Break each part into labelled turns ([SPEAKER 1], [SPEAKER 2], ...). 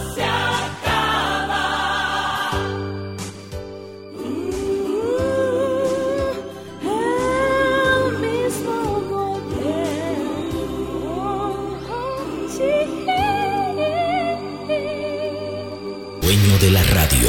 [SPEAKER 1] Uh,
[SPEAKER 2] de la radio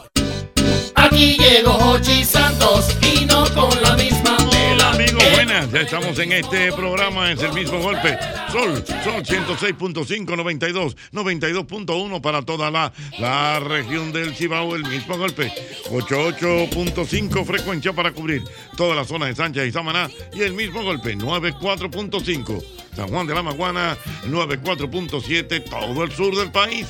[SPEAKER 1] Aquí llegó Hochi Santos y no con la misma tela.
[SPEAKER 3] Amigos, buenas, ya estamos en este programa, es el mismo golpe. Sol, Sol 106.5, 92, 92.1 para toda la, la región del Cibao, el mismo golpe. 88.5 frecuencia para cubrir todas las zonas de Sánchez y Samaná y el mismo golpe, 94.5. San Juan de la Maguana, 94.7, todo el sur del país.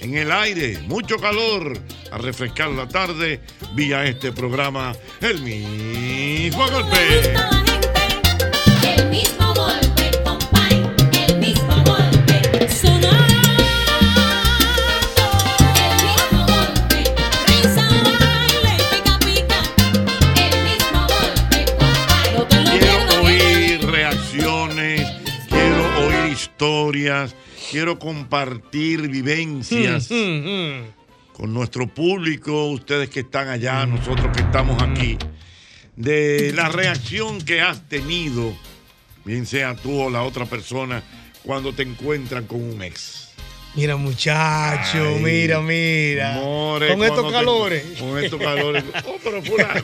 [SPEAKER 3] En el aire, mucho calor. A refrescar la tarde vía este programa, el mismo golpe.
[SPEAKER 4] El mismo golpe, compay, el mismo golpe, sonando. El mismo golpe, risa, baile, pica, pica. El mismo golpe, compay, no te lo
[SPEAKER 3] Quiero oír reacciones, quiero oír historias, quiero compartir vivencias
[SPEAKER 1] Mm,
[SPEAKER 3] con nuestro público, ustedes que están allá, nosotros que estamos aquí, de la reacción que has tenido, bien sea tú o la otra persona, cuando te encuentran con un ex.
[SPEAKER 5] Mira, muchacho,
[SPEAKER 3] Ay,
[SPEAKER 5] mira, mira.
[SPEAKER 3] More,
[SPEAKER 5] con estos
[SPEAKER 3] cuando te-
[SPEAKER 5] calores.
[SPEAKER 3] con estos calores. Oh, pero fulano,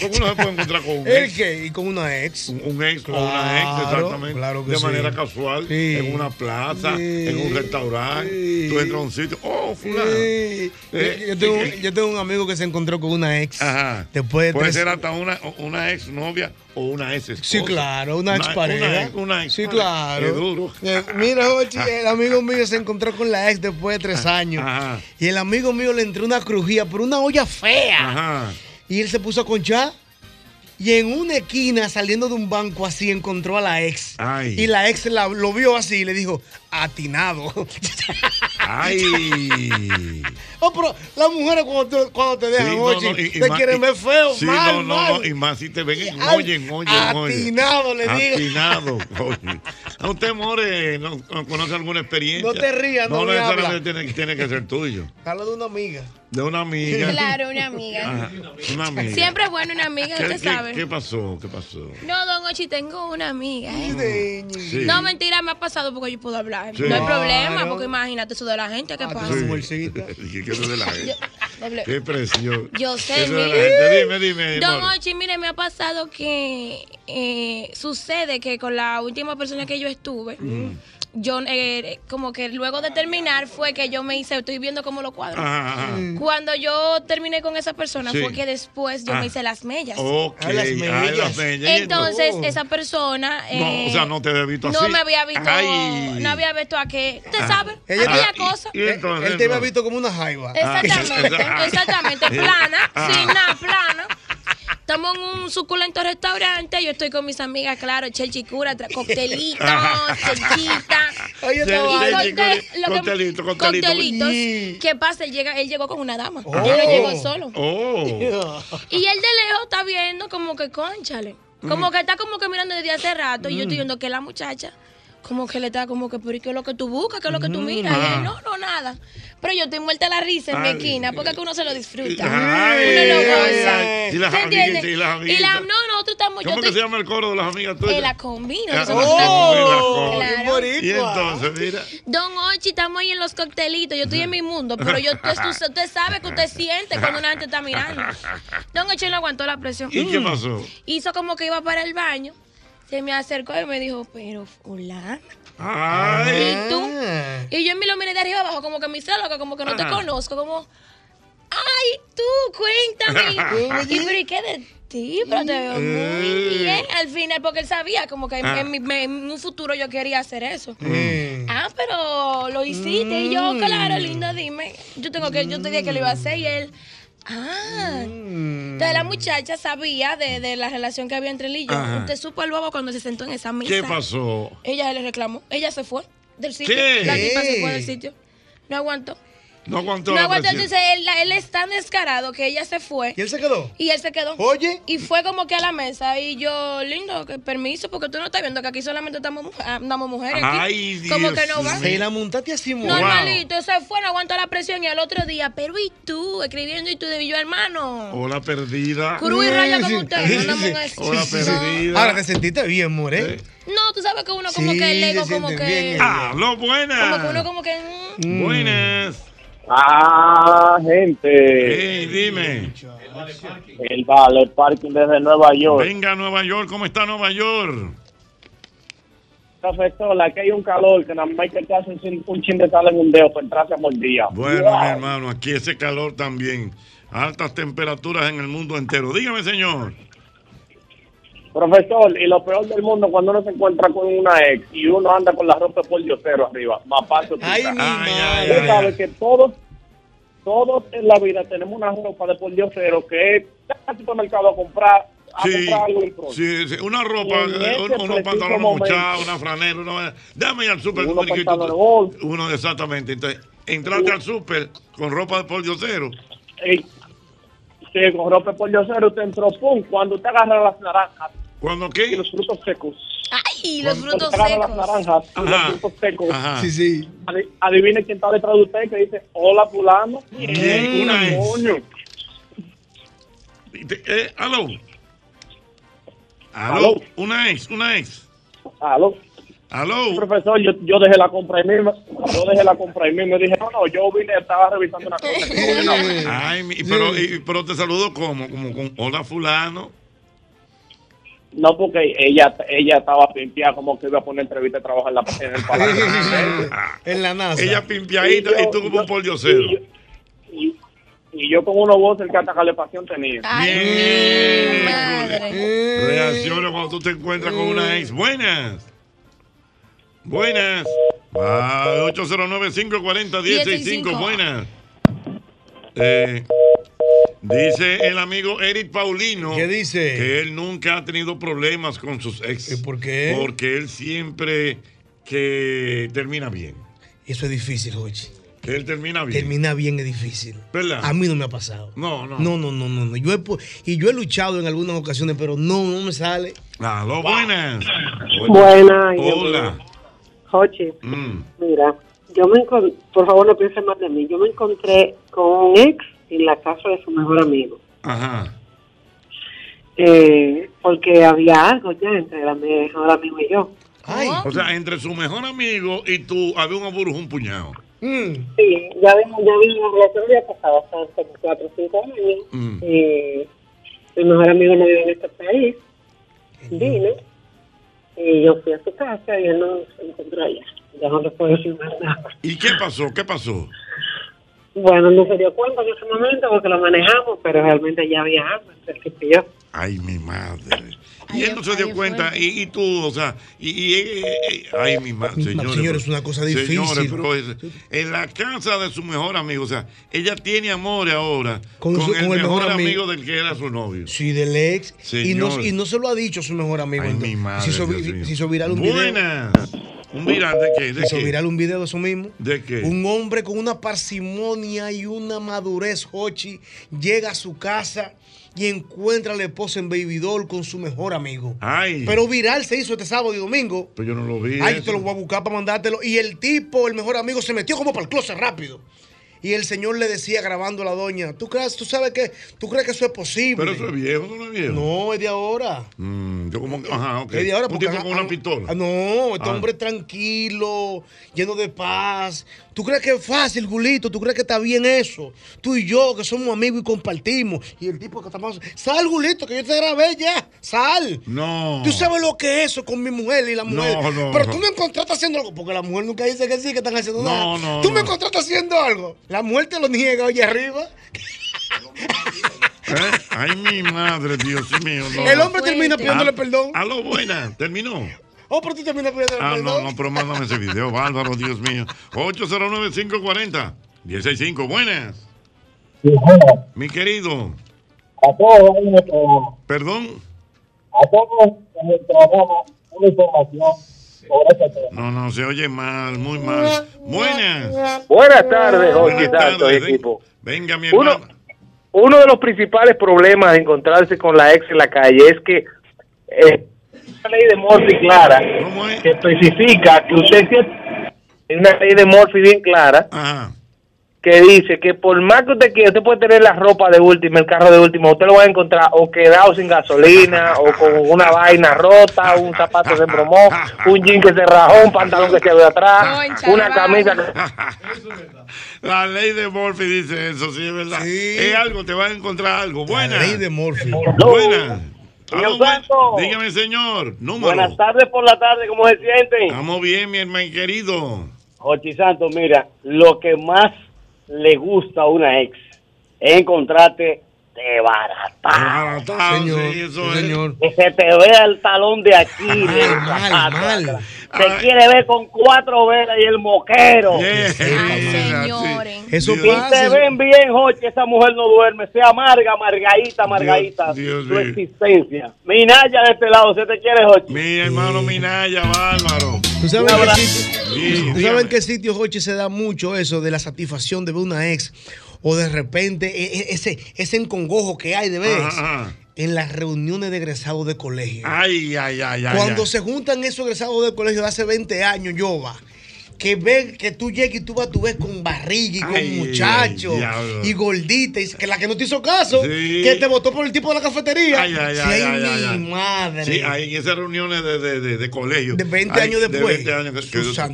[SPEAKER 3] ¿cómo uno se puede encontrar con un
[SPEAKER 5] ¿El
[SPEAKER 3] ex?
[SPEAKER 5] qué? Y con una ex.
[SPEAKER 3] Un, un ex o una ex,
[SPEAKER 5] Claro,
[SPEAKER 3] exactamente.
[SPEAKER 5] claro que
[SPEAKER 3] de
[SPEAKER 5] sí.
[SPEAKER 3] manera casual,
[SPEAKER 5] Sí.
[SPEAKER 3] en una plaza,
[SPEAKER 5] Sí.
[SPEAKER 3] en un restaurante.
[SPEAKER 5] Sí.
[SPEAKER 3] Tú entras a un sitio, oh, fulano.
[SPEAKER 5] Eh,
[SPEAKER 3] Eh,
[SPEAKER 5] yo, tengo,
[SPEAKER 3] eh.
[SPEAKER 5] yo tengo un amigo que se encontró con una ex.
[SPEAKER 3] Ajá.
[SPEAKER 5] Después de
[SPEAKER 3] Puede
[SPEAKER 5] tres-
[SPEAKER 3] ser hasta una, una ex novia o una ex esposa.
[SPEAKER 5] Sí, claro, una ex
[SPEAKER 3] Una
[SPEAKER 5] pareja.
[SPEAKER 3] ex, una ex
[SPEAKER 5] sí,
[SPEAKER 3] pareja.
[SPEAKER 5] claro.
[SPEAKER 3] Qué duro.
[SPEAKER 5] Eh, Mira, Jochi, el amigo mío se encontró con la ex después de tres años.
[SPEAKER 3] Ajá.
[SPEAKER 5] Y el amigo mío le entró una crujía por una olla fea.
[SPEAKER 3] Ajá.
[SPEAKER 5] Y él se puso a conchar. Y en una esquina, saliendo de un banco así, encontró a la ex.
[SPEAKER 3] Ay.
[SPEAKER 5] Y la ex la- lo vio así y le dijo, atinado.
[SPEAKER 3] Ay.
[SPEAKER 5] oh, pero las mujeres cuando, tú- cuando te dejan,
[SPEAKER 3] Sí, no,
[SPEAKER 5] oye,
[SPEAKER 3] no, y- y
[SPEAKER 5] te
[SPEAKER 3] más-
[SPEAKER 5] quieren
[SPEAKER 3] y-
[SPEAKER 5] ver feo,
[SPEAKER 3] sí,
[SPEAKER 5] mal,
[SPEAKER 3] no, no,
[SPEAKER 5] mal.
[SPEAKER 3] no, y más si te ven,
[SPEAKER 5] Ay,
[SPEAKER 3] oyen, oyen, oyen.
[SPEAKER 5] atinado, le digo.
[SPEAKER 3] Atinado, coño. A usted, More, no, no conoce alguna experiencia.
[SPEAKER 5] No te rías, no me
[SPEAKER 3] necesariamente tiene, tiene que ser tuyo.
[SPEAKER 5] Habla de una amiga.
[SPEAKER 3] De una amiga.
[SPEAKER 6] Claro, una amiga.
[SPEAKER 3] Ajá, una amiga.
[SPEAKER 6] Siempre es bueno una amiga,
[SPEAKER 3] ¿Qué,
[SPEAKER 6] usted
[SPEAKER 3] qué-
[SPEAKER 6] sabe.
[SPEAKER 3] qué pasó? ¿Qué pasó?
[SPEAKER 6] No, don Ochi, tengo una amiga. ¿eh?
[SPEAKER 3] Sí.
[SPEAKER 6] No, mentira, me ha pasado porque yo puedo hablar.
[SPEAKER 3] Sí.
[SPEAKER 6] No hay problema,
[SPEAKER 5] Claro.
[SPEAKER 6] porque imagínate eso de la gente,
[SPEAKER 3] Ah,
[SPEAKER 6] ¿qué pasa?
[SPEAKER 5] tu bolsita.
[SPEAKER 3] Dije, ¿Qué, eso de la gente?
[SPEAKER 6] Doble-
[SPEAKER 3] Qué presión.
[SPEAKER 6] Yo sé,
[SPEAKER 3] Eso de la
[SPEAKER 6] mi-
[SPEAKER 3] gente. Dime, dime.
[SPEAKER 6] Don
[SPEAKER 3] More.
[SPEAKER 6] Ochi, mire, me ha pasado que eh, sucede que con la última persona que yo estuve,
[SPEAKER 3] Mm.
[SPEAKER 6] yo eh, como que luego de terminar fue que yo me hice, estoy viendo como lo cuadro.
[SPEAKER 3] Ajá, ajá.
[SPEAKER 6] Cuando yo terminé con esa persona
[SPEAKER 3] Sí.
[SPEAKER 6] fue que después yo
[SPEAKER 3] Ah.
[SPEAKER 6] me hice las mellas.
[SPEAKER 3] Ok.
[SPEAKER 5] Ay, las
[SPEAKER 3] ay,
[SPEAKER 5] mellas.
[SPEAKER 3] Ah, las mellas.
[SPEAKER 6] Entonces,
[SPEAKER 5] Oh.
[SPEAKER 6] esa persona.
[SPEAKER 3] No,
[SPEAKER 6] eh,
[SPEAKER 3] o sea, no te había visto así.
[SPEAKER 6] No me había visto.
[SPEAKER 3] Ay. Ah.
[SPEAKER 6] No había visto a qué. Usted
[SPEAKER 3] Ajá.
[SPEAKER 6] sabe.
[SPEAKER 5] Ella
[SPEAKER 6] había
[SPEAKER 3] te-
[SPEAKER 6] cosas.
[SPEAKER 3] Y entonces,
[SPEAKER 5] él te había
[SPEAKER 3] no.
[SPEAKER 5] visto como una jaiba.
[SPEAKER 3] Ah,
[SPEAKER 6] Exactamente.
[SPEAKER 3] esa-
[SPEAKER 6] Exactamente.
[SPEAKER 3] Sí.
[SPEAKER 6] Plana.
[SPEAKER 3] Ah.
[SPEAKER 6] Sin nada, plana. Estamos en un suculento restaurante. Yo estoy con mis amigas, claro. Chelchicura, tra- coctelitos,
[SPEAKER 3] Ah.
[SPEAKER 6] chelchita.
[SPEAKER 5] Oye,
[SPEAKER 3] Sí,
[SPEAKER 5] esta
[SPEAKER 3] sí,
[SPEAKER 5] vaina.
[SPEAKER 3] sí.
[SPEAKER 6] lo que-
[SPEAKER 3] Coctelito, coctelito.
[SPEAKER 6] coctelitos.
[SPEAKER 5] Y-
[SPEAKER 6] ¿Qué pasa? Él, llega, él llegó con una dama.
[SPEAKER 5] Oh.
[SPEAKER 6] Él no llegó solo.
[SPEAKER 3] Oh.
[SPEAKER 6] Y él de lejos está viendo como que, conchale. Como que está como que mirando desde hace rato. Y yo estoy viendo que la muchacha, como que le está como que, pero ¿y ¿qué es lo que tú buscas? ¿Qué es lo que tú miras? Y él, no, no, nada. Pero yo estoy muerta la risa en mi
[SPEAKER 3] Ay.
[SPEAKER 6] esquina porque es que uno se lo disfruta.
[SPEAKER 3] Ay,
[SPEAKER 6] uno lo goza.
[SPEAKER 3] ay, ay. Y las
[SPEAKER 6] ¿Se
[SPEAKER 3] amiguitas,
[SPEAKER 6] entiende?
[SPEAKER 3] y las
[SPEAKER 6] Y la,
[SPEAKER 3] amiguitas.
[SPEAKER 6] no, nosotros estamos, yo
[SPEAKER 3] ¿Cómo que se
[SPEAKER 6] estoy
[SPEAKER 3] llama el coro de las amigas tuyas?
[SPEAKER 6] en la combina.
[SPEAKER 3] Ah,
[SPEAKER 6] nosotros
[SPEAKER 3] oh.
[SPEAKER 6] estamos-
[SPEAKER 3] Claro.
[SPEAKER 5] Bien
[SPEAKER 6] Claro.
[SPEAKER 3] Y
[SPEAKER 5] boricua.
[SPEAKER 3] entonces, mira.
[SPEAKER 6] Don Ochi, estamos ahí en los coctelitos. Yo estoy en mi mundo, pero yo, usted, usted- usted sabe que usted siente cuando una gente está mirando. Don Ochi no aguantó la presión. Mm.
[SPEAKER 3] ¿Y qué pasó?
[SPEAKER 6] hizo como que iba para el baño, se me acercó y me dijo, pero hola,
[SPEAKER 3] Ay.
[SPEAKER 6] ¿y tú?
[SPEAKER 3] Eh.
[SPEAKER 6] Y yo me lo miré de arriba abajo, como que me hice loca, como que no te
[SPEAKER 3] Ajá.
[SPEAKER 6] conozco, como, ay, tú, cuéntame. y pero, ¿y qué de Sí, pero te veo muy bien al final, porque él sabía como que en-
[SPEAKER 3] Eh. Ah. Mm.
[SPEAKER 6] en, mi- me- en un futuro yo quería hacer eso.
[SPEAKER 3] Eh.
[SPEAKER 6] Ah, pero lo hiciste. Y yo, claro, lindo, dime. Yo tengo que, yo te dije que lo iba a hacer y él. Ah.
[SPEAKER 3] Mm.
[SPEAKER 6] Entonces la muchacha sabía de, de la relación que había entre él y yo.
[SPEAKER 3] Ajá.
[SPEAKER 6] Usted supo el bobo cuando se sentó en esa mesa.
[SPEAKER 3] ¿Qué pasó?
[SPEAKER 6] Ella le reclamó. Ella se fue del sitio.
[SPEAKER 3] ¿Qué?
[SPEAKER 6] La tipa se fue del sitio. No aguantó.
[SPEAKER 3] No aguantó
[SPEAKER 6] No
[SPEAKER 3] la
[SPEAKER 6] aguantó.
[SPEAKER 3] presión.
[SPEAKER 6] Entonces él, él es tan descarado que ella se fue.
[SPEAKER 5] ¿Y él se quedó?
[SPEAKER 6] Y él se quedó.
[SPEAKER 5] Oye.
[SPEAKER 6] Y fue como que a la mesa. Y yo, lindo, que permiso, porque tú no estás viendo que aquí solamente estamos, mu- ah, andamos mujeres. aquí.
[SPEAKER 3] Ay,
[SPEAKER 6] Como
[SPEAKER 3] Dios
[SPEAKER 6] que no va.
[SPEAKER 3] mío.
[SPEAKER 5] Se la montaste así, mo-
[SPEAKER 3] No, no.
[SPEAKER 6] Normalito, se fue, no aguantó la presión. Y al otro día, pero ¿y tú? Escribiendo y tú de yo, hermano.
[SPEAKER 3] Hola perdida.
[SPEAKER 6] Cruz y raya como
[SPEAKER 5] Sí,
[SPEAKER 6] usted.
[SPEAKER 5] sí,
[SPEAKER 6] no andamos en
[SPEAKER 5] sí.
[SPEAKER 6] eso.
[SPEAKER 3] Hola perdida.
[SPEAKER 5] Ahora te sentiste bien, more.
[SPEAKER 3] Eh.
[SPEAKER 6] No, tú sabes que uno como
[SPEAKER 5] Sí,
[SPEAKER 6] que el ego,
[SPEAKER 5] se
[SPEAKER 6] como
[SPEAKER 5] siente
[SPEAKER 6] que.
[SPEAKER 5] bien.
[SPEAKER 3] Ah, lo
[SPEAKER 6] Como que uno
[SPEAKER 3] buena.
[SPEAKER 6] como que. mm,
[SPEAKER 3] Buenas.
[SPEAKER 7] Ah, gente,
[SPEAKER 3] Hey, dime.
[SPEAKER 7] el Valet Parking desde Nueva York.
[SPEAKER 3] Venga a Nueva York, ¿cómo está Nueva York?
[SPEAKER 7] Profesor, aquí hay un calor que nada más hay que echarse un un chin de sal en un dedo para entrarse a mordía.
[SPEAKER 3] Bueno,
[SPEAKER 7] Wow.
[SPEAKER 3] mi hermano, aquí ese calor también. Altas temperaturas en el mundo entero. Dígame, señor.
[SPEAKER 7] Profesor, y lo peor del mundo cuando uno se encuentra con una ex y uno anda con la ropa por diosero arriba, más paso
[SPEAKER 5] Ay, mi
[SPEAKER 3] Ay, ay,
[SPEAKER 5] madre.
[SPEAKER 7] Tú
[SPEAKER 3] ay,
[SPEAKER 7] sabes
[SPEAKER 3] ay.
[SPEAKER 7] que todos, todos en la vida tenemos una ropa de por diosero que es al supermercado a comprar, a
[SPEAKER 3] Sí,
[SPEAKER 7] comprar algo y pronto.
[SPEAKER 3] sí, sí, una ropa,
[SPEAKER 7] Y en ese
[SPEAKER 3] un- unos
[SPEAKER 7] preciso
[SPEAKER 3] pantalones
[SPEAKER 7] momento.
[SPEAKER 3] mochados, una franela, una... Dame ir al súper. tú,
[SPEAKER 7] Unos
[SPEAKER 3] Periquito.
[SPEAKER 7] pantalones gordos.
[SPEAKER 3] Uno, exactamente. Entonces, entraste al súper con ropa de poldiosero.
[SPEAKER 7] Ey, sí, con ropa por diosero usted entró, pum, cuando usted agarra las naranjas
[SPEAKER 3] ¿Cuándo
[SPEAKER 7] y
[SPEAKER 3] qué?
[SPEAKER 7] los frutos secos.
[SPEAKER 6] Ay, los
[SPEAKER 7] Cuando
[SPEAKER 6] frutos
[SPEAKER 7] usted agarra las
[SPEAKER 6] secos.
[SPEAKER 7] naranjas y
[SPEAKER 3] Ajá.
[SPEAKER 7] los frutos secos.
[SPEAKER 3] Ajá.
[SPEAKER 5] Sí, sí.
[SPEAKER 7] Adi- Adivine quién está detrás de usted que dice, hola fulano.
[SPEAKER 3] Bien, una ex.
[SPEAKER 7] Coño.
[SPEAKER 3] Te- Eh, aló. Aló.
[SPEAKER 7] Aló.
[SPEAKER 3] Una ex, una ex.
[SPEAKER 7] Aló.
[SPEAKER 3] Aló.
[SPEAKER 7] Profesor, yo, yo dejé la compra ahí mismo. Yo dejé la compra ahí mismo. Y dije, no, no, yo vine, estaba revisando una cosa. que no venía nada.
[SPEAKER 3] Ay, mi- pero, y- pero te saludo como, como con hola fulano.
[SPEAKER 7] No, porque ella ella estaba pimpiada como que iba a poner entrevista de trabajo en, la, en el palacio.
[SPEAKER 5] en la NASA.
[SPEAKER 3] Ella pimpiadita
[SPEAKER 7] yo-
[SPEAKER 3] y tú como
[SPEAKER 7] yo-
[SPEAKER 3] un poldiosero.
[SPEAKER 7] y yo- Y, y yo con unos voces que hasta calefacción tenía.
[SPEAKER 6] Ay,
[SPEAKER 3] Bien.
[SPEAKER 6] mi madre.
[SPEAKER 3] Reacciona cuando tú te encuentras con una ex. Buenas. Buenas. Ah, 809-540-165. Buenas. Eh, dice el amigo Eric Paulino
[SPEAKER 5] ¿Qué dice?
[SPEAKER 3] que él nunca ha tenido problemas con sus ex.
[SPEAKER 5] ¿Y por qué?
[SPEAKER 3] Porque él siempre que termina bien.
[SPEAKER 5] Eso es difícil, Jochi.
[SPEAKER 3] Que él termina bien.
[SPEAKER 5] Terminar bien es difícil.
[SPEAKER 3] ¿Verdad?
[SPEAKER 5] A mí no me ha pasado.
[SPEAKER 3] No, no.
[SPEAKER 5] No, no, no, no. no. Yo he pu- y yo he luchado en algunas ocasiones, pero no, no me sale.
[SPEAKER 3] Aló, buenas.
[SPEAKER 8] Buenas.
[SPEAKER 3] Hola.
[SPEAKER 8] Jochi,
[SPEAKER 3] Mm.
[SPEAKER 8] mira, yo me encon- por favor no pienses más de mí. Yo me encontré con un ex en la casa de su mejor amigo.
[SPEAKER 3] Ajá.
[SPEAKER 8] eh, porque había algo ya entre la mejor amigo y yo.
[SPEAKER 5] Ay.
[SPEAKER 3] O sea, entre su mejor amigo y tú había un aburro, un puñado.
[SPEAKER 5] Mm.
[SPEAKER 8] Sí, ya vimos, ya vimos, la relación había
[SPEAKER 9] pues,
[SPEAKER 8] pasado hace como cuatro o cinco años.
[SPEAKER 3] Mm.
[SPEAKER 8] Eh, mi mejor amigo no vive en este país. Vino. Y yo fui a su casa y él no se encontró allá. Ya no le puedo decir más nada.
[SPEAKER 3] ¿Y qué pasó? ¿Qué pasó?
[SPEAKER 8] Bueno, no se dio cuenta en ese momento porque lo manejamos, pero realmente ya había algo entre el tipo y yo.
[SPEAKER 3] Ay, mi madre.
[SPEAKER 6] Ay,
[SPEAKER 3] Y él no se
[SPEAKER 6] ay,
[SPEAKER 3] dio cuenta,
[SPEAKER 6] fuerte.
[SPEAKER 3] y, y tú, o sea, y, y- eh, eh, ay, mi madre,
[SPEAKER 5] Mi-
[SPEAKER 3] señores.
[SPEAKER 5] señores,
[SPEAKER 3] pero-
[SPEAKER 5] es una cosa
[SPEAKER 3] Señores,
[SPEAKER 5] difícil.
[SPEAKER 3] pero es- en la casa de su mejor amigo, o sea, ella tiene amor ahora con,
[SPEAKER 5] Con su-
[SPEAKER 3] el, mejor, amigo,
[SPEAKER 5] amigo
[SPEAKER 3] del que era su novio.
[SPEAKER 5] Sí, del ex. Y no,
[SPEAKER 3] Señor.
[SPEAKER 5] y no se lo ha dicho su mejor amigo.
[SPEAKER 3] Ay, mi
[SPEAKER 5] entonces.
[SPEAKER 3] madre.
[SPEAKER 5] Si hizo, vi-
[SPEAKER 3] Dios mío.
[SPEAKER 5] si hizo viral un video.
[SPEAKER 3] Buenas. ¿Un viral de qué?
[SPEAKER 5] si
[SPEAKER 3] ¿De
[SPEAKER 5] hizo
[SPEAKER 3] qué?
[SPEAKER 5] viral un video de eso mismo.
[SPEAKER 3] ¿De qué?
[SPEAKER 5] Un hombre con una parsimonia y una madurez, Hochi, llega a su casa y encuentra a la esposa en Baby Doll con su mejor amigo.
[SPEAKER 3] Ay, pero,
[SPEAKER 5] Pero viral se hizo este sábado y domingo.
[SPEAKER 3] yo no lo vi.
[SPEAKER 5] Ay,
[SPEAKER 3] eso.
[SPEAKER 5] te lo voy a buscar para mandártelo. Y el tipo, el mejor amigo, se metió como para el closet rápido. Y el señor le decía grabando a la doña, ¿tú crees, tú sabes que, tú crees que eso es posible?
[SPEAKER 3] Pero eso es viejo, eso no es viejo.
[SPEAKER 5] No, es de ahora.
[SPEAKER 3] Mm, yo como que, ajá, ok.
[SPEAKER 5] Es de ahora.
[SPEAKER 3] un
[SPEAKER 5] porque
[SPEAKER 3] tipo con
[SPEAKER 5] han-
[SPEAKER 3] una
[SPEAKER 5] han-
[SPEAKER 3] pistola.
[SPEAKER 5] Ah, No, este
[SPEAKER 3] Ah.
[SPEAKER 5] hombre tranquilo, lleno de paz. ¿Tú crees que es fácil, Gulito? ¿Tú crees que está bien eso? Tú y yo, que somos amigos y compartimos. Y el tipo que estamos... Sal, Gulito, que yo te grabé ya. Sal.
[SPEAKER 3] No.
[SPEAKER 5] Tú sabes lo que es eso con mi mujer y la mujer.
[SPEAKER 3] No, no,
[SPEAKER 5] Pero
[SPEAKER 3] no.
[SPEAKER 5] tú me encontraste haciendo algo. Porque la mujer nunca dice que sí, que están haciendo
[SPEAKER 3] No,
[SPEAKER 5] nada.
[SPEAKER 3] no,
[SPEAKER 5] Tú me
[SPEAKER 3] no.
[SPEAKER 5] encontraste haciendo algo. La mujer te lo niega allá arriba.
[SPEAKER 3] ¿Eh? Ay, mi madre, Dios mío. no. Ah,
[SPEAKER 5] El hombre termina pidiéndole perdón.
[SPEAKER 3] Aló, buena, terminó.
[SPEAKER 5] Oh, pero tú terminas pidiéndole
[SPEAKER 3] Ah,
[SPEAKER 5] perdón.
[SPEAKER 3] no, no, pero mándame ese video, bárbaro, Dios mío. 809-540-165, buenas. Mi querido,
[SPEAKER 10] a todos en el programa,
[SPEAKER 3] perdón.
[SPEAKER 10] a todos en el programa, una información sobre este tema.
[SPEAKER 3] No, no, se oye mal, muy mal. Buenas.
[SPEAKER 11] Buenas tardes, Jorge
[SPEAKER 3] Oh, Buenas
[SPEAKER 11] Santos,
[SPEAKER 3] tardes,
[SPEAKER 11] equipo.
[SPEAKER 3] Venga, mi
[SPEAKER 11] Uno, uno de los principales problemas de encontrarse con la ex en la calle es que eh, una ley de Morphy clara que especifica que usted que- hay una ley de Morphy bien clara que dice que por más que usted quiera, usted puede tener la ropa de última, el carro de última, usted lo va a encontrar o quedado sin gasolina, o con una vaina rota, un zapato que se bromó, un jean que se rajó, un pantalón que se quedó atrás,
[SPEAKER 3] Concha,
[SPEAKER 11] una
[SPEAKER 3] vale.
[SPEAKER 11] camisa que...
[SPEAKER 3] La ley de Morphy dice eso, sí, es verdad. Es algo, te vas a encontrar algo. Buenas. La ley de
[SPEAKER 5] Morphy.
[SPEAKER 3] Buenas. Aló, buen- Dígame, señor. Número.
[SPEAKER 12] Buenas tardes por la tarde, ¿cómo se sienten?
[SPEAKER 3] Estamos bien, mi hermano querido.
[SPEAKER 12] Jorge Santos, mira, lo que más le gusta a una ex es encontrarte de barata.
[SPEAKER 3] señor, señor.
[SPEAKER 12] Que se te vea el talón de aquí. de zapato. Te quiere ver con cuatro velas y el moquero.
[SPEAKER 5] Eso
[SPEAKER 12] si
[SPEAKER 5] pasa,
[SPEAKER 12] te
[SPEAKER 5] eso-
[SPEAKER 12] ven bien, Jorge, esa mujer no duerme. Sea amarga, amargadita, amargadita.
[SPEAKER 3] Dios
[SPEAKER 12] tu
[SPEAKER 3] mío.
[SPEAKER 12] existencia. Minaya de este lado, ¿se te quiere, Jorge?
[SPEAKER 3] Mi hermano Minaya, bárbaro.
[SPEAKER 5] ¿Tú sabes
[SPEAKER 3] Un
[SPEAKER 5] qué
[SPEAKER 3] abrazo.
[SPEAKER 5] sitio-
[SPEAKER 3] Sí,
[SPEAKER 5] ¿Tú sabes
[SPEAKER 3] dígame.
[SPEAKER 5] en qué sitio, Jochi, se da mucho eso de la satisfacción de ver una ex o de repente e- e- ese, ese encongojo que hay de vez
[SPEAKER 3] Ajá, ajá.
[SPEAKER 5] en las reuniones de egresados de colegio?
[SPEAKER 3] Ay, ay, ay, ay.
[SPEAKER 5] Cuando
[SPEAKER 3] ay.
[SPEAKER 5] se juntan esos egresados del colegio de hace 20 años, yo va. Que ven, que tú llegas y tú vas, tú ves con barriga y con
[SPEAKER 3] Ay,
[SPEAKER 5] muchachos
[SPEAKER 3] ay, diablo.
[SPEAKER 5] y gordita, y que la que no te hizo caso,
[SPEAKER 3] Sí.
[SPEAKER 5] que te votó por el tipo de la cafetería.
[SPEAKER 3] Ay, ay,
[SPEAKER 5] Sí,
[SPEAKER 3] ay, ay,
[SPEAKER 5] mi
[SPEAKER 3] ay, ay.
[SPEAKER 5] madre.
[SPEAKER 3] Sí, ahí en esas reuniones de, de, de, de colegio.
[SPEAKER 5] De 20
[SPEAKER 3] Ahí,
[SPEAKER 5] años después.
[SPEAKER 3] De 20 años. Que,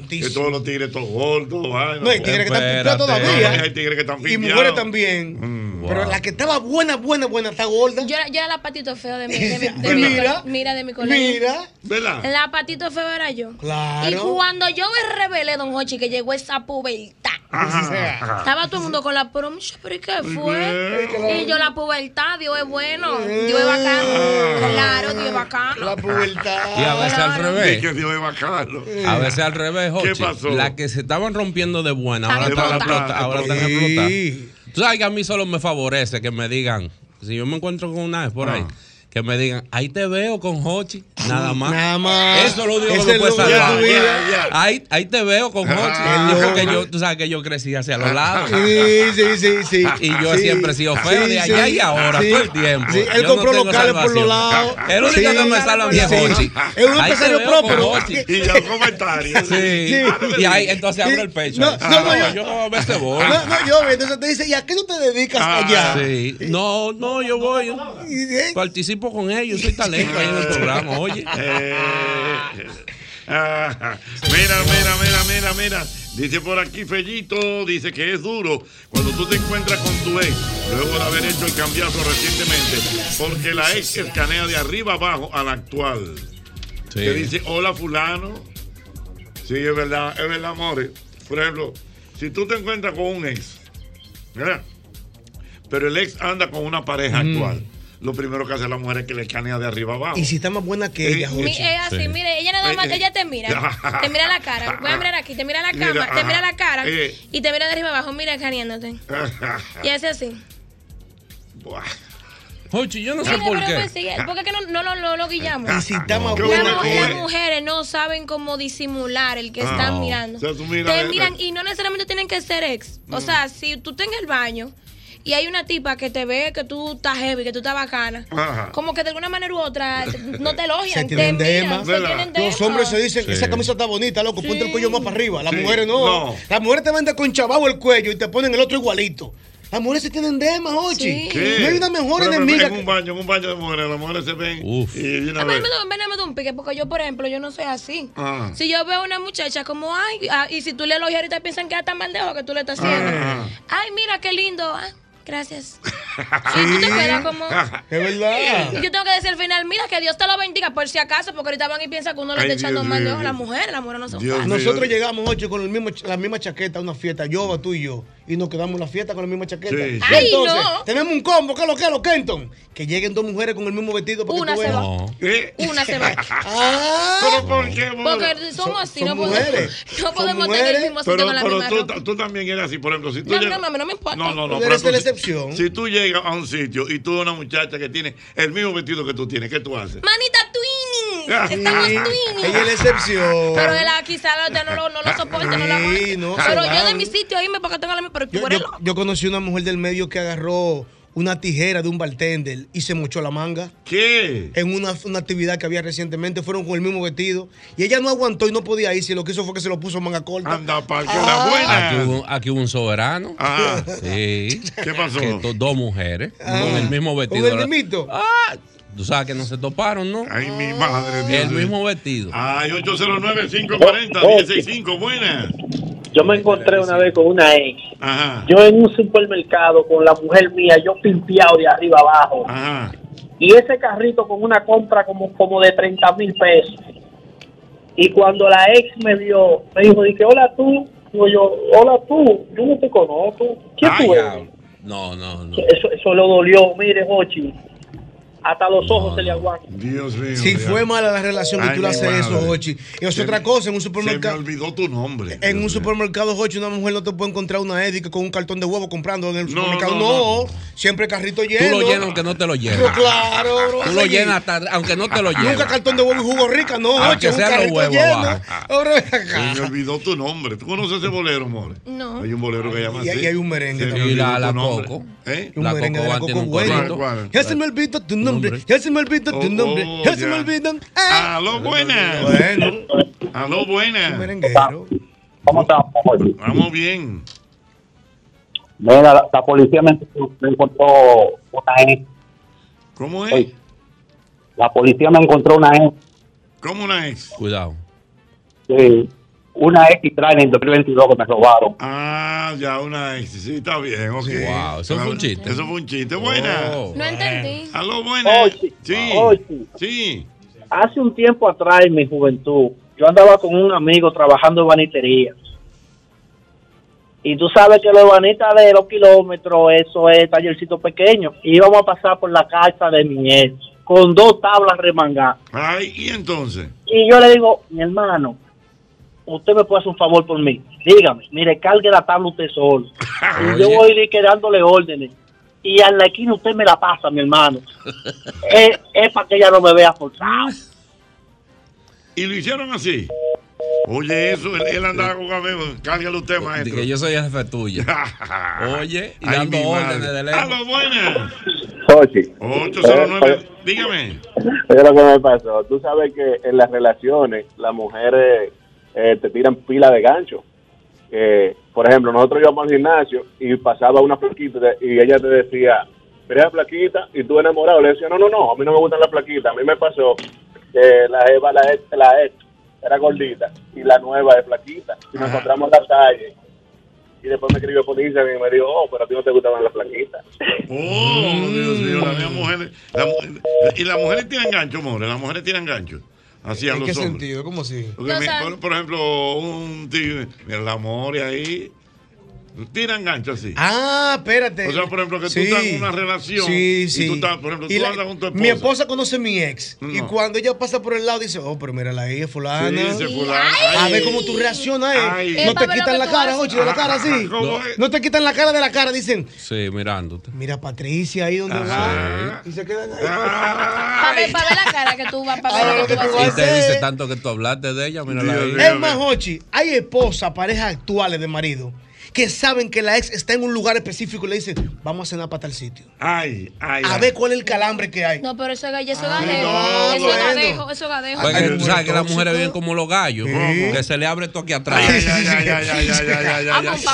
[SPEAKER 3] que- que todos los tigres, todos gordos. ay,
[SPEAKER 5] No, hay tigres que están
[SPEAKER 3] Espérate.
[SPEAKER 5] pintados todavía.
[SPEAKER 3] No, hay tigres que están
[SPEAKER 5] y
[SPEAKER 3] pintados.
[SPEAKER 5] mujeres también. Pero la que estaba buena, buena, buena, está gorda.
[SPEAKER 6] Yo era, yo era la patito feo de mi, de mi- de
[SPEAKER 5] Pues
[SPEAKER 6] mi-
[SPEAKER 5] mira,
[SPEAKER 6] mira, de mi colegio.
[SPEAKER 5] mira.
[SPEAKER 3] ¿Verdad?
[SPEAKER 6] La patito feo era yo.
[SPEAKER 3] Claro.
[SPEAKER 6] Y cuando yo me revelé, don Hochi, que llegó esa pubertad.
[SPEAKER 3] Ajá.
[SPEAKER 6] Estaba todo el mundo con la promesa, pero ¿y qué fue?
[SPEAKER 3] claro.
[SPEAKER 6] Y yo la pubertad, Dios es bueno, Dios es
[SPEAKER 3] Ah.
[SPEAKER 6] bacano. Claro, Dios es bacano. La
[SPEAKER 5] pubertad.
[SPEAKER 13] Y a veces al revés.
[SPEAKER 3] Que Dios es bacano.
[SPEAKER 13] A veces al revés, Jochi.
[SPEAKER 3] pasó?
[SPEAKER 13] Las que se estaban rompiendo de buena, ahora
[SPEAKER 3] Están
[SPEAKER 13] están
[SPEAKER 3] explotadas.
[SPEAKER 13] explotadas. Ahora están explotadas. Tú sabes que a mí solo me favorece que me digan, si yo me encuentro con una vez por ahí, que me digan, ahí te veo con Jochi, nada más.
[SPEAKER 5] Nada más.
[SPEAKER 13] Eso es lo único
[SPEAKER 5] Es
[SPEAKER 13] que me
[SPEAKER 5] el
[SPEAKER 13] puede
[SPEAKER 5] lugar de
[SPEAKER 13] salvar.
[SPEAKER 5] tu vida.
[SPEAKER 13] Ya, ya. Ahí, ahí te veo con Jochi.
[SPEAKER 5] Ah,
[SPEAKER 13] Y
[SPEAKER 5] el
[SPEAKER 13] porque
[SPEAKER 5] hombre.
[SPEAKER 13] yo, tú sabes que yo crecí hacia los lados.
[SPEAKER 5] Sí, sí, sí, sí.
[SPEAKER 13] Y yo
[SPEAKER 5] Sí.
[SPEAKER 13] siempre he sido feo
[SPEAKER 5] Sí,
[SPEAKER 13] de
[SPEAKER 5] sí.
[SPEAKER 13] allá y ahora,
[SPEAKER 5] Sí.
[SPEAKER 13] todo el tiempo.
[SPEAKER 5] Sí, él
[SPEAKER 13] Yo
[SPEAKER 5] compró
[SPEAKER 13] tengo
[SPEAKER 5] locales por los
[SPEAKER 13] salvación.
[SPEAKER 5] lados.
[SPEAKER 13] El único
[SPEAKER 5] Sí.
[SPEAKER 13] que me salva a mí es
[SPEAKER 5] Sí.
[SPEAKER 13] Jochi.
[SPEAKER 5] Es un
[SPEAKER 13] Ahí te
[SPEAKER 5] empresario
[SPEAKER 13] veo con
[SPEAKER 5] próspero.
[SPEAKER 13] Jochi.
[SPEAKER 3] Y ya un comentario.
[SPEAKER 13] Sí. Y ahí entonces abro el pecho.
[SPEAKER 5] No,
[SPEAKER 13] Ah,
[SPEAKER 5] no,
[SPEAKER 13] no,
[SPEAKER 5] yo-
[SPEAKER 13] yo no me cebolla.
[SPEAKER 5] No, no, yo, entonces te dice, ¿y a qué tú te dedicas
[SPEAKER 3] Ah,
[SPEAKER 5] allá?
[SPEAKER 13] Ah, Sí. No, no, yo voy. yo participo con ellos, soy talento ahí en el programa, oye.
[SPEAKER 3] Eh. Ah, mira, mira, mira, mira, mira. Dice por aquí Fellito, dice que es duro cuando tú te encuentras con tu ex, luego de haber hecho el cambiazo recientemente, porque la ex escanea de arriba abajo a la actual. Que dice, hola fulano. Sí, es verdad, es verdad, amores. Por ejemplo, si tú te encuentras con un ex, ¿verdad? Pero el ex anda con una pareja actual. Lo primero que hace la mujer es que le escanea de arriba abajo.
[SPEAKER 5] Y si está más buena que ella,
[SPEAKER 6] Mi-
[SPEAKER 5] Jochi.
[SPEAKER 6] es así, mire, ella nada más,
[SPEAKER 3] Ay, eh.
[SPEAKER 6] ella te mira, te mira la cara, voy a mirar aquí, te mira la
[SPEAKER 3] Mira,
[SPEAKER 6] cama, te
[SPEAKER 3] ajá.
[SPEAKER 6] mira la cara
[SPEAKER 3] Eh.
[SPEAKER 6] y te mira de arriba abajo, mira escaneándote. Y hace así.
[SPEAKER 13] Jochi, yo no sé
[SPEAKER 6] Mire,
[SPEAKER 13] por
[SPEAKER 6] pero
[SPEAKER 13] qué. Ah,
[SPEAKER 6] pues sí, porque es que no, no, lo- no lo guillamos.
[SPEAKER 3] Ah,
[SPEAKER 13] Y si está más
[SPEAKER 6] Las
[SPEAKER 13] buena
[SPEAKER 6] mu-
[SPEAKER 13] que
[SPEAKER 6] las
[SPEAKER 13] él.
[SPEAKER 6] mujeres no saben cómo disimular el que
[SPEAKER 3] Ah,
[SPEAKER 6] están
[SPEAKER 3] no.
[SPEAKER 6] mirando.
[SPEAKER 3] O sea, tú mira,
[SPEAKER 6] Te
[SPEAKER 3] ve-
[SPEAKER 6] miran y no necesariamente tienen que ser ex. O
[SPEAKER 3] Mm.
[SPEAKER 6] sea, si tú estás en el baño y hay una tipa que te ve que tú estás heavy, que tú estás bacana,
[SPEAKER 1] Ah.
[SPEAKER 5] Ajá.
[SPEAKER 6] como que de alguna manera u otra te- no te
[SPEAKER 5] Se
[SPEAKER 6] elogian, te
[SPEAKER 5] tienen
[SPEAKER 6] miran,
[SPEAKER 5] demas.
[SPEAKER 6] se tienen
[SPEAKER 5] Los
[SPEAKER 6] demas.
[SPEAKER 5] hombres se dicen,
[SPEAKER 3] Sí.
[SPEAKER 5] esa camisa está bonita, loco, ponte el cuello más para arriba. Las
[SPEAKER 3] Sí.
[SPEAKER 5] mujeres no.
[SPEAKER 3] No.
[SPEAKER 5] Las mujeres te venden con chavado el cuello y te ponen el otro igualito. Las mujeres se tienen demas, Jochi. No hay una mejor
[SPEAKER 3] Por ejemplo,
[SPEAKER 5] enemiga.
[SPEAKER 3] En un baño, en un baño de mujeres, las mujeres se ven. Y de una
[SPEAKER 6] A mí
[SPEAKER 3] vez.
[SPEAKER 6] me da- me da- me da un pique, porque yo, por ejemplo, yo no soy así.
[SPEAKER 3] Ah.
[SPEAKER 6] Si yo veo a una muchacha como, ay, ah, y si tú le elogias ahorita piensan que ya tan mal de ojo que tú le estás haciendo.
[SPEAKER 3] Ah.
[SPEAKER 6] Ay, mira qué lindo, ah, gracias. Y tú te quedas como.
[SPEAKER 5] Es
[SPEAKER 3] Ah.
[SPEAKER 6] Y
[SPEAKER 5] verdad.
[SPEAKER 6] yo tengo que decir al final, mira que Dios te lo bendiga por si acaso, porque ahorita van y piensan que uno le
[SPEAKER 5] Ay,
[SPEAKER 6] está echando
[SPEAKER 5] Dios
[SPEAKER 6] mal de
[SPEAKER 5] mío,
[SPEAKER 6] ojo a
[SPEAKER 5] Dios. Ah,
[SPEAKER 6] las mujeres, las mujeres no son
[SPEAKER 5] Nosotros llegamos, Jochi, con el mismo, ch- la misma chaqueta a una fiesta, Yoba, tú y yo. y nos quedamos en la fiesta con la misma chaqueta.
[SPEAKER 3] Sí, sí.
[SPEAKER 5] Y
[SPEAKER 3] Ay,
[SPEAKER 5] entonces,
[SPEAKER 6] no.
[SPEAKER 5] tenemos un combo, ¿qué es lo que es lo Kenton? Que lleguen dos mujeres con el mismo vestido para
[SPEAKER 6] Una
[SPEAKER 5] que tú
[SPEAKER 6] se
[SPEAKER 5] veas. ¿Eh? Ah,
[SPEAKER 6] va. Una se va.
[SPEAKER 3] Ah.
[SPEAKER 5] ¿Pero por qué,
[SPEAKER 6] Porque somos así,
[SPEAKER 3] son
[SPEAKER 6] no podemos,
[SPEAKER 3] mujeres.
[SPEAKER 6] no podemos tener el mismo sitio
[SPEAKER 3] Pero,
[SPEAKER 6] con la
[SPEAKER 3] pero
[SPEAKER 6] misma
[SPEAKER 3] tú,
[SPEAKER 6] ropa.
[SPEAKER 3] ta- tú también eres así, por ejemplo. Si tú
[SPEAKER 6] No,
[SPEAKER 3] llegas-
[SPEAKER 6] no, mami, no me importa.
[SPEAKER 3] no, no, no,
[SPEAKER 5] Tú
[SPEAKER 3] pero
[SPEAKER 5] eres
[SPEAKER 3] tú-
[SPEAKER 5] la excepción.
[SPEAKER 3] Si tú llegas a un sitio y tú ves una muchacha que tiene el mismo vestido que tú tienes, ¿qué tú haces?
[SPEAKER 6] Manita
[SPEAKER 3] Ah.
[SPEAKER 6] twinning. Estamos
[SPEAKER 3] Sí,
[SPEAKER 6] twinning.
[SPEAKER 3] ella es la excepción.
[SPEAKER 6] Pero él quizá la otra no lo, no lo soporte, no la aguante.
[SPEAKER 5] Sí, no, se
[SPEAKER 6] pero yo
[SPEAKER 5] van.
[SPEAKER 6] de mi sitio ahí me porque tengo la misma. Pero tú
[SPEAKER 5] Yo,
[SPEAKER 6] eres
[SPEAKER 5] yo-
[SPEAKER 6] loco.
[SPEAKER 5] yo conocí una mujer del medio que agarró una tijera de un bartender y se mochó la manga.
[SPEAKER 3] ¿Qué?
[SPEAKER 5] En una, una actividad que había recientemente, fueron con el mismo vestido. Y ella no aguantó y no podía irse. y Lo que hizo fue que se lo puso manga corta. Ah.
[SPEAKER 3] Anda, para
[SPEAKER 13] Aquí hubo, aquí hubo un soberano. Sí.
[SPEAKER 3] Ah. ¿Qué pasó? Ah.
[SPEAKER 13] dos mujeres con el mismo vestido.
[SPEAKER 3] el
[SPEAKER 5] mismito?
[SPEAKER 13] Ah, tú sabes que no se toparon, ¿no?
[SPEAKER 3] Ay, mi madre. Dios
[SPEAKER 13] El
[SPEAKER 3] mío.
[SPEAKER 13] mismo vestido.
[SPEAKER 3] Ay, 809-540-165, buenas.
[SPEAKER 12] Yo me encontré una vez con una ex.
[SPEAKER 3] Ajá.
[SPEAKER 12] Yo en un supermercado con la mujer mía, yo pimpeado de arriba abajo. Y ese carrito con una compra como, como de 30 mil pesos. Y cuando la ex me vio, me dijo, dije, hola tú. Digo yo, hola tú, yo no te conozco. ¿Quién tú eres?
[SPEAKER 13] No, no, no.
[SPEAKER 12] Eso, eso lo dolió, mire, Jochi. Hasta los ojos se le aguantan.
[SPEAKER 3] Dios mío.
[SPEAKER 5] Si fue mala la relación
[SPEAKER 3] Ay,
[SPEAKER 5] que tú le
[SPEAKER 3] mi
[SPEAKER 5] haces eso,
[SPEAKER 3] madre.
[SPEAKER 5] Jochi. Y es
[SPEAKER 3] Se
[SPEAKER 5] otra
[SPEAKER 3] me-
[SPEAKER 5] cosa, en un
[SPEAKER 3] Se me
[SPEAKER 5] supermercado.
[SPEAKER 3] olvidó tu nombre.
[SPEAKER 5] En un supermercado, Jochi, una mujer no te puede encontrar una Eddie que con un cartón de huevo comprando en el supermercado.
[SPEAKER 13] no,
[SPEAKER 5] No, siempre carrito
[SPEAKER 13] Tú
[SPEAKER 5] lleno.
[SPEAKER 13] lo llenas aunque no te lo llenes.
[SPEAKER 5] Pero claro, bro,
[SPEAKER 13] Tú lo
[SPEAKER 5] así.
[SPEAKER 13] llenas hasta- aunque no te lo llenes.
[SPEAKER 5] Nunca cartón de huevo y jugo rica, no, Jochi,
[SPEAKER 13] Aunque
[SPEAKER 5] es un
[SPEAKER 13] sea los
[SPEAKER 5] carrito
[SPEAKER 13] huevos
[SPEAKER 5] lleno.
[SPEAKER 13] abajo.
[SPEAKER 5] Ahora ven
[SPEAKER 3] Ah, Se
[SPEAKER 5] acá.
[SPEAKER 3] me olvidó tu nombre. ¿Tú conoces ese bolero, amor?
[SPEAKER 6] No.
[SPEAKER 3] Hay un bolero que llama
[SPEAKER 5] Y-
[SPEAKER 3] así.
[SPEAKER 5] y hay un merengue
[SPEAKER 3] Se me
[SPEAKER 5] también. Y
[SPEAKER 3] olvidó
[SPEAKER 5] la- la
[SPEAKER 3] tu nombre.
[SPEAKER 5] Coco.
[SPEAKER 3] ¿Eh?
[SPEAKER 5] Un merengue de la Coco Güerito.
[SPEAKER 3] ¿Cuál? Oh,
[SPEAKER 5] Ya se me olvidó tu nombre, ya se me olvidó tu nombre, ya se
[SPEAKER 3] ya.
[SPEAKER 5] me olvidó.
[SPEAKER 3] Aló, buenas.
[SPEAKER 5] Bueno.
[SPEAKER 3] Aló, buenas.
[SPEAKER 7] ¿Cómo estamos?
[SPEAKER 3] Vamos bien.
[SPEAKER 7] Mira, la, la policía me, me encontró una ex.
[SPEAKER 3] ¿Cómo es?
[SPEAKER 7] Oye, La policía me encontró una ex.
[SPEAKER 3] ¿Cómo una ex?
[SPEAKER 13] Cuidado.
[SPEAKER 7] eh, una ex y traen en 2022 que me robaron.
[SPEAKER 3] Ah, ya una ex. Sí, está bien. ok.
[SPEAKER 13] Wow, eso fue un chiste. Oh.
[SPEAKER 3] Eso fue un chiste. Buena.
[SPEAKER 6] No entendí.
[SPEAKER 3] Aló, buena. Sí.
[SPEAKER 12] Oye.
[SPEAKER 3] Sí.
[SPEAKER 12] Hace un tiempo atrás, en mi juventud, yo andaba con un amigo trabajando en banitería. Y tú sabes que los banitas de los kilómetros, eso es tallercito pequeño. Y íbamos a pasar por la casa de mi ex, con dos tablas remangadas.
[SPEAKER 3] Ay, ¿y entonces?
[SPEAKER 12] Y yo le digo, mi hermano, usted me puede hacer un favor por mí. Dígame, mire, cargue la tabla usted solo. Y yo
[SPEAKER 7] Oye.
[SPEAKER 12] voy li- que dándole órdenes. Y a la esquina usted me la pasa, mi hermano. es para que ella no me vea forzado.
[SPEAKER 3] Y lo hicieron así. Oye, eso, él, él andaba con cabello. Cárgalo usted, maestro.
[SPEAKER 13] Dije, yo soy el jefe tuyo. Oye, y
[SPEAKER 3] Ay,
[SPEAKER 13] dando
[SPEAKER 3] mi madre.
[SPEAKER 13] órdenes de ley.
[SPEAKER 3] Aló, buenas.
[SPEAKER 7] Oye.
[SPEAKER 14] Eh,
[SPEAKER 3] 809. Dígame.
[SPEAKER 7] Es lo que me pasó. Tú sabes que en las relaciones las mujeres eh, te tiran pila de gancho. Eh, por ejemplo, nosotros íbamos al gimnasio y pasaba una plaquita de- y ella te decía, mira la plaquita y tú enamorado. Le decía, no, no, no, a mí no me gustan las plaquitas. A mí me pasó que la Eva, la ex, la ex, era gordita y la nueva es plaquita. Y nos
[SPEAKER 3] Ajá.
[SPEAKER 7] encontramos en la calle. Y después me escribió por Instagram y me dijo, oh, pero a ti no te gustaban las plaquitas.
[SPEAKER 3] Oh, Dios mío, las
[SPEAKER 13] Mm.
[SPEAKER 3] mismas mujeres. la mu- y las mujeres tienen gancho, more. Las mujeres tienen gancho. Así a
[SPEAKER 5] ¿En
[SPEAKER 3] los
[SPEAKER 5] qué
[SPEAKER 3] hombres.
[SPEAKER 5] sentido? ¿Cómo así?
[SPEAKER 3] Porque
[SPEAKER 5] No
[SPEAKER 3] me-
[SPEAKER 5] sabe.
[SPEAKER 3] por, por ejemplo, un tío, mira, la More ahí, tiran gancho así.
[SPEAKER 5] Ah, espérate.
[SPEAKER 3] O sea, por ejemplo, que tú
[SPEAKER 5] Sí.
[SPEAKER 3] estás en una relación
[SPEAKER 5] Sí,
[SPEAKER 3] y
[SPEAKER 5] sí.
[SPEAKER 3] tú estás, por ejemplo,
[SPEAKER 5] Y
[SPEAKER 3] tú
[SPEAKER 5] la-
[SPEAKER 3] andas con tu
[SPEAKER 5] Mi
[SPEAKER 3] esposa.
[SPEAKER 5] esposa conoce a mi ex. Y
[SPEAKER 3] No.
[SPEAKER 5] cuando ella pasa por el lado, dice, oh, pero mira, la ella es fulana.
[SPEAKER 3] Sí, ese fulano.
[SPEAKER 5] A
[SPEAKER 3] Ay.
[SPEAKER 5] ver cómo tú reaccionas, eh.
[SPEAKER 3] Ay.
[SPEAKER 5] No
[SPEAKER 3] Epa,
[SPEAKER 5] te
[SPEAKER 3] pero
[SPEAKER 5] quitan
[SPEAKER 3] que
[SPEAKER 5] la
[SPEAKER 3] tú
[SPEAKER 5] cara,
[SPEAKER 3] haces-
[SPEAKER 5] Jochi, de la cara así.
[SPEAKER 3] Ah, ¿cómo
[SPEAKER 5] No, no te quitan la cara de la cara, dicen.
[SPEAKER 13] Sí, mirándote.
[SPEAKER 5] Mira, Patricia, ahí donde
[SPEAKER 13] va.
[SPEAKER 5] Y se quedan
[SPEAKER 6] Para ver, pa' ver la cara que tú vas, para ver lo que tú vas a
[SPEAKER 13] Y te
[SPEAKER 6] hacer.
[SPEAKER 13] dice tanto que tú hablaste de ella, mira
[SPEAKER 3] Dios
[SPEAKER 13] la
[SPEAKER 5] Es más, Jochi, hay esposas, parejas actuales de marido, que saben que la ex está en un lugar específico y le dicen, vamos a cenar para tal sitio.
[SPEAKER 3] Ay, ay.
[SPEAKER 5] A
[SPEAKER 3] ay.
[SPEAKER 5] ver cuál es el calambre que hay.
[SPEAKER 6] No, pero eso es gallejo, eso es
[SPEAKER 5] Ah,
[SPEAKER 6] gadejo.
[SPEAKER 5] no,
[SPEAKER 6] eso es
[SPEAKER 5] bueno.
[SPEAKER 6] gadejo, eso es gadejo.
[SPEAKER 13] Pues que
[SPEAKER 6] Ay,
[SPEAKER 13] tú sabes que las mujeres viven como los gallos, que se le abre esto aquí atrás.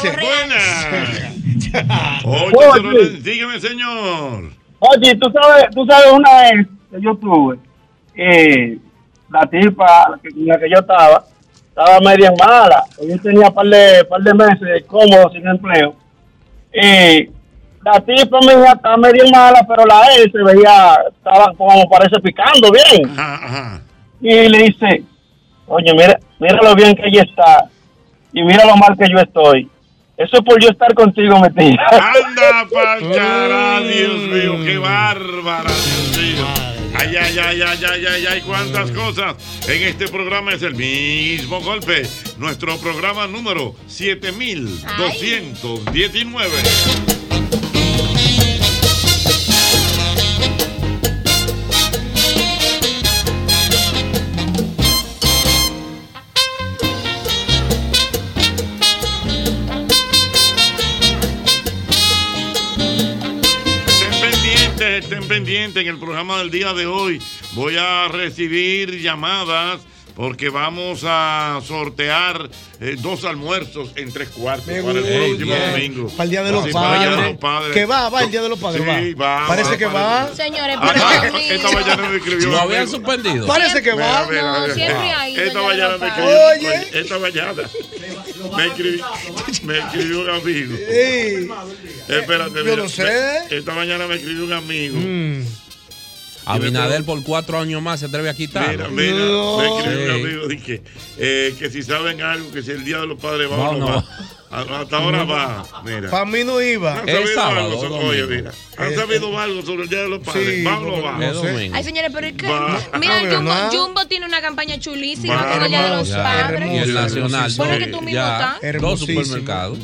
[SPEAKER 3] Buenas. Dígame, señor.
[SPEAKER 7] Oye, tú sabes, tú sabes una vez que yo tuve, eh, la tipa que- con la que yo estaba, estaba media mala. Yo tenía par de, par de meses cómodo sin empleo. Eh, la tipa me dijo, está media mala, pero la E se veía, estaba como parece picando bien. Y le dice, oye, mira, mira lo bien que ella está y mira lo mal que yo estoy.
[SPEAKER 11] Eso es por yo estar contigo, metida.
[SPEAKER 3] Anda pa'l cará, Dios mío, qué bárbara, Dios mío. Ay, ay, ay, ay, ay, ay, ay, cuántas cosas. En este programa es el mismo golpe. Nuestro programa número 7219. Estén pendientes, estén pendientes. En el programa del día de hoy voy a recibir llamadas porque vamos a sortear eh, dos almuerzos en tres cuartos
[SPEAKER 5] Me
[SPEAKER 3] para el
[SPEAKER 5] gusta.
[SPEAKER 3] próximo domingo.
[SPEAKER 5] Para el Día de los
[SPEAKER 3] Sí, para el Día de
[SPEAKER 5] Padres.
[SPEAKER 3] los Padres.
[SPEAKER 5] Que va, va el Día de los Padres.
[SPEAKER 3] Sí,
[SPEAKER 5] va.
[SPEAKER 3] va,
[SPEAKER 5] Parece que va.
[SPEAKER 6] Señores,
[SPEAKER 3] Ah,
[SPEAKER 6] pero
[SPEAKER 3] ah, esta mañana me escribió.
[SPEAKER 13] Lo
[SPEAKER 3] un
[SPEAKER 13] habían
[SPEAKER 3] amigo.
[SPEAKER 13] suspendido.
[SPEAKER 5] Parece que va.
[SPEAKER 3] Mira, mira,
[SPEAKER 5] No,
[SPEAKER 3] mira.
[SPEAKER 5] siempre ha ido,
[SPEAKER 3] Esta
[SPEAKER 5] ya
[SPEAKER 3] mañana
[SPEAKER 5] lo
[SPEAKER 3] me
[SPEAKER 5] pago.
[SPEAKER 3] escribió. pues,
[SPEAKER 5] Oye.
[SPEAKER 3] Esta mañana. Me escribió, me escribió un amigo.
[SPEAKER 5] Ey.
[SPEAKER 3] Espérate,
[SPEAKER 5] Yo
[SPEAKER 3] mira,
[SPEAKER 5] no sé.
[SPEAKER 3] me- esta mañana me escribió un amigo.
[SPEAKER 13] Abinader por Mm. cuatro años más se atreve a quitar.
[SPEAKER 3] Mira, mira, me escribió un amigo dije, eh, que si saben algo, que si el día de los padres va o no,
[SPEAKER 13] No, no.
[SPEAKER 3] va. A- Hasta ahora va. Mira.
[SPEAKER 5] Para mí no iba.
[SPEAKER 3] ¿Han sabido algo sobre, oye, mira, ¿han sabido algo sobre el día de los padres?
[SPEAKER 5] Sí,
[SPEAKER 3] ¿Va o no
[SPEAKER 5] porque
[SPEAKER 3] va?
[SPEAKER 5] no sé. Es domingo.
[SPEAKER 6] Ay, señores, pero es que.
[SPEAKER 3] Va.
[SPEAKER 6] Mira,
[SPEAKER 3] Ah,
[SPEAKER 6] Jumbo,
[SPEAKER 3] ¿verdad?
[SPEAKER 6] Jumbo tiene una campaña chulísima
[SPEAKER 3] Va,
[SPEAKER 6] con el Día de los
[SPEAKER 13] Ya,
[SPEAKER 6] Padres.
[SPEAKER 13] y el Nacional.
[SPEAKER 6] Bueno,
[SPEAKER 13] dos,
[SPEAKER 6] que tú mismo
[SPEAKER 13] ya,
[SPEAKER 6] estás.
[SPEAKER 13] dos supermercados.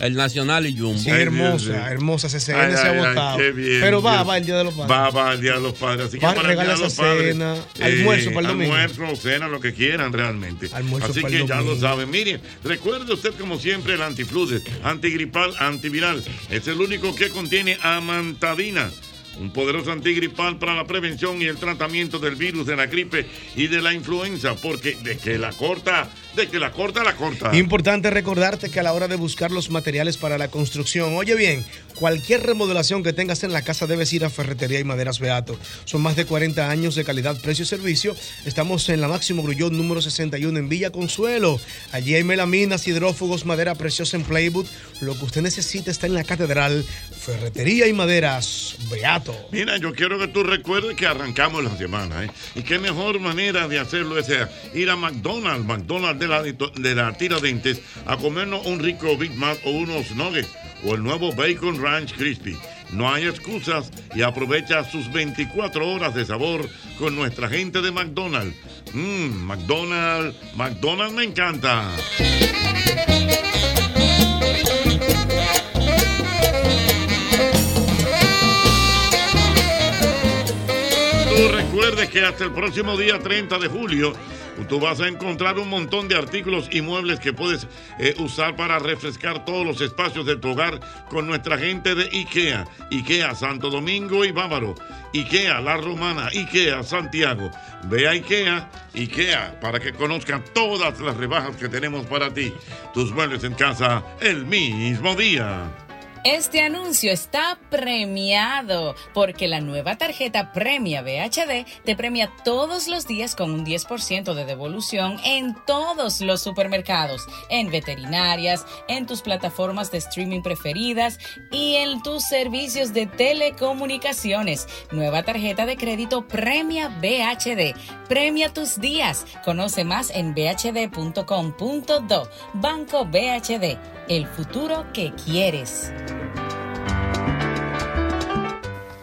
[SPEAKER 13] El Nacional y Jumbo.
[SPEAKER 3] Sí, Ay, Dios hermosa, mío.
[SPEAKER 5] hermosa. CCN
[SPEAKER 3] Ay,
[SPEAKER 5] se ha
[SPEAKER 3] ay, ay,
[SPEAKER 5] votado.
[SPEAKER 3] qué bien,
[SPEAKER 5] Pero va,
[SPEAKER 3] Dios.
[SPEAKER 5] va el Día de los Padres.
[SPEAKER 3] Va, va, el día de los padres. Así que
[SPEAKER 5] Va,
[SPEAKER 3] para el día de
[SPEAKER 5] regala
[SPEAKER 3] los
[SPEAKER 5] esa
[SPEAKER 3] padres. eh,
[SPEAKER 5] cena, almuerzo para el domingo.
[SPEAKER 3] Almuerzo, cena, lo que quieran realmente.
[SPEAKER 5] Almuerzo
[SPEAKER 3] Así
[SPEAKER 5] para
[SPEAKER 3] que
[SPEAKER 5] el
[SPEAKER 3] ya lo
[SPEAKER 5] domingo.
[SPEAKER 3] saben. Miren, recuerde usted, como siempre, el antifludes, antigripal, antiviral. Es el único que contiene amantadina. Un poderoso antigripal para la prevención y el tratamiento del virus de la gripe y de la influenza, porque de que la corta, de que la corta, la corta.
[SPEAKER 5] Importante recordarte que a la hora de buscar los materiales para la construcción, oye bien, cualquier remodelación que tengas en la casa debes ir a Ferretería y Maderas Beato. Son más de 40 años de calidad, precio y servicio. Estamos en la Máximo Grullón número 61 en Villa Consuelo. Allí hay melaminas, hidrófugos, madera preciosa en Playwood. Lo que usted necesita está en la catedral Ferretería y Maderas Beato.
[SPEAKER 3] Mira, yo quiero que tú recuerdes que arrancamos la semana, ¿eh? Y qué mejor manera de hacerlo es eh, ir a McDonald's, McDonald's de la, de la tira dentes, a comernos un rico Big Mac o unos nuggets o el nuevo Bacon Ranch Crispy. No hay excusas y aprovecha sus 24 horas de sabor con nuestra gente de McDonald's. Mmm, McDonald's, McDonald's me encanta. Tú recuerdes que hasta el próximo día 30 de julio tú vas a encontrar un montón de artículos y muebles que puedes eh, usar para refrescar todos los espacios de tu hogar con nuestra gente de IKEA. IKEA Santo Domingo y Bávaro. IKEA La Romana. IKEA Santiago. Ve a IKEA, IKEA, para que conozcan todas las rebajas que tenemos para ti. Tus muebles en casa el mismo día.
[SPEAKER 15] Este anuncio está premiado porque la nueva tarjeta Premia BHD te premia todos los días con un 10% de devolución en todos los supermercados, en veterinarias, en tus plataformas de streaming preferidas y en tus servicios de telecomunicaciones. Nueva tarjeta de crédito Premia BHD. Premia tus días. Conoce más en bhd.com.do. Banco BHD, el futuro que quieres.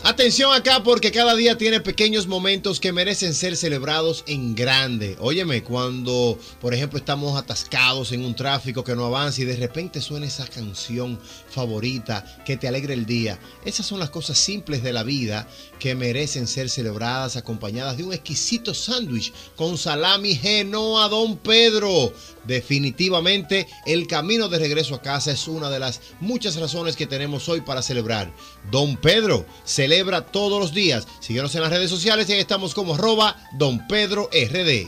[SPEAKER 16] Atención acá porque cada día tiene pequeños momentos que merecen ser celebrados en grande. Óyeme, cuando por ejemplo estamos atascados en un tráfico que no avanza y de repente suena esa canción favorita que te alegra el día. Esas son las cosas simples de la vida que merecen ser celebradas acompañadas de un exquisito sándwich con salami genoa Don Pedro. Definitivamente el camino de regreso a casa es una de las muchas razones que tenemos hoy para celebrar. Don Pedro celebra todos los días. Síguenos en las redes sociales y ahí estamos como arroba Don Pedro RD.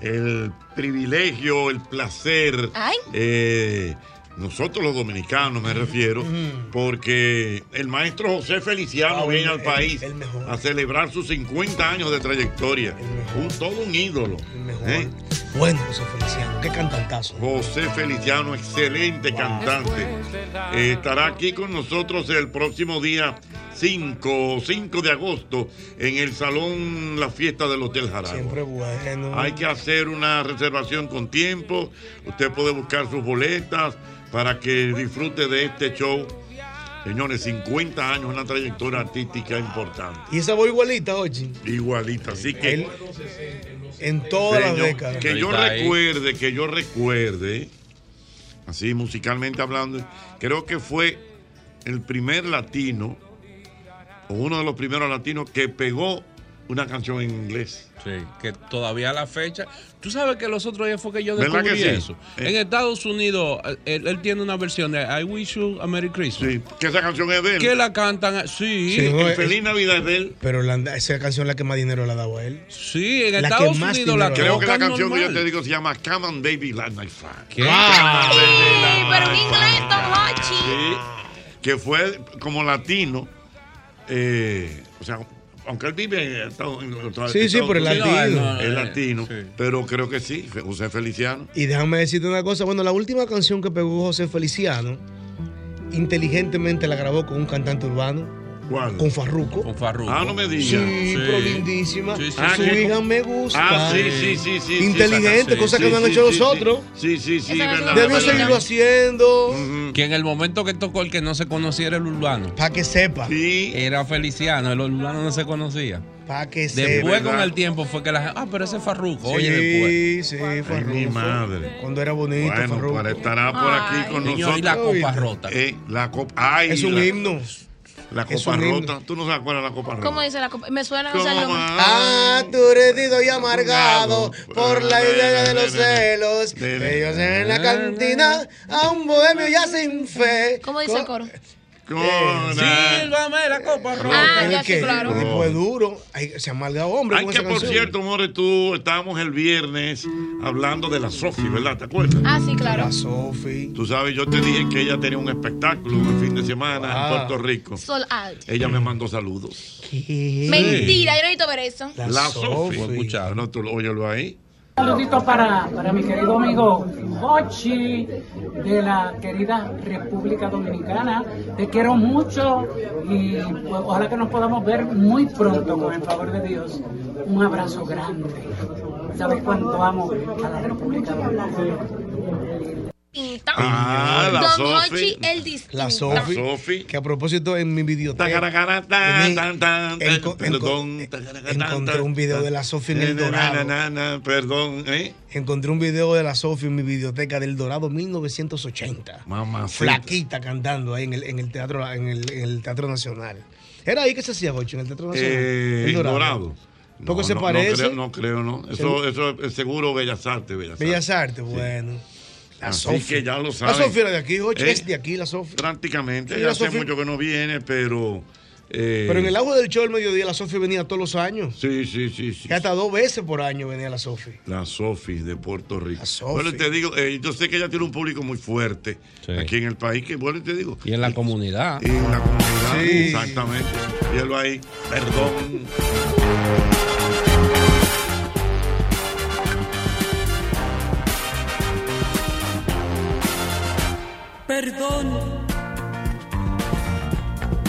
[SPEAKER 3] el privilegio, el placer
[SPEAKER 6] Ay.
[SPEAKER 3] eh, Nosotros los dominicanos me refiero, porque el maestro José Feliciano
[SPEAKER 5] Ah,
[SPEAKER 3] viene
[SPEAKER 5] el-
[SPEAKER 3] al
[SPEAKER 5] el-
[SPEAKER 3] país
[SPEAKER 5] el mejor.
[SPEAKER 3] a celebrar sus 50 años de trayectoria. Un, todo un ídolo. ¿eh?
[SPEAKER 5] Bueno, José Feliciano, qué cantantazo.
[SPEAKER 3] José Feliciano, excelente cantante. Eh, estará aquí con nosotros el próximo día 5, 5 de agosto en el Salón La Fiesta del Hotel Jaragua.
[SPEAKER 5] Siempre bueno.
[SPEAKER 3] Hay que hacer una reservación con tiempo. Usted puede buscar sus boletas para que disfrute de este show. Señores, 50 años, una trayectoria artística importante.
[SPEAKER 5] Y esa voz igualita, oye.
[SPEAKER 3] Igualita, así que...
[SPEAKER 5] En todas las
[SPEAKER 3] Señor,
[SPEAKER 5] décadas.
[SPEAKER 3] Que yo
[SPEAKER 5] Ahí.
[SPEAKER 3] recuerde, que yo recuerde, así musicalmente hablando, creo que fue el primer latino, o uno de los primeros latinos, que pegó una canción en inglés.
[SPEAKER 13] Sí, que todavía a la fecha. Tú sabes que los otros días fue que yo
[SPEAKER 3] ¿Verdad
[SPEAKER 13] descubrí
[SPEAKER 3] que sí?
[SPEAKER 13] eso. En Estados Unidos, eh, él, él tiene una versión de I Wish You a Merry Christmas.
[SPEAKER 3] que esa canción es de él.
[SPEAKER 13] Que la cantan. Sí,
[SPEAKER 5] Sí, no, es-
[SPEAKER 3] Navidad es de él.
[SPEAKER 5] Pero la- esa canción es la que más dinero le ha dado a él.
[SPEAKER 13] Sí, en
[SPEAKER 5] La que
[SPEAKER 13] Estados
[SPEAKER 5] más
[SPEAKER 13] Unidos la
[SPEAKER 5] dinero-
[SPEAKER 3] Creo que la
[SPEAKER 5] tocan
[SPEAKER 3] canción que yo
[SPEAKER 5] normal.
[SPEAKER 3] te digo se llama Come on Baby Light My Fire.
[SPEAKER 5] Ah.
[SPEAKER 6] pero en inglés, Don Hochi.
[SPEAKER 3] Sí, que fue como latino, eh, o sea, aunque él vive en Estados en Estados Unidos.
[SPEAKER 5] Sí, sí, pero es latino.
[SPEAKER 3] no, Es latino, pero creo que sí, Fe- José Feliciano.
[SPEAKER 5] Y déjame decirte una cosa. Bueno, la última canción que pegó José Feliciano, inteligentemente la grabó con un cantante urbano.
[SPEAKER 3] ¿Cuál?
[SPEAKER 5] Con Farruco. Con
[SPEAKER 13] Farruco.
[SPEAKER 3] Ah, no me digas.
[SPEAKER 5] Sí,
[SPEAKER 3] Sí.
[SPEAKER 5] pero lindísima.
[SPEAKER 3] Sí, sí,
[SPEAKER 5] Ah,
[SPEAKER 3] sí.
[SPEAKER 5] Su hija me gusta.
[SPEAKER 3] Ah, sí, sí, sí, sí.
[SPEAKER 5] Inteligente, cosa que no han hecho nosotros.
[SPEAKER 3] Sí, sí, sí, verdad.
[SPEAKER 5] Debió seguirlo haciendo.
[SPEAKER 13] Que en el momento que tocó el que no se conociera el urbano.
[SPEAKER 5] Para que sepa.
[SPEAKER 13] Era Feliciano, el urbano no se conocía.
[SPEAKER 5] Para que sepa.
[SPEAKER 13] Después con el tiempo fue que la gente. Ah, pero ese es Farruco. Oye, después.
[SPEAKER 5] Sí, sí, Farruco.
[SPEAKER 3] Mi madre.
[SPEAKER 5] Cuando era bonito,
[SPEAKER 3] Bueno,
[SPEAKER 5] Farruko.
[SPEAKER 3] para estará por aquí con
[SPEAKER 13] Señor,
[SPEAKER 3] nosotros.
[SPEAKER 13] y la copa rota.
[SPEAKER 3] Eh, la copa. Ay,
[SPEAKER 5] Es un
[SPEAKER 3] la-
[SPEAKER 5] himno.
[SPEAKER 3] La
[SPEAKER 5] Es
[SPEAKER 3] copa
[SPEAKER 5] un himno.
[SPEAKER 3] rota. ¿Tú no sabes cuál es la copa rota?
[SPEAKER 6] ¿Cómo dice la copa? Me suena
[SPEAKER 3] ¿Cómo
[SPEAKER 6] o sea, lo-
[SPEAKER 5] Ah, tú eres dido y amargado por la idea de los celos. Ellos en la cantina a un bohemio ya sin fe.
[SPEAKER 6] ¿Cómo dice el coro?
[SPEAKER 5] Eh,
[SPEAKER 13] Sílvame la copa
[SPEAKER 6] Ah, ya sí, claro.
[SPEAKER 5] Después duro, Ay, se amarga hombre.
[SPEAKER 3] Hay
[SPEAKER 5] con
[SPEAKER 3] que,
[SPEAKER 5] esa
[SPEAKER 3] por
[SPEAKER 5] canción.
[SPEAKER 3] cierto, More, tú estábamos el viernes hablando de la Sofi, ¿verdad? ¿Te acuerdas?
[SPEAKER 6] Ah, sí, claro.
[SPEAKER 5] Sofi.
[SPEAKER 3] Tú sabes, yo te dije que ella tenía un espectáculo el fin de semana
[SPEAKER 5] Ah.
[SPEAKER 3] en Puerto Rico.
[SPEAKER 6] Sold out.
[SPEAKER 3] Ella me mandó saludos.
[SPEAKER 6] Mentira, yo no necesito ver eso.
[SPEAKER 3] La, Sofi. No, tú, óyelo ahí.
[SPEAKER 14] Un saludito para, para mi querido amigo Hochi de la querida República Dominicana. Te quiero mucho y pues, ojalá que nos podamos ver muy pronto, con el favor de Dios. Un abrazo grande. Sabes cuánto amo a la República Dominicana.
[SPEAKER 3] Ah, la
[SPEAKER 6] Don
[SPEAKER 3] Sofi.
[SPEAKER 6] Hochi, el distinto.
[SPEAKER 5] La Sofi. Que a propósito, en mi videoteca. en- enco- enco- Encontré
[SPEAKER 3] Encontré
[SPEAKER 5] un video de la Sofi en El Dorado.
[SPEAKER 3] Perdón, ¿eh?
[SPEAKER 5] Encontré un video de la Sofi en mi videoteca del Dorado 1980.
[SPEAKER 3] Mamacita.
[SPEAKER 5] Flaquita cantando ahí en el, en el teatro, en el, en el Teatro Nacional. Era ahí que se hacía, Gocho, en el Teatro Nacional.
[SPEAKER 3] Eh,
[SPEAKER 5] El
[SPEAKER 3] Dorado.
[SPEAKER 5] Poco
[SPEAKER 3] No,
[SPEAKER 5] se
[SPEAKER 3] no,
[SPEAKER 5] parece.
[SPEAKER 3] No creo, no creo, no. Eso, eso es seguro Bellas Artes, Bellas Artes.
[SPEAKER 5] Bellas Artes, bueno. La
[SPEAKER 3] Así
[SPEAKER 5] Sofi.
[SPEAKER 3] que Ah, ya lo
[SPEAKER 5] La
[SPEAKER 3] saben.
[SPEAKER 5] Sofi era de aquí, Gocho,
[SPEAKER 3] ¿Eh?
[SPEAKER 5] es de aquí la Sofi.
[SPEAKER 3] Prácticamente,
[SPEAKER 5] Sí,
[SPEAKER 3] ya
[SPEAKER 5] la
[SPEAKER 3] hace
[SPEAKER 5] Sofi-
[SPEAKER 3] mucho que no viene, pero... eh,
[SPEAKER 5] Pero en el agua del show del mediodía la Sofi venía todos los años.
[SPEAKER 3] Sí, sí, sí, sí.
[SPEAKER 5] Que hasta dos veces por año venía la Sofi.
[SPEAKER 3] La Sofi de Puerto Rico. Bueno, te digo, eh, yo sé que ella tiene un público muy fuerte aquí en el país, que bueno, te digo.
[SPEAKER 13] Y en la comunidad.
[SPEAKER 3] Y en la comunidad,
[SPEAKER 13] Sí.
[SPEAKER 3] exactamente. Y él va ahí, perdón.
[SPEAKER 17] Perdón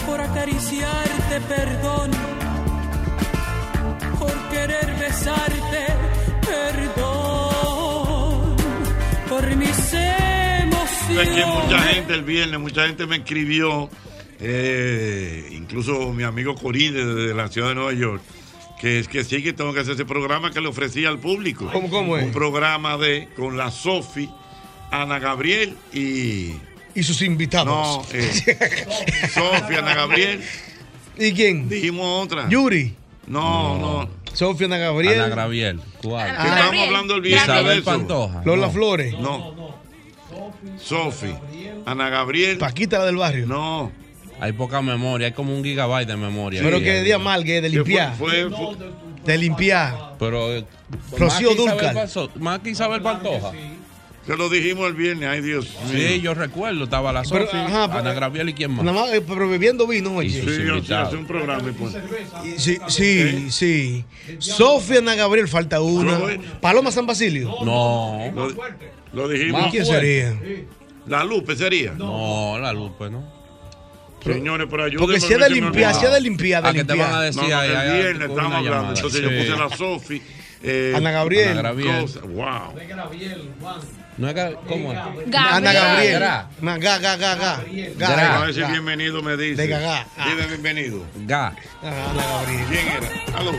[SPEAKER 17] por acariciarte, perdón por querer besarte, perdón por mis
[SPEAKER 3] Es que mucha
[SPEAKER 17] emociones.
[SPEAKER 3] gente el viernes, mucha gente me escribió, eh, incluso mi amigo Coride de la ciudad de Nueva York, que es que sí que tengo que hacer ese programa que le ofrecí al público.
[SPEAKER 5] ¿Cómo, cómo es?
[SPEAKER 3] Un programa de con la Sofi, Ana Gabriel y.
[SPEAKER 5] Y sus invitados.
[SPEAKER 3] No, eh, Sofi, Ana Gabriel.
[SPEAKER 5] ¿Y quién?
[SPEAKER 3] Dijimos otra.
[SPEAKER 5] Yuri.
[SPEAKER 3] No, no.
[SPEAKER 5] Sofía Ana Gabriel.
[SPEAKER 13] Ana Gabriel. ¿Cuál?
[SPEAKER 3] Que Estábamos hablando el viernes de
[SPEAKER 13] Isabel
[SPEAKER 3] eso.
[SPEAKER 13] Pantoja.
[SPEAKER 5] Lola Flores.
[SPEAKER 3] No. Sofi, Ana Gabriel.
[SPEAKER 5] Paquita la del barrio.
[SPEAKER 3] No.
[SPEAKER 13] Hay poca memoria, hay como un gigabyte de memoria.
[SPEAKER 5] Pero
[SPEAKER 13] ahí,
[SPEAKER 5] que
[SPEAKER 13] ahí.
[SPEAKER 5] día mal, que de limpiar.
[SPEAKER 3] Fue, fue-
[SPEAKER 5] De limpiar.
[SPEAKER 13] Pero. eh,
[SPEAKER 5] Rocío
[SPEAKER 13] más que Isabel
[SPEAKER 5] Dúrcal.
[SPEAKER 13] Panzo- Más que Isabel Pantoja.
[SPEAKER 3] Sí, Que lo dijimos el viernes, ay Dios.
[SPEAKER 13] Sí, yo recuerdo, estaba la
[SPEAKER 3] Pero,
[SPEAKER 13] Sofi,
[SPEAKER 3] ajá,
[SPEAKER 13] Ana
[SPEAKER 3] pero-
[SPEAKER 13] Graviel y quién más.
[SPEAKER 5] Nada más, eh, pero bebiendo vino, oye.
[SPEAKER 13] sus
[SPEAKER 3] Sí, yo sí,
[SPEAKER 13] invitados.
[SPEAKER 3] hace un programa y pues.
[SPEAKER 5] Sí, sí, sí. Sofía Ana Gabriel, falta una. Paloma San Basilio.
[SPEAKER 13] No.
[SPEAKER 3] Lo, lo dijimos.
[SPEAKER 5] ¿Quién sería?
[SPEAKER 3] La Lupe sería.
[SPEAKER 13] No, la Lupe, no.
[SPEAKER 3] Señores, pero ayúdenme.
[SPEAKER 5] Porque si es
[SPEAKER 3] que
[SPEAKER 5] de
[SPEAKER 3] se me
[SPEAKER 5] limpiar,
[SPEAKER 3] olvidó.
[SPEAKER 5] si es de limpiar, de
[SPEAKER 13] ¿A qué Ah, te van a
[SPEAKER 5] limpiar.
[SPEAKER 13] decir
[SPEAKER 3] No, no,
[SPEAKER 13] ahí?
[SPEAKER 3] el
[SPEAKER 13] ahí,
[SPEAKER 3] viernes
[SPEAKER 13] una
[SPEAKER 3] estábamos hablando.
[SPEAKER 13] llamada?
[SPEAKER 3] Entonces yo
[SPEAKER 13] Sí.
[SPEAKER 3] puse la Sofi. eh,
[SPEAKER 5] Ana Gabriel.
[SPEAKER 13] Ana Gabriel.
[SPEAKER 3] cosa- wow.
[SPEAKER 13] No es Gab- ¿Cómo es?
[SPEAKER 5] Ana Gabriel.
[SPEAKER 13] Gra-
[SPEAKER 5] Ma- Ga, ga, ga, ga. Ga,
[SPEAKER 13] Gra-
[SPEAKER 3] A ver si
[SPEAKER 5] ga.
[SPEAKER 3] bienvenido me dice.
[SPEAKER 5] De Gagá.
[SPEAKER 3] Dime bienvenido.
[SPEAKER 13] Ga.
[SPEAKER 5] Ana Gabriel.
[SPEAKER 3] ¿Quién era? Aló.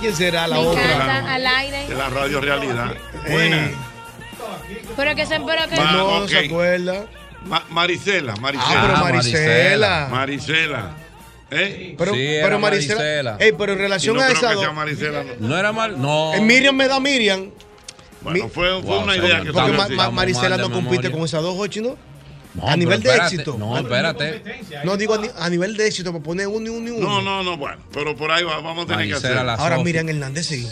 [SPEAKER 5] ¿Quién será la
[SPEAKER 6] Me
[SPEAKER 5] otra?
[SPEAKER 6] encanta, al aire.
[SPEAKER 3] De la radio realidad.
[SPEAKER 6] Pero que se, pero que.
[SPEAKER 3] Va,
[SPEAKER 5] No se
[SPEAKER 3] ok. Ma- Marisela, Marisela.
[SPEAKER 5] Ah, pero Ah, Marisela.
[SPEAKER 3] Marisela. ¿Eh?
[SPEAKER 5] Pero, pero Maricela- Ey, pero en relación
[SPEAKER 3] Y no
[SPEAKER 5] a
[SPEAKER 3] creo
[SPEAKER 5] esa
[SPEAKER 3] que
[SPEAKER 5] dos.
[SPEAKER 3] sea Marisela, no.
[SPEAKER 13] No era mal. No.
[SPEAKER 5] Eh, Miriam me da Miriam.
[SPEAKER 3] Bueno, fue, fue
[SPEAKER 13] Wow,
[SPEAKER 3] una
[SPEAKER 13] señor,
[SPEAKER 3] idea que
[SPEAKER 13] porque
[SPEAKER 3] salió
[SPEAKER 13] ma-
[SPEAKER 3] así.
[SPEAKER 13] ma-
[SPEAKER 5] Maricela no
[SPEAKER 13] Vamos mal de
[SPEAKER 5] compite
[SPEAKER 13] memoria.
[SPEAKER 5] con esas dos, Jochi, ¿no?
[SPEAKER 13] No,
[SPEAKER 5] a
[SPEAKER 13] pero
[SPEAKER 5] nivel de
[SPEAKER 13] espérate.
[SPEAKER 5] éxito.
[SPEAKER 13] No,
[SPEAKER 5] A-
[SPEAKER 13] espérate.
[SPEAKER 5] No, digo a, ni- a nivel de éxito, para poner uno y uno y uno.
[SPEAKER 3] No, no, no, bueno. Pero por ahí va- vamos a tener que
[SPEAKER 13] Marisela
[SPEAKER 3] hacer.
[SPEAKER 13] la
[SPEAKER 5] Ahora
[SPEAKER 13] Sofi.
[SPEAKER 5] Miriam Hernández sí.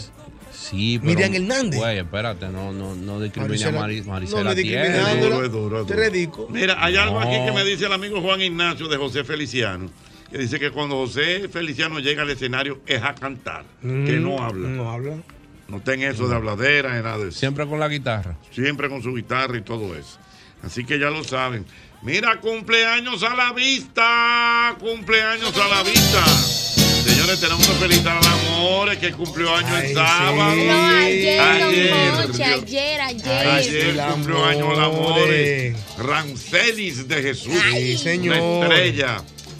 [SPEAKER 13] Sí, pero.
[SPEAKER 5] Miriam Hernández.
[SPEAKER 13] Güey, espérate, no, no, no discrimina a
[SPEAKER 5] Maricela-
[SPEAKER 13] Mari-
[SPEAKER 5] no
[SPEAKER 13] Maricela
[SPEAKER 5] me
[SPEAKER 13] Tierra.
[SPEAKER 5] discriminándola.
[SPEAKER 3] Duro, es duro, es
[SPEAKER 5] Te
[SPEAKER 3] duro.
[SPEAKER 5] dedico.
[SPEAKER 3] Mira, hay algo aquí
[SPEAKER 13] No.
[SPEAKER 3] que me dice el amigo Juan Ignacio de José Feliciano. Que dice que cuando José Feliciano llega al escenario es a cantar, que no habla.
[SPEAKER 5] No habla.
[SPEAKER 3] No está en eso de habladera, en nada de eso.
[SPEAKER 13] Siempre con la guitarra.
[SPEAKER 3] Siempre con su guitarra y todo eso. Así que ya lo saben. Mira, cumpleaños a la vista. Cumpleaños a la vista. Señores, tenemos que felicitar al Amores que cumplió año el sábado.
[SPEAKER 6] No, ayer,
[SPEAKER 3] Ayer,
[SPEAKER 6] don Poche,
[SPEAKER 3] Dios
[SPEAKER 6] ayer, ayer.
[SPEAKER 3] Ayer cumplió año el Amores. Rancelis de Jesús.
[SPEAKER 5] Sí, señor.
[SPEAKER 3] Una estrella.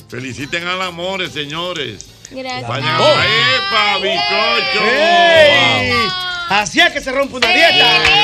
[SPEAKER 3] Feliciten al Amores, señores.
[SPEAKER 6] Gracias.
[SPEAKER 3] Vayan
[SPEAKER 5] Oh.
[SPEAKER 3] a ¡Epa, bizcocho!
[SPEAKER 5] ¡Ey! Así es que se rompe una dieta.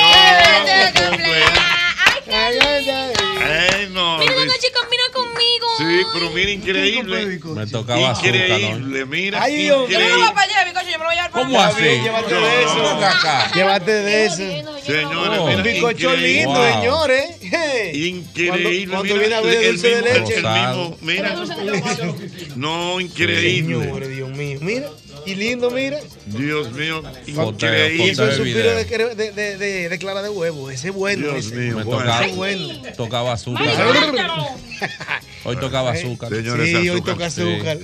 [SPEAKER 5] Ay, ay, ay.
[SPEAKER 3] ¡Ey, no!
[SPEAKER 6] Mira, los chicos, mira conmigo.
[SPEAKER 3] Sí, pero mira, increíble.
[SPEAKER 13] Me tocaba azúcar. ¿no?
[SPEAKER 3] Increíble, mira.
[SPEAKER 5] Ay, Dios.
[SPEAKER 3] increíble.
[SPEAKER 5] Yo no
[SPEAKER 6] para allá, mi coche, yo me lo voy a llevar
[SPEAKER 13] ¿Cómo
[SPEAKER 5] Está bien,
[SPEAKER 13] así?
[SPEAKER 5] Llévate de eso.
[SPEAKER 13] Venga acá.
[SPEAKER 5] Llévate de eso.
[SPEAKER 3] Señores,
[SPEAKER 13] Oh.
[SPEAKER 3] mira,
[SPEAKER 13] Un
[SPEAKER 5] Bizcocho
[SPEAKER 3] increíble.
[SPEAKER 5] lindo,
[SPEAKER 13] Wow.
[SPEAKER 5] señores. Hey.
[SPEAKER 3] Increíble.
[SPEAKER 5] Cuando- cuando
[SPEAKER 3] mira,
[SPEAKER 5] viene a ver
[SPEAKER 3] el
[SPEAKER 5] dulce de
[SPEAKER 3] mismo-
[SPEAKER 5] leche.
[SPEAKER 3] el mismo- mira. No, increíble.
[SPEAKER 5] Señores, Dios mío. Mira, y lindo, mira.
[SPEAKER 3] Dios mío,
[SPEAKER 13] Foteo,
[SPEAKER 5] Eso
[SPEAKER 13] foteo.
[SPEAKER 3] increíble.
[SPEAKER 5] es
[SPEAKER 13] Está el
[SPEAKER 5] suspiro de,
[SPEAKER 13] video.
[SPEAKER 5] cre- de, de, de, de clara de huevo. Ese es bueno.
[SPEAKER 3] Dios
[SPEAKER 5] ese.
[SPEAKER 3] mío,
[SPEAKER 13] Me
[SPEAKER 3] bueno.
[SPEAKER 13] tocaba,
[SPEAKER 5] Ese es bueno.
[SPEAKER 13] tocaba azúcar.
[SPEAKER 5] Ay.
[SPEAKER 13] Hoy tocaba azúcar.
[SPEAKER 3] Señores,
[SPEAKER 5] Sí,
[SPEAKER 3] ese
[SPEAKER 5] hoy
[SPEAKER 3] azúcar,
[SPEAKER 5] toca
[SPEAKER 3] sí.
[SPEAKER 5] azúcar.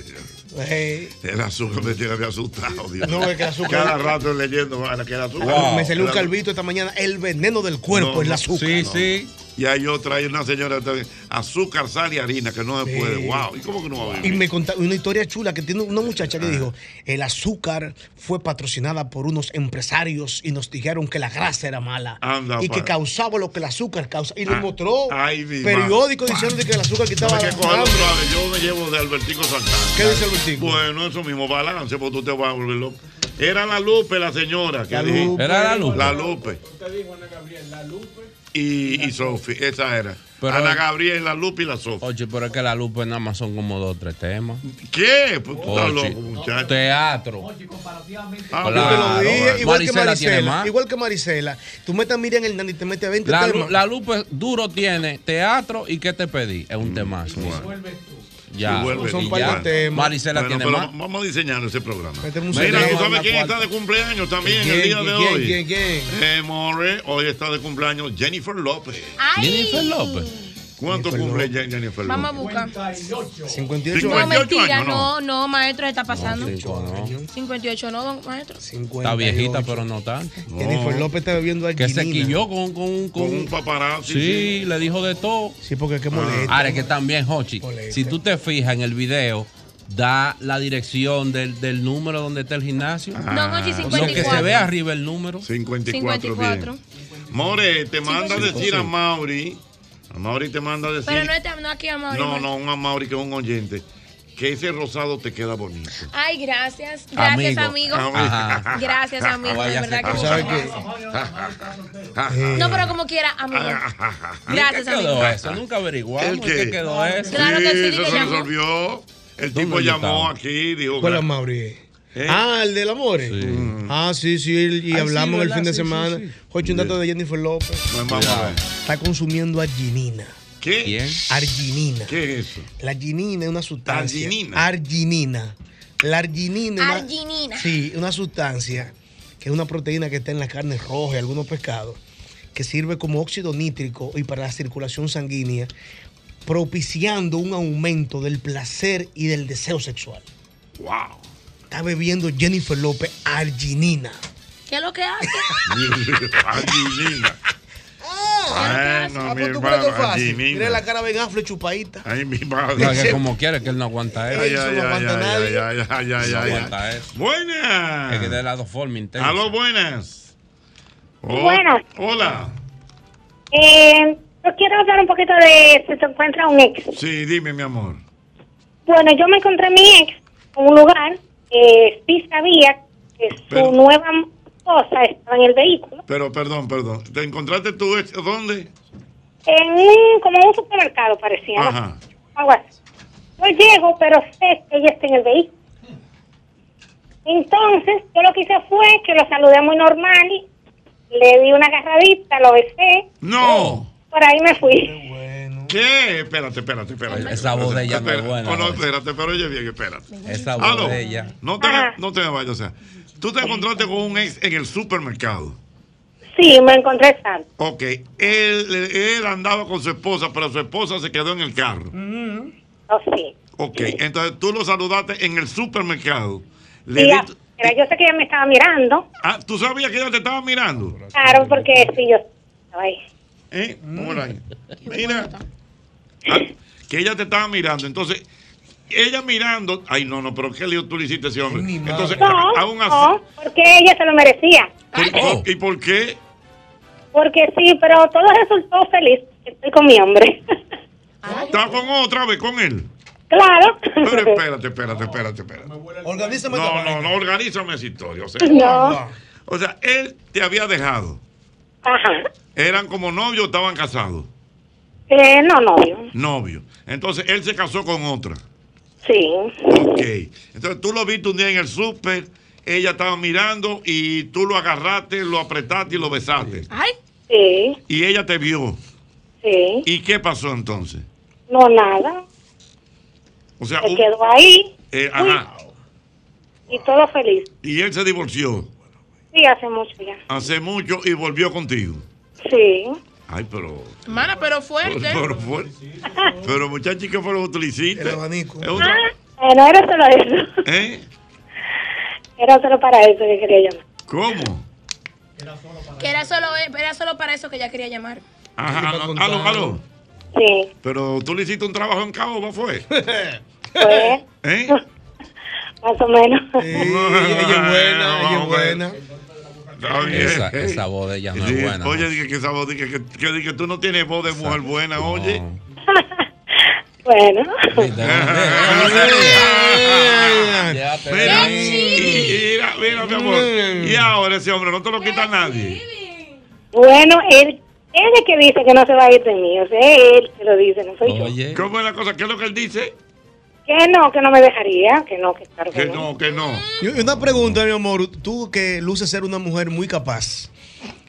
[SPEAKER 5] Hey.
[SPEAKER 3] El azúcar me tiene asustado, Dios.
[SPEAKER 5] No, es que el azúcar-
[SPEAKER 3] Cada rato leyendo para que el azúcar.
[SPEAKER 13] Wow.
[SPEAKER 5] Me salió un
[SPEAKER 3] El
[SPEAKER 5] calvito esta mañana. El veneno del cuerpo
[SPEAKER 3] No,
[SPEAKER 5] el
[SPEAKER 3] no.
[SPEAKER 5] azúcar.
[SPEAKER 13] Sí,
[SPEAKER 3] No.
[SPEAKER 13] sí.
[SPEAKER 3] Y hay otra, hay una señora también, azúcar, sal y harina, que no se
[SPEAKER 5] Sí.
[SPEAKER 3] puede. Wow. ¿Y cómo que no va a
[SPEAKER 5] Y
[SPEAKER 3] vivir?
[SPEAKER 5] me contó una historia chula que tiene una muchacha
[SPEAKER 3] Ah.
[SPEAKER 5] que dijo, el azúcar fue patrocinada por unos empresarios y nos dijeron que la grasa era mala
[SPEAKER 3] Anda,
[SPEAKER 5] y que
[SPEAKER 3] pa-
[SPEAKER 5] causaba lo que el azúcar causa. Y le
[SPEAKER 3] Ah,
[SPEAKER 5] mostró
[SPEAKER 3] ay, mi
[SPEAKER 5] periódico diciendo de que el azúcar quitaba
[SPEAKER 3] Hay que
[SPEAKER 5] la
[SPEAKER 3] cogerlo
[SPEAKER 5] hambre.
[SPEAKER 3] suave. Yo me llevo de Albertico Santana.
[SPEAKER 5] ¿Qué dice Albertico?
[SPEAKER 3] Bueno, eso mismo, balance, porque tú te vas a volver loco. Era la Lupe la señora que
[SPEAKER 5] La
[SPEAKER 3] dije.
[SPEAKER 5] Lupe.
[SPEAKER 13] Era la Lupe.
[SPEAKER 3] La Lupe. Y, y Sofi, esa era.
[SPEAKER 13] Pero-
[SPEAKER 3] Ana Gabriel, la Lupe y la Sofi.
[SPEAKER 13] Oye, pero es que la lupa nada más son como dos o tres temas.
[SPEAKER 3] ¿Qué? Pues tú estás
[SPEAKER 13] Oye,
[SPEAKER 3] loco, muchacho.
[SPEAKER 13] teatro.
[SPEAKER 3] Ah,
[SPEAKER 5] Yo te lo
[SPEAKER 13] Claro.
[SPEAKER 5] dije,
[SPEAKER 3] eh.
[SPEAKER 5] igual que
[SPEAKER 13] Marisela tiene
[SPEAKER 5] Marisela,
[SPEAKER 13] más.
[SPEAKER 5] igual que Marisela, tú metes a Miriam Hernández y te metes a 20
[SPEAKER 13] La,
[SPEAKER 5] temas.
[SPEAKER 13] la lupa duro tiene teatro y ¿qué te pedí? Es un temazo. Ya.
[SPEAKER 3] Mm, Y vuelve,
[SPEAKER 5] Son
[SPEAKER 3] y
[SPEAKER 5] par de
[SPEAKER 3] ya.
[SPEAKER 5] temas.
[SPEAKER 13] Marisela
[SPEAKER 3] Bueno,
[SPEAKER 13] tiene
[SPEAKER 3] pero
[SPEAKER 13] más.
[SPEAKER 3] Vamos a diseñar ese programa.
[SPEAKER 5] Metemos un
[SPEAKER 3] Mira, tú
[SPEAKER 5] cerebro.
[SPEAKER 3] sabes quién está
[SPEAKER 13] cuarta.
[SPEAKER 3] de cumpleaños también
[SPEAKER 5] ¿Quién,
[SPEAKER 3] el día de
[SPEAKER 5] quién,
[SPEAKER 3] hoy.
[SPEAKER 5] quién, quién,
[SPEAKER 3] Eh, More, hoy está de cumpleaños Jennifer López.
[SPEAKER 13] Jennifer López.
[SPEAKER 3] ¿Cuánto cumple Je- Jennifer
[SPEAKER 6] Vamos a
[SPEAKER 3] López?
[SPEAKER 6] buscar. No,
[SPEAKER 5] 58 años.
[SPEAKER 3] 58
[SPEAKER 6] mentira,
[SPEAKER 3] años,
[SPEAKER 6] no,
[SPEAKER 3] no.
[SPEAKER 6] no, maestro, está pasando.
[SPEAKER 13] Cinco, no.
[SPEAKER 6] 58, no, don maestro.
[SPEAKER 5] 58.
[SPEAKER 13] Está viejita, pero no tanto.
[SPEAKER 5] Jennifer López está bebiendo
[SPEAKER 13] Que
[SPEAKER 5] alquilina.
[SPEAKER 13] se quilló con, con, un- con
[SPEAKER 3] Con un
[SPEAKER 13] un.
[SPEAKER 3] paparazzi.
[SPEAKER 13] Sí, le dijo de todo.
[SPEAKER 5] Sí, porque qué
[SPEAKER 3] Ah.
[SPEAKER 5] molesta.
[SPEAKER 3] Este.
[SPEAKER 13] Ahora Ah, es que también, Hochi,
[SPEAKER 5] Molesta.
[SPEAKER 13] si tú te fijas en el video, da la dirección del, del número donde está el gimnasio.
[SPEAKER 6] Don
[SPEAKER 3] Ah.
[SPEAKER 6] Ochi,
[SPEAKER 13] Lo que se
[SPEAKER 6] 54.
[SPEAKER 13] ve arriba el número.
[SPEAKER 3] 54,
[SPEAKER 6] 54.
[SPEAKER 3] bien. More, te manda a decir a Mauri. A Mauri te manda a decir.
[SPEAKER 6] Pero no, está, no aquí a Mauri.
[SPEAKER 3] no, no, un a Mauri que es un oyente. Que ese rosado te queda bonito.
[SPEAKER 6] Ay, gracias. Gracias, amigo.
[SPEAKER 3] Ah,
[SPEAKER 13] Ajá.
[SPEAKER 6] Gracias, amigo. De
[SPEAKER 13] Vaya
[SPEAKER 6] verdad que
[SPEAKER 13] secado.
[SPEAKER 6] muchas
[SPEAKER 5] ¿Sabes qué?
[SPEAKER 6] gracias.
[SPEAKER 3] Ah.
[SPEAKER 6] No, pero como quiera, amigo.
[SPEAKER 13] ¿Qué
[SPEAKER 6] Gracias, amigo.
[SPEAKER 13] quedó eso? Nunca averiguamos
[SPEAKER 3] ¿El
[SPEAKER 13] en
[SPEAKER 3] qué?
[SPEAKER 13] qué quedó eso.
[SPEAKER 6] Claro que sí,
[SPEAKER 3] eso
[SPEAKER 6] que
[SPEAKER 3] se
[SPEAKER 6] llamó.
[SPEAKER 3] resolvió. El tipo
[SPEAKER 13] ¿Dónde yo
[SPEAKER 3] llamó
[SPEAKER 13] estaba?
[SPEAKER 3] aquí, dijo.
[SPEAKER 5] ¿Cuál es
[SPEAKER 3] "Gra-
[SPEAKER 5] Mauri?
[SPEAKER 3] ¿Eh?
[SPEAKER 5] Ah, el del amor. Ah, sí, sí, el- y
[SPEAKER 13] Ay, sí,
[SPEAKER 5] hablamos el
[SPEAKER 13] ¿verdad?
[SPEAKER 5] fin de
[SPEAKER 13] Sí, sí,
[SPEAKER 5] semana.
[SPEAKER 13] sí.
[SPEAKER 5] Ocho, un dato de Jennifer López.
[SPEAKER 3] Pues vamos a ver.
[SPEAKER 5] Está consumiendo arginina.
[SPEAKER 3] ¿Qué?
[SPEAKER 13] ¿Quién?
[SPEAKER 5] Arginina.
[SPEAKER 3] ¿Qué es eso?
[SPEAKER 5] La arginina es una sustancia.
[SPEAKER 3] Arginina.
[SPEAKER 5] Arginina. La arginina. es una-
[SPEAKER 6] Arginina.
[SPEAKER 5] sí, una sustancia que es una proteína que está en las carnes rojas y algunos pescados. que sirve como óxido nítrico y para la circulación sanguínea, propiciando un aumento del placer y del deseo sexual.
[SPEAKER 3] ¡Wow!
[SPEAKER 5] Está bebiendo Jennifer López arginina.
[SPEAKER 6] ¿Qué es lo que hace?
[SPEAKER 3] Angelina.
[SPEAKER 6] Oh, Ah,
[SPEAKER 3] Bueno,
[SPEAKER 6] pues,
[SPEAKER 3] mi hermano,
[SPEAKER 5] Mira
[SPEAKER 3] Angelina.
[SPEAKER 5] la cara de Ben Affleck chupadita.
[SPEAKER 3] Ay, mi madre.
[SPEAKER 13] No, que como quiera, que él no aguanta eso.
[SPEAKER 3] Ay, ay, ay, ay, ay, ay, ay, ay,
[SPEAKER 13] No
[SPEAKER 3] ay.
[SPEAKER 13] aguanta eso.
[SPEAKER 3] Buenas.
[SPEAKER 13] Es que de las dos formas intensas.
[SPEAKER 3] Aló, buenas. Oh,
[SPEAKER 18] Buenas.
[SPEAKER 3] Hola.
[SPEAKER 18] Eh, yo quiero hablar un poquito de si se encuentra un ex.
[SPEAKER 3] Sí, dime, mi amor.
[SPEAKER 18] Bueno, yo me encontré a mi ex en un lugar. Eh, sí sabía que su
[SPEAKER 3] Pero-
[SPEAKER 18] nueva esposa estaba en el vehículo.
[SPEAKER 3] Pero, perdón, perdón. ¿Te encontraste tú ex dónde?
[SPEAKER 18] En un, como un supermercado parecía. ¿no?
[SPEAKER 3] Ajá.
[SPEAKER 18] Algo así. Yo llego, pero sé que ella está en el vehículo. Entonces, yo lo que hice fue que lo saludé muy normal. y Le di una agarradita, lo besé.
[SPEAKER 3] No.
[SPEAKER 18] Por ahí me fui.
[SPEAKER 3] ¿Qué? Espérate, espérate, espérate.
[SPEAKER 13] Esa voz de ella no es
[SPEAKER 3] Espera.
[SPEAKER 13] buena,
[SPEAKER 3] Oh, no,
[SPEAKER 13] oye.
[SPEAKER 3] espérate, pero oye bien, espérate.
[SPEAKER 13] Esa voz
[SPEAKER 3] Aló.
[SPEAKER 13] de ella.
[SPEAKER 3] No te, no te me vayas, o sea. Tú te encontraste con un ex en el supermercado.
[SPEAKER 18] Sí, me encontré sano.
[SPEAKER 3] Ok, él, él andaba con su esposa, pero su esposa se quedó en el carro.
[SPEAKER 18] Oh, sí.
[SPEAKER 3] Ok, entonces tú lo saludaste en el supermercado. Le
[SPEAKER 18] Sí,
[SPEAKER 3] diste-
[SPEAKER 18] pero yo sé que ella me estaba mirando.
[SPEAKER 3] ah, ¿Tú sabías que ella te estaba mirando?
[SPEAKER 18] Claro, porque sí, yo estaba ahí.
[SPEAKER 3] ¿Eh? Por ahí. Mira. Ah, que ella te estaba mirando. Entonces, ella mirando. Ay, no, no, pero qué lío tú le hiciste a ese hombre. Entonces,
[SPEAKER 18] No,
[SPEAKER 3] aún así.
[SPEAKER 18] no, porque ella se lo merecía.
[SPEAKER 3] ¿Y por qué?
[SPEAKER 18] Porque sí, pero todo resultó feliz. Estoy con mi hombre.
[SPEAKER 3] ¿Está con otra vez con él?
[SPEAKER 18] Claro.
[SPEAKER 3] Pero espérate, espérate, espérate, espérate.
[SPEAKER 5] Organízame
[SPEAKER 3] No, no, no, organízame esa historia. O sea,
[SPEAKER 18] No.
[SPEAKER 3] O sea, él te había dejado.
[SPEAKER 18] Ajá.
[SPEAKER 3] Eran como novios, estaban casados.
[SPEAKER 18] Eh, no, novio.
[SPEAKER 3] Novio. Entonces, él se casó con otra.
[SPEAKER 18] Sí.
[SPEAKER 3] Ok. Entonces, tú lo viste un día en el súper, ella estaba mirando y tú lo agarraste, lo apretaste y lo besaste.
[SPEAKER 18] Ay. Sí,
[SPEAKER 3] Y ella te vio.
[SPEAKER 18] sí.
[SPEAKER 3] ¿Y qué pasó entonces?
[SPEAKER 18] No, nada.
[SPEAKER 3] O sea,
[SPEAKER 18] Se
[SPEAKER 3] un-
[SPEAKER 18] quedó ahí
[SPEAKER 3] eh, ajá.
[SPEAKER 18] y todo feliz.
[SPEAKER 3] Y él se divorció
[SPEAKER 18] Sí, hace mucho ya.
[SPEAKER 3] hace mucho y volvió contigo.
[SPEAKER 18] Sí.
[SPEAKER 3] Ay, pero.
[SPEAKER 6] Mana, pero fuerte.
[SPEAKER 3] Pero, fuerte. pero muchacho, ¿qué fue lo que tú le hiciste? El abanico.
[SPEAKER 18] Eh, no era solo eso.
[SPEAKER 3] ¿Eh?
[SPEAKER 18] Era solo para eso que quería llamar.
[SPEAKER 3] ¿Cómo?
[SPEAKER 6] Que era solo, era solo para eso que ella quería llamar.
[SPEAKER 3] Ajá, aló, aló, aló.
[SPEAKER 18] Sí.
[SPEAKER 3] Pero tú le hiciste un trabajo en cabo, ¿no fue?
[SPEAKER 18] Pues,
[SPEAKER 3] ¿Eh?
[SPEAKER 18] más o menos.
[SPEAKER 3] ella es buena, ella es buena.
[SPEAKER 13] Esa, esa voz de ella no es buena.
[SPEAKER 3] Oye, dije que esa voz, dije que, que, dije que tú no tienes voz de mujer buena, oye.
[SPEAKER 18] Bueno.
[SPEAKER 3] Mira, mira, mira, mi amor. Y ahora ese hombre no te lo quita nadie.
[SPEAKER 18] Bueno, él, él es que dice que no se va a ir de mí. O sea, él que lo dice, no soy yo.
[SPEAKER 3] ¿Cómo es la cosa? ¿Qué es lo que él dice?
[SPEAKER 18] Que no, que no me dejaría. Que no, que claro que
[SPEAKER 3] Que no, que no.
[SPEAKER 5] Y una pregunta, mi amor. Tú que luces ser una mujer muy capaz.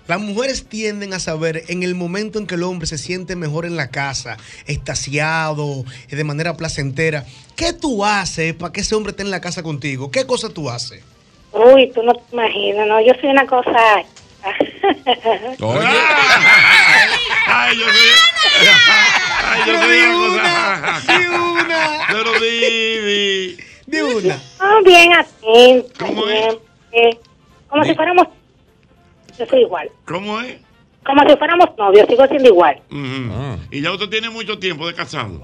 [SPEAKER 5] Las mujeres tienden a saber en el momento en que el hombre se siente mejor en la casa, estaciado, de manera placentera. ¿Qué tú haces para que ese hombre esté en la casa contigo? ¿Qué cosa tú haces?
[SPEAKER 18] Uy, tú no te imaginas, no, yo soy una cosa.
[SPEAKER 3] Ay, yo soy. Ay, yo soy una. Cosa.
[SPEAKER 5] una.
[SPEAKER 3] Pero Didi.
[SPEAKER 5] De una.
[SPEAKER 18] No, ah, bien atenta.
[SPEAKER 3] ¿Cómo
[SPEAKER 18] siempre. Como si fuéramos. Yo soy igual.
[SPEAKER 3] ¿Cómo es?
[SPEAKER 18] Como si fuéramos novios, sigo siendo igual.
[SPEAKER 3] Ujú. Y ya usted tiene mucho tiempo de casado.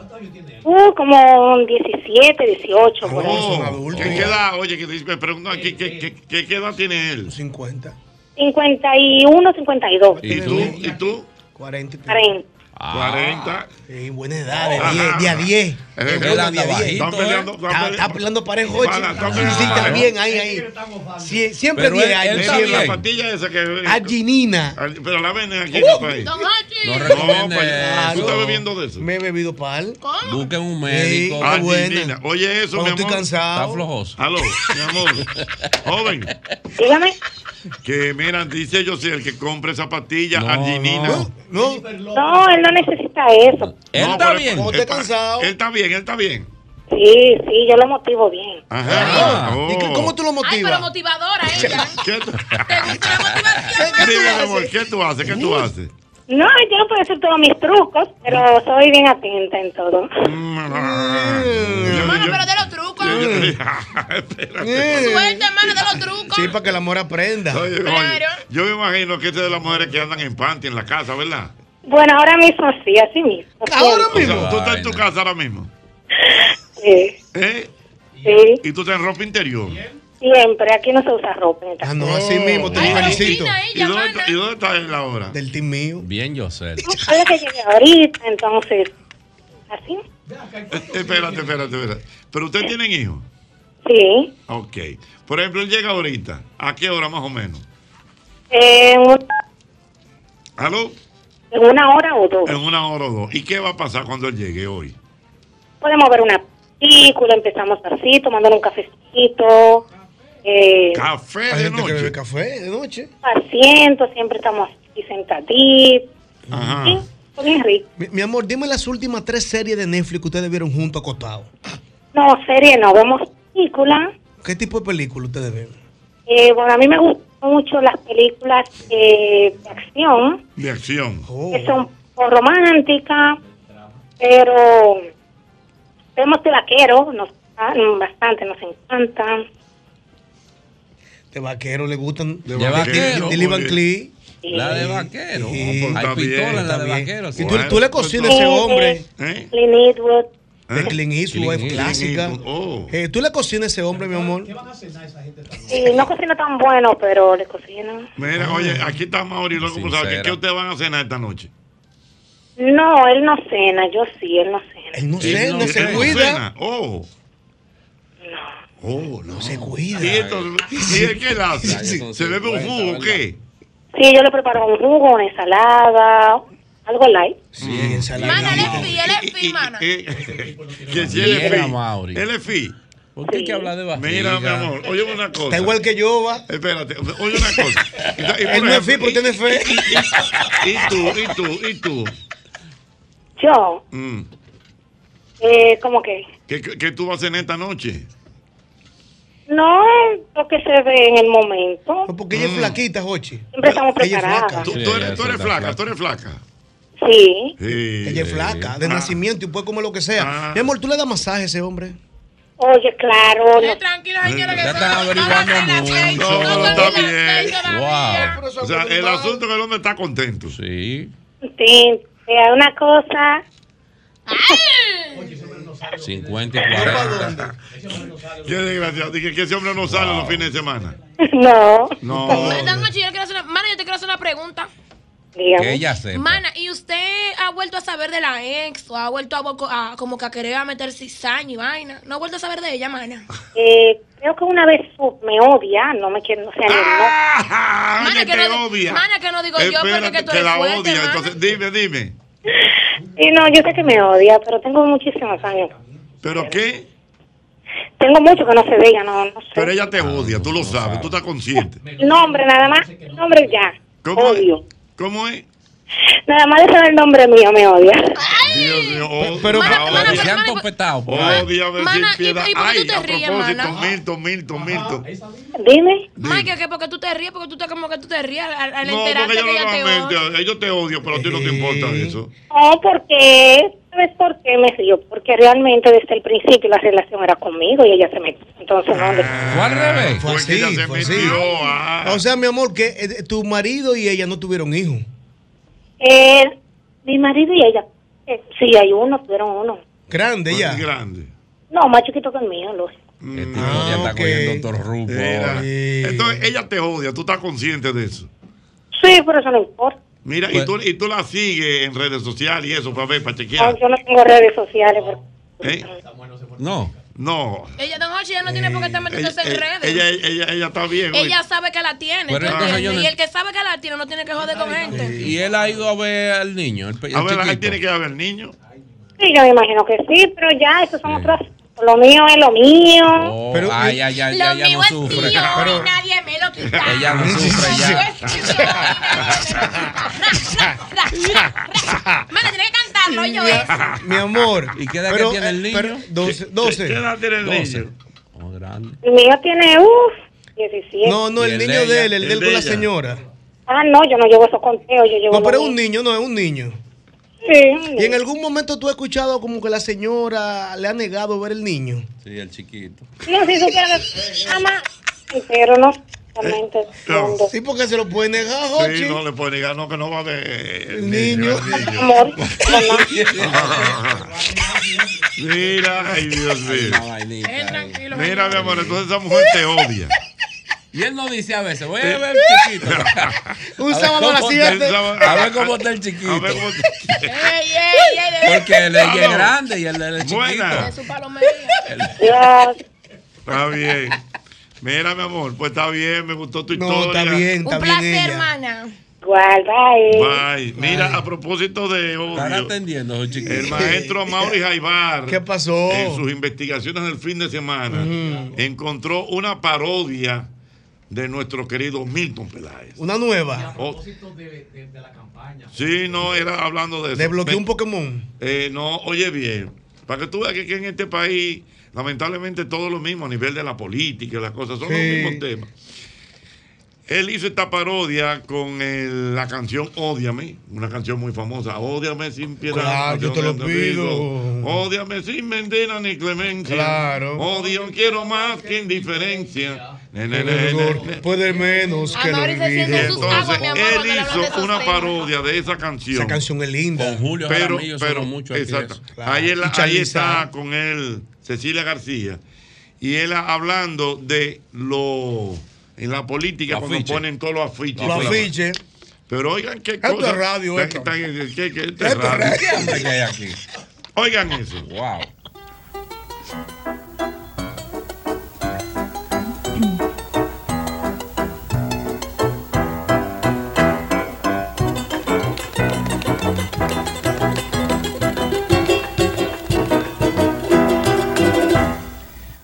[SPEAKER 18] Uh, como 17, 18. por ahí.
[SPEAKER 3] Oh, ¿Qué edad? Oye, que te- me preguntan, ¿qué, qué, qué, qué- qué edad tiene él?
[SPEAKER 5] 50.
[SPEAKER 18] 51, 52.
[SPEAKER 3] ¿Y tú? ¿Y tú?
[SPEAKER 5] 40.
[SPEAKER 18] 40.
[SPEAKER 3] 40.
[SPEAKER 5] Ah. Sí, buena edad, de
[SPEAKER 3] Ajá.
[SPEAKER 5] 10, de a 10.
[SPEAKER 3] Eh,
[SPEAKER 5] De
[SPEAKER 3] él
[SPEAKER 5] una,
[SPEAKER 3] anda
[SPEAKER 5] de a 10.
[SPEAKER 3] bajito, Están peleando,
[SPEAKER 5] Está- Está peleando parejo. Sí, sí, está bien, ahí, ahí. Sie- siempre
[SPEAKER 3] Pero
[SPEAKER 5] 10
[SPEAKER 3] él- él
[SPEAKER 5] años.
[SPEAKER 3] está
[SPEAKER 5] siempre.
[SPEAKER 3] bien. La pastilla esa que-
[SPEAKER 5] Arginina.
[SPEAKER 3] Al- Pero la venden aquí en el país.
[SPEAKER 5] Don
[SPEAKER 3] No,
[SPEAKER 5] recomiende
[SPEAKER 3] pa- ¿Tú
[SPEAKER 5] eso.
[SPEAKER 3] estás bebiendo de eso?
[SPEAKER 5] Me he bebido pal.
[SPEAKER 13] Busquen un
[SPEAKER 5] Ey,
[SPEAKER 13] médico.
[SPEAKER 5] qué buena.
[SPEAKER 3] Argentina. Ah, Oye, eso,
[SPEAKER 5] Cuando
[SPEAKER 3] mi amor.
[SPEAKER 5] estoy cansado.
[SPEAKER 13] Está flojoso.
[SPEAKER 3] Aló, mi amor. Joven.
[SPEAKER 18] Dígame.
[SPEAKER 3] Que mira, dice yo si el que compre esa pastilla, Arginina.
[SPEAKER 5] No.
[SPEAKER 18] No, él no necesita eso.
[SPEAKER 3] Él
[SPEAKER 18] está bien.
[SPEAKER 3] Él está, él está bien, él está bien.
[SPEAKER 18] Sí, sí, yo lo motivo bien.
[SPEAKER 3] Ajá.
[SPEAKER 5] ¿Y qué- cómo tú lo
[SPEAKER 6] Ay, pero
[SPEAKER 5] motivas?
[SPEAKER 6] motivadora ¿eh? ella.
[SPEAKER 3] ¿Qué tú- Dime, mi amor, ¿qué tú haces? ¿Qué tú haces?
[SPEAKER 18] No, yo no puedo hacer todos mis trucos, pero soy bien atenta en todo.
[SPEAKER 5] Mm.
[SPEAKER 6] Hermano, pero de los trucos. Suelta, hermano, de los trucos.
[SPEAKER 5] Sí, para que la mujer aprenda.
[SPEAKER 3] Oye, yo me imagino que este es de las mujeres que andan en panty en la casa, ¿verdad?
[SPEAKER 18] Bueno, ahora mismo sí, así mismo.
[SPEAKER 3] Ahora mismo. Tú estás en tu casa ahora mismo.
[SPEAKER 18] Sí,
[SPEAKER 3] ¿Eh?
[SPEAKER 18] sí,
[SPEAKER 3] Y tú estás en ropa interior.
[SPEAKER 18] siempre. Aquí no se usa ropa. en esta
[SPEAKER 5] Ah, No, así mismo, te felicito.
[SPEAKER 18] eh,
[SPEAKER 3] ¿Y dónde, está- ¿Y dónde está él ahora?
[SPEAKER 5] Del team mío.
[SPEAKER 13] Bien, José.
[SPEAKER 18] casa. Ahora que llegué ahorita, entonces. ¿Así?
[SPEAKER 3] Eh, Espérate, espérate, espérate. Pero ustedes tienen hijos.
[SPEAKER 18] Sí.
[SPEAKER 3] Ok. Por ejemplo, él llega ahorita. ¿A qué hora más o menos?
[SPEAKER 18] En eh, un-
[SPEAKER 3] ¿Aló?
[SPEAKER 18] en una hora o dos.
[SPEAKER 3] En una hora o dos. ¿Y qué va a pasar cuando él llegue hoy?
[SPEAKER 18] Podemos ver una película, empezamos así, tomando un cafecito. Eh,
[SPEAKER 3] Café
[SPEAKER 5] de noche. café de noche.
[SPEAKER 18] asiento, siempre estamos aquí sentaditos.
[SPEAKER 5] Ajá.
[SPEAKER 18] Bien rico.
[SPEAKER 5] Mi, mi amor, dime las últimas tres series de Netflix que ustedes vieron juntos acotados.
[SPEAKER 18] No, serie no, vemos películas.
[SPEAKER 5] ¿Qué tipo de película ustedes ven?
[SPEAKER 18] Eh, bueno, a mí me gustan mucho las películas eh, de acción,
[SPEAKER 3] De acción.
[SPEAKER 18] que son o románticas, pero vemos de vaquero, nos gustan bastante, nos encantan.
[SPEAKER 5] De vaquero le gustan. De
[SPEAKER 13] vaquero,
[SPEAKER 5] De Ivan
[SPEAKER 13] oye.
[SPEAKER 5] Clee.
[SPEAKER 13] La de vaquero.
[SPEAKER 5] Sí.
[SPEAKER 13] Hay
[SPEAKER 5] Está bien,
[SPEAKER 13] pistola en la
[SPEAKER 5] está
[SPEAKER 13] de
[SPEAKER 5] bien.
[SPEAKER 13] vaquero.
[SPEAKER 5] Y tú, tú le cocinas a ese hombre.
[SPEAKER 3] ¿Eh?
[SPEAKER 18] Clint Eastwood.
[SPEAKER 5] De Clint Eastwood, es clásica. Eh, tú le cocinas a ese hombre, mi amor.
[SPEAKER 18] Sí, no cocina tan bueno, pero le cocina.
[SPEAKER 3] Mira, oye, aquí está Mauri, loco, pues, ¿sabe ¿qué, ¿qué ustedes van a cenar esta noche?
[SPEAKER 18] No, él no cena, yo sí, él no cena.
[SPEAKER 5] Él no
[SPEAKER 3] Él
[SPEAKER 5] cena, se
[SPEAKER 3] él
[SPEAKER 5] cuida.
[SPEAKER 3] cena. Oh. Oh, no.
[SPEAKER 5] se cuida.
[SPEAKER 3] ¿Y, esto, ¿y él qué le hace? ¿Se bebe un jugo o qué?
[SPEAKER 18] Sí, yo le preparo un jugo, una ensalada, algo light.
[SPEAKER 5] Sí, ensalada.
[SPEAKER 6] Mana, él es fi, él es fi, mana.
[SPEAKER 3] Eh, que si él es
[SPEAKER 13] Mira,
[SPEAKER 3] fi.
[SPEAKER 13] Mauri.
[SPEAKER 3] Él es fi.
[SPEAKER 13] ¿Por qué hay que hablar de vaquero?
[SPEAKER 3] Mira, mi amor, oye una cosa.
[SPEAKER 5] Está igual que yo, va.
[SPEAKER 3] Espérate, oye una cosa. Y- y por
[SPEAKER 5] Él no es
[SPEAKER 3] ejemplo,
[SPEAKER 5] fi, pero tiene fe.
[SPEAKER 3] y- Y tú, y tú, y tú.
[SPEAKER 18] Yo,
[SPEAKER 3] Mm.
[SPEAKER 18] eh, como que,
[SPEAKER 3] ¿Qué, qué, qué tú vas a cenar esta noche?
[SPEAKER 18] no lo que se ve en el momento.
[SPEAKER 5] Porque ella es flaquita, Jochi.
[SPEAKER 18] Siempre estamos
[SPEAKER 5] Ella es
[SPEAKER 18] preparadas.
[SPEAKER 5] flaca.
[SPEAKER 3] Mm. Tú, tú eres, tú eres flaca, tú eres flaca.
[SPEAKER 18] Sí,
[SPEAKER 5] Ella es flaca, de nacimiento y puede comer lo que sea. Mi amor, tú le das masaje a ese hombre.
[SPEAKER 18] oye, claro. no-
[SPEAKER 6] Tranquila, señora, que
[SPEAKER 13] Ya
[SPEAKER 6] son-
[SPEAKER 13] están averiguando mucho.
[SPEAKER 3] No, no está bien.
[SPEAKER 13] Wow.
[SPEAKER 3] O sea, el asunto es que el hombre está contento.
[SPEAKER 13] Sí,
[SPEAKER 18] Sí, vea, una cosa.
[SPEAKER 13] 50 y 40.
[SPEAKER 3] Qué desgraciado. Dije que ese hombre no sale los fines de semana.
[SPEAKER 18] No.
[SPEAKER 3] No.
[SPEAKER 6] Dame un chillo, yo quiero hacer una- Mana, yo te quiero hacer una pregunta.
[SPEAKER 13] Que ella
[SPEAKER 3] pues.
[SPEAKER 13] sepa.
[SPEAKER 6] Mana, ¿y usted ha vuelto a saber de la ex o ha vuelto a, vo- a- como que a querer a meter cizaña y vaina? ¿No ha vuelto a saber de ella, mana?
[SPEAKER 18] Eh, creo que una vez su- me odia, no me quiere, o sea, no-
[SPEAKER 3] Mana,
[SPEAKER 6] que
[SPEAKER 3] te
[SPEAKER 6] no, di-
[SPEAKER 3] odia.
[SPEAKER 6] Mana, que no digo yo porque
[SPEAKER 3] Espérate,
[SPEAKER 6] que tú
[SPEAKER 3] que
[SPEAKER 6] eres
[SPEAKER 3] la
[SPEAKER 6] fuerte,
[SPEAKER 3] odia.
[SPEAKER 6] mana.
[SPEAKER 3] Entonces, dime, dime.
[SPEAKER 18] Sí, no, yo sé que me odia, pero tengo muchísimos años.
[SPEAKER 3] ¿Pero qué?
[SPEAKER 18] Tengo mucho que no se veía, no, no sé.
[SPEAKER 3] Pero ella te odia, tú lo sabes, tú estás consciente.
[SPEAKER 18] Nombre, nada más, nombre ya.
[SPEAKER 3] ¿Cómo es? ¿Cómo es?
[SPEAKER 18] Nada más de saber el nombre mío me odia.
[SPEAKER 3] Dios mío, oh,
[SPEAKER 13] Pero
[SPEAKER 3] la odia.
[SPEAKER 13] se han topetado. pues. por ahí.
[SPEAKER 3] Odia,
[SPEAKER 6] Mana,
[SPEAKER 3] sin
[SPEAKER 6] ¿y-
[SPEAKER 3] piedad.
[SPEAKER 6] y por qué
[SPEAKER 3] Ay,
[SPEAKER 6] tú te
[SPEAKER 3] a
[SPEAKER 6] ríes,
[SPEAKER 3] propósito,
[SPEAKER 6] mana?
[SPEAKER 3] Milton, Milton, Milton.
[SPEAKER 18] Dime.
[SPEAKER 6] Mike, que, que porque tú te ríes, porque tú te como que tú te ríes al, al
[SPEAKER 3] No,
[SPEAKER 6] enterarte
[SPEAKER 3] porque
[SPEAKER 6] que ella te odia.
[SPEAKER 3] yo no ellos te odio, pero a ti no te importa eso.
[SPEAKER 18] No, porque, ¿sabes por qué me río? Porque realmente desde el principio la relación era conmigo y ella se metió. Entonces, no, le-
[SPEAKER 3] Ah,
[SPEAKER 5] Ah, Fue así, fue así.
[SPEAKER 13] ah.
[SPEAKER 5] O sea, mi amor, que eh, tu marido y ella no tuvieron hijos.
[SPEAKER 18] Eh, mi marido y ella, eh, sí, hay uno, tuvieron uno.
[SPEAKER 5] Grande ya.
[SPEAKER 3] Grande.
[SPEAKER 18] No, más chiquito que el mío, lógico.
[SPEAKER 5] Mm, ah,
[SPEAKER 13] Ya está cogiendo otro rumbo.
[SPEAKER 3] Mira,
[SPEAKER 13] ahora.
[SPEAKER 3] Entonces, ella te odia, tú estás consciente de eso.
[SPEAKER 18] Sí, pero eso no importa.
[SPEAKER 3] Mira, y, tú, y tú la sigues en redes sociales y eso, para ver, para chequear.
[SPEAKER 18] No, yo no tengo redes sociales. porque-
[SPEAKER 3] ¿Eh? No. No.
[SPEAKER 6] Ella, don Hochi, ella no tiene por qué estar metiéndose en
[SPEAKER 3] Eh, Ella,
[SPEAKER 6] redes.
[SPEAKER 3] ella, ella, ella está bien.
[SPEAKER 6] Ella sabe que la tiene.
[SPEAKER 13] Pero
[SPEAKER 6] ¿tú
[SPEAKER 13] entonces
[SPEAKER 6] entiendes?
[SPEAKER 13] yo no-
[SPEAKER 6] Y el que sabe que la tiene no tiene que joder con gente.
[SPEAKER 13] Y él ha ido a ver al niño. El, pe- el
[SPEAKER 3] A ver, ahí
[SPEAKER 13] chiquito.
[SPEAKER 3] tiene que haber niño.
[SPEAKER 18] Sí, yo me imagino que sí, pero ya, esos son otros Lo mío es lo mío.
[SPEAKER 13] Pero, Oh, ay, ay, ay,
[SPEAKER 6] Lo
[SPEAKER 13] ya, ya
[SPEAKER 6] mío
[SPEAKER 13] no
[SPEAKER 6] es
[SPEAKER 13] sufre.
[SPEAKER 6] mío y
[SPEAKER 13] Pero-
[SPEAKER 6] nadie me lo quita.
[SPEAKER 13] Ella no sufre ya.
[SPEAKER 6] Mano, tiene que cantarlo yo eso.
[SPEAKER 5] Mi amor.
[SPEAKER 13] ¿Y qué edad
[SPEAKER 5] pero,
[SPEAKER 13] que tiene el
[SPEAKER 5] eh,
[SPEAKER 13] niño?
[SPEAKER 5] pero, 12. 12.
[SPEAKER 13] ¿Qué edad tiene el niño?
[SPEAKER 18] El mío tiene, uff, 17.
[SPEAKER 5] No, no, el niño de él, el de él con la señora.
[SPEAKER 18] Ah, no, yo no llevo esos conteos, yo llevo.
[SPEAKER 5] No, pero
[SPEAKER 18] lo
[SPEAKER 5] es un
[SPEAKER 18] mío.
[SPEAKER 5] niño, no, es un niño.
[SPEAKER 18] Sí.
[SPEAKER 5] ¿Y en algún momento tú has escuchado como que la señora le ha negado ver el niño?
[SPEAKER 13] Sí, el chiquito.
[SPEAKER 18] No, si supiera, jamás. Pero
[SPEAKER 13] Eh,
[SPEAKER 18] no, realmente. entiendo.
[SPEAKER 5] Sí, porque se lo puede negar,
[SPEAKER 3] Sí,
[SPEAKER 5] Jochi.
[SPEAKER 3] no le puede negar, no, que no va a ver eh, el
[SPEAKER 5] niño.
[SPEAKER 3] el niño.
[SPEAKER 18] Amor.
[SPEAKER 3] Mira, ay Dios mío. Mira, mi amor, entonces esa mujer te odia.
[SPEAKER 13] Y él no dice a veces, voy a
[SPEAKER 3] Sí.
[SPEAKER 13] ver el chiquito.
[SPEAKER 3] Un
[SPEAKER 13] A ver
[SPEAKER 3] sábado a las
[SPEAKER 13] cómo
[SPEAKER 3] siete.
[SPEAKER 13] está- A ver cómo está el chiquito.
[SPEAKER 6] Ey, ey, ey, de-
[SPEAKER 13] Porque el de ella es
[SPEAKER 3] Vamos.
[SPEAKER 13] grande y el de él es chiquito.
[SPEAKER 3] Buena.
[SPEAKER 6] de su palomería.
[SPEAKER 3] Está bien. Mira, mi amor, pues está bien, me gustó tu historia.
[SPEAKER 5] está bien,
[SPEAKER 6] Un placer, hermana.
[SPEAKER 18] Igual,
[SPEAKER 3] Bye. Mira, a propósito de odio, el maestro Amaury Jaibar,
[SPEAKER 5] ¿Qué pasó?
[SPEAKER 3] en sus investigaciones del fin de semana, encontró una parodia de nuestro querido Milton Peláez.
[SPEAKER 5] Una nueva.
[SPEAKER 3] Oh, sí, no, era hablando de eso.
[SPEAKER 5] Desbloqueó
[SPEAKER 3] Me-
[SPEAKER 5] un Pokémon.
[SPEAKER 3] eh, no, oye bien, para que tú veas que, que en este país, lamentablemente, todo lo mismo a nivel de la política y las cosas, son los
[SPEAKER 5] Sí.
[SPEAKER 3] mismos temas. Él hizo esta parodia con el- la canción Ódiame, una canción muy famosa, Ódiame sin piedad.
[SPEAKER 5] Claro,
[SPEAKER 3] no
[SPEAKER 5] yo te lo
[SPEAKER 3] tengo
[SPEAKER 5] pido.
[SPEAKER 3] olvido. Ódiame sin mentira ni clemencia.
[SPEAKER 5] Claro.
[SPEAKER 3] Odio quiero más que indiferencia. Ne,
[SPEAKER 13] eh,
[SPEAKER 3] ne, ne, ne, ne.
[SPEAKER 5] Puede menos que lo
[SPEAKER 3] Amaury se siente en sus
[SPEAKER 5] olvide.
[SPEAKER 3] aguas, mi amor, Entonces, cuando él le hablan de hizo esos una temas. parodia de esa canción.
[SPEAKER 5] Esa canción es linda. Con
[SPEAKER 13] Julio
[SPEAKER 3] pero, pero exacto. Ahí, él- ahí está con él Cecilia García. Y él hablando de lo en la política
[SPEAKER 5] Los
[SPEAKER 3] cuando
[SPEAKER 5] afiches.
[SPEAKER 3] ponen todos los
[SPEAKER 13] eh,
[SPEAKER 3] afiches.
[SPEAKER 5] Los
[SPEAKER 3] Toda la-
[SPEAKER 5] afiches.
[SPEAKER 3] Pero oigan qué
[SPEAKER 5] Esto es
[SPEAKER 3] cosa.
[SPEAKER 5] radio,
[SPEAKER 3] Tan-
[SPEAKER 5] esto.
[SPEAKER 3] tan- qué- qué- esto
[SPEAKER 5] Esto
[SPEAKER 3] este es
[SPEAKER 5] es
[SPEAKER 3] radio.
[SPEAKER 5] radio.
[SPEAKER 13] ¿Qué hambre que hay aquí?
[SPEAKER 3] Oigan eso.
[SPEAKER 13] Wow.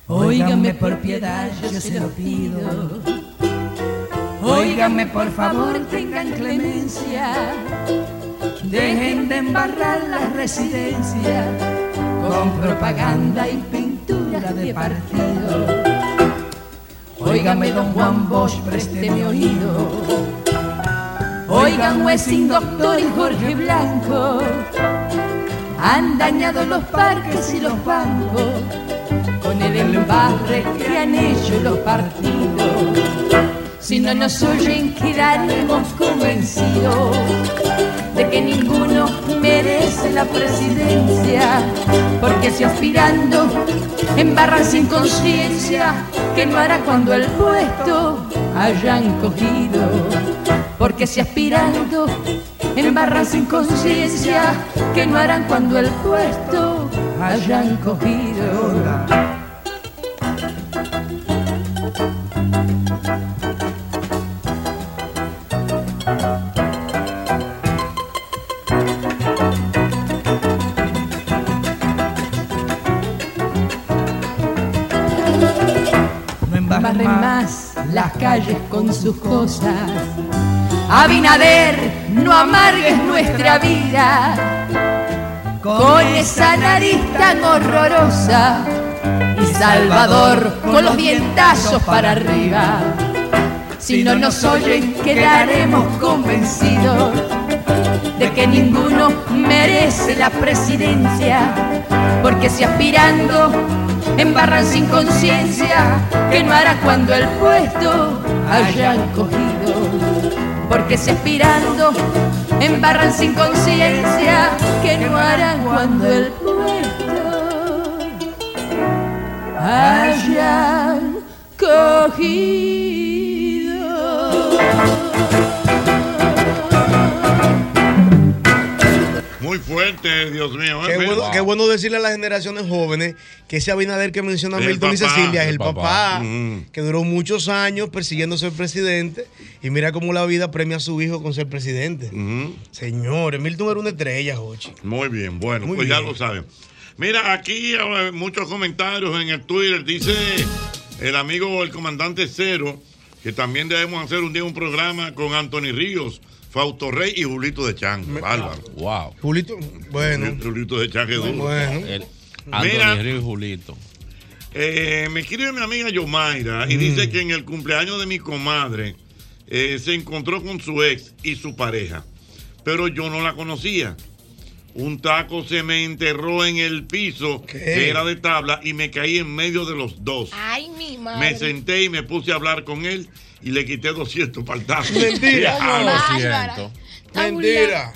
[SPEAKER 17] Óigame por piedad, yo se lo pido. Óigame por favor, tengan clemencia. Dejen de embarrar la residencia con propaganda y pintura de partido. Óigame, don Juan Bosch, preste mi oído. Oigan, Wessing, doctor y Jorge Blanco. Han dañado los parques y los bancos con el embarre que han hecho los partidos. Si no nos oyen, quedaremos convencidos de que ninguno merece la presidencia, porque si aspirando embarran sin conciencia, que no hará cuando el puesto hayan cogido, porque si aspirando embarran sin conciencia, que no harán cuando el puesto hayan cogido. No embarren más las calles con sus cosas. Abinader, no amargues nuestra vida con esa nariz tan horrorosa. Y Salvador, con los dientazos para arriba. Si no nos oyen, quedaremos convencidos de que ninguno merece la presidencia. Porque si aspirando embarran sin conciencia, que no hará cuando el puesto hayan cogido. Porque si aspirando embarran sin conciencia, que no hará cuando el puesto hayan cogido.
[SPEAKER 3] Muy fuerte, Dios mío.
[SPEAKER 5] Qué
[SPEAKER 3] ¿eh?
[SPEAKER 5] bueno,
[SPEAKER 3] Wow.
[SPEAKER 5] qué bueno decirle a las generaciones jóvenes que ese Abinader que menciona
[SPEAKER 3] El
[SPEAKER 5] Milton y
[SPEAKER 3] papá, Mm.
[SPEAKER 5] Cecilia es
[SPEAKER 3] el
[SPEAKER 5] el papá,
[SPEAKER 3] papá.
[SPEAKER 5] que duró muchos años persiguiendo ser presidente y mira cómo la vida premia a su hijo con ser
[SPEAKER 3] Mm-hmm.
[SPEAKER 5] presidente. Señores, Milton era una estrella, Jochi.
[SPEAKER 3] Muy bien, bueno,
[SPEAKER 5] Muy
[SPEAKER 3] pues ya
[SPEAKER 5] bien.
[SPEAKER 3] lo saben. Mira, aquí eh, muchos comentarios en el Twitter. Dice el amigo, el comandante Cero, que también debemos hacer un día un programa con Anthony Ríos, Fausto Rey y Julito de Chan. Bárbaro. Wow.
[SPEAKER 5] Julito, bueno.
[SPEAKER 3] Julito de Chan, qué duro.
[SPEAKER 5] Bueno.
[SPEAKER 13] El-
[SPEAKER 3] Mira.
[SPEAKER 13] Antonio Ríos y Julito.
[SPEAKER 3] Eh, me escribe mi amiga Yomaira
[SPEAKER 5] Mm.
[SPEAKER 3] y dice que en el cumpleaños de mi comadre eh, se encontró con su ex y su pareja, pero yo no la conocía. Un taco se me enterró en el piso, que era de tabla, y me caí en medio de los dos.
[SPEAKER 6] Ay, mi madre.
[SPEAKER 3] Me senté y me puse a hablar con él y le quité 200 para el taco.
[SPEAKER 5] Mentira.
[SPEAKER 13] Ah,
[SPEAKER 3] Ya,
[SPEAKER 5] Bárbara.
[SPEAKER 3] 200.
[SPEAKER 6] Está
[SPEAKER 5] Mentira.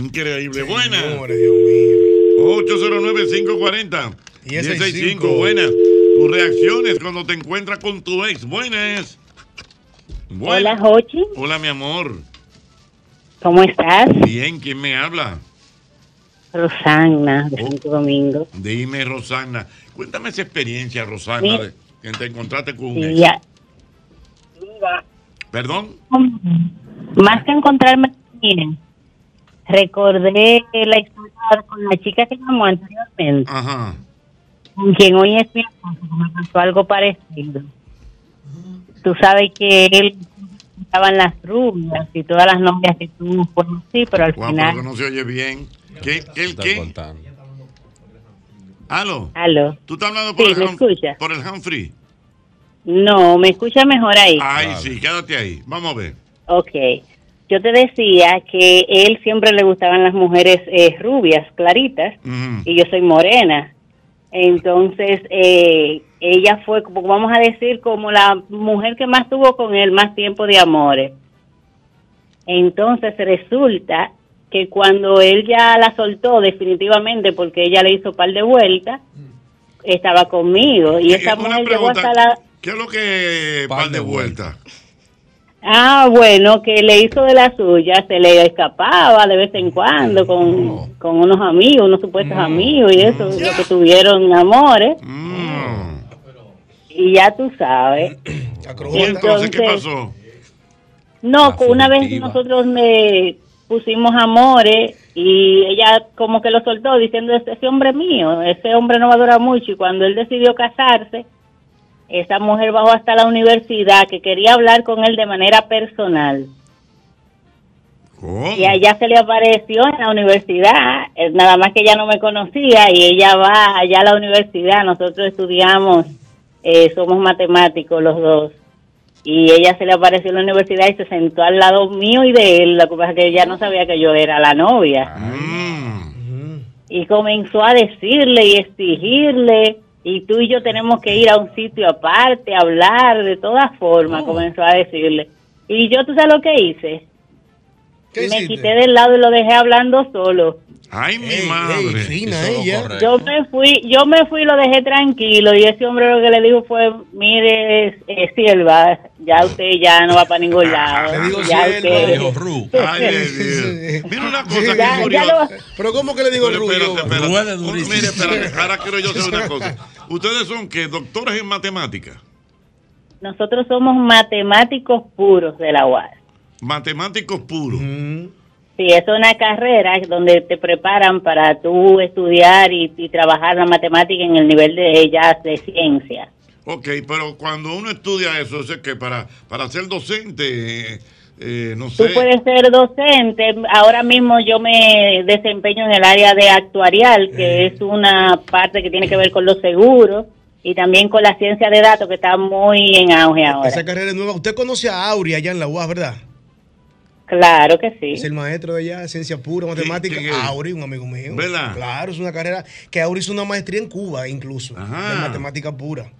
[SPEAKER 3] Increíble. Buenas. 809-540. 165. Buenas. Tus reacciones cuando te encuentras con tu ex. Buenas.
[SPEAKER 19] Hola, Jochi.
[SPEAKER 3] Hola, mi amor.
[SPEAKER 19] ¿Cómo estás?
[SPEAKER 3] Bien, ¿quién me habla?
[SPEAKER 19] Rosana, de Santo Domingo.
[SPEAKER 3] Dime, Rosana. Cuéntame esa experiencia, Rosana,
[SPEAKER 19] Mira.
[SPEAKER 3] de que te encontraste con un
[SPEAKER 19] Sí,
[SPEAKER 3] ex.
[SPEAKER 19] ya.
[SPEAKER 3] ¿Perdón?
[SPEAKER 19] Más que encontrarme, miren, recordé la historia con la chica que llamó anteriormente.
[SPEAKER 3] Ajá.
[SPEAKER 19] Con quien hoy es mi esposo, que me pasó algo parecido. Tú sabes que él estaban las rubias y todas las novias que tú conocí, pero al
[SPEAKER 3] Juan,
[SPEAKER 19] final...
[SPEAKER 3] pero que no se oye bien. ¿Qué? ¿El qué? ¿Aló?
[SPEAKER 19] Aló.
[SPEAKER 3] ¿Tú estás hablando por,
[SPEAKER 19] Sí,
[SPEAKER 3] el,
[SPEAKER 19] ¿me
[SPEAKER 3] hum- por el Humphrey?
[SPEAKER 19] No, me escucha mejor ahí.
[SPEAKER 3] Ay, sí, quédate ahí. Vamos a ver.
[SPEAKER 19] Ok. Yo te decía que él siempre le gustaban las mujeres eh, rubias, claritas, y yo soy morena. Entonces, eh, ella fue, como- vamos a decir, como la mujer que más tuvo con él más tiempo de amores. Entonces, resulta que cuando él ya la soltó definitivamente, porque ella le hizo par de vueltas, estaba conmigo. Y esa mujer llegó hasta la...
[SPEAKER 3] ¿Qué es lo que par, de vuelta?
[SPEAKER 19] Ah, bueno, que le hizo de la suya, se le escapaba de vez en cuando con, con unos amigos, unos supuestos amigos y eso, lo que tuvieron amores. Y ya tú sabes.
[SPEAKER 3] ¿Y entonces qué pasó?
[SPEAKER 19] No, que una vez nosotros me pusimos amores y ella como que lo soltó diciendo, "Ese- ese hombre es mío, ese hombre no va a durar mucho. Y cuando él decidió casarse, esa mujer bajó hasta la universidad que quería hablar con él de manera personal.
[SPEAKER 1] Oh.
[SPEAKER 19] Y allá se le apareció en la universidad, eh, nada más que ella no me conocía y ella va allá a la universidad, nosotros estudiamos, eh, somos matemáticos los dos. Y ella se le apareció en la universidad y se sentó al lado mío y de él, lo que pasa es que ella no sabía que yo era la novia.
[SPEAKER 3] Mm.
[SPEAKER 19] Y comenzó a decirle y exigirle, y tú y yo tenemos que ir a un sitio aparte, a hablar, de todas
[SPEAKER 5] Oh.
[SPEAKER 19] formas, comenzó a decirle. Y yo, ¿tú sabes lo que hice?
[SPEAKER 5] ¿Qué
[SPEAKER 19] me
[SPEAKER 5] hiciste?
[SPEAKER 19] quité del lado y lo dejé hablando solo.
[SPEAKER 3] Ay, mi madre.
[SPEAKER 5] ella.
[SPEAKER 19] Yo me fui, yo me fui y lo dejé tranquilo y ese hombre lo que le dijo fue, mire, eh, sierva, ya usted ya no va para ningún lado.
[SPEAKER 3] Ah, Le dijo
[SPEAKER 19] ya
[SPEAKER 3] sierva,
[SPEAKER 19] usted-
[SPEAKER 3] le dijo Ru. Ay, Dios. Mira una cosa
[SPEAKER 19] Ya-
[SPEAKER 3] que
[SPEAKER 19] ya
[SPEAKER 3] curiosa.
[SPEAKER 5] Pero ¿cómo que le digo
[SPEAKER 3] Pero
[SPEAKER 5] rubio?
[SPEAKER 3] espérate, espérate. Mire, espérate, ahora quiero yo saber una cosa. ¿Ustedes son qué? ¿Doctores en matemáticas?
[SPEAKER 19] Nosotros somos matemáticos puros de la UAS.
[SPEAKER 3] Matemáticos puros.
[SPEAKER 19] Sí, es una carrera donde te preparan para tú estudiar y, y trabajar la matemática en el nivel de ya de ciencia.
[SPEAKER 3] Ok, pero cuando uno estudia eso, es que para, para ser docente, eh, eh, no
[SPEAKER 19] Tú
[SPEAKER 3] sé.
[SPEAKER 19] puedes ser docente. Ahora mismo yo me desempeño en el área de actuarial, que es una parte que tiene que ver con los seguros y también con la ciencia de datos, que está muy en auge ahora.
[SPEAKER 5] Esa carrera es nueva. Usted conoce a Aurea allá en la UAS, ¿verdad?
[SPEAKER 19] Claro que sí.
[SPEAKER 5] Es el maestro de allá, ciencia pura, matemática. Auri, un amigo mío.
[SPEAKER 3] ¿Verdad?
[SPEAKER 5] Claro, es una carrera que Auri hizo una maestría en Cuba, incluso, de matemática pura.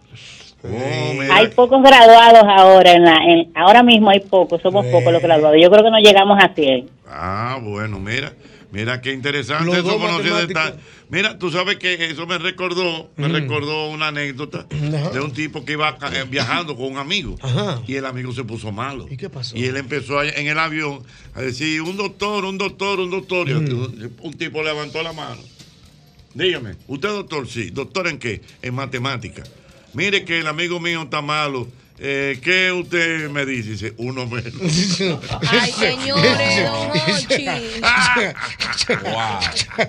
[SPEAKER 3] Oh.
[SPEAKER 19] Hay pocos graduados ahora, en la, en- ahora mismo hay pocos, somos pocos los graduados. Yo creo que no llegamos a 100.
[SPEAKER 3] Ah, bueno, mira, mira qué interesante
[SPEAKER 19] Los
[SPEAKER 3] eso
[SPEAKER 19] dos
[SPEAKER 3] conocer de
[SPEAKER 19] matemáticos.
[SPEAKER 3] tal- Mira, tú sabes que eso me recordó, me recordó una anécdota
[SPEAKER 5] Mm. Ajá.
[SPEAKER 3] de un tipo que iba ca- eh, viajando con un amigo y el amigo se puso malo.
[SPEAKER 5] ¿Y qué pasó?
[SPEAKER 3] Y él empezó a- en el avión a decir, un doctor, un doctor, un doctor.
[SPEAKER 5] Mm.
[SPEAKER 3] Y un, un tipo levantó la mano. Dígame, ¿usted doctor? Sí. ¿Doctor en qué? En matemática. Mire que el amigo mío está malo. eh, ¿qué usted me dice? Dice, uno menos.
[SPEAKER 6] Ay, señores, don Hochi.
[SPEAKER 3] Wow.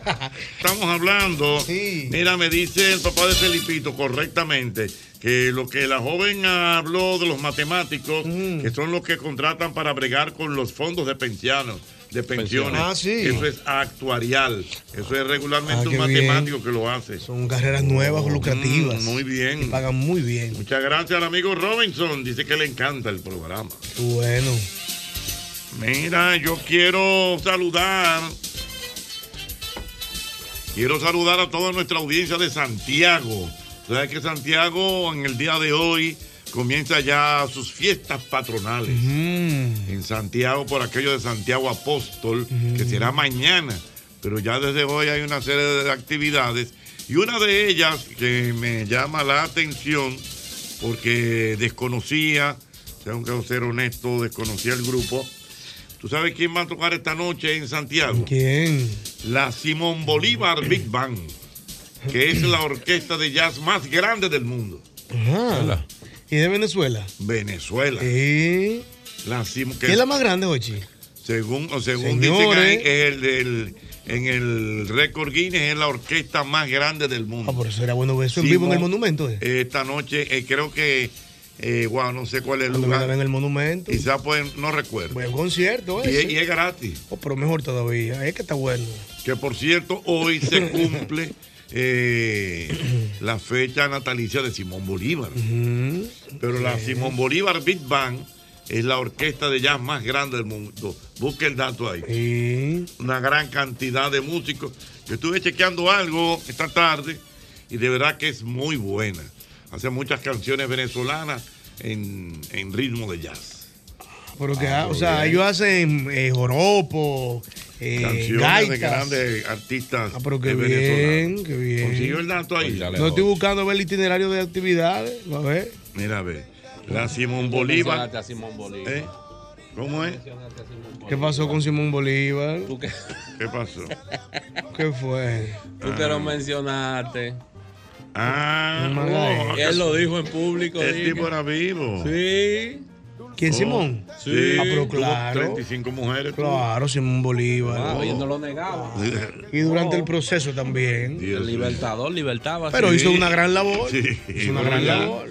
[SPEAKER 3] Estamos hablando. Mira, me dice el papá de Felipito correctamente que lo que la joven habló de los matemáticos,
[SPEAKER 5] Mm.
[SPEAKER 3] que son los que contratan para bregar con los fondos de pensiones. De pensiones.
[SPEAKER 5] Ah, sí.
[SPEAKER 3] Eso es actuarial. Eso es regularmente
[SPEAKER 5] Ah,
[SPEAKER 3] un
[SPEAKER 5] qué bien.
[SPEAKER 3] matemático que lo hace. Mm,
[SPEAKER 5] Son carreras nuevas, lucrativas.
[SPEAKER 3] muy bien.
[SPEAKER 5] Y pagan muy bien.
[SPEAKER 3] Muchas gracias al amigo Robinson. Dice que le encanta el programa.
[SPEAKER 5] Bueno.
[SPEAKER 3] Mira, yo quiero saludar. Quiero saludar a toda nuestra audiencia de Santiago. Sabes que Santiago en el día de hoy comienza ya sus fiestas patronales.
[SPEAKER 13] Mm.
[SPEAKER 3] En Santiago, por aquello de Santiago Apóstol, que será mañana. Pero ya desde hoy hay una serie de actividades. Y una de ellas que me llama la atención porque desconocía, tengo que ser honesto, desconocía el grupo. ¿Tú sabes quién va a tocar esta noche en Santiago?
[SPEAKER 5] ¿Quién?
[SPEAKER 3] La Simón Bolívar Big Band, que es la orquesta de jazz más grande del mundo.
[SPEAKER 5] Ajá. ¿Y de Venezuela?
[SPEAKER 3] Venezuela. La Simón- que-
[SPEAKER 5] ¿Qué es la más grande, Ochi?
[SPEAKER 3] Según, o según dicen
[SPEAKER 5] Señores.
[SPEAKER 3] que es el, del- en el récord Guinness es la orquesta más grande del mundo.
[SPEAKER 5] Ah, por eso era bueno ver eso en
[SPEAKER 3] Simón-
[SPEAKER 5] vivo en el monumento. Eh.
[SPEAKER 3] Esta noche eh, creo que, eh, wow, no sé cuál es el
[SPEAKER 5] Cuando
[SPEAKER 3] lugar.
[SPEAKER 5] vengan en el monumento.
[SPEAKER 3] Quizás pues no recuerdo.
[SPEAKER 5] Buen concierto,
[SPEAKER 3] Y
[SPEAKER 5] ese.
[SPEAKER 3] es- y es gratis.
[SPEAKER 5] Oh, pero mejor todavía. Es que está bueno.
[SPEAKER 3] Que por cierto, hoy se cumple eh, la fecha natalicia de Simón Bolívar. Pero la Simón Bolívar Big Band es la orquesta de jazz más grande del mundo. Busque el dato ahí. Una gran cantidad de músicos. Yo estuve chequeando algo esta tarde y de verdad que es muy buena. Hace muchas canciones venezolanas en, en ritmo de jazz.
[SPEAKER 5] Pero que,
[SPEAKER 3] Ah,
[SPEAKER 5] o sea,
[SPEAKER 3] bien.
[SPEAKER 5] ellos hacen eh, joropo, eh,
[SPEAKER 3] Canciones de
[SPEAKER 5] gaitas. Ah,
[SPEAKER 3] grandes artistas
[SPEAKER 5] Pero qué
[SPEAKER 3] eh,
[SPEAKER 5] bien,
[SPEAKER 3] venezolanos.
[SPEAKER 5] qué bien.
[SPEAKER 3] Consiguió el dato ahí.
[SPEAKER 5] No estoy buscando ver el itinerario de actividades. A ver.
[SPEAKER 3] Mira, a ver. La Simón Bolívar.
[SPEAKER 13] Bolívar. Simón Bolívar.
[SPEAKER 3] ¿Eh? ¿Cómo es?
[SPEAKER 5] ¿Qué pasó con Simón Bolívar?
[SPEAKER 13] qué?
[SPEAKER 3] pasó?
[SPEAKER 5] ¿Qué fue?
[SPEAKER 13] Tú que lo mencionaste.
[SPEAKER 3] Ah,
[SPEAKER 5] no.
[SPEAKER 13] Él lo dijo en público.
[SPEAKER 3] El
[SPEAKER 13] diga.
[SPEAKER 3] tipo era vivo.
[SPEAKER 13] Sí.
[SPEAKER 5] ¿Quién, Simón?
[SPEAKER 3] Sí.
[SPEAKER 5] Ah, pero
[SPEAKER 3] Tuvo
[SPEAKER 5] claro.
[SPEAKER 3] 35 mujeres. tuvo.
[SPEAKER 5] Claro, Simón Bolívar.
[SPEAKER 13] Ah, yo no lo negaba.
[SPEAKER 5] Y durante el proceso también.
[SPEAKER 13] El libertador libertaba.
[SPEAKER 5] Pero
[SPEAKER 13] sí.
[SPEAKER 5] hizo una gran labor. Hizo una
[SPEAKER 13] bueno,
[SPEAKER 5] gran
[SPEAKER 13] ya.
[SPEAKER 5] labor.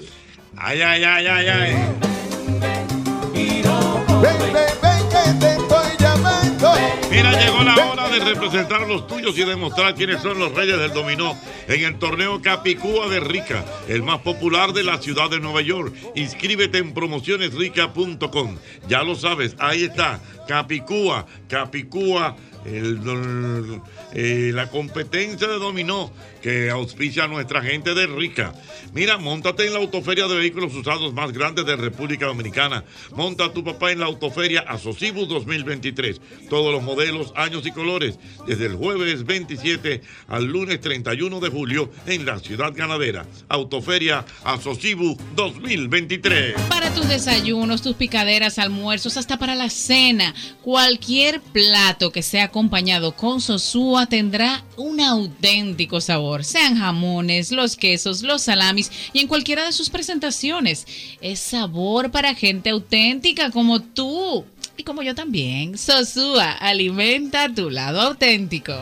[SPEAKER 3] Ay, ay, ay, ay, ay.
[SPEAKER 20] Ven, ven, ven, que te estoy llamando.
[SPEAKER 3] Mira, llegó la hora de representar a los tuyos y demostrar quiénes son los reyes del dominó en el torneo Capicúa de Rica, el más popular de la ciudad de Nueva York. Inscríbete en promocionesrica.com. Ya lo sabes, ahí está, Capicúa, Capicúa, el dol- eh, la competencia de dominó que auspicia a nuestra gente de Rica. Mira, montate en la autoferia de vehículos usados más grande de República Dominicana. Monta a tu papá en la autoferia Asocibus 2023. Todos los modelos, años y colores, desde el jueves 27 al lunes 31 de julio en la ciudad ganadera. Autoferia Asocibus 2023.
[SPEAKER 7] Para tus desayunos, tus picaderas, almuerzos, hasta para la cena, cualquier plato que sea acompañado con sosúa tendrá un auténtico sabor. Sean jamones, los quesos, los salamis y en cualquiera de sus presentaciones. Es sabor para gente auténtica como tú y como yo también. Sosúa, alimenta tu lado auténtico.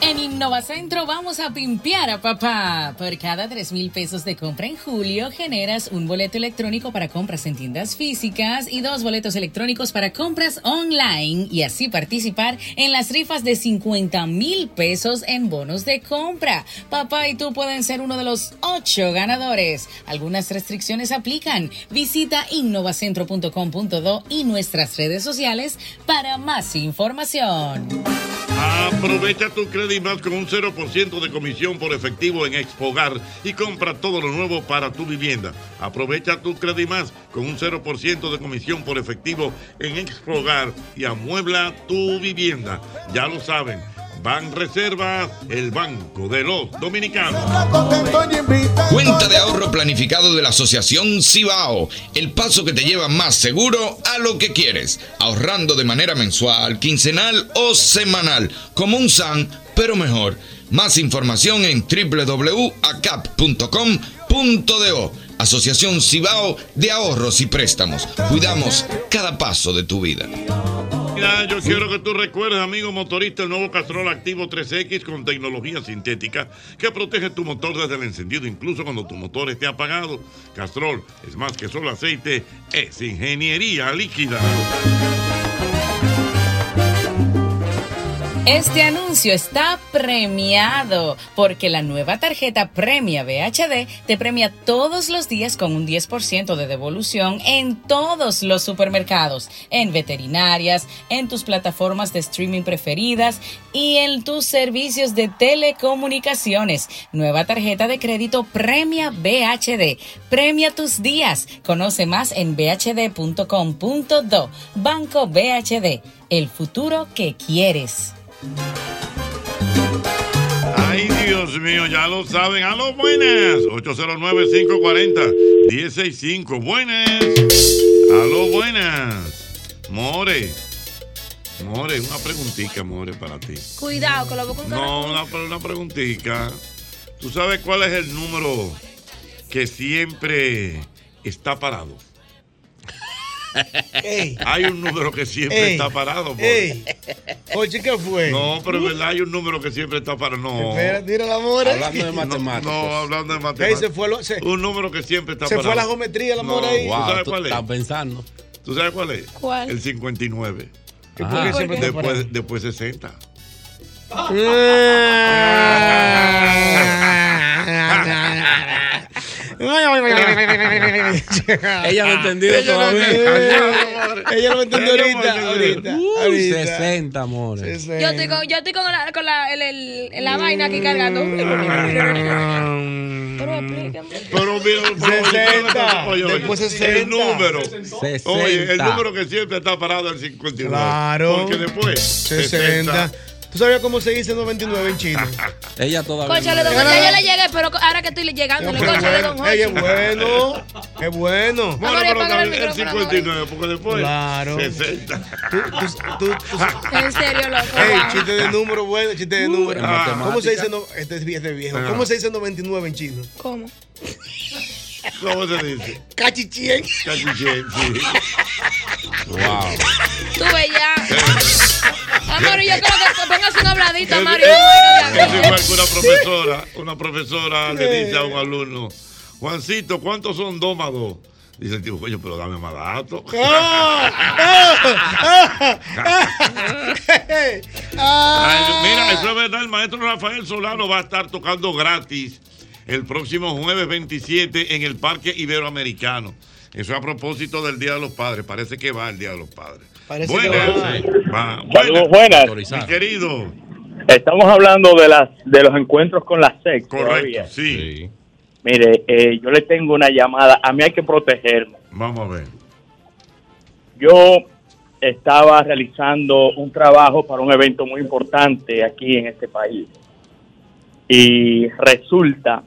[SPEAKER 15] En Innovacentro vamos a pimpear a papá. Por cada 3 mil pesos de compra en julio, generas un boleto electrónico para compras en tiendas físicas y dos boletos electrónicos para compras online y así participar en las rifas de 50 mil pesos en bonos de compra. Papá y tú pueden ser uno de los ocho ganadores. Algunas restricciones aplican. Visita innovacentro.com.do y nuestras redes sociales para más información.
[SPEAKER 3] Aprovecha tu crédito más con un 0% de comisión por efectivo en Expogar y compra todo lo nuevo para tu vivienda. Aprovecha tu crédito más con un 0% de comisión por efectivo en Expogar y amuebla tu vivienda. Ya lo saben, Ban Reservas, el banco de los dominicanos.
[SPEAKER 21] Cuenta de ahorro planificado de la Asociación Cibao, el paso que te lleva más seguro a lo que quieres, ahorrando de manera mensual, quincenal o semanal, como un SAN, pero mejor. Más información en www.acap.com.do. Asociación Cibao de Ahorros y Préstamos. Cuidamos cada paso de tu vida.
[SPEAKER 3] Mira, yo quiero que tú recuerdes, amigo motorista, el nuevo Castrol Activo 3X con tecnología sintética que protege tu motor desde el encendido, incluso cuando tu motor esté apagado. Castrol es más que solo aceite, es ingeniería líquida.
[SPEAKER 15] Este anuncio está premiado porque la nueva tarjeta Premia BHD te premia todos los días con un 10% de devolución en todos los supermercados, en veterinarias, en tus plataformas de streaming preferidas y en tus servicios de telecomunicaciones. Nueva tarjeta de crédito Premia BHD. Premia tus días. Conoce más en bhd.com.do. Banco BHD, el futuro que quieres.
[SPEAKER 3] Ay, Dios mío, ya lo saben. A los buenas. 809-540-165. Buenas. A los buenas. More. More, una preguntita, More, para ti.
[SPEAKER 6] Cuidado, que lo voy con
[SPEAKER 3] No, una, pre- una preguntita. ¿Tú sabes cuál es el número que siempre está parado? Hay un número que siempre
[SPEAKER 5] Ey.
[SPEAKER 3] está parado.
[SPEAKER 5] Ey.
[SPEAKER 3] Oye, ¿qué fue? No, pero en verdad hay un número que siempre está parado. No.
[SPEAKER 5] Espera, tira ¿eh? la mora.
[SPEAKER 3] Hablando de matemáticas. No, hablando de
[SPEAKER 5] Ey,
[SPEAKER 3] matemáticas.
[SPEAKER 5] se fue lo- se-
[SPEAKER 3] Un número que siempre está
[SPEAKER 5] Se
[SPEAKER 3] parado.
[SPEAKER 5] fue a la geometría, la mora ahí.
[SPEAKER 3] ¿Tú
[SPEAKER 5] Wow,
[SPEAKER 3] sabes
[SPEAKER 5] tú
[SPEAKER 3] cuál es?
[SPEAKER 5] estás
[SPEAKER 3] pensando. ¿Tú sabes cuál es?
[SPEAKER 5] ¿Cuál?
[SPEAKER 3] El 59.
[SPEAKER 5] ¿Y por qué
[SPEAKER 3] Ah.
[SPEAKER 5] siempre está parado?
[SPEAKER 3] después, después 60.
[SPEAKER 1] Ella lo entendió
[SPEAKER 5] Ella lo
[SPEAKER 1] todavía.
[SPEAKER 5] entendió. Ella lo entendió ahorita. Ahorita.
[SPEAKER 13] Uh,
[SPEAKER 1] Uy,
[SPEAKER 5] ahorita.
[SPEAKER 1] 60, amores.
[SPEAKER 6] Yo estoy con, yo estoy con la, con la, el- el-
[SPEAKER 5] Mm.
[SPEAKER 6] la vaina aquí cargando. Pero explícame.
[SPEAKER 3] Pero mira, por favor,
[SPEAKER 5] 60,
[SPEAKER 3] oye, oye,
[SPEAKER 5] después
[SPEAKER 3] oye,
[SPEAKER 5] 60.
[SPEAKER 3] El número.
[SPEAKER 1] 60.
[SPEAKER 3] Oye, el número que siempre está parado es el 59.
[SPEAKER 5] Claro.
[SPEAKER 3] Porque después.
[SPEAKER 5] 60. ¿Tú sabías cómo se dice 99 en China?
[SPEAKER 1] Ella todavía.
[SPEAKER 6] Conchale, don Jorge, yo le llegué, pero ahora que estoy llegando, le conchale, don
[SPEAKER 5] Ey, es
[SPEAKER 6] Jorge.
[SPEAKER 5] bueno. Es bueno.
[SPEAKER 3] Bueno,
[SPEAKER 6] Amor,
[SPEAKER 3] pero
[SPEAKER 6] apaga el
[SPEAKER 3] también el
[SPEAKER 6] micrófono,
[SPEAKER 3] 59, porque después.
[SPEAKER 5] Claro.
[SPEAKER 3] 60.
[SPEAKER 6] En serio, loco.
[SPEAKER 5] Ey,
[SPEAKER 6] wow.
[SPEAKER 5] chiste de número, bueno, chiste de número.
[SPEAKER 3] En matemática.
[SPEAKER 5] ¿Cómo se dice? No, este es vie- este es viejo.
[SPEAKER 3] Ajá.
[SPEAKER 5] ¿Cómo se dice 99 en chino?
[SPEAKER 6] ¿Cómo?
[SPEAKER 3] ¿Cómo se dice?
[SPEAKER 5] Cachichien.
[SPEAKER 3] Cachichén, sí.
[SPEAKER 1] Wow.
[SPEAKER 6] Tú ves ya. Amor, yo creo que póngase un habladito,
[SPEAKER 3] Es-
[SPEAKER 6] Mario.
[SPEAKER 3] Es es igual que una profesora, una profesora le dice a un alumno, Juancito, ¿cuántos son dos más dos? Dice el tío, coño, pero dame más datos. Ay, mira, eso es verdad, el maestro Rafael Solano va a estar tocando gratis el próximo jueves 27 en el Parque Iberoamericano. Eso a propósito del Día de los Padres. Parece que va el Día de los Padres.
[SPEAKER 5] Parece
[SPEAKER 3] buenas.
[SPEAKER 5] que va.
[SPEAKER 3] Va,
[SPEAKER 12] Saludos, buenas.
[SPEAKER 3] Mi querido.
[SPEAKER 12] Estamos hablando de las de los encuentros con las sex. todavía.
[SPEAKER 3] Correcto, sí.
[SPEAKER 12] Mire, eh, yo le tengo una llamada. A mí hay que protegerme.
[SPEAKER 3] Vamos a ver.
[SPEAKER 12] Yo estaba realizando un trabajo para un evento muy importante aquí en este país. Y resulta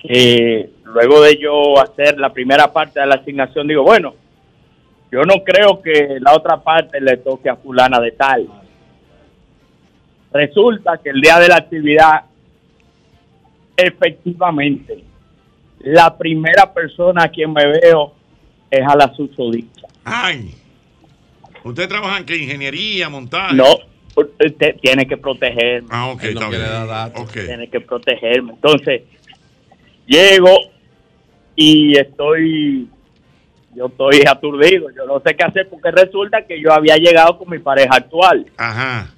[SPEAKER 12] que luego de yo hacer la primera parte de la asignación, digo, bueno, yo no creo que la otra parte le toque a fulana de tal. Resulta que el día de la actividad, efectivamente, la primera persona a quien me veo es a la susodicha.
[SPEAKER 3] Ay. ¿Usted trabaja en qué? Ingeniería, montaje.
[SPEAKER 12] No, usted tiene que protegerme.
[SPEAKER 3] Ah, ok, está bien. Ok.
[SPEAKER 12] Tiene que protegerme. Entonces, llego y estoy, yo estoy aturdido. Yo no sé qué hacer porque resulta que yo había llegado con mi pareja actual.
[SPEAKER 3] Ajá.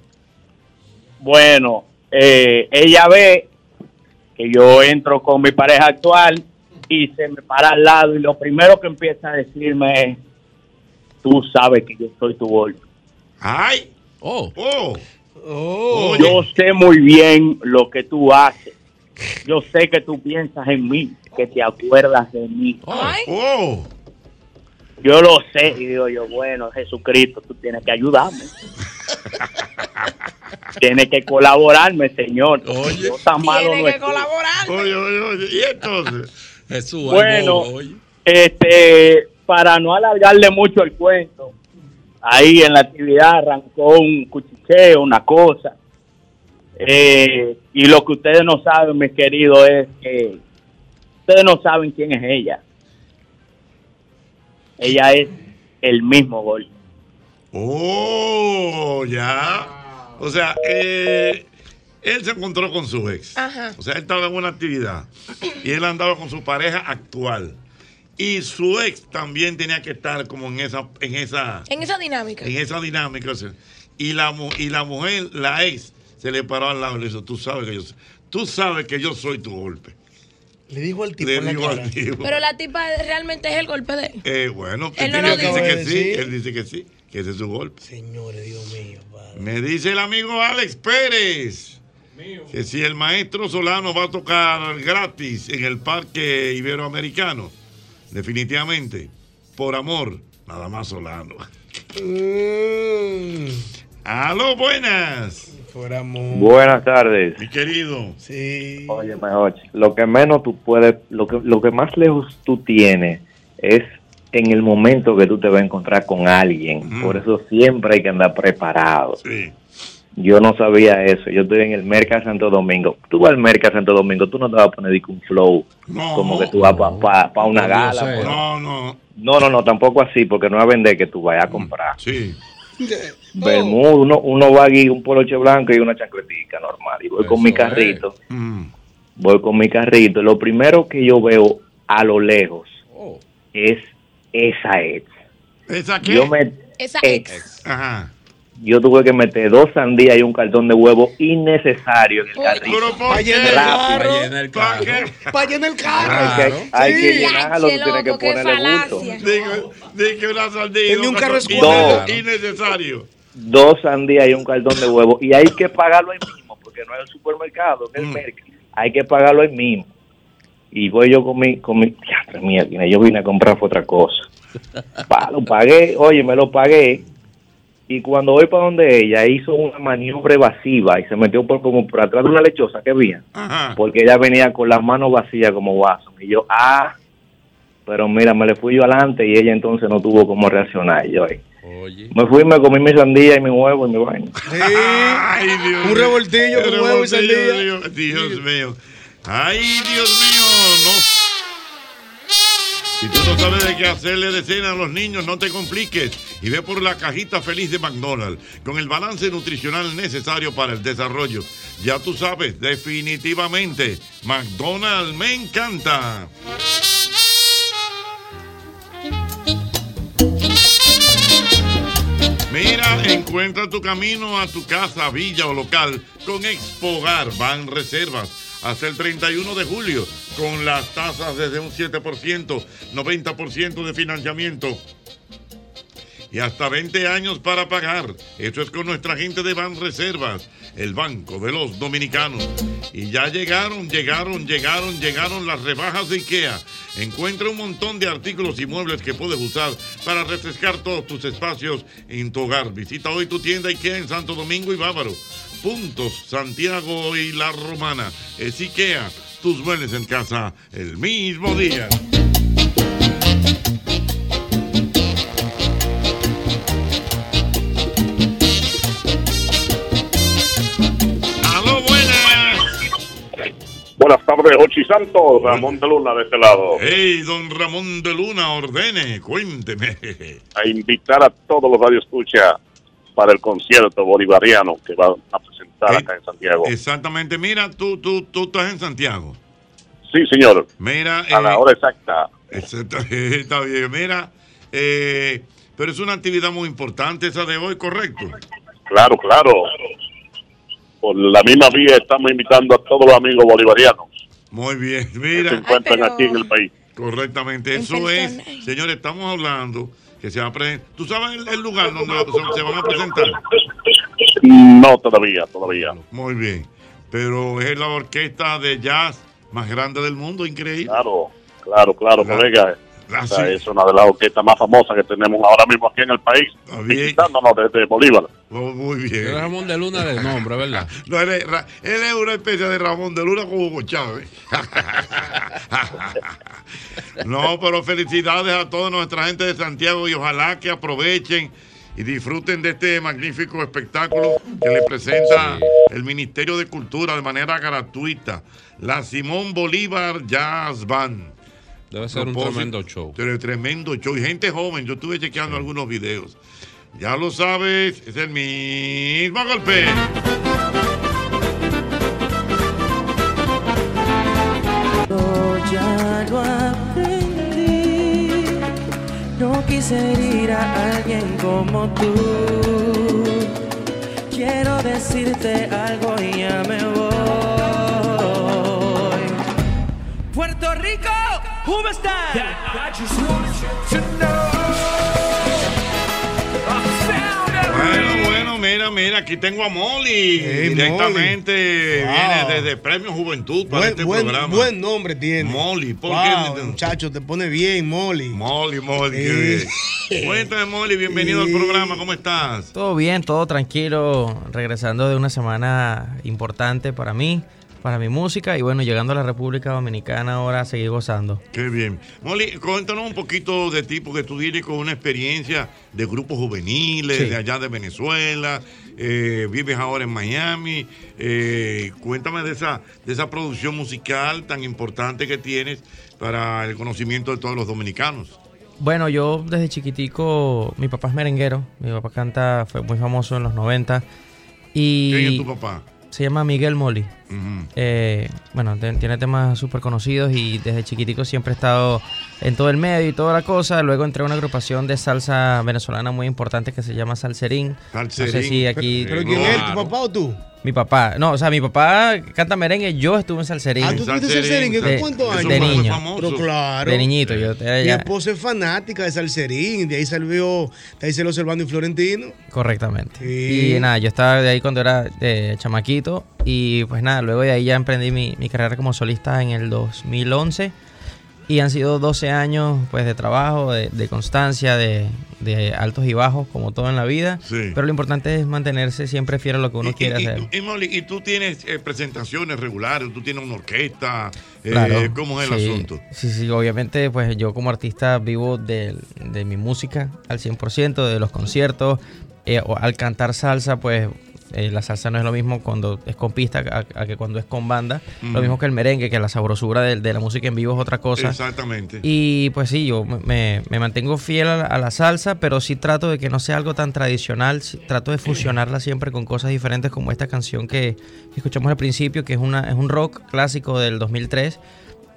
[SPEAKER 12] Bueno, eh, ella ve que yo entro con mi pareja actual y se me para al lado y lo primero que empieza a decirme es, tú sabes que yo soy tu bolso.
[SPEAKER 3] Ay.
[SPEAKER 1] Oh.
[SPEAKER 3] Oh.
[SPEAKER 5] Oh.
[SPEAKER 12] Yo sé muy bien lo que tú haces. Yo sé que tú piensas en mí, que te acuerdas de mí.
[SPEAKER 3] Oh.
[SPEAKER 12] Yo lo sé y digo yo, bueno, Jesucristo, tú tienes que ayudarme. tienes que colaborarme, Señor. yo tan malo no estoy.
[SPEAKER 6] colaborar.
[SPEAKER 3] Oye, oye, oye. ¿Y entonces?
[SPEAKER 1] Jesús,
[SPEAKER 12] Bueno,
[SPEAKER 1] amor, oye.
[SPEAKER 12] este, para no alargarle mucho el cuento, ahí en la actividad arrancó un cuchicheo, una cosa. Eh, y lo que ustedes no saben, mis queridos, es que ustedes no saben quién es ella. Ella es el mismo gol.
[SPEAKER 3] Oh, ya. O sea, eh, él se encontró con su ex.
[SPEAKER 6] Ajá.
[SPEAKER 3] O sea, él estaba en una actividad y él andaba con su pareja actual. Y su ex también tenía que estar como en esa, en esa,
[SPEAKER 6] En esa dinámica.
[SPEAKER 3] en esa dinámica. o sea, y, la, mu- y la mujer, la ex, se le paró al lado y le dijo, tú sabes que yo, tú sabes que yo soy tu golpe.
[SPEAKER 5] Le dijo al
[SPEAKER 3] tipo. Le dijo al tipo.
[SPEAKER 6] Pero la tipa realmente es el golpe de él.
[SPEAKER 3] Eh, bueno,
[SPEAKER 6] Él no
[SPEAKER 3] él,
[SPEAKER 6] lo
[SPEAKER 3] dice
[SPEAKER 6] dijo.
[SPEAKER 3] que sí, él dice que sí, que ese es su golpe.
[SPEAKER 5] Señores, Dios mío.
[SPEAKER 3] Me dice el amigo Alex Pérez que si el maestro Solano va a tocar gratis en el Parque Iberoamericano, definitivamente, por amor, nada más Solano. Mm. Aló, buenas.
[SPEAKER 5] Por amor.
[SPEAKER 22] Buenas tardes.
[SPEAKER 3] Mi querido.
[SPEAKER 5] Sí.
[SPEAKER 22] Oye, Mejochi, lo que menos tú puedes, lo que, lo que más lejos tú tienes es en el momento que tú te vas a encontrar con alguien. Por eso siempre hay que andar preparado. Yo no sabía eso. Yo estoy en el Merca Santo Domingo. Tú vas al Merca Santo Domingo, tú no te vas a poner de que un flow.
[SPEAKER 3] No.
[SPEAKER 22] como que tú vas para una
[SPEAKER 3] Por
[SPEAKER 22] gala.
[SPEAKER 3] Dios, eh.
[SPEAKER 22] pa-
[SPEAKER 3] No, no.
[SPEAKER 22] No, no, no, tampoco así, porque no es a vender que tú vayas a comprar.
[SPEAKER 3] Sí.
[SPEAKER 22] Bermuda, uno, uno va aquí, un poloche blanco y una chancletica normal. Y voy con mi
[SPEAKER 1] Eso es.
[SPEAKER 22] carrito.
[SPEAKER 3] Mm.
[SPEAKER 22] Voy con mi carrito. Lo primero que yo veo a lo lejos
[SPEAKER 3] Oh.
[SPEAKER 22] es esa ex.
[SPEAKER 3] ¿Esa
[SPEAKER 22] Yo, me,
[SPEAKER 6] Esa
[SPEAKER 22] Ex.
[SPEAKER 6] ex.
[SPEAKER 3] Ajá.
[SPEAKER 22] yo tuve que meter dos sandías y un cartón de huevo innecesario en el carrito.
[SPEAKER 3] Pero ¿por qué?
[SPEAKER 22] Rápido.
[SPEAKER 3] ¿Para qué?
[SPEAKER 5] Para llenar el carro.
[SPEAKER 22] Hay que, hay que
[SPEAKER 3] Sí.
[SPEAKER 22] llenarlo, tú tienes que
[SPEAKER 3] loco, qué
[SPEAKER 22] ponerle gusto.
[SPEAKER 3] Digo, digo una sardina.
[SPEAKER 22] Tenía un carro
[SPEAKER 3] cosa
[SPEAKER 22] escuadra.
[SPEAKER 3] Innecesario.
[SPEAKER 22] Dos sandías y un cartón de huevo. Y hay que pagarlo ahí mismo, porque no es el supermercado, es el mercado. hay que pagarlo ahí mismo. Y voy yo con mi, con mi, diantre, mierda, yo vine a comprar fue otra cosa. Pa, lo pagué, oye, me lo pagué. Y cuando voy para donde ella, hizo una maniobra evasiva y se metió por como por atrás de una lechosa que había. Porque ella venía con las manos vacías como Watson. Y yo, ah, pero mira, me le fui yo adelante y ella entonces no tuvo cómo reaccionar. Y yo, ahí. Me fui, me comí mi sandía y mi huevo y mi vaina.
[SPEAKER 3] Ay, Dios
[SPEAKER 22] Un revoltillo con huevo y sandía.
[SPEAKER 3] Dios, Dios mío. Ay, Dios mío. No. Si tú no sabes de qué hacerle de cena a los niños, no te compliques y ve por la cajita feliz de McDonald's con el balance nutricional necesario para el desarrollo. Ya tú sabes, definitivamente, McDonald's me encanta. Mira, encuentra tu camino a tu casa, villa o local con Expogar Van Reservas hasta el 31 de julio con las tasas desde un 7%, 90% de financiamiento y hasta 20 años para pagar. Eso es con nuestra gente de Ban Reservas, el banco de los dominicanos. Y ya llegaron, llegaron, llegaron, llegaron las rebajas de IKEA. Encuentra un montón de artículos y muebles que puedes usar para refrescar todos tus espacios en tu hogar. Visita hoy tu tienda IKEA en Santo Domingo y Bávaro. Puntos Santiago y La Romana. Es IKEA. Tus muebles en casa el mismo día. Aló, buenas.
[SPEAKER 23] Buenas tardes, Ochi Santos, Ramón de Luna de este lado.
[SPEAKER 3] Hey, don Ramón de Luna, ordene, cuénteme.
[SPEAKER 23] A invitar a todos los radioescuchas para el concierto bolivariano que van a presentar acá en Santiago.
[SPEAKER 3] Exactamente, mira, tú, tú, tú estás en Santiago.
[SPEAKER 23] Sí, señor.
[SPEAKER 3] Mira,
[SPEAKER 23] a la hora exacta.
[SPEAKER 3] Exacto, está bien, mira. eh, pero es una actividad muy importante esa de hoy, correcto.
[SPEAKER 23] Claro, claro. Por la misma vía estamos invitando a todos los amigos bolivarianos
[SPEAKER 3] Muy bien,
[SPEAKER 23] que se
[SPEAKER 3] mira.
[SPEAKER 23] encuentran aquí en el país.
[SPEAKER 3] Correctamente, eso es. Señores, estamos hablando que se va a presentar. ¿Tú sabes el, el lugar donde va- se- se van a presentar?
[SPEAKER 23] No, todavía, todavía.
[SPEAKER 3] Muy bien. Pero es la orquesta de jazz más grande del mundo, increíble.
[SPEAKER 23] Claro, claro, claro, colega.
[SPEAKER 3] Gracias.
[SPEAKER 23] Esa es una de las orquestas más famosas que tenemos ahora mismo aquí en el país, visitándonos desde Bolívar.
[SPEAKER 3] Oh, muy bien.
[SPEAKER 13] Pero Ramón de Luna del nombre, ¿verdad?
[SPEAKER 3] No, él, es, Ra- él es una especie de Ramón de Luna como Hugo Chávez. no, pero felicidades a toda nuestra gente de Santiago y ojalá que aprovechen y disfruten de este magnífico espectáculo que le presenta el Ministerio de Cultura de manera gratuita. La Simón Bolívar Jazz Band.
[SPEAKER 13] Debe ser un tremendo show.
[SPEAKER 3] Pero tremendo show. Y gente joven, yo estuve chequeando algunos videos. Ya lo sabes, es el mismo golpe.
[SPEAKER 1] ya lo aprendí. No quise herir a alguien como tú. Quiero decirte algo y ya me voy. Puerto Rico, ¿cómo estás?
[SPEAKER 3] Bueno, bueno, mira, mira, aquí tengo a Molly.
[SPEAKER 5] Hey,
[SPEAKER 3] Directamente
[SPEAKER 5] Molly. Wow.
[SPEAKER 3] viene desde Premio Juventud para
[SPEAKER 5] Buen,
[SPEAKER 3] este
[SPEAKER 5] buen-
[SPEAKER 3] programa.
[SPEAKER 5] buen nombre tiene.
[SPEAKER 3] Molly, ¿por
[SPEAKER 5] Wow,
[SPEAKER 3] qué?
[SPEAKER 5] Muchacho, te pone bien, Molly. Eh,
[SPEAKER 3] Molly, Molly, qué bien. Cuéntame, Molly, bienvenido al programa, ¿cómo estás?
[SPEAKER 24] Todo bien, todo tranquilo, regresando de una semana importante para mí, para mi música y bueno, llegando a la República Dominicana ahora a seguir gozando.
[SPEAKER 3] Qué bien. Molly, cuéntanos un poquito de ti, porque tú vienes con una experiencia de grupos juveniles,
[SPEAKER 24] Sí.
[SPEAKER 3] de allá de Venezuela, eh, vives ahora en Miami. Eh, cuéntame de esa, de esa producción musical tan importante que tienes para el conocimiento de todos los dominicanos.
[SPEAKER 24] Bueno, yo desde chiquitico, mi papá es merenguero, mi papá canta, fue muy famoso en los 90 y...
[SPEAKER 3] ¿Quién es tu papá?
[SPEAKER 24] Se llama Miguel Moli.
[SPEAKER 3] Ujú.
[SPEAKER 24] Eh, bueno, te- tiene temas súper conocidos y desde chiquitico siempre he estado en todo el medio y toda la cosa. Luego entré a una agrupación de salsa venezolana muy importante que se llama Salserín. No sé si aquí...
[SPEAKER 5] ¿Pero quién es? ¿Tu papá o tú?
[SPEAKER 24] Mi papá, no, o sea, mi papá canta merengue, yo estuve en Salserín.
[SPEAKER 5] Ah, ¿tú estuviste en Salserín? ¿En
[SPEAKER 24] De-
[SPEAKER 5] cuántos años?
[SPEAKER 24] De niño.
[SPEAKER 5] Pero claro.
[SPEAKER 24] De niñito, yo era
[SPEAKER 5] Mi
[SPEAKER 24] ya-
[SPEAKER 5] esposa es fanática de Salserín, de ahí salió, de ahí salió Servando y Florentino.
[SPEAKER 24] Correctamente.
[SPEAKER 5] Sí.
[SPEAKER 24] Y nada, yo estaba de ahí cuando era eh, chamaquito. Y pues nada, luego de ahí ya emprendí mi, mi carrera como solista en el 2011. Y han sido 12 años pues de trabajo, de, de constancia, de, de altos y bajos, como todo en la vida. Pero lo importante es mantenerse siempre fiel a lo que uno quiere
[SPEAKER 3] y, y-
[SPEAKER 24] hacer.
[SPEAKER 3] y, Molly, ¿y tú tienes eh, presentaciones regulares, tú tienes una orquesta, Eh,
[SPEAKER 24] Claro,
[SPEAKER 3] ¿cómo es el
[SPEAKER 24] sí,
[SPEAKER 3] asunto?
[SPEAKER 24] Sí, sí, obviamente, pues yo como artista vivo del- de, mi música al 100%, de los conciertos. Eh, o- al cantar salsa, pues eh, la salsa no es lo mismo cuando es con pista a, a que cuando es con banda. Lo
[SPEAKER 3] Ujú.
[SPEAKER 24] mismo que el merengue, que la sabrosura de, de la música en vivo es otra cosa.
[SPEAKER 3] Exactamente.
[SPEAKER 24] Y pues sí, yo me- me, me mantengo fiel a la, a la salsa, pero sí trato de que no sea algo tan tradicional. sí Trato de fusionarla siempre con cosas diferentes como esta canción que escuchamos al principio, que es, una, es un rock clásico del 2003.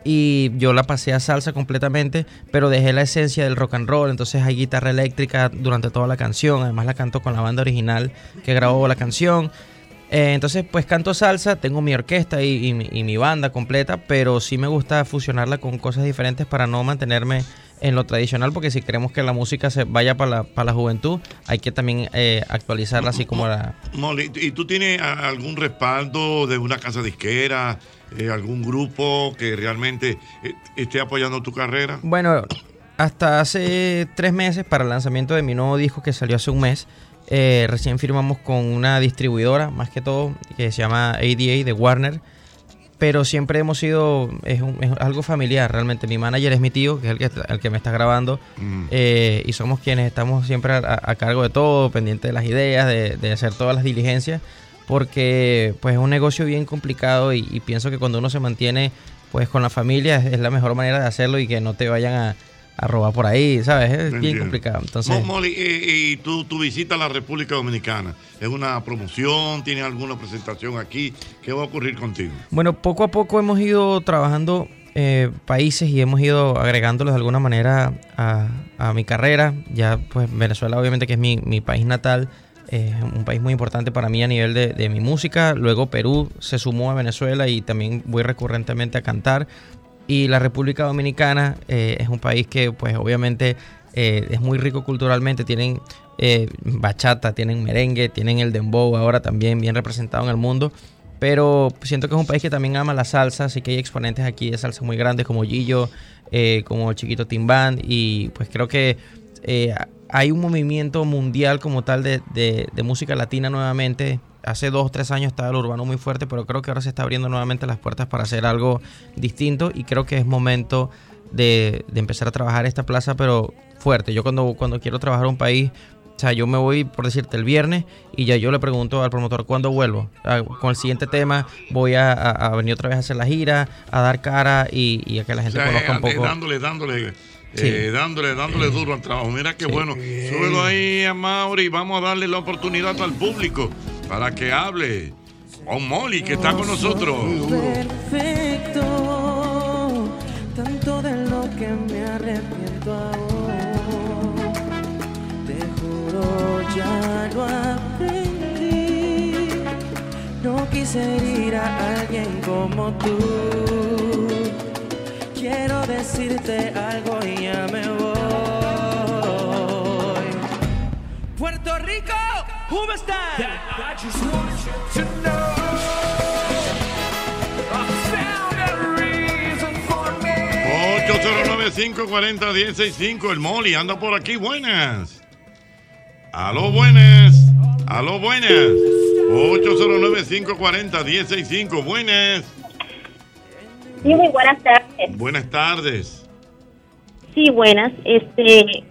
[SPEAKER 24] Y yo la pasé a salsa completamente, pero dejé la esencia del rock and roll. Entonces hay guitarra eléctrica durante toda la canción. Además la canto con la banda original que grabó la canción. Eh, entonces, pues canto salsa, tengo mi orquesta y, y mi- y mi banda completa, pero sí me gusta fusionarla con cosas diferentes para no mantenerme en lo tradicional, porque si queremos que la música se vaya para la, para la juventud, hay que también eh, actualizarla así como la...
[SPEAKER 3] Molly, ¿y tú tienes a- algún respaldo de una casa disquera, eh, algún grupo que realmente eh, esté apoyando tu carrera?
[SPEAKER 24] Bueno, hasta hace tres meses, para el lanzamiento de mi nuevo disco que salió hace un mes, eh, recién firmamos con una distribuidora, más que todo, que se llama ADA de Warner. Pero siempre hemos sido, es, un- es algo familiar realmente. Mi manager es mi tío, que es el que, está- el que me está grabando. eh, y somos quienes estamos siempre a, a cargo de todo, pendiente de las ideas, de, de hacer todas las diligencias. Porque pues es un negocio bien complicado y, y pienso que cuando uno se mantiene pues con la familia es, es la mejor manera de hacerlo y que no te vayan a, a robar por ahí, ¿sabes? Es bien
[SPEAKER 3] Entiendo.
[SPEAKER 24] complicado. Entonces,
[SPEAKER 3] Mo- Molly, eh, y tú, tu visita a la República Dominicana, ¿es una promoción? ¿Tienes alguna presentación aquí? ¿Qué va a ocurrir contigo?
[SPEAKER 24] Bueno, poco a poco hemos ido trabajando eh, países y hemos ido agregándolos de alguna manera a, a mi carrera. Ya, pues Venezuela obviamente que es mi, mi país natal, eh, es un país muy importante para mí a nivel de, de mi música. Luego Perú se sumó a Venezuela y también voy recurrentemente a cantar. Y la República Dominicana eh, es un país que, pues obviamente, eh, es muy rico culturalmente. Tienen eh, bachata, tienen merengue, tienen el dembow ahora también bien representado en el mundo. Pero siento que es un país que también ama la salsa, así que hay exponentes aquí de salsa muy grandes como Gillo, eh, como Chiquito Timbán, y pues creo que eh, hay un movimiento mundial como tal de, de- de música latina nuevamente. Hace dos, tres años estaba el urbano muy fuerte, pero creo que ahora se está abriendo nuevamente las puertas para hacer algo distinto y creo que es momento de, de empezar a trabajar esta plaza, pero fuerte. Yo cuando, cuando quiero trabajar un país sea, yo me voy, por decirte, el viernes y ya yo le pregunto al promotor cuándo vuelvo. Ah, Con el siguiente tema voy a, a- a venir otra vez a hacer la gira, a dar cara y, y a que la
[SPEAKER 3] O
[SPEAKER 24] gente
[SPEAKER 3] sea,
[SPEAKER 24] conozca un
[SPEAKER 3] eh,
[SPEAKER 24] poco.
[SPEAKER 3] dándole, dándole, eh,
[SPEAKER 24] Sí. Eh,
[SPEAKER 3] dándole, dándole duro al trabajo. Mira qué bueno. Súbelo ahí a Mauri y vamos a darle la oportunidad al público para que hable. O Molly, que está con nosotros.
[SPEAKER 25] perfecto, tanto de lo que me arrepiento ahora. Te juro, ya lo aprendí. No quise herir a alguien como tú. Quiero decirte algo y ya me voy. Puerto Rico, who is that? I just want you to know.
[SPEAKER 26] Yo
[SPEAKER 3] 809-540-1065. El Molly anda por aquí. Buenas. Aló, buenas. Aló, buenas. 809-540-1065. Buenas.
[SPEAKER 27] Sí, muy buenas tardes.
[SPEAKER 3] Buenas tardes.
[SPEAKER 27] Sí, buenas. Este,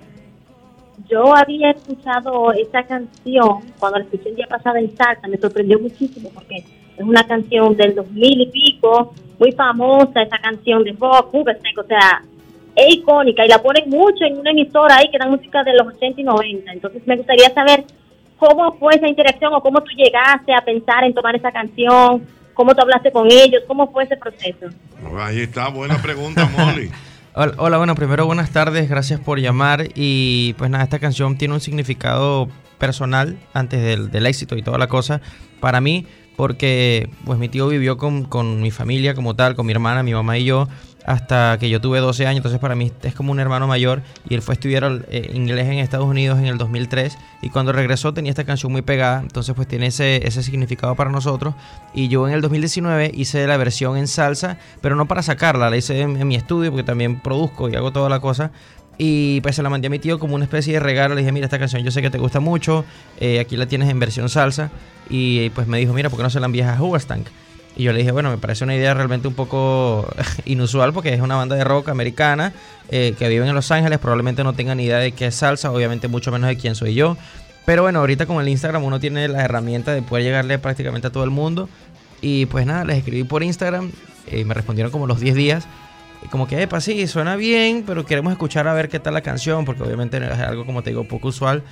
[SPEAKER 27] yo había escuchado esta canción cuando la escuché el día pasado en Salsa, me sorprendió muchísimo porque es una canción del 2000 y pico, muy famosa esa canción de Bob Huberstein, o sea, es icónica y la ponen mucho en una emisora ahí que dan música de los 80 y 90. Entonces me gustaría saber cómo fue esa interacción o cómo tú llegaste a pensar en tomar esa canción, cómo tú hablaste con ellos, cómo fue ese proceso.
[SPEAKER 3] Ahí está, buena pregunta, Molly.
[SPEAKER 24] Hola, hola, bueno, primero buenas tardes, gracias por llamar y pues nada, esta canción tiene un significado personal antes del, del éxito y toda la cosa para mí porque pues mi tío vivió con, con mi familia como tal, con mi hermana, mi mamá y yo hasta que yo tuve 12 años, entonces para mí es como un hermano mayor y él fue a estudiar eh, inglés en Estados Unidos en el 2003 y cuando regresó tenía esta canción muy pegada, entonces pues tiene ese, ese significado para nosotros y yo en el 2019 hice la versión en salsa, pero no para sacarla, la hice en, en mi estudio porque también produzco y hago toda la cosa. Y pues se la mandé a mi tío como una especie de regalo. Le dije, mira, esta canción yo sé que te gusta mucho. eh, aquí la tienes en versión salsa. Y pues me dijo, mira, ¿por qué no se la envías a Hooverstank? Y yo le dije, bueno, me parece una idea realmente un poco inusual porque es una banda de rock americana eh, que vive en Los Ángeles. Probablemente no tengan ni idea de qué es salsa, obviamente mucho menos de quién soy yo. Pero bueno, ahorita con el Instagram uno tiene la herramienta de poder llegarle prácticamente a todo el mundo. Y pues nada, les escribí por Instagram. eh, me respondieron como los 10 días. Y como que, epa, sí, suena bien, pero queremos escuchar a ver qué tal la canción, porque obviamente es algo, como te digo, poco usual.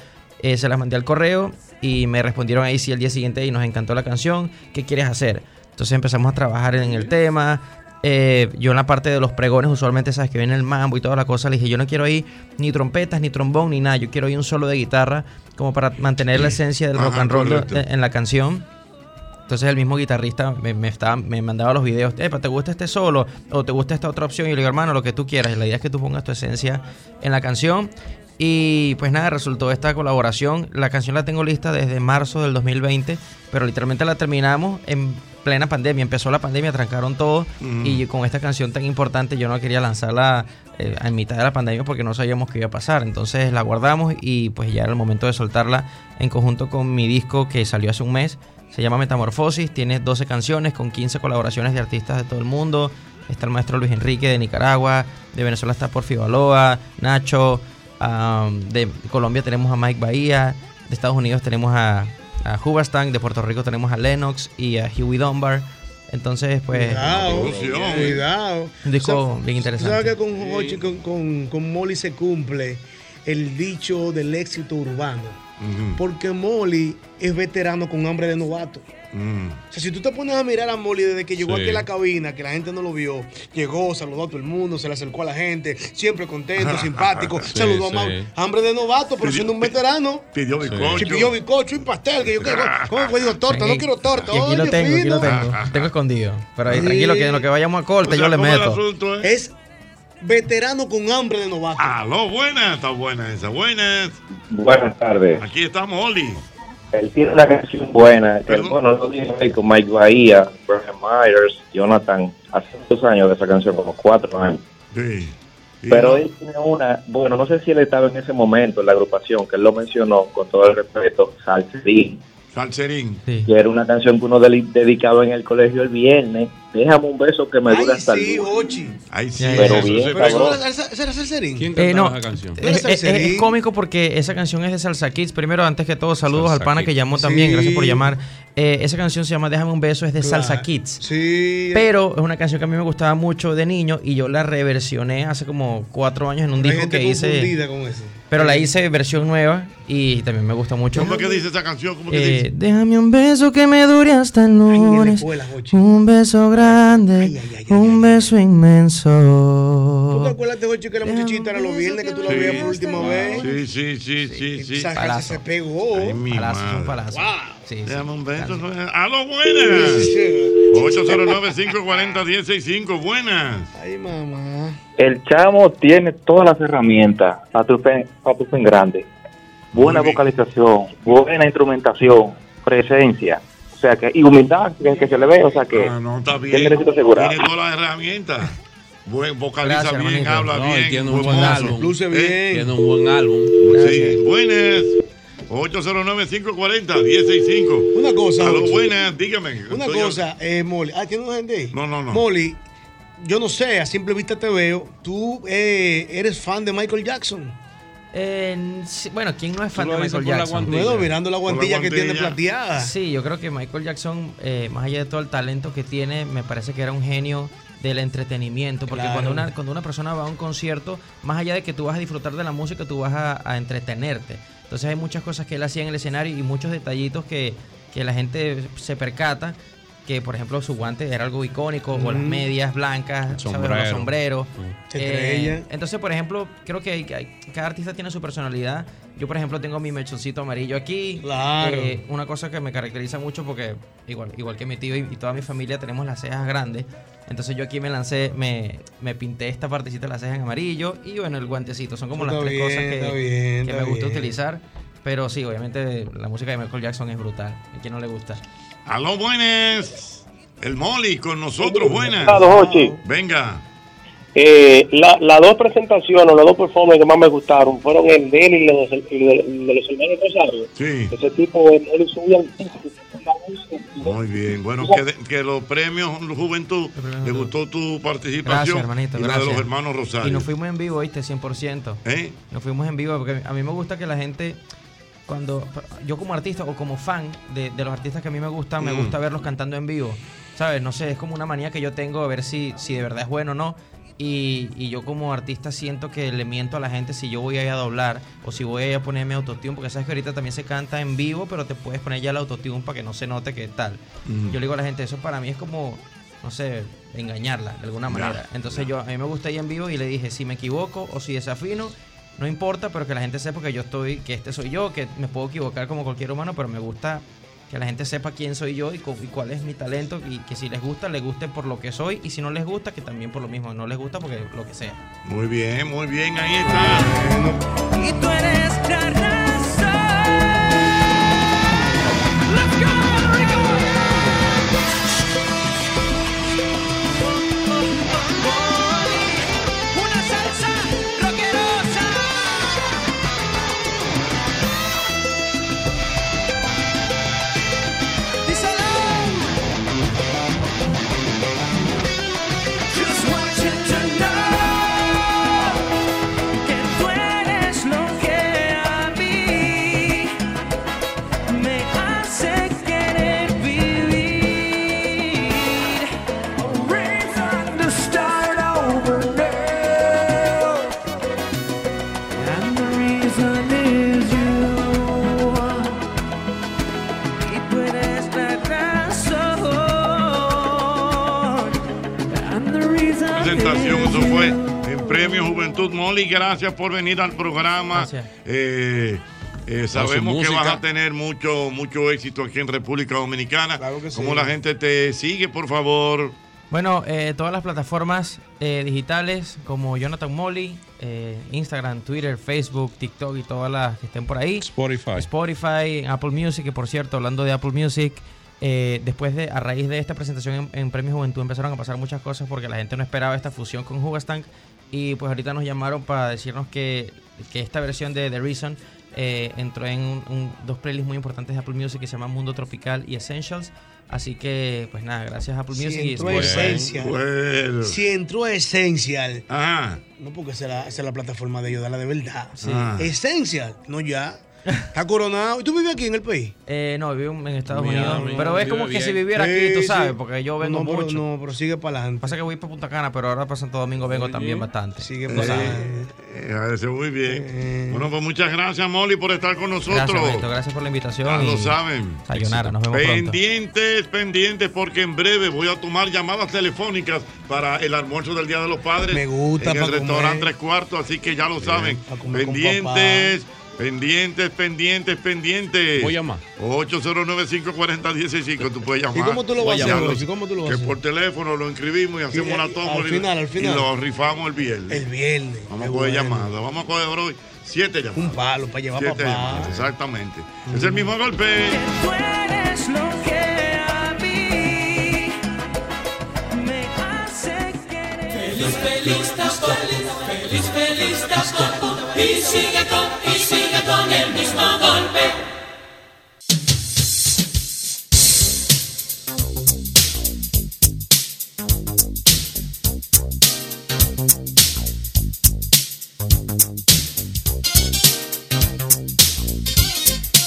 [SPEAKER 24] Eh, se las mandé al correo y me respondieron ahí sí el día siguiente y nos encantó la canción, ¿qué quieres hacer? Entonces empezamos a trabajar en el tema. Eh, yo en la parte de los pregones, usualmente sabes que viene el mambo y toda la cosa, le dije, yo no quiero ir ni trompetas, ni trombón, ni nada, yo quiero ir un solo de guitarra, como para mantener la esencia del
[SPEAKER 3] Ajá,
[SPEAKER 24] rock and roll
[SPEAKER 3] correcto.
[SPEAKER 24] de- en la canción. Entonces el mismo guitarrista me, me, estaba- me mandaba los videos, epa, ¿te gusta este solo? ¿O te gusta esta otra opción? Y yo le digo, hermano, lo que tú quieras. La idea es que tú pongas tu esencia en la canción. Y pues nada, resultó esta colaboración. La canción la tengo lista desde marzo del 2020, pero literalmente la terminamos en plena pandemia. Empezó la pandemia, trancaron todo.
[SPEAKER 3] Ujú.
[SPEAKER 24] Y con esta canción tan importante yo no quería lanzarla eh, en mitad de la pandemia porque no sabíamos qué iba a pasar. Entonces la guardamos y pues ya era el momento de soltarla en conjunto con mi disco que salió hace un mes. Se llama Metamorfosis, tiene 12 canciones con 15 colaboraciones de artistas de todo el mundo. Está el maestro Luis Enrique de Nicaragua, de Venezuela está Porfirio Baloa, Nacho, am, de Colombia tenemos a Mike Bahía, de Estados Unidos tenemos a, a Hooverstank, de Puerto Rico tenemos a Lennox y a Huey Dunbar. Entonces, pues...
[SPEAKER 5] Cuidado,
[SPEAKER 3] eh.
[SPEAKER 5] cuidado.
[SPEAKER 24] Un disco
[SPEAKER 5] O sea,
[SPEAKER 24] bien
[SPEAKER 5] Tú
[SPEAKER 24] interesante.
[SPEAKER 5] sabes que con, Hochi- con, con- con Molly se cumple el dicho del éxito urbano. Porque Molly es veterano con hambre de novato. O sea, si tú te pones a mirar a Molly desde que llegó
[SPEAKER 1] Sí.
[SPEAKER 5] aquí a la cabina, que la gente no lo vio, llegó, saludó a todo el mundo, se le acercó a la gente, siempre contento, simpático,
[SPEAKER 3] Sí,
[SPEAKER 5] saludó a
[SPEAKER 3] sí.
[SPEAKER 5] Mauro. Hambre de novato, pero siendo un veterano.
[SPEAKER 3] Pidió
[SPEAKER 5] Si
[SPEAKER 3] bizcocho.
[SPEAKER 5] pidió bizcocho y pastel, que yo quiero. ¿Cómo fue? Digo, torta, no quiero torta.
[SPEAKER 24] Y aquí lo
[SPEAKER 5] Oye,
[SPEAKER 24] tengo, aquí lo
[SPEAKER 5] fino.
[SPEAKER 24] tengo.
[SPEAKER 3] Ah,
[SPEAKER 24] lo Tengo escondido. Pero ahí,
[SPEAKER 5] Sí.
[SPEAKER 24] tranquilo, que en lo que vayamos a corte yo le meto.
[SPEAKER 3] eh?
[SPEAKER 5] Es veterano con hambre de novato.
[SPEAKER 3] Aló, buenas. Está buena esa. Buenas.
[SPEAKER 22] Buenas tardes.
[SPEAKER 3] Aquí estamos, Oli.
[SPEAKER 22] Él tiene una canción buena, que Este, bueno, lo dije ahí con Mike Bahía, Brian Myers, Jonathan, hace muchos años de esa canción, como cuatro años.
[SPEAKER 3] Sí.
[SPEAKER 22] Pero él tiene una, bueno, no sé si él estaba en ese momento en la agrupación, que él lo mencionó con todo el respeto, Salserín,
[SPEAKER 3] Salserín.
[SPEAKER 22] que era una canción que uno deli- dedicaba en el colegio el viernes, Déjame un beso que me dure hasta el
[SPEAKER 5] Sí, Ochi.
[SPEAKER 3] Ahí
[SPEAKER 22] sí, Pero eso bien, sí,
[SPEAKER 5] Pero eso
[SPEAKER 22] cabrón.
[SPEAKER 5] era salsa- eso era salserín.
[SPEAKER 3] Mm-hmm.
[SPEAKER 24] Eh, no,
[SPEAKER 5] Era
[SPEAKER 24] Es, es-
[SPEAKER 5] salserín.
[SPEAKER 24] es cómico porque esa canción es de Salsa Kids. Primero, antes que todo, saludos
[SPEAKER 5] Salsa
[SPEAKER 24] al pana que
[SPEAKER 5] Kids.
[SPEAKER 24] llamó también.
[SPEAKER 5] Sí.
[SPEAKER 24] Gracias por llamar. Eh, esa canción se llama Déjame un beso, es de Salsa Kids. Pero es una canción que a mí me gustaba mucho de niño y yo la reversioné hace como cuatro años en un
[SPEAKER 5] Hay
[SPEAKER 24] disco
[SPEAKER 5] gente
[SPEAKER 24] que hice.
[SPEAKER 5] confundida con eso.
[SPEAKER 24] Pero la hice versión nueva y también me gusta mucho.
[SPEAKER 3] ¿Cómo es que dice esa canción? ¿Cómo que
[SPEAKER 24] Eh,
[SPEAKER 3] dice?
[SPEAKER 24] déjame un beso que me dure hasta el lunes. un beso grande, un beso
[SPEAKER 5] ¿Tú te
[SPEAKER 24] inmenso.
[SPEAKER 5] acuerdas, Ochi, que la muchachita era los viernes que tú la veías por última vez?
[SPEAKER 3] Sí, sí, sí, sí, sí.
[SPEAKER 5] Esa casa se pegó.
[SPEAKER 3] Palazo, es un
[SPEAKER 24] palazo. Sí,
[SPEAKER 3] Déjame un beso. ¡A lo buenas! 809-540-165. Buenas.
[SPEAKER 5] Ay, mamá.
[SPEAKER 4] El chamo tiene todas las herramientas para tu pen, para tu pen grande. Buena vocalización, buena instrumentación, presencia, o sea que y humildad que, que se le ve, o sea que
[SPEAKER 3] Ah, está bien.
[SPEAKER 4] tiene éxito asegurado.
[SPEAKER 3] Tiene todas las herramientas. Buen, vocaliza
[SPEAKER 13] Gracias,
[SPEAKER 3] bien,
[SPEAKER 13] hermanito.
[SPEAKER 3] habla
[SPEAKER 13] No, y
[SPEAKER 3] bien.
[SPEAKER 13] tiene un
[SPEAKER 3] buen
[SPEAKER 13] buen
[SPEAKER 3] mozo.
[SPEAKER 13] álbum.
[SPEAKER 3] Luce bien.
[SPEAKER 13] Tiene un buen álbum.
[SPEAKER 3] Sí, buenas. 809-540-165.
[SPEAKER 5] Una cosa,
[SPEAKER 3] A lo
[SPEAKER 5] Ochi.
[SPEAKER 3] buenas, dígame.
[SPEAKER 5] Una
[SPEAKER 3] Estoy-
[SPEAKER 5] cosa, eh, Molly. Ah, ¿tiene una gente ahí?
[SPEAKER 3] No, no, no.
[SPEAKER 5] Molly, yo no sé, a simple vista te veo. Tú eh, eres fan de Michael Jackson.
[SPEAKER 24] Eh, sí, bueno, ¿quién no es fan
[SPEAKER 5] Tú
[SPEAKER 24] de
[SPEAKER 5] lo dices
[SPEAKER 24] Michael
[SPEAKER 5] por la
[SPEAKER 24] Jackson?
[SPEAKER 5] guantilla. Luego, mirando la Por la guantilla que tiene guantilla. plateada.
[SPEAKER 24] Sí, yo creo que Michael Jackson, eh, más allá de todo el talento que tiene, me parece que era un genio del entretenimiento. Porque
[SPEAKER 28] Claro.
[SPEAKER 24] cuando, una, cuando una persona va a un concierto, más allá de que tú vas a disfrutar de la música, tú vas a, a entretenerte. Entonces hay muchas cosas que él hacía en el escenario y muchos detallitos que, que la gente se percata. Que, por ejemplo, su guante era algo icónico, o las
[SPEAKER 28] Mm.
[SPEAKER 24] medias blancas, ¿sabes? los
[SPEAKER 28] sombrero.
[SPEAKER 24] sombreros.
[SPEAKER 28] Sí. Entre ellas.
[SPEAKER 24] Eh, Entonces, por ejemplo, creo que hay- hay- cada artista tiene su personalidad. Yo, por ejemplo, tengo mi mechoncito amarillo aquí.
[SPEAKER 5] Claro.
[SPEAKER 24] Eh, una cosa que me caracteriza mucho porque, igual, igual que mi tío y, y toda mi familia, tenemos las cejas grandes. Entonces yo aquí me lancé, me, me pinté esta partecita de las cejas en amarillo y bueno, el guantecito. Son como
[SPEAKER 5] Está
[SPEAKER 24] las tres
[SPEAKER 5] bien,
[SPEAKER 24] cosas que,
[SPEAKER 5] está bien,
[SPEAKER 24] que
[SPEAKER 5] está
[SPEAKER 24] me gusta
[SPEAKER 5] bien.
[SPEAKER 24] utilizar. Pero sí, obviamente la música de Michael Jackson es brutal. ¿A quién no le gusta?
[SPEAKER 3] A lo buenas. El Molly con nosotros. Buenas.
[SPEAKER 11] Claro, Jochi.
[SPEAKER 3] Venga.
[SPEAKER 11] Eh, la- Las dos presentaciones, las dos performances que más me gustaron fueron el de él y el de, y el de los hermanos Rosario.
[SPEAKER 3] Sí.
[SPEAKER 11] Ese tipo, él, él subía
[SPEAKER 3] Muy bien, bueno, que, de- que los premios Juventud, le gustó tu participación
[SPEAKER 24] Gracias, hermanito.
[SPEAKER 3] y la de
[SPEAKER 24] gracias.
[SPEAKER 3] los hermanos Rosario.
[SPEAKER 24] Y nos fuimos en vivo, ¿viste? 100%.
[SPEAKER 3] ¿Eh?
[SPEAKER 24] Nos fuimos en vivo porque a mí me gusta que la gente, cuando yo como artista o como fan de, de los artistas que a mí me gustan, me
[SPEAKER 28] Mm.
[SPEAKER 24] gusta verlos cantando en vivo. ¿Sabes? No sé, es como una manía que yo tengo a ver si, si de verdad es bueno o no. Y, y yo como artista siento que le miento a la gente si yo voy a ir a doblar o si voy a ir a ponerme autotune, porque sabes que ahorita también se canta en vivo, pero te puedes poner ya el autotune para que no se note que tal.
[SPEAKER 28] Mm.
[SPEAKER 24] Yo le digo a la gente, eso para mí es como, no sé, engañarla de alguna manera.
[SPEAKER 28] Ya,
[SPEAKER 24] Entonces yo a mí me gusta ir en vivo y le dije, si me equivoco o si desafino, no importa, pero que la gente sepa que yo estoy, que este soy yo, que me puedo equivocar como cualquier humano, pero me gusta que la gente sepa quién soy yo y, cu- y cuál es mi talento y que si les gusta, les guste por lo que soy y si no les gusta, que también por lo mismo, no les gusta porque lo que sea.
[SPEAKER 3] Muy bien, muy bien, ahí está.
[SPEAKER 1] Y tú eres la razón. Let's go, Rico. Una salsa rockerosa. Díselo. Just want you to know que tú eres lo que a mí me hace querer vivir. Reason to start over now. And the reason is you. Y tú eres la razón. And the reason
[SPEAKER 3] Presentación,
[SPEAKER 1] is
[SPEAKER 3] eso
[SPEAKER 1] you.
[SPEAKER 3] fue en Premio Juventud. Molly, gracias por venir al programa. Eh, eh, sabemos que
[SPEAKER 13] música.
[SPEAKER 3] vas a tener mucho, mucho éxito aquí en República Dominicana. Como la gente te sigue, por favor.
[SPEAKER 24] Bueno, eh, todas las plataformas eh, digitales como Jonathan Molly, eh, Instagram, Twitter, Facebook, TikTok y todas las que estén por ahí.
[SPEAKER 13] Spotify.
[SPEAKER 24] Spotify, Apple Music, que por cierto, hablando de Apple Music, eh, después de, a raíz de esta presentación en, en Premio Juventud empezaron a pasar muchas cosas porque la gente no esperaba esta fusión con Hugastank y pues ahorita nos llamaron para decirnos que, que esta versión de The Reason eh, entró en un- un- dos playlists muy importantes de Apple Music que se llaman Mundo Tropical y Essentials Así que, pues nada, gracias a Apple Music
[SPEAKER 5] Si
[SPEAKER 24] y
[SPEAKER 5] entró
[SPEAKER 24] Spotify.
[SPEAKER 5] Essential.
[SPEAKER 3] Bueno.
[SPEAKER 5] Si entró Essential.
[SPEAKER 3] Ajá.
[SPEAKER 5] No porque esa es la, esa es la plataforma de ellos, dala de verdad.
[SPEAKER 24] Sí.
[SPEAKER 5] Ah. Essential, no ya. Está coronado. ¿Y tú vives aquí en el país?
[SPEAKER 24] Eh, no, vivo en Estados
[SPEAKER 5] Mira,
[SPEAKER 24] Unidos.
[SPEAKER 5] mira,
[SPEAKER 24] pero es
[SPEAKER 5] vive
[SPEAKER 24] como que
[SPEAKER 5] bien.
[SPEAKER 24] si viviera
[SPEAKER 5] Sí,
[SPEAKER 24] aquí, tú
[SPEAKER 5] sí.
[SPEAKER 24] sabes, porque yo vengo
[SPEAKER 5] No, pero-
[SPEAKER 24] mucho.
[SPEAKER 5] no, pero sigue para adelante.
[SPEAKER 24] Pasa que voy para Punta Cana, pero ahora para Santo Domingo vengo también bastante.
[SPEAKER 5] Sigue
[SPEAKER 3] Eh, eh, agradece muy bien. Bueno, pues muchas gracias, Molly, por estar con nosotros.
[SPEAKER 24] Gracias, Beto, gracias por la invitación.
[SPEAKER 3] Ya lo
[SPEAKER 24] y
[SPEAKER 3] saben.
[SPEAKER 24] Sayonara, nos vemos pronto.
[SPEAKER 3] pendientes, pendientes, porque en breve voy a tomar llamadas telefónicas para el almuerzo del Día de los Padres.
[SPEAKER 5] Me gusta,
[SPEAKER 3] En
[SPEAKER 5] pa'
[SPEAKER 3] el
[SPEAKER 5] comer.
[SPEAKER 3] restaurante Tres Cuartos, así que ya lo saben.
[SPEAKER 5] comer con
[SPEAKER 3] Pendientes. Pendientes, pendientes, pendientes.
[SPEAKER 13] Voy a llamar.
[SPEAKER 3] 809-540-165. Tú puedes llamar.
[SPEAKER 5] ¿Y cómo tú lo vas a
[SPEAKER 3] Ya
[SPEAKER 5] hacer,
[SPEAKER 3] lo-
[SPEAKER 5] Rosy? ¿Cómo tú lo vas a
[SPEAKER 3] Que
[SPEAKER 5] hacer?
[SPEAKER 3] por teléfono lo inscribimos y hacemos
[SPEAKER 5] Y-
[SPEAKER 3] una
[SPEAKER 5] al
[SPEAKER 3] toma. y-
[SPEAKER 5] final, al final.
[SPEAKER 3] Y lo rifamos el viernes.
[SPEAKER 5] El viernes.
[SPEAKER 3] Vamos
[SPEAKER 5] Qué
[SPEAKER 3] a coger
[SPEAKER 5] bueno.
[SPEAKER 3] llamadas. Vamos a coger hoy siete llamadas. Un
[SPEAKER 5] palo para llevar
[SPEAKER 3] siete
[SPEAKER 5] papá. Mm.
[SPEAKER 3] llamadas, exactamente. Es el mismo golpe.
[SPEAKER 1] eres lo que a mí me hace querer. Feliz, feliz, estás feliz, feliz, feliz, estás con, con, y sigue con, y sigue con el mismo golpe.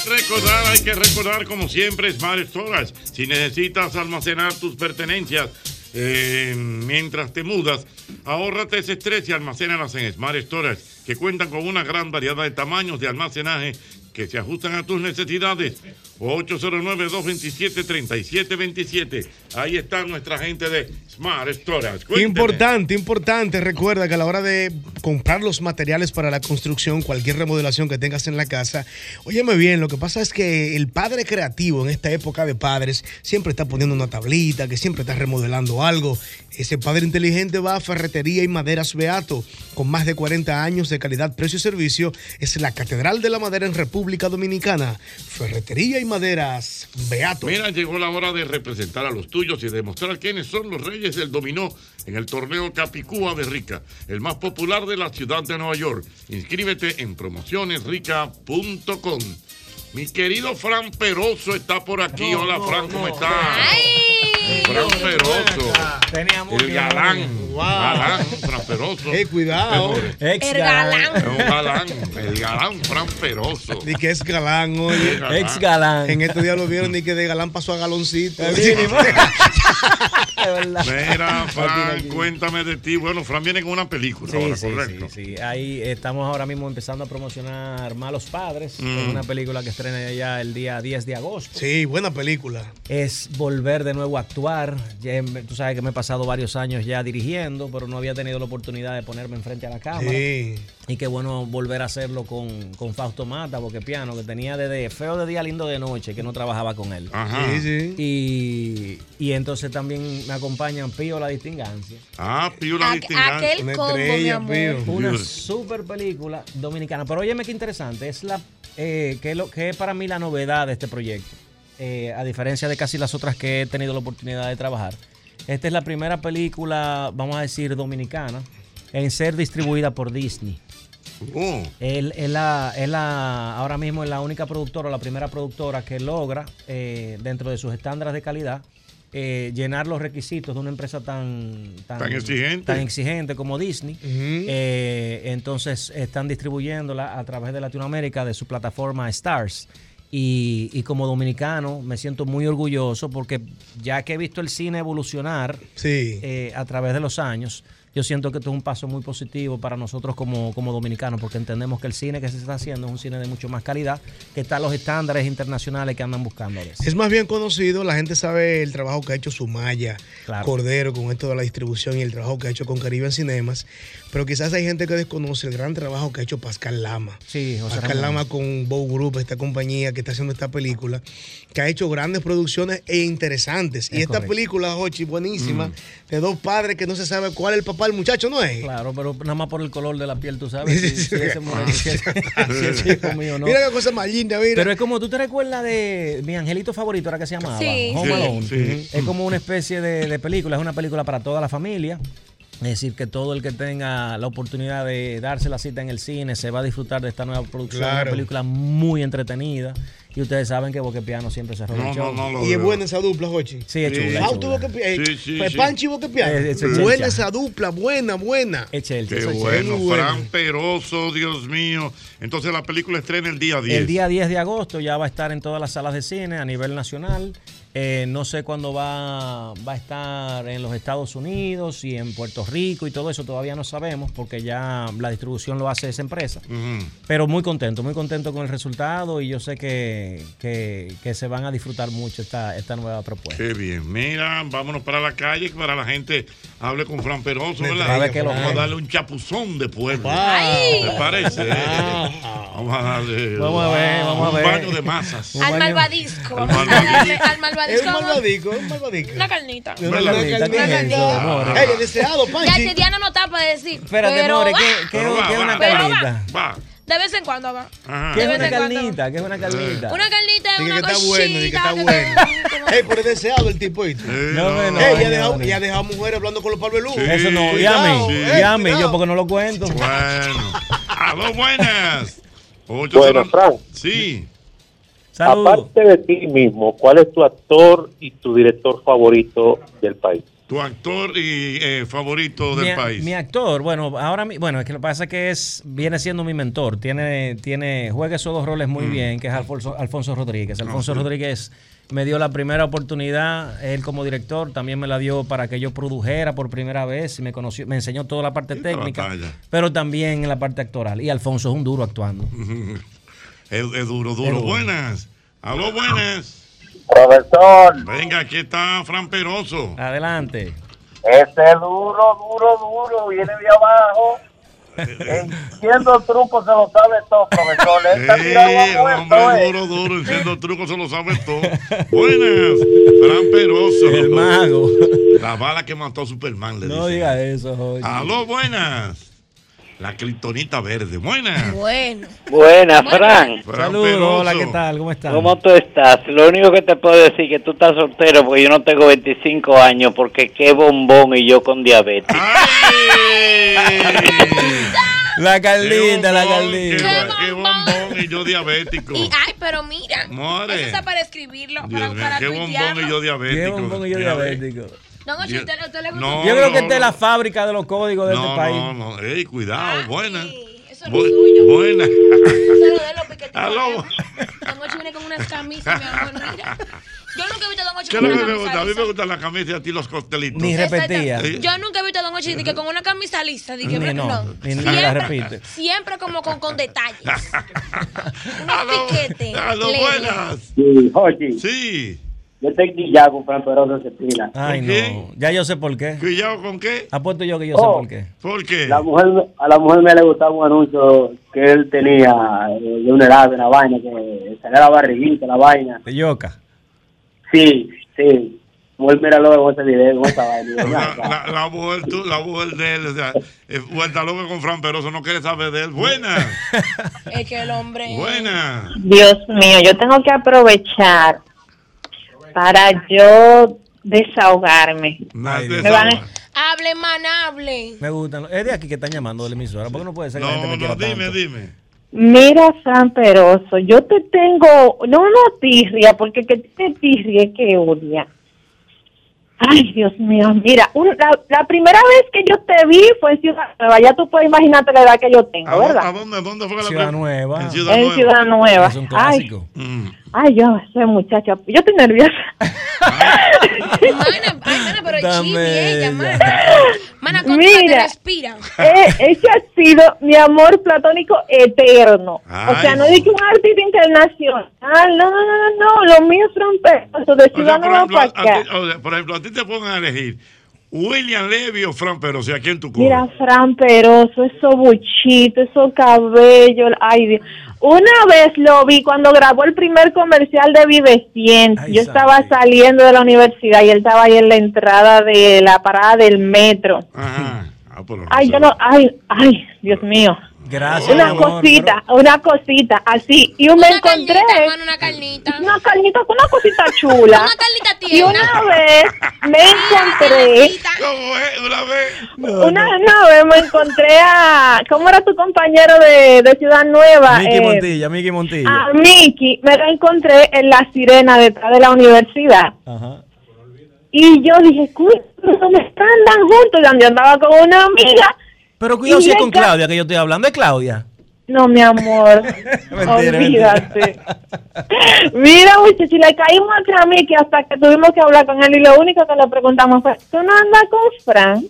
[SPEAKER 3] Recordar, hay que recordar como siempre Smart Storage. Si necesitas almacenar tus pertenencias eh, mientras te mudas, ahórrate ese estrés y almacénalas en Smart Storage, que cuentan con una gran variedad de tamaños de almacenaje que se ajustan a tus necesidades. 809-227-3727. Ahí está nuestra gente de Smart Storage. Cuénteme.
[SPEAKER 5] Importante, importante. Recuerda que a la hora de comprar los materiales para la construcción, cualquier remodelación que tengas en la casa, óyeme bien, lo que pasa es que el padre creativo en esta época de padres siempre está poniendo una tablita, que siempre está remodelando algo. Ese padre inteligente va a Ferretería y Maderas Beato. Con más de 40 años de calidad, precio y servicio, es la Catedral de la Madera en República Dominicana. Ferretería y Maderas Beato.
[SPEAKER 3] Mira, llegó la hora de representar a los tuyos y demostrar quiénes son los reyes del dominó en el torneo Capicúa de Rica, el más popular de la ciudad de Nueva York. Inscríbete en promocionesrica.com. Mi querido Fran Peroso está por aquí. Hola, Fran, ¿cómo estás? Fran Peroso. El galán. Galán, Fran Peroso.
[SPEAKER 5] Eh, cuidado.
[SPEAKER 3] El galán. Es un galán. El galán, Fran Peroso.
[SPEAKER 5] Ni que es galán, oye.
[SPEAKER 3] Galán. Ex
[SPEAKER 5] galán. En estos días lo vieron, ni que de galán pasó a galoncito.
[SPEAKER 3] Mira, Fran, cuéntame de ti. Bueno, Fran viene con una película
[SPEAKER 28] Sí,
[SPEAKER 3] ahora,
[SPEAKER 28] sí,
[SPEAKER 3] correcto.
[SPEAKER 28] sí, sí. Ahí estamos ahora mismo empezando a promocionar Malos Padres,
[SPEAKER 3] Mm.
[SPEAKER 28] es una película que estrena ya el día 10 de agosto.
[SPEAKER 5] Sí, buena película.
[SPEAKER 28] Es volver de nuevo a actuar. Ya em- tú sabes que me he pasado varios años ya dirigiendo, pero no había tenido la oportunidad de ponerme enfrente a la cámara.
[SPEAKER 5] Sí.
[SPEAKER 28] Y qué bueno volver a hacerlo con, con Fausto Mata, porque piano, que tenía desde feo de día, lindo de noche, que no trabajaba con él.
[SPEAKER 3] Ajá. Sí,
[SPEAKER 28] Y, y entonces también me acompañan Pío La Distingancia.
[SPEAKER 3] Ah, Pío la distingancia.
[SPEAKER 28] Una super película dominicana. Pero óyeme qué interesante. Es la eh, que, es lo, que es para mí la novedad de este proyecto. Eh, a diferencia de casi las otras que he tenido la oportunidad de trabajar. Esta es la primera película, vamos a decir, dominicana en ser distribuida por Disney. Él- es la, es la- ahora mismo es la única productora, la primera productora que logra, eh, dentro de sus estándares de calidad, eh, llenar los requisitos de una empresa tan,
[SPEAKER 3] Tan exigente.
[SPEAKER 28] tan exigente como Disney. Eh, entonces están distribuyéndola a través de Latinoamérica de su plataforma Stars. Y, y como dominicano me siento muy orgulloso porque ya que he visto el cine evolucionar eh, a través de los años, yo siento que esto es un paso muy positivo para nosotros como, como dominicanos porque entendemos que el cine que se está haciendo es un cine de mucho más calidad, que está a los estándares internacionales que andan buscando. a veces.
[SPEAKER 5] Es más bien conocido, la gente sabe el trabajo que ha hecho Sumaya,
[SPEAKER 28] Claro.
[SPEAKER 5] Cordero con esto de la distribución y el trabajo que ha hecho con Caribe en Cinemas, pero quizás hay gente que desconoce el gran trabajo que ha hecho Pascal Lama.
[SPEAKER 28] Sí, José
[SPEAKER 5] Pascal
[SPEAKER 28] Ramón.
[SPEAKER 5] Lama con Bow Group, esta compañía que está haciendo esta película, que ha hecho grandes producciones e interesantes. y
[SPEAKER 28] Es
[SPEAKER 5] esta
[SPEAKER 28] correcto. Mm.
[SPEAKER 5] película, Jochi, buenísima, de dos padres que no se sabe cuál es el papá del muchacho, ¿no es?
[SPEAKER 28] Claro, pero nada más por el color de la piel, tú sabes. Si, si ese moreno- si ese- ah, si ese hijo mío no.
[SPEAKER 5] Ah, Mira qué cosa más linda, mira.
[SPEAKER 28] Pero es como tú te recuerdas de mi angelito favorito, era que se llamaba
[SPEAKER 5] Sí.
[SPEAKER 28] Home
[SPEAKER 5] Sí,
[SPEAKER 28] Alone.
[SPEAKER 5] sí.
[SPEAKER 28] Es como una especie de, de película, es una película para toda la familia. Es decir, que todo el que tenga la oportunidad de darse la cita en el cine se va a disfrutar de esta nueva producción,
[SPEAKER 5] Claro.
[SPEAKER 28] una película muy entretenida. Y ustedes saben que Boque Piano siempre se roba el show.
[SPEAKER 5] y es buena esa dupla, Jochi.
[SPEAKER 28] Sí, es chula, es
[SPEAKER 5] Fausto
[SPEAKER 28] chula.
[SPEAKER 5] Boca- eh,
[SPEAKER 28] Sí, sí,
[SPEAKER 5] Pe-
[SPEAKER 28] sí.
[SPEAKER 5] Panchi Boca Piano.
[SPEAKER 28] Eh, eso es
[SPEAKER 5] buena
[SPEAKER 28] chelcha.
[SPEAKER 5] esa dupla, buena, buena.
[SPEAKER 3] Qué bueno, Fran Peroso, Dios mío. Entonces la película estrena el día 10.
[SPEAKER 28] El día 10 de agosto ya va a estar en todas las salas de cine a nivel nacional. Eh, no sé cuándo va, va a estar en los Estados Unidos y en Puerto Rico y todo eso, todavía no sabemos porque ya la distribución lo hace esa empresa. Pero muy contento, muy contento con el resultado y yo sé que, que- que se van a disfrutar mucho esta, esta nueva propuesta.
[SPEAKER 3] Qué bien. Mira, vámonos para la calle para la gente hable con Fran Peroso, ¿verdad?
[SPEAKER 28] A ver qué lo
[SPEAKER 3] Vamos a
[SPEAKER 28] hay.
[SPEAKER 3] darle un chapuzón de pueblo.
[SPEAKER 28] Ay.
[SPEAKER 3] ¿Te parece? Vamos a darle.
[SPEAKER 28] Vamos a ver, vamos a ver.
[SPEAKER 3] Un baño de masas.
[SPEAKER 6] Al malvadisco.
[SPEAKER 3] Al
[SPEAKER 6] Vamos a darle al malvadisco.
[SPEAKER 5] Es un malvadico,
[SPEAKER 6] es malvadico. Una carnita.
[SPEAKER 5] Una Una carnita, carnita. una carnita.
[SPEAKER 6] Amores.
[SPEAKER 5] Ey, el deseado,
[SPEAKER 6] Ya
[SPEAKER 5] Panchi.
[SPEAKER 6] si Diana no está para decir.
[SPEAKER 28] Espérate,
[SPEAKER 6] pero
[SPEAKER 28] amores,
[SPEAKER 6] va.
[SPEAKER 28] ¿qué, qué- qué es una
[SPEAKER 6] Pero va.
[SPEAKER 28] carnita?
[SPEAKER 6] De vez en cuando va.
[SPEAKER 28] ¿Qué
[SPEAKER 6] De
[SPEAKER 28] es
[SPEAKER 6] vez
[SPEAKER 28] una
[SPEAKER 6] en cuando.
[SPEAKER 28] carnita? ¿Qué es una carnita?
[SPEAKER 6] Una carnita es
[SPEAKER 5] Dije
[SPEAKER 6] una
[SPEAKER 5] que está bueno, dije que
[SPEAKER 6] cosita
[SPEAKER 5] está
[SPEAKER 6] que
[SPEAKER 5] bueno. Ey, pero es deseado el tipo. ¿oíste?
[SPEAKER 28] no, no,
[SPEAKER 5] Ey,
[SPEAKER 28] no,
[SPEAKER 5] ya, dejó,
[SPEAKER 28] no.
[SPEAKER 5] ya dejó mujeres hablando con los palveludos.
[SPEAKER 28] Eso no,
[SPEAKER 5] Cuidado,
[SPEAKER 28] llame,
[SPEAKER 5] ey,
[SPEAKER 28] llame,
[SPEAKER 5] cuidado.
[SPEAKER 28] yo porque no lo cuento.
[SPEAKER 3] Bueno. A dos buenas. Ocho
[SPEAKER 7] Bueno,
[SPEAKER 3] cero-
[SPEAKER 7] Fran,
[SPEAKER 3] Sí.
[SPEAKER 7] aparte de ti mismo, ¿cuál es tu actor y tu director favorito del país?
[SPEAKER 3] Tu actor y eh, favorito del
[SPEAKER 28] mi,
[SPEAKER 3] país.
[SPEAKER 28] mi actor, bueno, ahora mi- bueno, es que lo que pasa es que es viene siendo mi mentor, tiene tiene juega esos dos roles
[SPEAKER 3] Mm.
[SPEAKER 28] muy bien, que es Alfonso Alfonso Rodríguez.
[SPEAKER 3] Ah,
[SPEAKER 28] Alfonso
[SPEAKER 29] sí.
[SPEAKER 28] Rodríguez me dio la primera oportunidad él como director, también me la dio para que yo produjera por primera vez y me conoció, me enseñó toda la parte técnica,
[SPEAKER 3] batalla.
[SPEAKER 28] pero también en la parte actoral y Alfonso es un duro actuando.
[SPEAKER 3] Es, es duro,
[SPEAKER 28] Es
[SPEAKER 3] duro.
[SPEAKER 28] duro.
[SPEAKER 3] Buenas. A dos buenas.
[SPEAKER 7] Profesor,
[SPEAKER 3] Venga, aquí está Fran Peroso.
[SPEAKER 28] Adelante.
[SPEAKER 7] ese duro, duro, duro, viene de abajo.
[SPEAKER 3] Eh,
[SPEAKER 7] Enciendo el truco, se lo sabe todo, profesor. Esta mirada
[SPEAKER 3] Eh,
[SPEAKER 7] ha
[SPEAKER 3] un
[SPEAKER 7] muerto,
[SPEAKER 3] hombre
[SPEAKER 7] eh.
[SPEAKER 3] duro, duro, enciendo trucos, se lo sabe todo. Buenas, gran Peroso. El
[SPEAKER 28] mago.
[SPEAKER 3] La bala que mató a Superman, le
[SPEAKER 28] No
[SPEAKER 3] dice.
[SPEAKER 28] diga eso, Jorge.
[SPEAKER 3] Aló, buenas. La criptonita verde, buenas.
[SPEAKER 6] Bueno.
[SPEAKER 12] Buenas, Fran.
[SPEAKER 3] Peroso.
[SPEAKER 28] tal? ¿Cómo estás?
[SPEAKER 12] ¿Cómo tú estás? Lo único que te puedo decir es que tú estás soltero porque yo no tengo 25 años, porque qué bombón y yo con diabetes.
[SPEAKER 3] Ah,
[SPEAKER 28] La Carlita, la
[SPEAKER 3] Qué,
[SPEAKER 28] Carlita.
[SPEAKER 3] qué bombón y yo diabético.
[SPEAKER 6] Y ay, pero mira.
[SPEAKER 3] More.
[SPEAKER 6] Eso está para escribirlo.
[SPEAKER 3] Dios mío,
[SPEAKER 6] para, para
[SPEAKER 3] qué bombón y yo diabético.
[SPEAKER 28] Qué bombón y yo diabético.
[SPEAKER 6] Don Ocho,
[SPEAKER 3] Dios-
[SPEAKER 6] ¿usted, usted le gusta?
[SPEAKER 3] No,
[SPEAKER 28] yo creo
[SPEAKER 3] no,
[SPEAKER 28] que esta es
[SPEAKER 3] no.
[SPEAKER 28] la fábrica de los códigos de este
[SPEAKER 3] No,
[SPEAKER 28] país.
[SPEAKER 3] no, no. Ey, cuidado, buenas.
[SPEAKER 6] Eso no
[SPEAKER 3] Bu-
[SPEAKER 6] es suyo.
[SPEAKER 3] buenas.
[SPEAKER 6] Eso es lo de los piquetitos.
[SPEAKER 3] Aló.
[SPEAKER 6] Don Ocho viene con unas camisas, mi amor. Mira. Yo nunca he visto a Don Ocho
[SPEAKER 3] ¿Qué es
[SPEAKER 6] con
[SPEAKER 3] lo
[SPEAKER 6] una
[SPEAKER 3] que me
[SPEAKER 6] camisa
[SPEAKER 3] gusta? A mí
[SPEAKER 6] lisa.
[SPEAKER 3] me gustan las camisas y a ti los costelitos.
[SPEAKER 28] Ni repetía.
[SPEAKER 3] Sí.
[SPEAKER 6] Yo nunca he visto a Don Ochi que con una camisa lisa. Dije,
[SPEAKER 3] Ni
[SPEAKER 6] pero
[SPEAKER 3] no,
[SPEAKER 6] no.
[SPEAKER 3] ni- ni la repite.
[SPEAKER 6] Siempre como con, con detalles. Unos piquetes.
[SPEAKER 3] A lo
[SPEAKER 6] leves.
[SPEAKER 3] buenas.
[SPEAKER 12] Sí, Jorge.
[SPEAKER 3] Sí.
[SPEAKER 12] Yo estoy guillado con Fran Peroso Cepila.
[SPEAKER 28] Ay, no. Ya yo sé por qué.
[SPEAKER 3] ¿Cuidado con qué?
[SPEAKER 28] Apuesto yo que yo
[SPEAKER 12] Oh.
[SPEAKER 28] sé por qué.
[SPEAKER 3] ¿Por qué?
[SPEAKER 12] La mujer, a la mujer me le gustaba un anuncio que él tenía eh, de un helado, una vaina, que salía la barriguita, la vaina.
[SPEAKER 28] De yoca.
[SPEAKER 12] Sí, sí. Voy a mirarlo en ese video, en esa vaina.
[SPEAKER 3] La, la- la mujer, tú- la mujer de él, o sea, eh, vuelta loca con Fran Peroso, no quiere saber de él. Buenas,
[SPEAKER 6] Es que el hombre.
[SPEAKER 3] buenas.
[SPEAKER 8] Dios mío, yo tengo que aprovechar para yo desahogarme. Me van a-
[SPEAKER 6] Hable, man, hable.
[SPEAKER 28] Me gustan. los- Es de aquí que están llamando de la emisora. ¿Por qué no puede ser que la gente me quiera dime,
[SPEAKER 3] dime.
[SPEAKER 8] Mira, San Peroso, yo te tengo, no una tirria, porque que te tirria es que odia. Ay, Dios mío, mira, un- la, la primera vez que yo te vi fue en Ciudad Nueva, ya tú puedes imaginarte la edad que yo tengo,
[SPEAKER 3] ¿A dónde, a
[SPEAKER 8] ¿verdad?
[SPEAKER 3] dónde, a dónde fue la
[SPEAKER 28] Ciudad Nueva.
[SPEAKER 3] En
[SPEAKER 8] En Ciudad Nueva.
[SPEAKER 28] Es un
[SPEAKER 8] Ay,
[SPEAKER 28] clásico.
[SPEAKER 3] Mm,
[SPEAKER 8] ay, yo, ese muchacho, yo estoy nerviosa.
[SPEAKER 6] Mana, pero es
[SPEAKER 8] Tan
[SPEAKER 6] chibi ella,
[SPEAKER 8] bella.
[SPEAKER 6] mana. Mana, con
[SPEAKER 8] Mira.
[SPEAKER 6] respira.
[SPEAKER 8] Eh, ese ha sido mi amor platónico eterno. o
[SPEAKER 3] Ay.
[SPEAKER 8] sea, no dije un artista internacional. No, no, no, no, no. Lo mío es rompeoso. De
[SPEAKER 3] O sea,
[SPEAKER 8] Ciudad Nueva para
[SPEAKER 3] a ti-
[SPEAKER 8] acá.
[SPEAKER 3] o sea, por ejemplo, a ti te pongan a elegir William Levy o Fran Peroso, ¿y a quién tú coges?
[SPEAKER 8] Mira, Fran Peroso, esos buchitos, esos cabellos. Ay, Dios. Una vez lo vi cuando grabó el primer comercial de Vive 100. Yo estaba saliendo de la universidad y él estaba ahí en la entrada de la parada del metro.
[SPEAKER 3] Ajá. Ah, por lo
[SPEAKER 8] Ay, yo no. Ay, ay, Dios mío.
[SPEAKER 28] Gracias.
[SPEAKER 8] una
[SPEAKER 28] mi amor,
[SPEAKER 8] cosita, una cosita, así. Y me encontré.
[SPEAKER 6] una carnita.
[SPEAKER 8] Una carnita, una cosita chula.
[SPEAKER 6] Una carnita Ah,
[SPEAKER 8] y una vez me encontré. Una, una vez me encontré a. ¿Cómo era tu compañero de, de Ciudad Nueva?
[SPEAKER 28] Miki
[SPEAKER 8] Eh, ah,
[SPEAKER 28] Montilla, Miki Montilla.
[SPEAKER 8] a Miki. Me lo encontré en la sirena detrás de la universidad.
[SPEAKER 28] Ajá.
[SPEAKER 8] Y yo dije, "Cuy, no me están tan juntos. Y yo andaba con una amiga.
[SPEAKER 28] Pero cuidado
[SPEAKER 8] y
[SPEAKER 28] si es
[SPEAKER 8] me
[SPEAKER 28] con
[SPEAKER 8] enca-
[SPEAKER 28] Claudia, que yo estoy hablando. ¿Es Claudia?
[SPEAKER 8] No, mi amor.
[SPEAKER 28] Mentira,
[SPEAKER 8] Olvídate. Mira, muchacho, y le caímos a mí que hasta que tuvimos que hablar con él y lo único que le preguntamos fue, ¿tú no andas con Fran?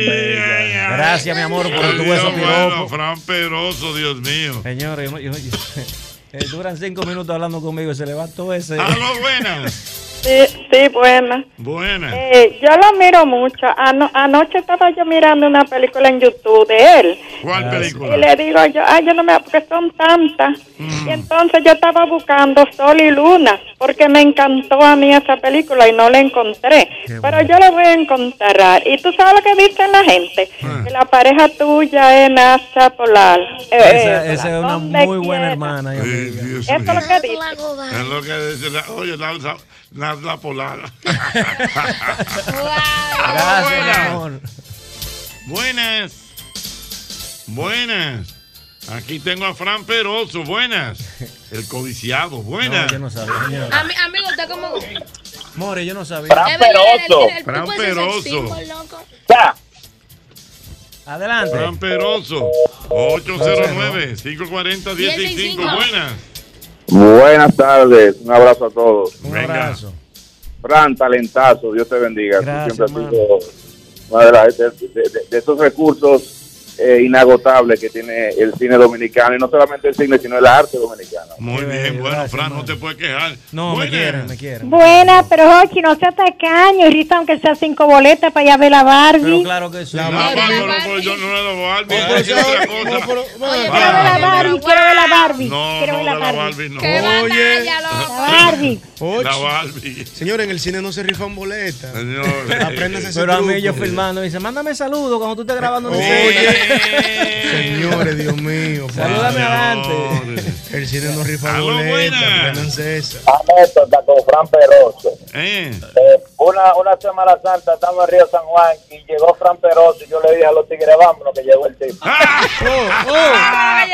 [SPEAKER 28] Gracias, mi amor, por tu beso piropo.
[SPEAKER 3] Fran Peroso, Dios mío.
[SPEAKER 28] Señores, yo- yo- yo- eh, duran cinco minutos hablando conmigo y se le va todo ese...
[SPEAKER 3] ¡Aló, buenas!
[SPEAKER 16] Sí, sí, buena.
[SPEAKER 3] Buenas.
[SPEAKER 16] Eh, yo lo miro mucho. Ano- anoche estaba yo mirando una película en YouTube de él.
[SPEAKER 3] ¿Cuál película?
[SPEAKER 16] Y le digo yo, ay, yo no me... porque son tantas. Y entonces yo estaba buscando Sol y Luna, porque me encantó a mí esa película y no la encontré.
[SPEAKER 8] Qué
[SPEAKER 16] Pero yo la voy a encontrar. Y tú sabes lo que dicen la gente, que la pareja tuya es Nacha Polar. Eh,
[SPEAKER 28] Esa,
[SPEAKER 16] eh,
[SPEAKER 28] esa es una
[SPEAKER 16] ¿dónde
[SPEAKER 28] muy buena hermana. y amiga.
[SPEAKER 16] Eso es lo que dicen.
[SPEAKER 3] Es lo que dice la, oye, la, la, la, la polada.
[SPEAKER 28] Gracias, mi
[SPEAKER 3] Aló,
[SPEAKER 28] amor.
[SPEAKER 3] buenas. Buenas. Buenas. Aquí tengo a Fran Peroso, buenas. El codiciado, buenas.
[SPEAKER 28] No, yo no sabía, señor.
[SPEAKER 6] A mí, amigo, usted como.
[SPEAKER 28] More, yo no sabía.
[SPEAKER 6] Es verdad, el- el- el
[SPEAKER 3] Fran
[SPEAKER 6] tipo ese es el
[SPEAKER 3] Peroso.
[SPEAKER 6] símbolo, loco.
[SPEAKER 28] Adelante.
[SPEAKER 3] Fran Peroso, 809-540-165, buenas.
[SPEAKER 14] Buenas tardes, un abrazo a todos.
[SPEAKER 3] Venga.
[SPEAKER 14] Fran, talentazo, Dios te bendiga. Tú siempre has sido una de, las- de- de- de- de esos recursos eh, inagotables que tiene el cine dominicano, y no solamente el cine, sino el arte dominicano.
[SPEAKER 3] Muy bien, bueno, Fran, no te puedes quejar.
[SPEAKER 28] No, me
[SPEAKER 3] Buenas.
[SPEAKER 28] quieren, me quieren.
[SPEAKER 8] Buena, pero Jochi, no seas tacaño. Rita, aunque sea cinco boletas para ir a ver la
[SPEAKER 28] Pero
[SPEAKER 8] Barbie.
[SPEAKER 28] claro que sí.
[SPEAKER 3] La Barbie, no, no, pero yo no le doy Barbie. es otra cosa.
[SPEAKER 8] Oye, quiero ver la Barbie, quiero ver la Barbie.
[SPEAKER 3] No,
[SPEAKER 8] quiero
[SPEAKER 3] no,
[SPEAKER 8] ver
[SPEAKER 3] de
[SPEAKER 8] la
[SPEAKER 3] la
[SPEAKER 8] Barbie.
[SPEAKER 3] Barbie no.
[SPEAKER 8] Qué
[SPEAKER 3] Oye.
[SPEAKER 8] Barbie.
[SPEAKER 3] La Barbie.
[SPEAKER 5] Señor, en el cine no se rifan boletas. Apréndase ese
[SPEAKER 28] Pero a mí
[SPEAKER 5] truco.
[SPEAKER 28] yo filmando me dice, mándame saludos cuando tú estés grabando.
[SPEAKER 3] Oh,
[SPEAKER 28] no sé".
[SPEAKER 5] Señores, Dios mío.
[SPEAKER 28] Salúdame
[SPEAKER 5] adelante. El cine no rifa boletas. Apréndanse esa.
[SPEAKER 14] anécdota Ah, con Fran Peroso. Eh, una, una Semana Santa estamos en Río San Juan y llegó Fran Peroso y yo le dije a los tigres, vámonos que llegó el tipo.
[SPEAKER 3] Ah.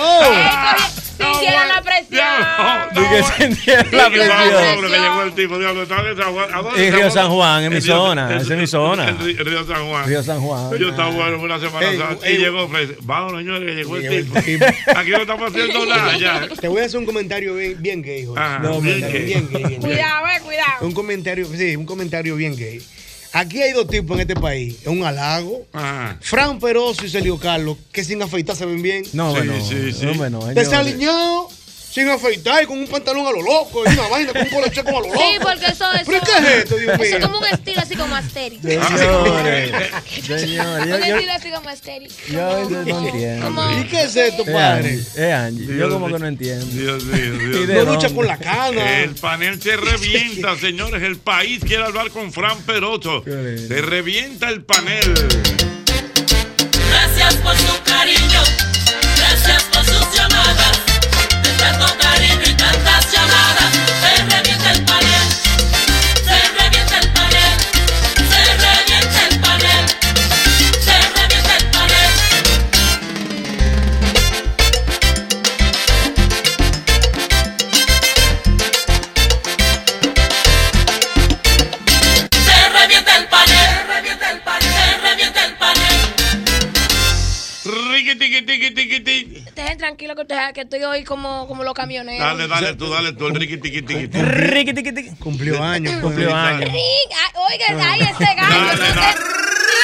[SPEAKER 3] ah,
[SPEAKER 6] Sintieron la presión.
[SPEAKER 28] Dije, sentieron la
[SPEAKER 3] Dije, vamos,
[SPEAKER 28] presión.
[SPEAKER 3] hombre, que llegó el tipo. Diablo, ¿está de San Juan? ¿A dónde
[SPEAKER 28] En
[SPEAKER 3] está
[SPEAKER 28] Río
[SPEAKER 3] vos?
[SPEAKER 28] San Juan, en mi
[SPEAKER 3] El Río-
[SPEAKER 28] zona,
[SPEAKER 3] el-
[SPEAKER 28] esa es mi zona.
[SPEAKER 3] el Río- Río San Juan.
[SPEAKER 28] Río San Juan.
[SPEAKER 3] Yo estaba bueno una semana santa y llegó Fred. Vamos, señores, que llegó el tipo. Aquí no estamos haciendo nada ya.
[SPEAKER 5] Te voy a hacer un comentario bien, bien gay, Jorge.
[SPEAKER 3] Ajá,
[SPEAKER 5] No,
[SPEAKER 3] bien
[SPEAKER 5] bien,
[SPEAKER 3] gay.
[SPEAKER 5] bien gay, bien gay.
[SPEAKER 6] Cuidado, eh, cuidado.
[SPEAKER 5] Un comentario, sí, un comentario bien gay. Aquí hay dos tipos en este país. Es un halago.
[SPEAKER 3] Ah.
[SPEAKER 5] Fran Peroso y Celio Carlos, que sin afeitar se ven bien.
[SPEAKER 28] No, bueno, no, bueno. señores.
[SPEAKER 5] Desaliñado, sin afeitar y con un pantalón a lo loco y una vaina con un poloche como a
[SPEAKER 3] Oh.
[SPEAKER 5] lo loco.
[SPEAKER 6] Sí, porque eso es.
[SPEAKER 5] ¿Pero qué es esto, Dios
[SPEAKER 6] Eso es
[SPEAKER 5] mío?
[SPEAKER 6] como un estilo así como Asterix.
[SPEAKER 3] Ah.
[SPEAKER 28] Señores, señores,
[SPEAKER 6] Un
[SPEAKER 28] yo- yo-
[SPEAKER 6] estilo así como Asterix.
[SPEAKER 28] yo- yo no entiendo.
[SPEAKER 5] ¿Y qué es esto,
[SPEAKER 28] Eh,
[SPEAKER 5] padre?
[SPEAKER 28] Angie, eh, Angie, yo como que no entiendo.
[SPEAKER 3] Dios mío,
[SPEAKER 28] ¿Y
[SPEAKER 3] Dios
[SPEAKER 28] de
[SPEAKER 3] mío.
[SPEAKER 28] dónde?
[SPEAKER 3] El panel se revienta, señores. El país quiere hablar con Fran Peroso. Se revienta el panel.
[SPEAKER 1] Gracias por su cariño, gracias por sus llamadas. De tanto cariño y tantas llamadas, se revienta el panel, se revienta el panel, se revienta el panel, se revienta el panel. Se revienta el panel, se revienta el panel, se revienta el panel.
[SPEAKER 3] Riqui, tiqui, tiqui, tiqui, tiqui.
[SPEAKER 6] Estén tranquilos que, ustedes- que estoy hoy como, como los camioneros.
[SPEAKER 3] Dale, dale tú, dale tú. El riqui, tiqui, tiqui, tiqui.
[SPEAKER 5] Cumplió años.
[SPEAKER 3] Cumplió años.
[SPEAKER 6] Ring, ay, Oiga, ay, este, ese gallo.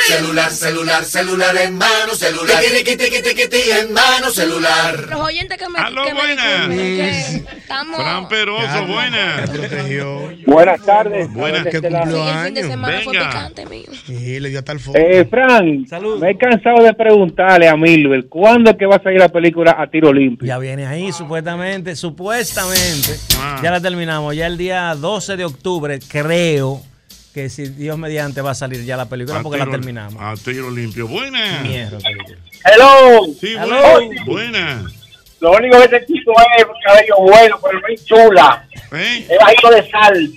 [SPEAKER 1] Celular, celular, celular en mano, celular.
[SPEAKER 6] Tiqui,
[SPEAKER 1] Tiqui, tiqui, tiqui, tiqui, en mano, celular.
[SPEAKER 6] Los oyentes que me.
[SPEAKER 3] Aló,
[SPEAKER 6] que me
[SPEAKER 3] buenas.
[SPEAKER 6] disculpen, que estamos.
[SPEAKER 3] Fran Peroso, buenas.
[SPEAKER 14] Buenas tardes.
[SPEAKER 3] Buenas,
[SPEAKER 14] que
[SPEAKER 5] cumplió
[SPEAKER 6] fin de
[SPEAKER 5] años.
[SPEAKER 6] semana fue picante, mío.
[SPEAKER 5] Sí, le dio hasta el fondo.
[SPEAKER 14] Eh, Fran, me he cansado de preguntarle a Milver, ¿cuándo es que va a salir la película a tiro limpio?
[SPEAKER 28] Ya viene ahí, supuestamente,
[SPEAKER 3] Ah.
[SPEAKER 28] supuestamente. Ya la terminamos, ya el día 12 de octubre, creo que si Dios mediante va a salir ya la película porque la
[SPEAKER 3] tiro-
[SPEAKER 28] terminamos.
[SPEAKER 3] A tiro limpio. Buena.
[SPEAKER 28] Mierda,
[SPEAKER 11] Hello.
[SPEAKER 3] Sí,
[SPEAKER 11] Hello.
[SPEAKER 3] buena. buena.
[SPEAKER 11] Lo único que te quito es el cabello bueno, pero no es chula.
[SPEAKER 3] ¿Eh?
[SPEAKER 11] Es bajito de sal.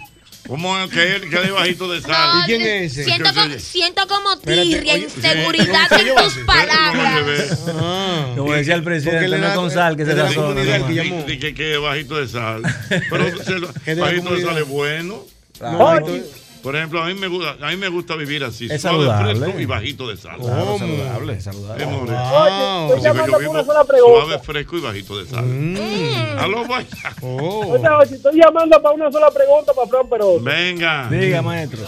[SPEAKER 3] ¿Cómo es que él que de bajito de sal?
[SPEAKER 6] ¿Y quién es
[SPEAKER 3] ese?
[SPEAKER 6] Siento, co- siento como
[SPEAKER 3] Espérate,
[SPEAKER 6] tirria,
[SPEAKER 3] oye,
[SPEAKER 6] inseguridad en tus palabras.
[SPEAKER 28] Como decía el presidente, no es con sal que se razona. hermano.
[SPEAKER 3] Dice que, que bajito de sal. Pero se lo-
[SPEAKER 28] de la
[SPEAKER 3] bajito de
[SPEAKER 28] comunidad.
[SPEAKER 3] sal es bueno.
[SPEAKER 28] Claro. Bajito
[SPEAKER 3] Por ejemplo, a mí me gusta, a mí me gusta vivir así.
[SPEAKER 28] Es
[SPEAKER 3] suave,
[SPEAKER 28] saludable.
[SPEAKER 3] fresco y bajito de sal.
[SPEAKER 28] Claro, saludable, saludable.
[SPEAKER 3] Eh, more.
[SPEAKER 28] Wow.
[SPEAKER 3] Porque yo
[SPEAKER 11] llamando por pues una
[SPEAKER 3] vivo
[SPEAKER 11] sola pregunta.
[SPEAKER 3] Suave, fresco y bajito de sal. Mm. Aló, vaya.
[SPEAKER 11] Oiga, oye, estoy llamando para una sola pregunta para Fran Peroso.
[SPEAKER 3] Venga.
[SPEAKER 28] Diga, maestro.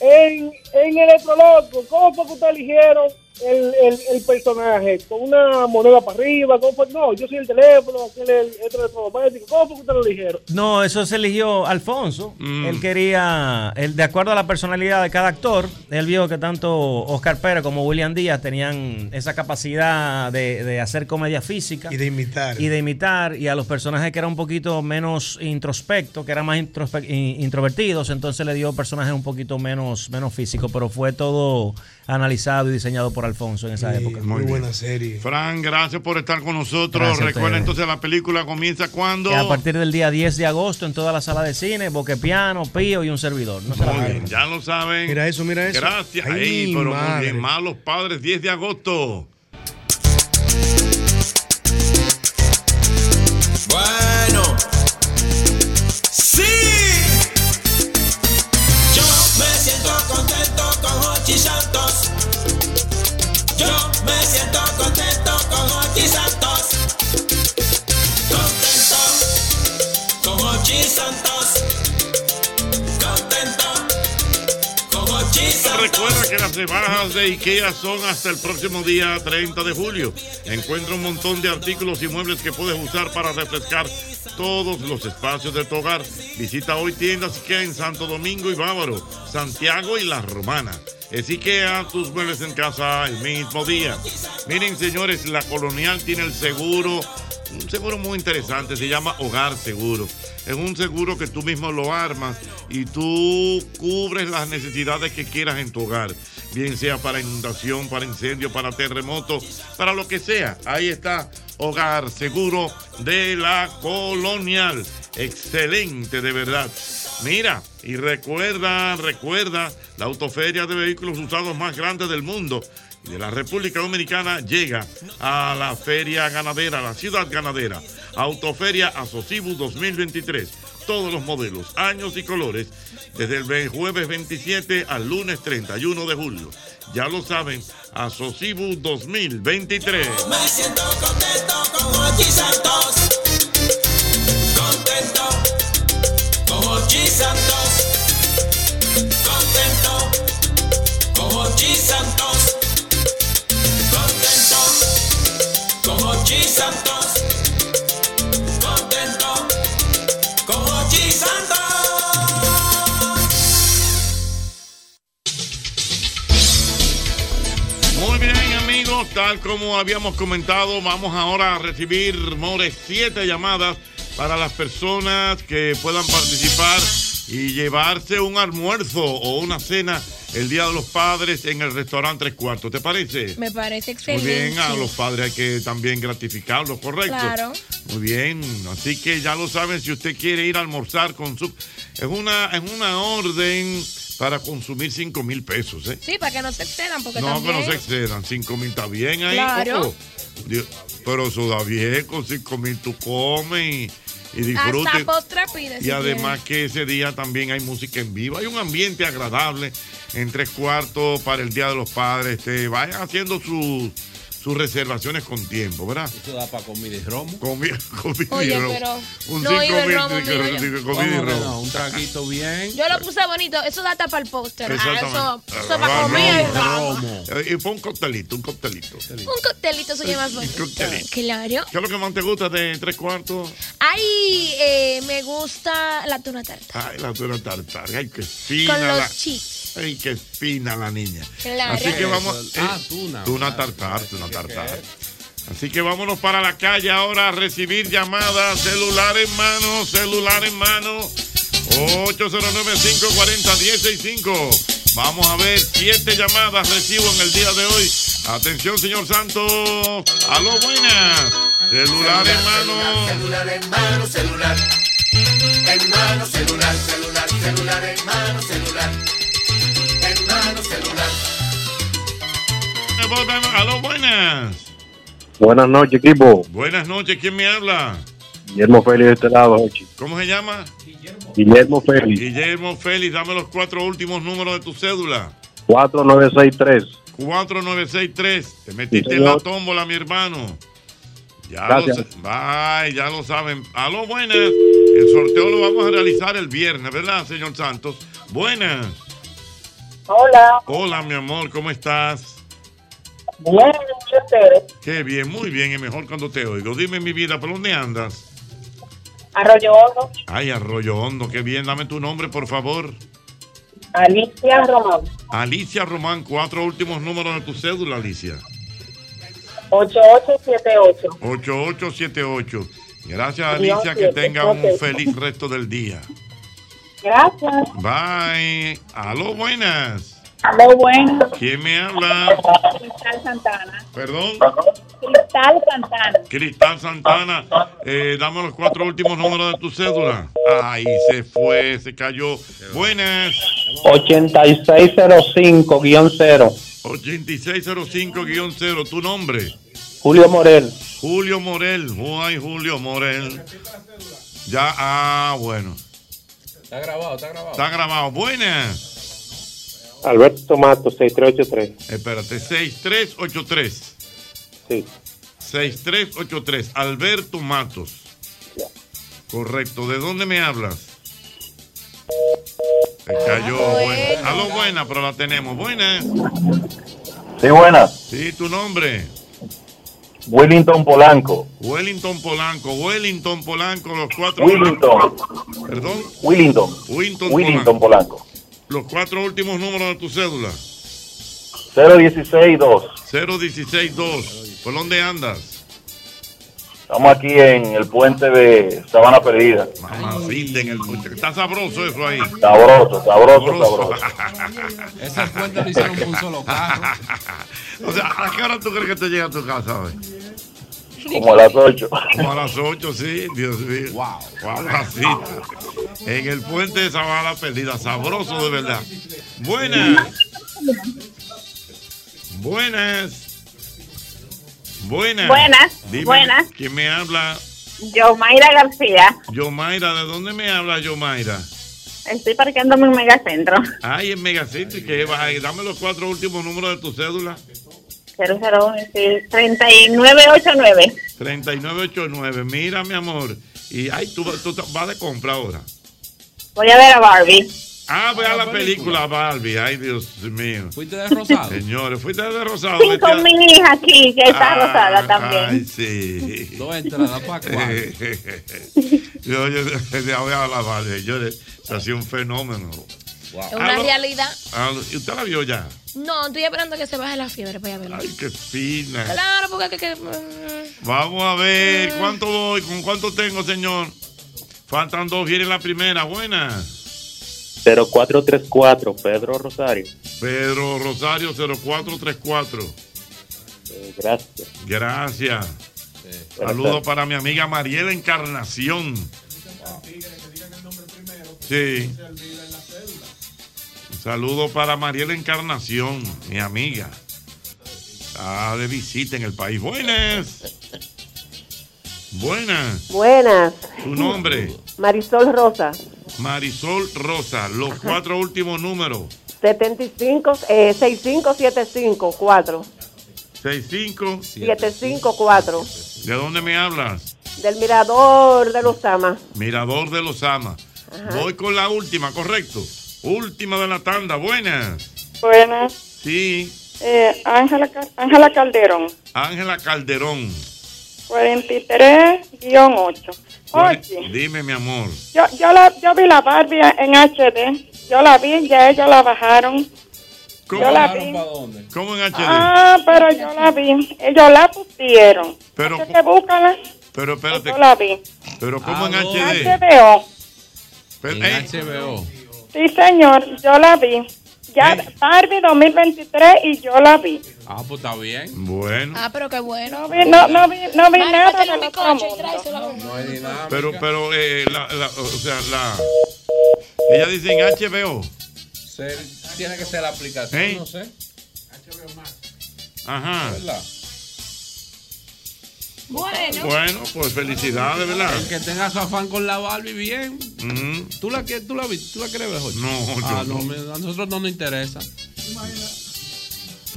[SPEAKER 11] En, en Electroloco, ¿cómo fue que ustedes eligieron el, el, el personaje? ¿Con una moneda para arriba? ¿Cómo fue? No, yo soy el teléfono, aquel el, el electrodoméstico. ¿Cómo fue que ustedes lo eligieron?
[SPEAKER 28] No, eso se eligió Alfonso. Él quería, él, de acuerdo a la personalidad de cada actor, él vio que tanto Oscar Pérez como William Díaz tenían esa capacidad de, de hacer comedia física. Y de imitar. Y de imitar. Y a los personajes que eran un poquito menos introspectos, que eran más introspe- in- introvertidos, entonces le dio personajes un poquito menos, menos físicos. Pero fue todo analizado y diseñado por Alfonso en esa época.
[SPEAKER 3] muy bien. buena
[SPEAKER 28] serie.
[SPEAKER 3] Fran, gracias por estar con nosotros.
[SPEAKER 28] Gracias a
[SPEAKER 3] Recuerda
[SPEAKER 28] ustedes.
[SPEAKER 3] entonces la película comienza cuando.
[SPEAKER 28] Que a partir del día 10 de agosto en toda la sala de cine, Boquepiano, Pío y un servidor. No se la
[SPEAKER 3] Muy
[SPEAKER 28] pierdan.
[SPEAKER 3] bien, ya lo saben.
[SPEAKER 28] Mira eso, mira eso.
[SPEAKER 3] Gracias.
[SPEAKER 28] Ay,
[SPEAKER 3] Ahí, pero muy
[SPEAKER 28] madre.
[SPEAKER 3] bien. Malos padres, 10 de agosto.
[SPEAKER 1] Bueno, sí. Yo me siento contento con Hochi Santos. Yo me siento contento con Hochi Santos. Contento con Hochi Santos. Contento con Hochi Santos.
[SPEAKER 3] Recuerda que las rebajas de IKEA son hasta el próximo día 30 de julio. Encuentra un montón de artículos y muebles que puedes usar para refrescar todos los espacios de tu hogar. Visita hoy tiendas IKEA en Santo Domingo y Bávaro, Santiago y La Romana. Es IKEA, tus muebles en casa el mismo día. Miren, señores, la colonial tiene el seguro un seguro muy interesante, se llama Hogar Seguro. Es un seguro que tú mismo lo armas y tú cubres las necesidades que quieras en tu hogar, bien sea para inundación, para incendio, para terremoto, para lo que sea. Ahí está Hogar Seguro de la Colonial. Excelente, de verdad. Mira, y recuerda, recuerda, la autoferia de vehículos usados más grande del mundo y de la República Dominicana llega a la Feria Ganadera, la Ciudad Ganadera, Autoferia Asocibu 2023. Todos los modelos, años y colores, desde el ve- jueves 27 al lunes 31 de julio. Ya lo saben, Asocibu 2023.
[SPEAKER 1] Me siento contento con Hochi Santos. Contento con Hochi Santos. Contento con Hochi Santos. Contento con Hochi Santos. Contento con Hochi Santos.
[SPEAKER 3] Muy bien, amigos, tal como habíamos comentado, vamos ahora a recibir, More, siete llamadas para las personas que puedan participar y llevarse un almuerzo o una cena el Día de los Padres en el restaurante Tres Cuartos. ¿Te parece?
[SPEAKER 6] Me parece
[SPEAKER 3] Muy
[SPEAKER 6] excelente.
[SPEAKER 3] bien, a los padres hay que también gratificarlos, correcto.
[SPEAKER 6] Claro.
[SPEAKER 3] Muy bien, así que ya lo saben, si usted quiere ir a almorzar con su... Es una, es una orden para consumir cinco mil pesos, ¿eh?
[SPEAKER 6] Sí, para que no se excedan, porque
[SPEAKER 3] No,
[SPEAKER 6] también...
[SPEAKER 3] que no se excedan. 5 mil está bien ahí.
[SPEAKER 6] Claro.
[SPEAKER 3] ojo. Dios, Pero eso da bien. Con 5 mil tú comes y, y disfrutas.
[SPEAKER 6] Hasta postre pides,
[SPEAKER 3] Y
[SPEAKER 6] si
[SPEAKER 3] además que ese día también hay música en vivo. Hay un ambiente agradable en tres cuartos para el Día de los Padres. Te vayan haciendo sus sus reservaciones con tiempo, ¿verdad?
[SPEAKER 13] Eso da para comida y romo.
[SPEAKER 3] Comida, comida
[SPEAKER 6] Oye,
[SPEAKER 3] y romo.
[SPEAKER 6] pero
[SPEAKER 3] Un
[SPEAKER 6] no
[SPEAKER 3] cinco
[SPEAKER 6] iba el
[SPEAKER 3] mil,
[SPEAKER 6] romo,
[SPEAKER 3] digo,
[SPEAKER 6] mira yo.
[SPEAKER 3] digo, comida y
[SPEAKER 13] ¿Cómo que
[SPEAKER 3] romo.
[SPEAKER 13] no? Un traguito bien.
[SPEAKER 6] quieren. Yo lo puse bonito, eso da hasta para el póster. Ah, eso,
[SPEAKER 3] Exactamente.
[SPEAKER 6] eso para comer.
[SPEAKER 3] romo. Eh, Y fue un costelito, un costelito.
[SPEAKER 6] Un coctelito se llama
[SPEAKER 3] Un coctelito.
[SPEAKER 6] Claro.
[SPEAKER 3] ¿Qué es lo que más te gusta de tres cuartos?
[SPEAKER 6] Ay, eh, me gusta la tuna tarta.
[SPEAKER 3] Ay, la dura tartar. Ay, qué fina.
[SPEAKER 6] Con los
[SPEAKER 3] la-
[SPEAKER 6] chips.
[SPEAKER 3] Ay, qué fina la niña.
[SPEAKER 6] Claro.
[SPEAKER 3] Así que vamos.
[SPEAKER 13] Eso, ah,
[SPEAKER 3] eh,
[SPEAKER 13] tuna.
[SPEAKER 3] Tuna tartar, tuna tartar. Así que vámonos para la calle ahora a recibir llamadas. Celular en mano, celular en mano. 809-540-165. Vamos a ver, siete llamadas recibo en el día de hoy. Atención, señor Santos. Aló, buenas. Celular en mano.
[SPEAKER 1] Celular en mano, celular. En mano, celular, celular, celular, en mano, celular. En mano, celular.
[SPEAKER 3] Aló, buenas.
[SPEAKER 17] Buenas noches, equipo.
[SPEAKER 3] Buenas noches, ¿quién me habla?
[SPEAKER 17] Guillermo Félix de este lado, Jochi.
[SPEAKER 3] ¿Cómo se llama?
[SPEAKER 17] Guillermo Félix,
[SPEAKER 3] Guillermo Félix, dame los cuatro últimos números de tu cédula.
[SPEAKER 17] 4963.
[SPEAKER 3] 4963. Te metiste
[SPEAKER 17] Sí,
[SPEAKER 3] en la
[SPEAKER 17] señor.
[SPEAKER 3] tómbola, mi hermano. Ya
[SPEAKER 17] Gracias.
[SPEAKER 3] lo sa- Bye, ya lo saben. Aló, buenas. El sorteo lo vamos a realizar el viernes, ¿verdad, señor Santos? Buenas.
[SPEAKER 19] Hola,
[SPEAKER 3] Hola, mi amor, ¿cómo estás?
[SPEAKER 19] bien, ¿y ustedes?
[SPEAKER 3] Qué bien, muy bien, es mejor cuando te oigo. Dime, mi vida, ¿por dónde andas?
[SPEAKER 19] Arroyo Hondo,
[SPEAKER 3] Ay, Arroyo Hondo, qué bien. Dame tu nombre, por favor.
[SPEAKER 19] Alicia Román,
[SPEAKER 3] Alicia Román, cuatro últimos números de tu cédula, Alicia.
[SPEAKER 19] 8878.
[SPEAKER 3] 8878. Gracias,
[SPEAKER 19] Dios,
[SPEAKER 3] Alicia, que
[SPEAKER 19] siete.
[SPEAKER 3] tenga un
[SPEAKER 19] Ok.
[SPEAKER 3] feliz resto del día.
[SPEAKER 19] Gracias.
[SPEAKER 3] Bye. Aló, buenas.
[SPEAKER 19] Aló, bueno.
[SPEAKER 3] ¿Quién me habla?
[SPEAKER 19] Cristal Santana.
[SPEAKER 3] Perdón.
[SPEAKER 19] Cristal Santana.
[SPEAKER 3] Cristal Santana, eh, dame los cuatro últimos números de tu cédula. Ay, se fue, se cayó. Buenas.
[SPEAKER 7] 8605-0.
[SPEAKER 3] 8605-0, tu nombre.
[SPEAKER 7] Julio Morel.
[SPEAKER 3] Julio Morel. Ay, Julio Morel. Ya, ah, bueno.
[SPEAKER 13] Está grabado, está grabado.
[SPEAKER 3] Está grabado. Buenas.
[SPEAKER 7] Alberto Mato, 6383.
[SPEAKER 3] Espérate, 6383.
[SPEAKER 7] Sí.
[SPEAKER 3] 6383, Alberto Matos. Correcto, ¿de dónde me hablas? Se cayó. bueno. Aló, buena, pero la tenemos. Buenas.
[SPEAKER 7] Sí, buenas.
[SPEAKER 3] Sí, tu nombre.
[SPEAKER 7] Willington Polanco.
[SPEAKER 3] Wellington Polanco. Wellington Polanco, los cuatro.
[SPEAKER 7] Willington.
[SPEAKER 3] Perdón.
[SPEAKER 7] Willington.
[SPEAKER 3] Willington,
[SPEAKER 7] Willington
[SPEAKER 3] Polanco.
[SPEAKER 7] Polanco.
[SPEAKER 3] Los cuatro últimos números de tu cédula.
[SPEAKER 7] 0162.
[SPEAKER 3] 0162. ¿Por dónde andas?
[SPEAKER 7] Estamos aquí en el puente de Sabana Perdida.
[SPEAKER 3] Mamacita en el coche. Está sabroso eso ahí.
[SPEAKER 7] Sabroso, sabroso, sabroso.
[SPEAKER 3] Esas cuentas lo hicieron con un solo carro. o sea, ¿a qué hora tú crees que te llega a tu casa hoy?
[SPEAKER 7] Como a las 8.
[SPEAKER 3] Como a las 8, sí, Dios mío. Wow. Mamacita. En el puente de Sabana Perdida, sabroso de verdad. Buenas. Buenas. Buenas.
[SPEAKER 19] Buenas,
[SPEAKER 3] Dime,
[SPEAKER 19] buenas.
[SPEAKER 3] ¿Quién me habla?
[SPEAKER 19] Yo, Mayra García,
[SPEAKER 3] Yomaira, ¿de dónde me habla Yomaira?
[SPEAKER 19] estoy parqueándome en Megacentro.
[SPEAKER 3] Ay, en Megacity, que va. Ay, Dame los cuatro últimos números de tu cédula.
[SPEAKER 19] 001, sí, 3989.
[SPEAKER 3] 3989. Mira, mi amor. Y ay, tú, tú vas de compra ahora.
[SPEAKER 19] Voy a ver a Barbie.
[SPEAKER 3] Ah, ve a la película Barbie. Ay, Dios mío. Fuiste de
[SPEAKER 19] rosado.
[SPEAKER 3] Señores, fuiste de rosado.
[SPEAKER 19] Y
[SPEAKER 3] vestida-
[SPEAKER 19] con mi hija aquí, que está
[SPEAKER 3] Ah,
[SPEAKER 19] rosada también.
[SPEAKER 3] Ay, sí.
[SPEAKER 13] Dos entradas para cuatro.
[SPEAKER 3] yo, yo, ya voy a la Barbie. Yo le- se hacía un fenómeno.
[SPEAKER 6] Es una
[SPEAKER 3] Aló.
[SPEAKER 6] realidad.
[SPEAKER 3] Aló, ¿Y usted la vio ya?
[SPEAKER 6] No, estoy esperando que se baje la fiebre para ir a verlo.
[SPEAKER 3] Ay, qué fina.
[SPEAKER 6] Claro, porque que, que, mm,
[SPEAKER 3] Vamos a ver, ¿cuánto voy? ¿Con cuánto tengo, señor? Faltan dos, viene la primera, buena.
[SPEAKER 7] 0434, Pedro Rosario.
[SPEAKER 3] Pedro Rosario 0434.
[SPEAKER 7] Gracias.
[SPEAKER 3] Gracias. Saludos para mi amiga Mariela Encarnación. Sí. Saludos para Mariela Encarnación, mi amiga. Está de visita en el país. Buenas. Buenas.
[SPEAKER 30] Buenas,
[SPEAKER 3] Tu nombre,
[SPEAKER 30] Marisol Rosa,
[SPEAKER 3] Marisol Rosa. Los cuatro últimos números.
[SPEAKER 30] 75, eh, 6575, 4,
[SPEAKER 3] 65.
[SPEAKER 30] 754,
[SPEAKER 3] ¿De dónde me hablas?
[SPEAKER 30] del Mirador de los Tamas.
[SPEAKER 3] Mirador de los Amas. Voy con la última, correcto. Última de la tanda, buenas.
[SPEAKER 7] Buenas,
[SPEAKER 3] Sí,
[SPEAKER 7] eh, Ángela, Ca- Ángela Calderón,
[SPEAKER 3] Ángela Calderón.
[SPEAKER 7] 43-8.
[SPEAKER 3] Buen- Dime, mi amor.
[SPEAKER 7] Yo, yo, la, yo vi la Barbie en HD, yo la vi, ya ellos la bajaron. Yo la vi.
[SPEAKER 3] ¿Cómo en HD?
[SPEAKER 7] Ah, pero yo la vi, ellos la pusieron.
[SPEAKER 3] pero,
[SPEAKER 7] Entonces búscala,
[SPEAKER 3] pero espérate.
[SPEAKER 7] yo la vi.
[SPEAKER 3] Pero ¿cómo en HD?
[SPEAKER 7] HBO,
[SPEAKER 13] En HBO.
[SPEAKER 31] Sí, señor, yo la vi. Ya Barbie 2023 y yo la vi.
[SPEAKER 13] Ah, pues está bien.
[SPEAKER 3] Bueno.
[SPEAKER 6] Ah, pero qué bueno. pues
[SPEAKER 31] No vi, no, no vi, no vi
[SPEAKER 6] Mari,
[SPEAKER 31] nada
[SPEAKER 6] pásale
[SPEAKER 31] del
[SPEAKER 6] un
[SPEAKER 31] otro
[SPEAKER 6] bizcocho y
[SPEAKER 31] mundo.
[SPEAKER 6] tráeselo a uno.
[SPEAKER 3] Pero, pero, eh, la, la- o sea, la. Ella dice en HBO.
[SPEAKER 13] Se- tiene que ser la aplicación,
[SPEAKER 3] ¿Eh?
[SPEAKER 13] no sé.
[SPEAKER 3] Ajá.
[SPEAKER 13] ¿Verdad?
[SPEAKER 6] Bueno.
[SPEAKER 3] Bueno, pues felicidades, ¿verdad?
[SPEAKER 13] El que tenga su afán con la Barbie, bien.
[SPEAKER 3] Ujú.
[SPEAKER 13] ¿Tú la, quieres- tú la, vi- tú la quieres ver, Jorge?
[SPEAKER 3] No, yo
[SPEAKER 13] Ah, no,
[SPEAKER 3] no.
[SPEAKER 13] me- a nosotros no nos interesa.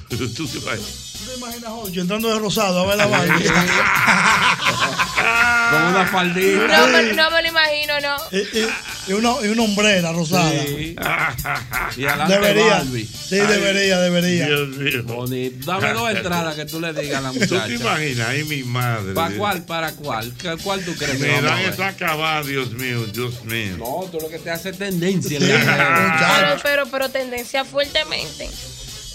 [SPEAKER 3] Tú pues. te vas-
[SPEAKER 20] ¿Tú te imaginas, Jorge, entrando de rosado a ver la vaina?
[SPEAKER 13] Con una faldita.
[SPEAKER 6] No, me- no me lo imagino, no.
[SPEAKER 20] y, y- y una, y una hombrera rosada.
[SPEAKER 13] Y adelante
[SPEAKER 20] Debería.
[SPEAKER 13] Barbie.
[SPEAKER 20] Sí, debería, debería.
[SPEAKER 3] Dios mío. Bonito.
[SPEAKER 13] Dame dos entradas que tú le digas a la muchacha.
[SPEAKER 3] ¿Tú te imaginas? Ay, mi madre.
[SPEAKER 13] ¿Para cuál? ¿Para cuál? ¿Qué- ¿Cuál tú crees? que
[SPEAKER 3] Me
[SPEAKER 13] vamos a
[SPEAKER 3] dan
[SPEAKER 13] ver?
[SPEAKER 3] esa acabada, Dios mío, Dios mío.
[SPEAKER 13] eh. No, tú lo que te hace tendencia. en la red.
[SPEAKER 6] Pero, pero, pero tendencia fuertemente.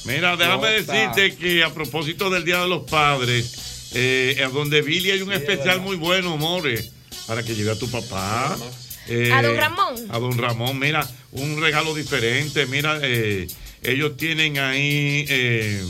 [SPEAKER 3] Mira, déjame
[SPEAKER 13] No está.
[SPEAKER 3] decirte que a propósito del Día de los Padres, eh, a donde Billy hay un especial muy bueno, More, para que lleve a tu papá. Eh,
[SPEAKER 6] ¿A don Ramón?
[SPEAKER 3] A don Ramón, mira, un regalo diferente. Mira, eh, ellos tienen ahí eh,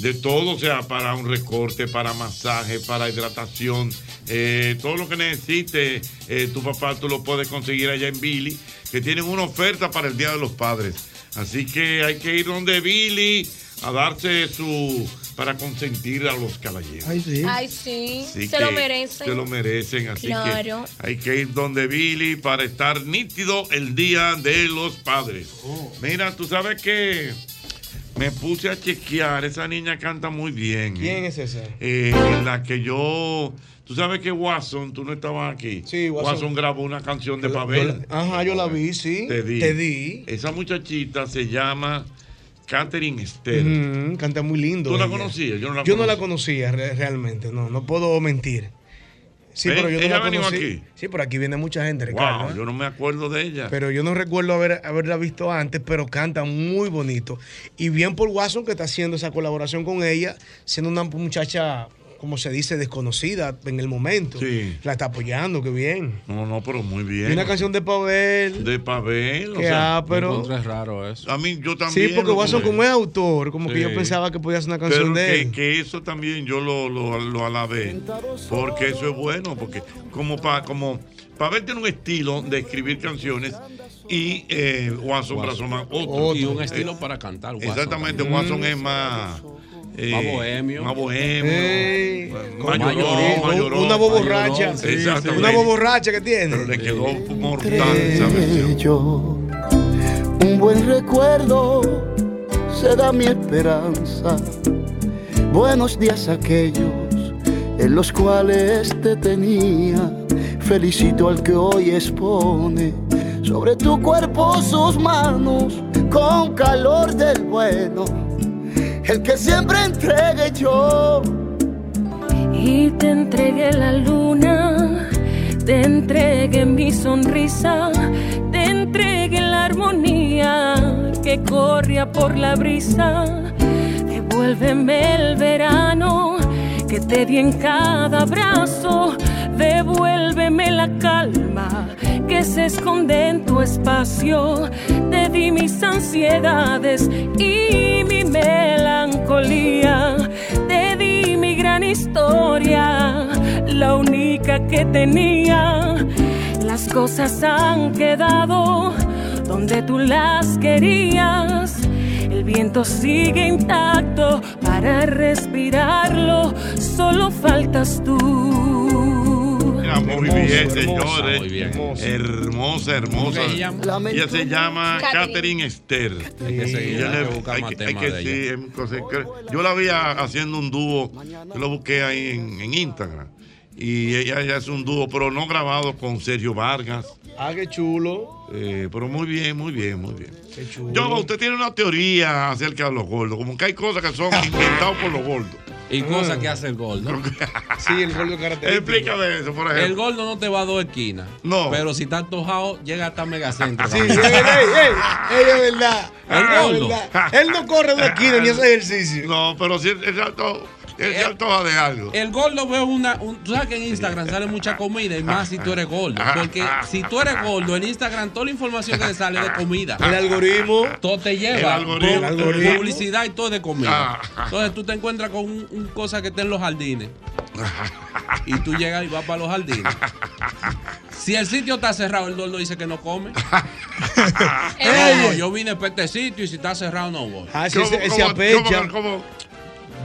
[SPEAKER 3] de todo, o sea, para un recorte, para masaje, para hidratación, eh, todo lo que necesite eh, tu papá, tú lo puedes conseguir allá en Billy, que tienen una oferta para el Día de los Padres. Así que hay que ir donde Billy a darse su. para consentir a los caballeros.
[SPEAKER 20] Ay, sí.
[SPEAKER 6] Ay, sí.
[SPEAKER 3] Así
[SPEAKER 6] se lo
[SPEAKER 3] que
[SPEAKER 6] merecen.
[SPEAKER 3] Se lo merecen, así
[SPEAKER 6] Claro.
[SPEAKER 3] que hay que ir donde Billy para estar nítido el día de los padres.
[SPEAKER 5] Oh.
[SPEAKER 3] Mira, tú sabes que me puse a chequear, esa niña canta muy bien. ¿eh?
[SPEAKER 5] ¿Quién es esa?
[SPEAKER 3] Eh, en la que yo... Tú sabes que Watson, tú no estabas aquí. Sí,
[SPEAKER 5] Watson.
[SPEAKER 3] grabó una canción de Pavel.
[SPEAKER 5] Ajá, yo la vi, sí.
[SPEAKER 3] Te di.
[SPEAKER 5] Te di.
[SPEAKER 3] Esa muchachita se llama Catherine Esther.
[SPEAKER 5] Mm, canta muy lindo.
[SPEAKER 3] ¿Tú la
[SPEAKER 5] ella.
[SPEAKER 3] conocías? Yo no la
[SPEAKER 5] Yo no la conocía re- realmente, no, no puedo mentir. Sí,
[SPEAKER 3] Ven,
[SPEAKER 5] pero yo no
[SPEAKER 3] ella
[SPEAKER 5] la
[SPEAKER 3] ha venido
[SPEAKER 5] conocí.
[SPEAKER 3] aquí.
[SPEAKER 5] Sí, pero aquí viene mucha gente, Ricardo.
[SPEAKER 3] Wow,
[SPEAKER 5] ¿eh?
[SPEAKER 3] yo no me acuerdo de ella.
[SPEAKER 5] Pero yo no recuerdo haber, haberla visto antes, pero canta muy bonito. Y bien por Watson que está haciendo esa colaboración con ella, siendo una muchacha, como se dice, desconocida en el momento.
[SPEAKER 3] Sí.
[SPEAKER 5] La está apoyando, qué bien.
[SPEAKER 3] No, no, pero muy
[SPEAKER 5] Y
[SPEAKER 3] bien.
[SPEAKER 5] una canción de Pavel.
[SPEAKER 3] De Pavel, o
[SPEAKER 5] Que,
[SPEAKER 3] sea,
[SPEAKER 5] ah, pero-
[SPEAKER 3] me encontré
[SPEAKER 13] raro eso.
[SPEAKER 3] A mí yo también.
[SPEAKER 5] Sí, porque
[SPEAKER 3] lo
[SPEAKER 5] Watson,
[SPEAKER 3] encontré.
[SPEAKER 5] como es autor, como que yo
[SPEAKER 3] Sí.
[SPEAKER 5] pensaba que podía hacer una
[SPEAKER 3] Pero
[SPEAKER 5] canción de
[SPEAKER 3] que,
[SPEAKER 5] él.
[SPEAKER 3] que eso también yo lo, lo, lo alabé. Porque eso es bueno. Porque como para como Pavel tiene un estilo de escribir canciones y eh, Watson Brazoman otro.
[SPEAKER 13] Y un
[SPEAKER 3] Eh,
[SPEAKER 13] estilo para cantar. Watson
[SPEAKER 3] Exactamente,
[SPEAKER 13] también.
[SPEAKER 3] Watson es más. eh,
[SPEAKER 13] Más bohemio.
[SPEAKER 3] Más bohemio.
[SPEAKER 13] Ey.
[SPEAKER 3] Más
[SPEAKER 13] Con
[SPEAKER 3] llorón,
[SPEAKER 13] mayorón,
[SPEAKER 3] más llorón.
[SPEAKER 5] una boborracha.
[SPEAKER 3] Sí, exactamente.
[SPEAKER 5] una boborracha que tiene.
[SPEAKER 3] Pero le quedó mortal esa versión.
[SPEAKER 32] Entre yo. Un buen recuerdo será mi esperanza. Buenos días aquellos en los cuales te tenía. Felicito al que hoy expone sobre tu cuerpo sus manos con calor del bueno. El que siempre entregue yo.
[SPEAKER 4] Y te entregué la luna, te entregué mi sonrisa, te entregué la armonía que corría por la brisa. Devuélveme el verano que te di en cada abrazo, devuélveme la calma que se esconde en tu espacio. Te di mis ansiedades y mi melancolía, te di mi gran historia, la única que tenía. Las cosas han quedado donde tú las querías. El viento sigue intacto para respirarlo, solo faltas tú.
[SPEAKER 3] Ah, muy
[SPEAKER 32] Hermoso,
[SPEAKER 3] bien,
[SPEAKER 32] hermosa,
[SPEAKER 3] señores.
[SPEAKER 32] muy
[SPEAKER 3] Hermosa, hermosa.
[SPEAKER 32] ¿Cómo que se llama?
[SPEAKER 3] Ella se llama
[SPEAKER 32] Catherine.
[SPEAKER 3] Catherine Esther.
[SPEAKER 13] Hay que seguir,
[SPEAKER 3] Ella
[SPEAKER 13] hay
[SPEAKER 3] le-
[SPEAKER 13] que buscar
[SPEAKER 3] hay
[SPEAKER 13] más
[SPEAKER 3] que-
[SPEAKER 13] temas
[SPEAKER 3] hay
[SPEAKER 13] de
[SPEAKER 3] que
[SPEAKER 13] ella.
[SPEAKER 3] sí, em, cosa- cre- Yo la vi a- haciendo un dúo. Yo lo busqué ahí en, en Instagram. Y ella, ella hace un dúo, pero no grabado con Sergio Vargas.
[SPEAKER 5] Ah, qué chulo.
[SPEAKER 3] Eh, pero muy bien, muy bien, muy bien.
[SPEAKER 5] Qué chulo.
[SPEAKER 3] Yo, usted tiene una teoría acerca de los gordos. Como que hay cosas que son inventadas por los gordos. Ah.
[SPEAKER 13] Y cosas que hace el gordo.
[SPEAKER 5] sí, el gordo característico.
[SPEAKER 3] Explícame eso, por ejemplo.
[SPEAKER 13] El gordo no te va a dos esquinas.
[SPEAKER 3] No.
[SPEAKER 13] Pero si está antojado, llega hasta Megacentro.
[SPEAKER 5] Sí, es verdad, ey, ey, ey, es verdad.
[SPEAKER 13] El
[SPEAKER 5] Es
[SPEAKER 3] Ah,
[SPEAKER 13] gordo.
[SPEAKER 5] verdad. Él no corre de esquina ni hace ejercicio.
[SPEAKER 3] No, pero sí, exacto. Él se antoja de algo.
[SPEAKER 13] Eh, El gordo veo una. un- tú sabes que en Instagram sale mucha comida y más si tú eres gordo. Porque si tú eres gordo, en Instagram toda la información que te sale es de comida.
[SPEAKER 5] El algoritmo.
[SPEAKER 13] Todo te lleva.
[SPEAKER 5] El algoritmo.
[SPEAKER 13] Pu-
[SPEAKER 5] El algoritmo.
[SPEAKER 13] Publicidad y todo es de comida. Entonces tú te encuentras con un, un cosa que está en los jardines. Y tú llegas y vas para los jardines. Si el sitio está cerrado, el gordo dice que no come. No, no, yo vine para este sitio y si está cerrado no voy.
[SPEAKER 5] Ah, sí, ¿Cómo, ese- ese cómo, apecha. cómo,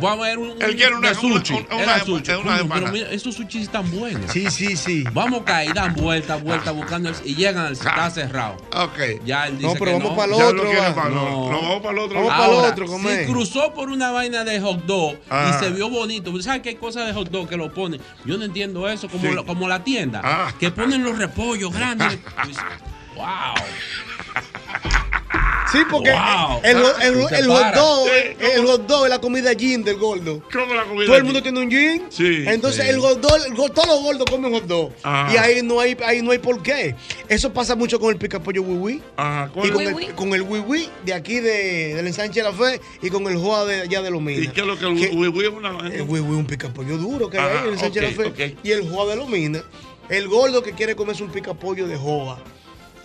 [SPEAKER 13] Vamos a ver un.
[SPEAKER 3] Él quiere una-
[SPEAKER 13] de sushi.
[SPEAKER 3] una- una-
[SPEAKER 13] Era
[SPEAKER 3] una-
[SPEAKER 13] sushi.
[SPEAKER 3] una
[SPEAKER 13] Coño,
[SPEAKER 3] empanada.
[SPEAKER 13] Pero mira, esos sushis están buenos.
[SPEAKER 5] Sí, sí, sí.
[SPEAKER 13] Vamos a caer, dan vuelta, vuelta, buscando el, y llegan al está cerrado.
[SPEAKER 3] Ok.
[SPEAKER 13] Ya él dice
[SPEAKER 5] No, pero
[SPEAKER 13] que
[SPEAKER 5] vamos para el
[SPEAKER 13] Ya
[SPEAKER 5] otro,
[SPEAKER 13] lo quiere
[SPEAKER 5] va.
[SPEAKER 13] para el otro.
[SPEAKER 5] No.
[SPEAKER 13] No, vamos para el otro.
[SPEAKER 5] Vamos para el
[SPEAKER 13] Ahora,
[SPEAKER 5] otro, comer.
[SPEAKER 13] Si cruzó por una vaina de hot dog
[SPEAKER 5] Ah.
[SPEAKER 13] y se vio bonito, ¿tú ¿sabes qué hay cosas de hot dog que lo ponen? Yo no entiendo eso, como,
[SPEAKER 3] Sí.
[SPEAKER 13] lo- como la tienda,
[SPEAKER 3] Ah.
[SPEAKER 13] que ponen los repollos grandes. Pues, wow.
[SPEAKER 5] Sí, porque
[SPEAKER 13] Wow.
[SPEAKER 5] el, el-
[SPEAKER 13] Tú te
[SPEAKER 5] el hot
[SPEAKER 13] paras.
[SPEAKER 5] dog, eh, el hot dog es la comida jean del gordo.
[SPEAKER 3] ¿Cómo la comida
[SPEAKER 5] Todo el
[SPEAKER 3] jean?
[SPEAKER 5] mundo tiene un jean.
[SPEAKER 3] Sí. Ah.
[SPEAKER 5] Entonces
[SPEAKER 3] Sí.
[SPEAKER 5] el hot dog, el go- todos los gordos comen hot dog.
[SPEAKER 3] Ajá.
[SPEAKER 5] Y ahí no hay, ahí no hay por qué. Eso pasa mucho con el picapollo wiwi.
[SPEAKER 3] Ajá,
[SPEAKER 5] Y con
[SPEAKER 3] ¿cuál?
[SPEAKER 5] el, con el wiwi de aquí de, del ensanche de la fe y con el joa de allá de los minas.
[SPEAKER 3] ¿Y qué es lo que el wiwi es una.?
[SPEAKER 5] El wiwi es Eh, un picapollo duro que hay
[SPEAKER 3] Ajá,
[SPEAKER 5] en el ensanche de la fe.
[SPEAKER 3] ok,
[SPEAKER 5] Y el joa de los minas. El gordo que quiere comerse un picapollo de joa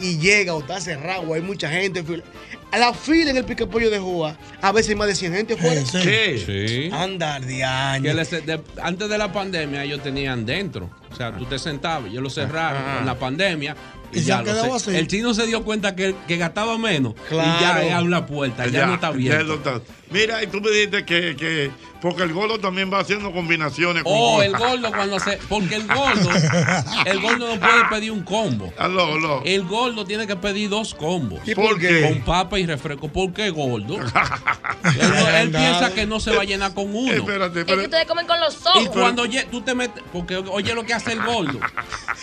[SPEAKER 5] y llega o está cerrado, hay mucha gente. fila. A la fila en el picapollo de joa, a veces hay más de 100 gente fuera.
[SPEAKER 13] Sí.
[SPEAKER 5] Andar de
[SPEAKER 13] Que les- de- antes de la pandemia ellos tenían dentro. O sea, tú te sentabas, ellos lo cerraron
[SPEAKER 7] Ajá.
[SPEAKER 13] en la pandemia.
[SPEAKER 7] Y se han
[SPEAKER 13] lo
[SPEAKER 7] quedado
[SPEAKER 13] sé.
[SPEAKER 7] así.
[SPEAKER 13] El chino se dio cuenta que, que gastaba menos. Y ya
[SPEAKER 3] Claro.
[SPEAKER 13] le abre la puerta, ya, no está
[SPEAKER 3] ya
[SPEAKER 13] bien.
[SPEAKER 3] no está. Mira, y tú me dijiste que, que- Porque el gordo también va haciendo combinaciones con.
[SPEAKER 13] Oh, el
[SPEAKER 3] cosas.
[SPEAKER 13] gordo cuando se. Porque el gordo. El gordo no puede pedir un combo. El gordo tiene que pedir dos combos.
[SPEAKER 3] ¿Y por qué?
[SPEAKER 13] Con papa y refresco. ¿Por qué gordo? él no- él piensa que no se va a llenar con uno. Espérate,
[SPEAKER 6] Es que ustedes comen con los ojos.
[SPEAKER 13] Y cuando lle- tú te metes, porque oye lo que hace el gordo.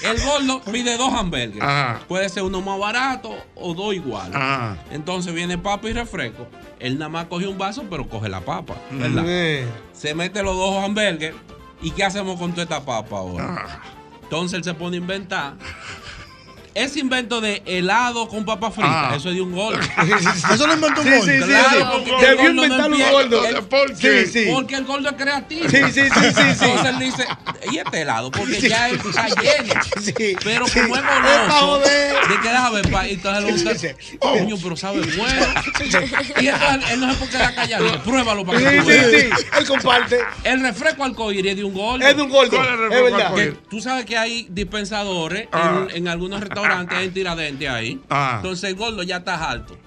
[SPEAKER 13] El gordo pide dos hamburgues.
[SPEAKER 3] Ajá.
[SPEAKER 13] Puede ser uno más barato o dos iguales.
[SPEAKER 3] Ajá.
[SPEAKER 13] Entonces viene papa y refresco. Él nada más coge un vaso, pero coge la papa.
[SPEAKER 3] Mm.
[SPEAKER 13] ¿verdad?
[SPEAKER 3] Eh.
[SPEAKER 13] Se mete los dos hamburgues. ¿Y qué hacemos con toda esta papa
[SPEAKER 3] Ah.
[SPEAKER 13] ahora? Entonces él se pone a inventar. Ese invento de helado con papa frita,
[SPEAKER 3] Ah.
[SPEAKER 13] eso es de un gordo.
[SPEAKER 3] Eso lo inventó un Sí, gordo. sí, sí, sí.
[SPEAKER 13] Claro, porque el
[SPEAKER 3] Debió
[SPEAKER 13] gordo no
[SPEAKER 3] inventar un
[SPEAKER 13] empieza-
[SPEAKER 3] gordo.
[SPEAKER 13] el-
[SPEAKER 3] ¿Por qué? Sí, sí.
[SPEAKER 13] Porque el gordo es creativo.
[SPEAKER 3] Sí, sí, sí, sí, sí.
[SPEAKER 13] Entonces él dice, y este helado, porque
[SPEAKER 3] Sí.
[SPEAKER 13] ya él está lleno. Pero
[SPEAKER 3] sí.
[SPEAKER 13] como es
[SPEAKER 3] Es pa'
[SPEAKER 13] goloso,
[SPEAKER 3] joder.
[SPEAKER 13] de que déjame pa, y entonces lo gusta. Coño, pero sabe bueno. Y entonces él no se por qué la calla, dice, pruébalo para que
[SPEAKER 5] Sí,
[SPEAKER 13] tú
[SPEAKER 5] sí,
[SPEAKER 13] veas.
[SPEAKER 5] sí. Él comparte.
[SPEAKER 13] El refresco arcoíris es de un gordo.
[SPEAKER 5] Es de un gordo. ¿Cuál es el refresco Es verdad.
[SPEAKER 13] Que
[SPEAKER 5] arcoíris?
[SPEAKER 13] Tú sabes que hay dispensadores
[SPEAKER 3] Ah.
[SPEAKER 13] en, en algunos restaurantes, hay en Tiradentes ahí.
[SPEAKER 3] Ah.
[SPEAKER 13] Entonces el gordo ya está alto.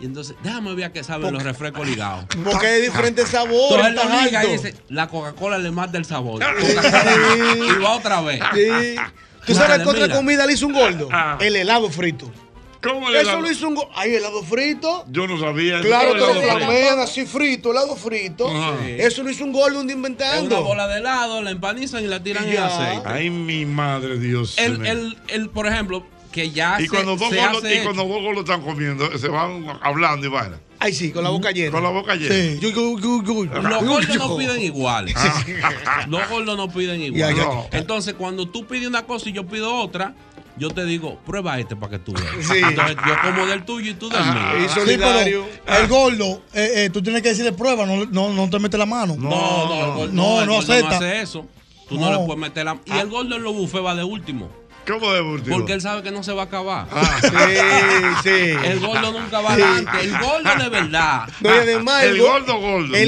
[SPEAKER 13] Y entonces, déjame ver a qué saben los refrescos ligados.
[SPEAKER 5] Porque hay diferentes sabores,
[SPEAKER 13] Entonces él lo
[SPEAKER 5] estás
[SPEAKER 13] liga y
[SPEAKER 5] alto.
[SPEAKER 13] dice, la Coca-Cola le mata el sabor. Coca-Cola. y va otra vez.
[SPEAKER 5] Sí. ¿Tú sabes
[SPEAKER 13] Madre,
[SPEAKER 5] qué otra
[SPEAKER 13] mira.
[SPEAKER 5] comida le hizo un gordo?
[SPEAKER 13] Ah.
[SPEAKER 5] El helado frito.
[SPEAKER 3] ¿Cómo
[SPEAKER 5] Eso lo hizo un gordo. Hay helado frito.
[SPEAKER 3] Yo no sabía.
[SPEAKER 5] Claro,
[SPEAKER 3] Yo
[SPEAKER 5] te lo
[SPEAKER 3] no sabía.
[SPEAKER 5] flamean así frito, helado frito.
[SPEAKER 3] Ajá.
[SPEAKER 5] Sí. Eso lo hizo un gordo un día
[SPEAKER 13] Es una
[SPEAKER 5] inventando.
[SPEAKER 13] bola de helado, la empanizan y la tiran
[SPEAKER 5] Y
[SPEAKER 13] en
[SPEAKER 5] ya.
[SPEAKER 13] aceite.
[SPEAKER 3] Ay, mi madre, Dios.
[SPEAKER 13] El,
[SPEAKER 3] mío.
[SPEAKER 13] el, el, por ejemplo, que ya
[SPEAKER 3] y
[SPEAKER 13] se-
[SPEAKER 3] cuando dos
[SPEAKER 13] se
[SPEAKER 3] gordos
[SPEAKER 13] hace
[SPEAKER 3] y cuando dos gordos están comiendo, se van hablando y vaina.
[SPEAKER 5] Ay, sí, con la boca llena.
[SPEAKER 3] Con la boca llena. Ah.
[SPEAKER 5] Sí. Yo- yo- yo- yo-
[SPEAKER 13] Los gordos no
[SPEAKER 5] yo.
[SPEAKER 13] piden igual. Los gordos no piden igual.
[SPEAKER 5] Ya, ya.
[SPEAKER 13] Entonces, cuando tú pides una cosa y yo pido otra, yo te digo, prueba este para que tú veas.
[SPEAKER 5] Sí. Ah,
[SPEAKER 13] Entonces, yo como del tuyo y tú del mío.
[SPEAKER 5] y solidario.
[SPEAKER 20] Ah. Sí, pero el gordo, eh, eh, tú tienes que decirle prueba, no, no, no te metes la mano.
[SPEAKER 13] No, no, el gordo-
[SPEAKER 20] no,
[SPEAKER 13] el gordo
[SPEAKER 20] acepta.
[SPEAKER 13] hace eso. Tú no,
[SPEAKER 20] No.
[SPEAKER 13] le puedes meter la. Y el gordo en los bufés va de último.
[SPEAKER 3] ¿Cómo de último?
[SPEAKER 13] Porque él sabe que no se va a acabar.
[SPEAKER 5] Ah, sí, sí.
[SPEAKER 13] El gordo nunca va
[SPEAKER 5] Sí.
[SPEAKER 13] adelante. El gordo de verdad.
[SPEAKER 5] No, y además el, go- El,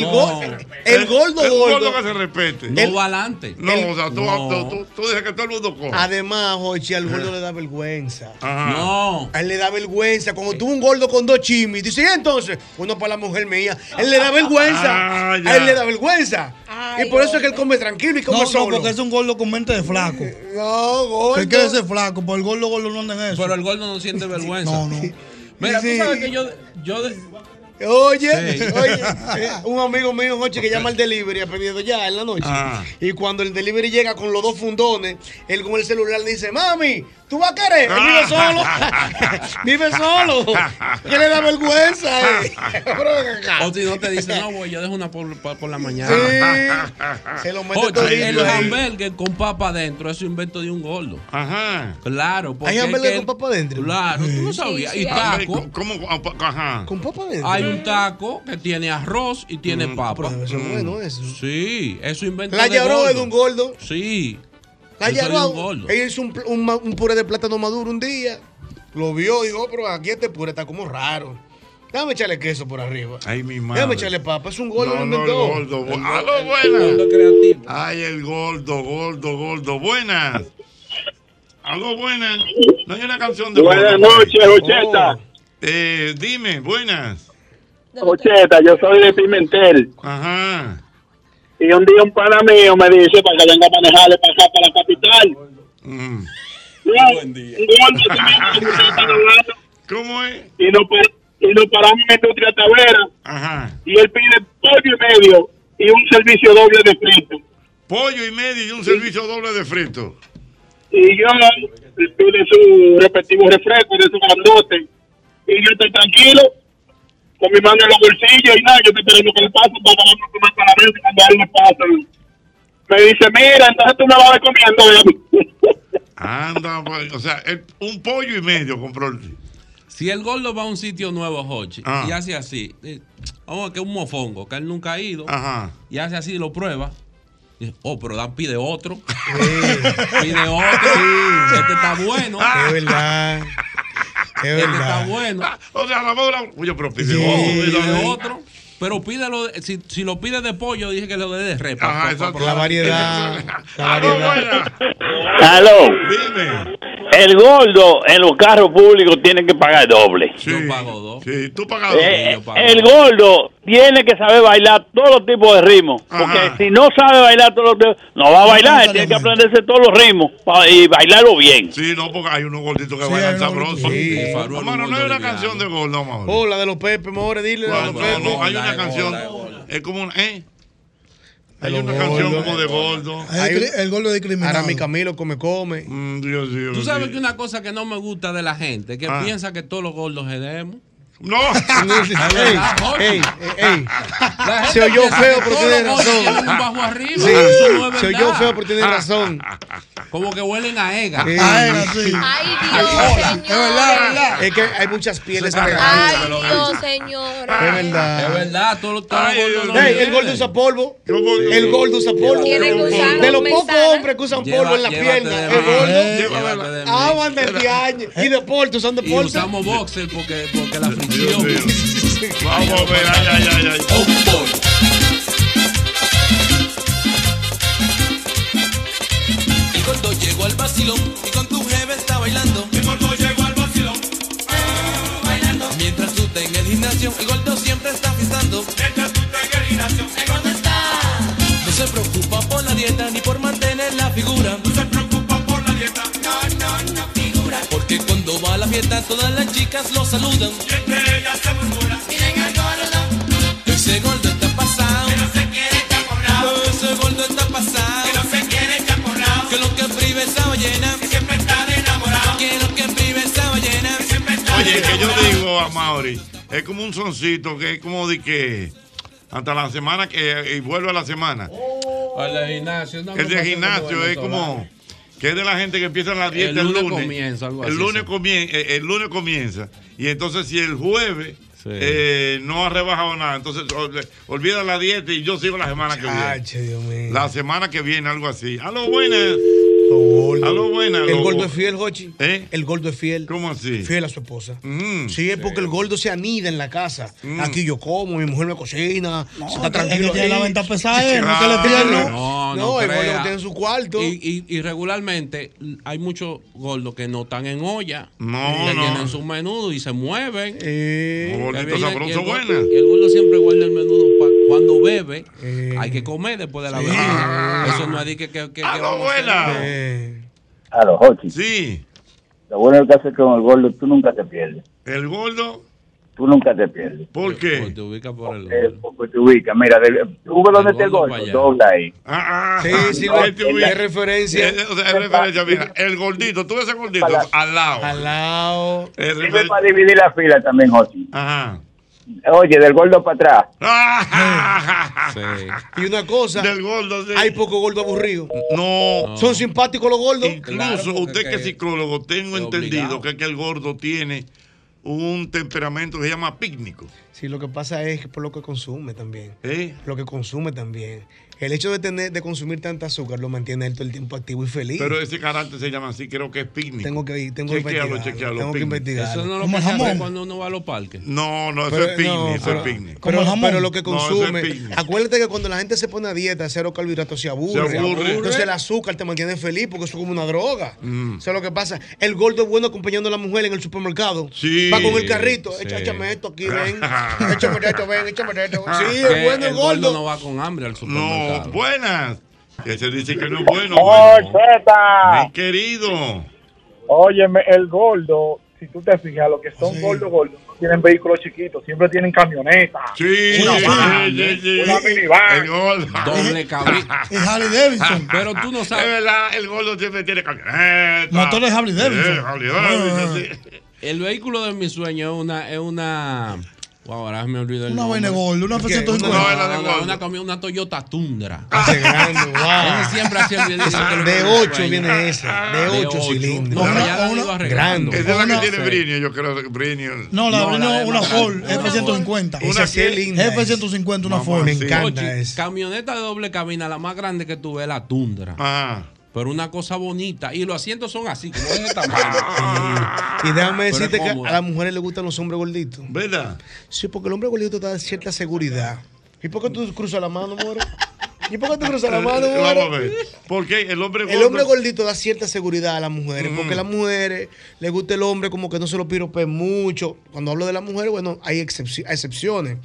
[SPEAKER 13] No.
[SPEAKER 5] go- el gordo
[SPEAKER 3] el gordo
[SPEAKER 5] gordo.
[SPEAKER 3] que se respete.
[SPEAKER 13] No va adelante.
[SPEAKER 3] No,
[SPEAKER 5] El-
[SPEAKER 3] o sea, tú,
[SPEAKER 5] No.
[SPEAKER 3] tú, tú- tú dices que todo el mundo come.
[SPEAKER 5] Además, Jochi, al gordo le da vergüenza.
[SPEAKER 3] Ajá.
[SPEAKER 13] No.
[SPEAKER 5] A él le da vergüenza. Cuando tuvo un gordo con dos chimis, dice, "¿Y entonces, uno para la mujer mía. Él le da vergüenza.
[SPEAKER 20] Ah, ya.
[SPEAKER 5] a él le da vergüenza. y por eso es que él come tranquilo y
[SPEAKER 20] No,
[SPEAKER 5] come
[SPEAKER 20] no,
[SPEAKER 5] solo.
[SPEAKER 20] porque es un gordo con mente de flaco.
[SPEAKER 5] Eh, No, gordo.
[SPEAKER 20] Él quiere ser flaco, porque el gordo gordo no anda en eso.
[SPEAKER 13] Pero el gordo no siente vergüenza.
[SPEAKER 20] No, no.
[SPEAKER 13] Mira,
[SPEAKER 20] Sí.
[SPEAKER 13] tú sabes que yo. yo de-
[SPEAKER 5] Oye,
[SPEAKER 13] Sí.
[SPEAKER 5] oye, eh, un amigo mío, Jochi, que llama al delivery, ha pedido ya en la noche.
[SPEAKER 13] Ah.
[SPEAKER 5] Y cuando el delivery llega con los dos fundones, él con el celular le dice, mami, ¿Tú vas a querer? Él vive solo. vive solo. ¿Qué le da vergüenza? eh?
[SPEAKER 13] Ah.
[SPEAKER 5] Pero ven acá.
[SPEAKER 13] O si no te dicen, no, güey, yo dejo una por, por- por la mañana.
[SPEAKER 5] Sí. Se lo mete
[SPEAKER 13] Oye,
[SPEAKER 5] todito
[SPEAKER 13] el
[SPEAKER 5] ahí.
[SPEAKER 13] hamburger con papa adentro es un invento de un gordo.
[SPEAKER 3] Ajá.
[SPEAKER 13] Claro. porque
[SPEAKER 3] ¿Hay hamburguer
[SPEAKER 13] es que-
[SPEAKER 3] con papa adentro?
[SPEAKER 13] Claro, tú no
[SPEAKER 3] Sí,
[SPEAKER 13] sabías.
[SPEAKER 3] sí,
[SPEAKER 13] y
[SPEAKER 3] hay.
[SPEAKER 13] taco.
[SPEAKER 3] ¿Cómo? ah, Ajá.
[SPEAKER 13] ¿Con
[SPEAKER 5] papa
[SPEAKER 13] adentro? Hay un taco que tiene arroz y tiene papa.
[SPEAKER 5] Mm,
[SPEAKER 13] Mm.
[SPEAKER 5] eso es bueno, eso.
[SPEAKER 13] Sí, eso inventó
[SPEAKER 5] La
[SPEAKER 13] de
[SPEAKER 5] Yaró
[SPEAKER 13] gordo.
[SPEAKER 5] es de un gordo.
[SPEAKER 13] Sí.
[SPEAKER 5] La
[SPEAKER 13] Eso es de un
[SPEAKER 5] Yaró.
[SPEAKER 13] gordo.
[SPEAKER 5] Ella hizo un, pl- un ma- un puré de plátano maduro un día. Lo vio y dijo, "Oh, pero aquí este puré está como raro. Déjame echarle queso por arriba.
[SPEAKER 3] Ay, mi madre.
[SPEAKER 5] Déjame echarle papa. Es un gordo. lo
[SPEAKER 3] No, no, el
[SPEAKER 5] inventó.
[SPEAKER 3] gordo.
[SPEAKER 5] El
[SPEAKER 3] A
[SPEAKER 5] gordo-
[SPEAKER 3] lo buena. Ay, el gordo, gordo, gordo. Buenas. Aló, buenas. No hay una canción de
[SPEAKER 7] Buenas
[SPEAKER 3] gordo, güey.
[SPEAKER 7] noches, Ocheta.
[SPEAKER 3] Eh, dime, buenas.
[SPEAKER 7] Ocheta, yo soy de Pimentel.
[SPEAKER 3] Ajá.
[SPEAKER 7] Y un día un pana mío me dice para que venga a manejarle para acá, para la capital.
[SPEAKER 3] Mm.
[SPEAKER 7] Buen día.
[SPEAKER 3] ¿Cómo es?
[SPEAKER 7] Y nos, par- y nos paramos en Industria Tavera.
[SPEAKER 3] Ajá.
[SPEAKER 7] Y él pide pollo y medio y un servicio doble de frito.
[SPEAKER 3] Pollo y medio y un servicio doble de frito.
[SPEAKER 7] Y yo le pide su respectivo refresco de su grandote. Y yo estoy tranquilo, con mi mano en los bolsillos y nada, yo estoy esperando que le pase para darme a comer para ver cuando él me pasa. Me dice, mira, entonces tú me vas a ver comiendo. ¿verdad?".
[SPEAKER 3] Anda, pues, o sea, el- un pollo y medio compró. el-
[SPEAKER 13] Si el gordo va a un sitio nuevo, Jochi,
[SPEAKER 3] Ah.
[SPEAKER 13] y hace así, eh, vamos a ver que es un mofongo, que él nunca ha ido,
[SPEAKER 3] Ajá.
[SPEAKER 13] y hace así, lo prueba. y dice, Oh, pero Dan pide otro. Pide otro. Este está bueno.
[SPEAKER 3] Es
[SPEAKER 5] verdad.
[SPEAKER 3] Es
[SPEAKER 13] este
[SPEAKER 3] verdad.
[SPEAKER 13] está bueno.
[SPEAKER 3] O sea, la Oye, pero pide
[SPEAKER 13] Sí.
[SPEAKER 3] otro, eh. pide
[SPEAKER 13] Pide
[SPEAKER 3] otro.
[SPEAKER 13] otro. Pero pídelo, de- si, si lo pide de pollo, dije que lo dé de repa. Ah,
[SPEAKER 3] Ajá,
[SPEAKER 13] Pa-
[SPEAKER 3] exacto.
[SPEAKER 13] pa-
[SPEAKER 3] La
[SPEAKER 5] variedad,
[SPEAKER 7] Aló.
[SPEAKER 3] Dime.
[SPEAKER 7] El gordo en los carros públicos tiene que pagar doble.
[SPEAKER 3] Yo pago dos. Sí, tú pagas dos.
[SPEAKER 7] Eh,
[SPEAKER 3] Yo pago
[SPEAKER 7] el
[SPEAKER 3] dos.
[SPEAKER 7] gordo tiene que saber bailar todos los tipos de ritmos. Porque si no sabe bailar todos los tipos, no va a bailar. él tiene que aprenderse todos los ritmos pa- y bailarlo bien.
[SPEAKER 3] Sí, no, porque hay unos gorditos que bailan sabrosos.
[SPEAKER 7] Sí.
[SPEAKER 3] Sí. Hermano, no hay una canción de gordo, Mauro.
[SPEAKER 5] Oh, la de los Pepe, more, dile la de los
[SPEAKER 3] No,
[SPEAKER 5] Pepe.
[SPEAKER 3] no, hay una canción. Es como un. ¿Eh? Hay una canción como de gordo. Mm,
[SPEAKER 5] el gordo de criminal. Ahora mi
[SPEAKER 7] Camilo come, come.
[SPEAKER 3] Dios, Dios,
[SPEAKER 13] Tú sabes que una cosa que no me gusta de la gente, que
[SPEAKER 3] Ah.
[SPEAKER 13] piensa que todos los gordos edemos.
[SPEAKER 3] No,
[SPEAKER 5] Ey, ey, ey.
[SPEAKER 13] ah, La gente
[SPEAKER 5] Se oyó
[SPEAKER 13] piensa
[SPEAKER 5] feo,
[SPEAKER 13] que
[SPEAKER 5] pero
[SPEAKER 13] todos
[SPEAKER 5] tiene
[SPEAKER 13] los gordos
[SPEAKER 5] razón.
[SPEAKER 13] tienen un bajo arriba.
[SPEAKER 5] Sí.
[SPEAKER 13] Eso no es
[SPEAKER 5] Se oyó
[SPEAKER 13] verdad.
[SPEAKER 5] feo, pero tiene
[SPEAKER 13] Ah.
[SPEAKER 5] razón.
[SPEAKER 13] Como que huelen a ega.
[SPEAKER 5] Sí. A ega, sí.
[SPEAKER 20] Ay, Dios,
[SPEAKER 5] Hola,
[SPEAKER 20] señor.
[SPEAKER 5] Es verdad, es verdad. Es que hay muchas pieles pegadas.
[SPEAKER 20] Ay, Dios, señor.
[SPEAKER 5] Es verdad.
[SPEAKER 13] Es verdad, todo, todo gordo no
[SPEAKER 5] Ey, el
[SPEAKER 13] viene.
[SPEAKER 5] gordo usa polvo. El gordo usa
[SPEAKER 3] ah.
[SPEAKER 5] polvo.
[SPEAKER 13] Tiene que usar
[SPEAKER 5] De los
[SPEAKER 13] un
[SPEAKER 5] pocos
[SPEAKER 13] mesana.
[SPEAKER 5] hombres que usan
[SPEAKER 13] Lleva-
[SPEAKER 5] polvo en las
[SPEAKER 13] llévate
[SPEAKER 5] piernas.
[SPEAKER 13] de
[SPEAKER 5] El
[SPEAKER 13] mí. Eh,
[SPEAKER 5] gordo.
[SPEAKER 13] llévate de mí.
[SPEAKER 5] Ah, van del diaño. Y deporte, usan
[SPEAKER 13] Y
[SPEAKER 5] deporte.
[SPEAKER 13] usamos boxer porque, porque la fricción.
[SPEAKER 3] Vamos a ver, ay, ay, ay, ay.
[SPEAKER 33] Mi gordo llegó al vacilón y con tu jefe está bailando. Mi gordo llegó al vacilón. Bailando. Mientras tú estás en el gimnasio, el gordo siempre está fistando. Mientras tú estás en el gimnasio, el gordo está. No se preocupa por la dieta ni por mantener la figura. No se preocupa por la dieta, no, no, no, figura. Porque cuando va a la fiesta todas las chicas lo saludan. Y entre ellas se murmura, miren al gordo. Ese gordo está pasado. Que no se quiere chaporrao. Ese gordo está pasado. Que no se quiere chaporrao. Que lo que prive esa ballena. Que siempre está de enamorado. Que lo que prive esa ballena. Que siempre está de
[SPEAKER 3] Oye, que yo
[SPEAKER 33] enamorado.
[SPEAKER 3] digo a Mauri, es como un soncito que es como de que hasta la semana que y vuelve a la semana.
[SPEAKER 13] El de gimnasio. no,
[SPEAKER 3] el
[SPEAKER 13] no,
[SPEAKER 3] de
[SPEAKER 13] no,
[SPEAKER 3] gimnasio
[SPEAKER 13] no,
[SPEAKER 3] es
[SPEAKER 13] no,
[SPEAKER 3] como que es de la gente que empieza la dieta el
[SPEAKER 13] El lunes
[SPEAKER 3] lunes.
[SPEAKER 13] comienza, algo
[SPEAKER 3] el
[SPEAKER 13] así,
[SPEAKER 3] lunes
[SPEAKER 13] sí.
[SPEAKER 3] comien- eh, el lunes comienza y entonces si el jueves eh, no ha rebajado nada, entonces ol- olvida la dieta y yo sigo la semana que viene. La semana que viene algo así. A lo buenas. A lo buenas.
[SPEAKER 5] El
[SPEAKER 3] lo-
[SPEAKER 5] gordo es fiel, Jochi.
[SPEAKER 3] ¿Eh?
[SPEAKER 5] El gordo es fiel.
[SPEAKER 3] ¿Cómo así? Mm.
[SPEAKER 5] Fiel a su esposa. sí, es porque el gordo se anida en la casa. Aquí yo como, mi mujer me cocina. se está
[SPEAKER 34] es que
[SPEAKER 5] tranquilo.
[SPEAKER 34] tiene
[SPEAKER 5] ahí.
[SPEAKER 34] la venta pesada,
[SPEAKER 5] Sí,
[SPEAKER 34] ¿eh? No se le
[SPEAKER 5] claro.
[SPEAKER 13] No, no,
[SPEAKER 5] No, el gordo
[SPEAKER 13] crea.
[SPEAKER 5] lo tiene en su cuarto.
[SPEAKER 13] Y, y- y regularmente l- hay muchos gordos que no están en olla.
[SPEAKER 3] No,
[SPEAKER 13] que
[SPEAKER 3] no.
[SPEAKER 13] tienen su menudo y se mueven.
[SPEAKER 3] Un gordito
[SPEAKER 13] Que vienen-
[SPEAKER 3] sabroso,
[SPEAKER 13] y el gordo-
[SPEAKER 3] buena.
[SPEAKER 13] y el gordo siempre guarda el menudo para cuando bebe. Hay que comer después de la bebida.
[SPEAKER 5] Ah.
[SPEAKER 13] Eso no es de que, que, que, que vamos a hacer.
[SPEAKER 7] A los ocho.
[SPEAKER 3] Sí.
[SPEAKER 7] Lo bueno del caso es que con el gordo tú nunca te pierdes.
[SPEAKER 3] El gordo
[SPEAKER 9] tú nunca te pierdes.
[SPEAKER 3] ¿Por qué?
[SPEAKER 13] Te ubica por el.
[SPEAKER 9] Eh, porque te ubicas, mira, del- tú ves dónde está el
[SPEAKER 13] gordo
[SPEAKER 9] gordo,
[SPEAKER 13] para allá.
[SPEAKER 9] dobla ahí.
[SPEAKER 3] Sí,
[SPEAKER 9] sí,
[SPEAKER 3] Ah, Ahí
[SPEAKER 9] es la-
[SPEAKER 3] vi.
[SPEAKER 9] referencia.
[SPEAKER 3] Es, o sea, es referencia, mira. El gordito, tú ves ese gordito
[SPEAKER 9] Para-
[SPEAKER 3] al lado. Al
[SPEAKER 9] lado. Sirve para dividir la fila también, José.
[SPEAKER 3] Ajá.
[SPEAKER 9] Oye, del gordo para atrás.
[SPEAKER 5] Y una cosa, hay poco gordo aburrido.
[SPEAKER 3] No.
[SPEAKER 5] Son simpáticos los gordos.
[SPEAKER 3] Incluso usted que es psicólogo, tengo entendido que, es que el gordo tiene un temperamento que se llama pícnico.
[SPEAKER 5] Sí, lo que pasa es que por lo que consume también.
[SPEAKER 3] ¿Eh?
[SPEAKER 5] Lo que consume también. El hecho de tener, de consumir tanta azúcar lo mantiene él todo el tiempo activo y feliz.
[SPEAKER 3] Pero ese carácter se llama así, creo que es pícnico.
[SPEAKER 5] Tengo que ir, tengo que
[SPEAKER 3] chequearlo,
[SPEAKER 5] investigarlo,
[SPEAKER 3] chequearlo.
[SPEAKER 5] tengo que
[SPEAKER 3] picnic.
[SPEAKER 5] investigarlo.
[SPEAKER 13] Eso no lo
[SPEAKER 5] Como
[SPEAKER 13] que
[SPEAKER 5] el
[SPEAKER 13] se hace
[SPEAKER 5] jamón.
[SPEAKER 13] cuando uno va a los parques.
[SPEAKER 3] No, no, eso
[SPEAKER 5] Pero-
[SPEAKER 3] es picnic,
[SPEAKER 5] no,
[SPEAKER 3] eso
[SPEAKER 5] pero-
[SPEAKER 3] es picnic.
[SPEAKER 5] Pero, pero lo que
[SPEAKER 3] No, eso es
[SPEAKER 5] consume.
[SPEAKER 3] picnic.
[SPEAKER 5] acuérdate que cuando la gente se pone a dieta, cero carbohidratos, se aburre.
[SPEAKER 3] Se aburre.
[SPEAKER 5] Entonces el azúcar te mantiene feliz porque eso es como una droga.
[SPEAKER 3] Mm.
[SPEAKER 5] Eso es lo que pasa. El gordo es bueno acompañando a la mujer en el supermercado.
[SPEAKER 3] Sí.
[SPEAKER 5] Va con el carrito.
[SPEAKER 13] Sí.
[SPEAKER 5] Echa- Échame esto aquí, ven. échame esto, ven. Échame esto.
[SPEAKER 3] Ah,
[SPEAKER 5] Sí,
[SPEAKER 13] Que
[SPEAKER 5] es bueno el gordo.
[SPEAKER 13] no va con hambre al
[SPEAKER 3] No,
[SPEAKER 13] supermercado.
[SPEAKER 3] buenas. Ese dice que no es bueno.
[SPEAKER 7] ¡Oh,
[SPEAKER 3] bueno.
[SPEAKER 7] Zeta!
[SPEAKER 3] Mi querido.
[SPEAKER 7] Óyeme, el gordo, si tú te fijas, los que son gordos, gordos, no tienen vehículos chiquitos, siempre tienen camionetas.
[SPEAKER 3] Sí,
[SPEAKER 7] una
[SPEAKER 3] sí,
[SPEAKER 7] van,
[SPEAKER 3] sí, sí.
[SPEAKER 7] una minivan.
[SPEAKER 3] El gordo.
[SPEAKER 7] Doble
[SPEAKER 3] cabrita.
[SPEAKER 7] Es Harley Davidson.
[SPEAKER 13] Pero tú no sabes.
[SPEAKER 3] Es verdad, el gordo siempre tiene camioneta.
[SPEAKER 13] Motor
[SPEAKER 3] es
[SPEAKER 13] de Harley Davidson.
[SPEAKER 3] Harley Davidson, sí.
[SPEAKER 13] El vehículo de mi sueño es una. Es una wow, ahora me olvidó el
[SPEAKER 20] Una
[SPEAKER 13] nombre.
[SPEAKER 20] vaina de gordo, una
[SPEAKER 13] ¿Qué?
[SPEAKER 20] 350.
[SPEAKER 13] No,
[SPEAKER 20] No,
[SPEAKER 13] no,
[SPEAKER 20] la de
[SPEAKER 13] no,
[SPEAKER 20] gordo.
[SPEAKER 13] una, cami- una Toyota Tundra.
[SPEAKER 20] Ah,
[SPEAKER 5] grande, wow.
[SPEAKER 13] Ese siempre hacía el
[SPEAKER 3] Ah.
[SPEAKER 13] video.
[SPEAKER 5] De 8 viene esa. De
[SPEAKER 13] De
[SPEAKER 5] 8
[SPEAKER 13] ocho.
[SPEAKER 5] cilindros.
[SPEAKER 13] No, pero ya la han
[SPEAKER 5] Una-
[SPEAKER 13] ido arreglando.
[SPEAKER 5] grande.
[SPEAKER 3] Esa es la
[SPEAKER 5] Una-
[SPEAKER 3] que tiene Brinio, yo creo que Brinio.
[SPEAKER 20] No, la abrió
[SPEAKER 13] de
[SPEAKER 20] una
[SPEAKER 13] Macan.
[SPEAKER 20] Ford
[SPEAKER 13] Una
[SPEAKER 20] F-150.
[SPEAKER 13] Ford. Esa sí es linda
[SPEAKER 20] F-150, una Ford.
[SPEAKER 13] Ochi, Camioneta de doble cabina, la más grande que tuve es la Tundra. Pero una cosa bonita. Y los asientos son así, como de
[SPEAKER 3] Ah,
[SPEAKER 13] tamaño.
[SPEAKER 5] Y déjame
[SPEAKER 13] Pero es
[SPEAKER 5] decirte que
[SPEAKER 13] cómoda.
[SPEAKER 5] a las mujeres les gustan los hombres gorditos.
[SPEAKER 3] ¿Verdad?
[SPEAKER 5] Sí, porque el hombre gordito te da cierta seguridad. ¿Y por qué tú cruzas la mano, more? ¿Y por qué tú cruzas la mano, more?
[SPEAKER 3] Vamos a ver. Porque el hombre gordo.
[SPEAKER 5] El hombre gordito da cierta seguridad a las mujeres, porque a las mujeres les gusta el hombre como que no se lo piropen mucho. Cuando hablo de las mujeres, bueno, hay excepci- excepciones.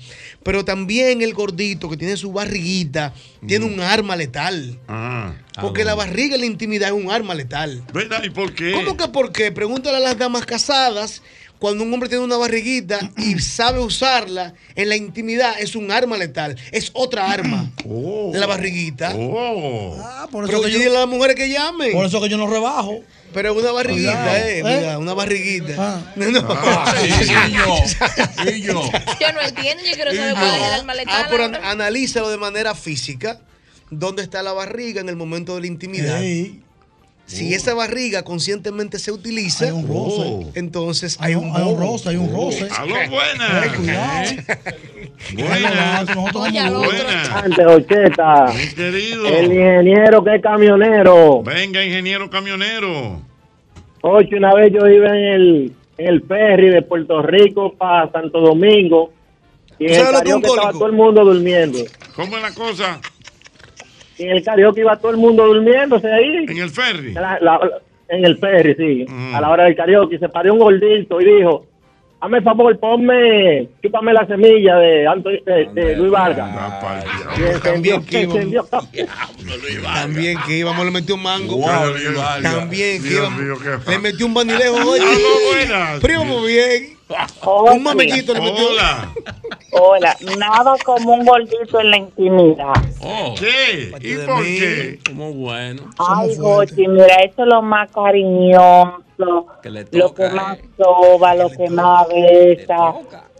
[SPEAKER 5] Pero también el gordito que tiene su barriguita, tiene un arma letal.
[SPEAKER 3] Ah.
[SPEAKER 5] Porque la barriga en la intimidad es un arma letal.
[SPEAKER 3] ¿Verdad? ¿Y por qué?
[SPEAKER 5] ¿Cómo que por qué? Pregúntale a las damas casadas. Cuando un hombre tiene una barriguita y sabe usarla, en la intimidad es un arma letal. Es otra arma.
[SPEAKER 3] Oh.
[SPEAKER 5] La barriguita.
[SPEAKER 20] Ah, por
[SPEAKER 5] Oh. Pero
[SPEAKER 20] eso
[SPEAKER 5] que
[SPEAKER 20] que
[SPEAKER 5] yo
[SPEAKER 20] yo-
[SPEAKER 5] digo a las mujeres que llamen.
[SPEAKER 20] Por eso que yo no rebajo.
[SPEAKER 5] Pero es una barriguita,
[SPEAKER 20] Cuidado,
[SPEAKER 5] eh, Ah.
[SPEAKER 20] ¿eh?
[SPEAKER 5] mira, una barriguita. No, no.
[SPEAKER 13] y yo.
[SPEAKER 6] Yo no entiendo, yo quiero saber cuál es el alma letal.
[SPEAKER 5] Ah, pero an- analízalo de manera física. ¿Dónde está la barriga en el momento de la intimidad? Si esa barriga conscientemente se utiliza, oh,
[SPEAKER 20] roce.
[SPEAKER 5] entonces hay un,
[SPEAKER 20] hay un
[SPEAKER 5] morbo.
[SPEAKER 20] roce, hay un roce.
[SPEAKER 3] Aló, buenas.
[SPEAKER 5] Ay, cuidado.
[SPEAKER 9] Antes, Ocheta.
[SPEAKER 3] querido.
[SPEAKER 9] El ingeniero que es camionero.
[SPEAKER 3] Venga, ingeniero camionero.
[SPEAKER 9] Ocho, una vez yo iba en el, en el ferry de Puerto Rico para Santo Domingo. Y en el
[SPEAKER 3] ¿Sabes lo que es un
[SPEAKER 9] karaoke estaba
[SPEAKER 3] cólico?
[SPEAKER 9] todo el mundo durmiendo.
[SPEAKER 3] ¿Cómo es la cosa?
[SPEAKER 9] Y en el karaoke iba todo el mundo durmiéndose ahí.
[SPEAKER 3] ¿En el ferry? Mm.
[SPEAKER 9] en el ferry, sí. A la hora del karaoke. Y se paró un gordito y dijo, hazme el favor, ponme, chúpame la semilla de, Anto- de- de Luis Vargas. Y encendió,
[SPEAKER 5] También que
[SPEAKER 9] encendió.
[SPEAKER 5] íbamos. También que íbamos, le metió un mango.
[SPEAKER 9] Wow, Luis
[SPEAKER 5] También que
[SPEAKER 9] Dios
[SPEAKER 5] íbamos. Le metió un vanilejo
[SPEAKER 9] Ah,
[SPEAKER 5] hoy.
[SPEAKER 9] no, buenas.
[SPEAKER 5] Primo, bien.
[SPEAKER 9] Hola.
[SPEAKER 5] Un mamellito le metió.
[SPEAKER 3] Hola.
[SPEAKER 9] Hola, nada como un gordito en la intimidad.
[SPEAKER 13] Oh.
[SPEAKER 3] ¿Qué? ¿Y por qué?
[SPEAKER 13] Como bueno.
[SPEAKER 9] Ay, Gochi, mira, eso es lo más cariñoso,
[SPEAKER 13] Que le
[SPEAKER 9] lo que más soba, lo que más besa.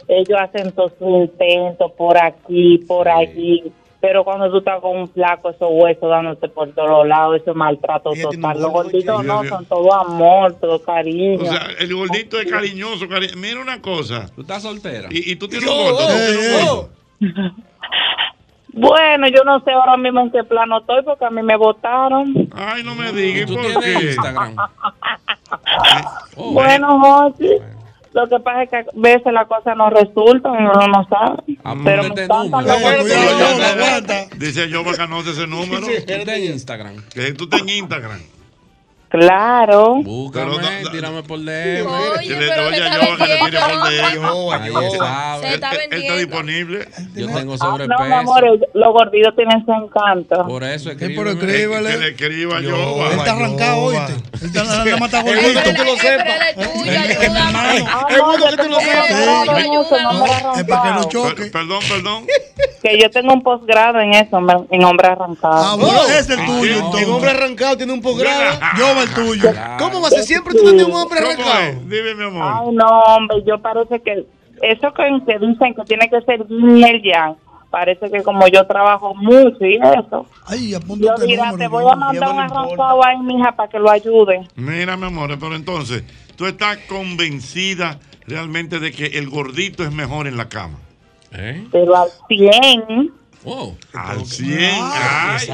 [SPEAKER 9] Ellos hacen todos sus intentos por aquí, por allí. Pero cuando tú estás con un flaco, esos huesos dándote por todos lados, eso es maltrato total. Los gorditos no, son todo amor, todo cariño.
[SPEAKER 3] O sea, eh. el gordito es cariñoso. cari- Mira una cosa.
[SPEAKER 13] Tú estás soltera.
[SPEAKER 3] Y, y tú tienes un gordo. tú tienes un gordo.
[SPEAKER 9] Bueno, yo no sé ahora mismo en qué plano estoy porque a mí me votaron.
[SPEAKER 3] Ay, no me digas,
[SPEAKER 9] ¿por
[SPEAKER 3] qué?
[SPEAKER 13] Mm, Instagram.
[SPEAKER 9] Bueno, Jochi, lo que pasa es que a veces las cosas no resultan y uno no sabe. Pero
[SPEAKER 3] este
[SPEAKER 9] me encantan los
[SPEAKER 3] Dice yo para que anote ese número.
[SPEAKER 13] Tú estás en Instagram.
[SPEAKER 3] Que tú estás en Instagram.
[SPEAKER 9] Claro. Ah,
[SPEAKER 13] Búscame, tírame por DM.
[SPEAKER 3] Que le- oye, yo que le tire por de
[SPEAKER 13] sabe.
[SPEAKER 3] Él él está disponible.
[SPEAKER 13] Yo tengo
[SPEAKER 9] No, mi amor, el- los gorditos tienen su encanto.
[SPEAKER 13] Por eso
[SPEAKER 3] eh, Pero escríbale. Eh, Que le escriba yo. Él está
[SPEAKER 20] arrancado, oíste. Él está la, la mata
[SPEAKER 3] Es bueno que tú lo
[SPEAKER 20] sepas.
[SPEAKER 9] Es bueno que tú lo sepas.
[SPEAKER 20] Es para que no choque.
[SPEAKER 3] Perdón, perdón.
[SPEAKER 9] Que yo tengo un posgrado en eso, en- en hombre arrancado.
[SPEAKER 5] Ah, bueno,
[SPEAKER 20] es el tuyo,
[SPEAKER 5] Un hombre arrancado tiene un posgrado.
[SPEAKER 20] Yo el tuyo.
[SPEAKER 5] ¿Cómo va a ser siempre tú tienes un hombre
[SPEAKER 9] ¿Cómo
[SPEAKER 5] arrancado?
[SPEAKER 3] Dime, mi amor.
[SPEAKER 9] Ay, no, hombre, yo parece que eso que, que dicen que tiene que ser yin y el yang, parece que como yo trabajo mucho y eso. yo dirá, te voy a mandar un arrancado ahí, mija, para que lo ayude.
[SPEAKER 3] Mira, mi amor, pero entonces, ¿tú estás convencida realmente de que el gordito es mejor en la cama? ¿Eh?
[SPEAKER 9] Pero al 100.
[SPEAKER 3] Al 100. Ay.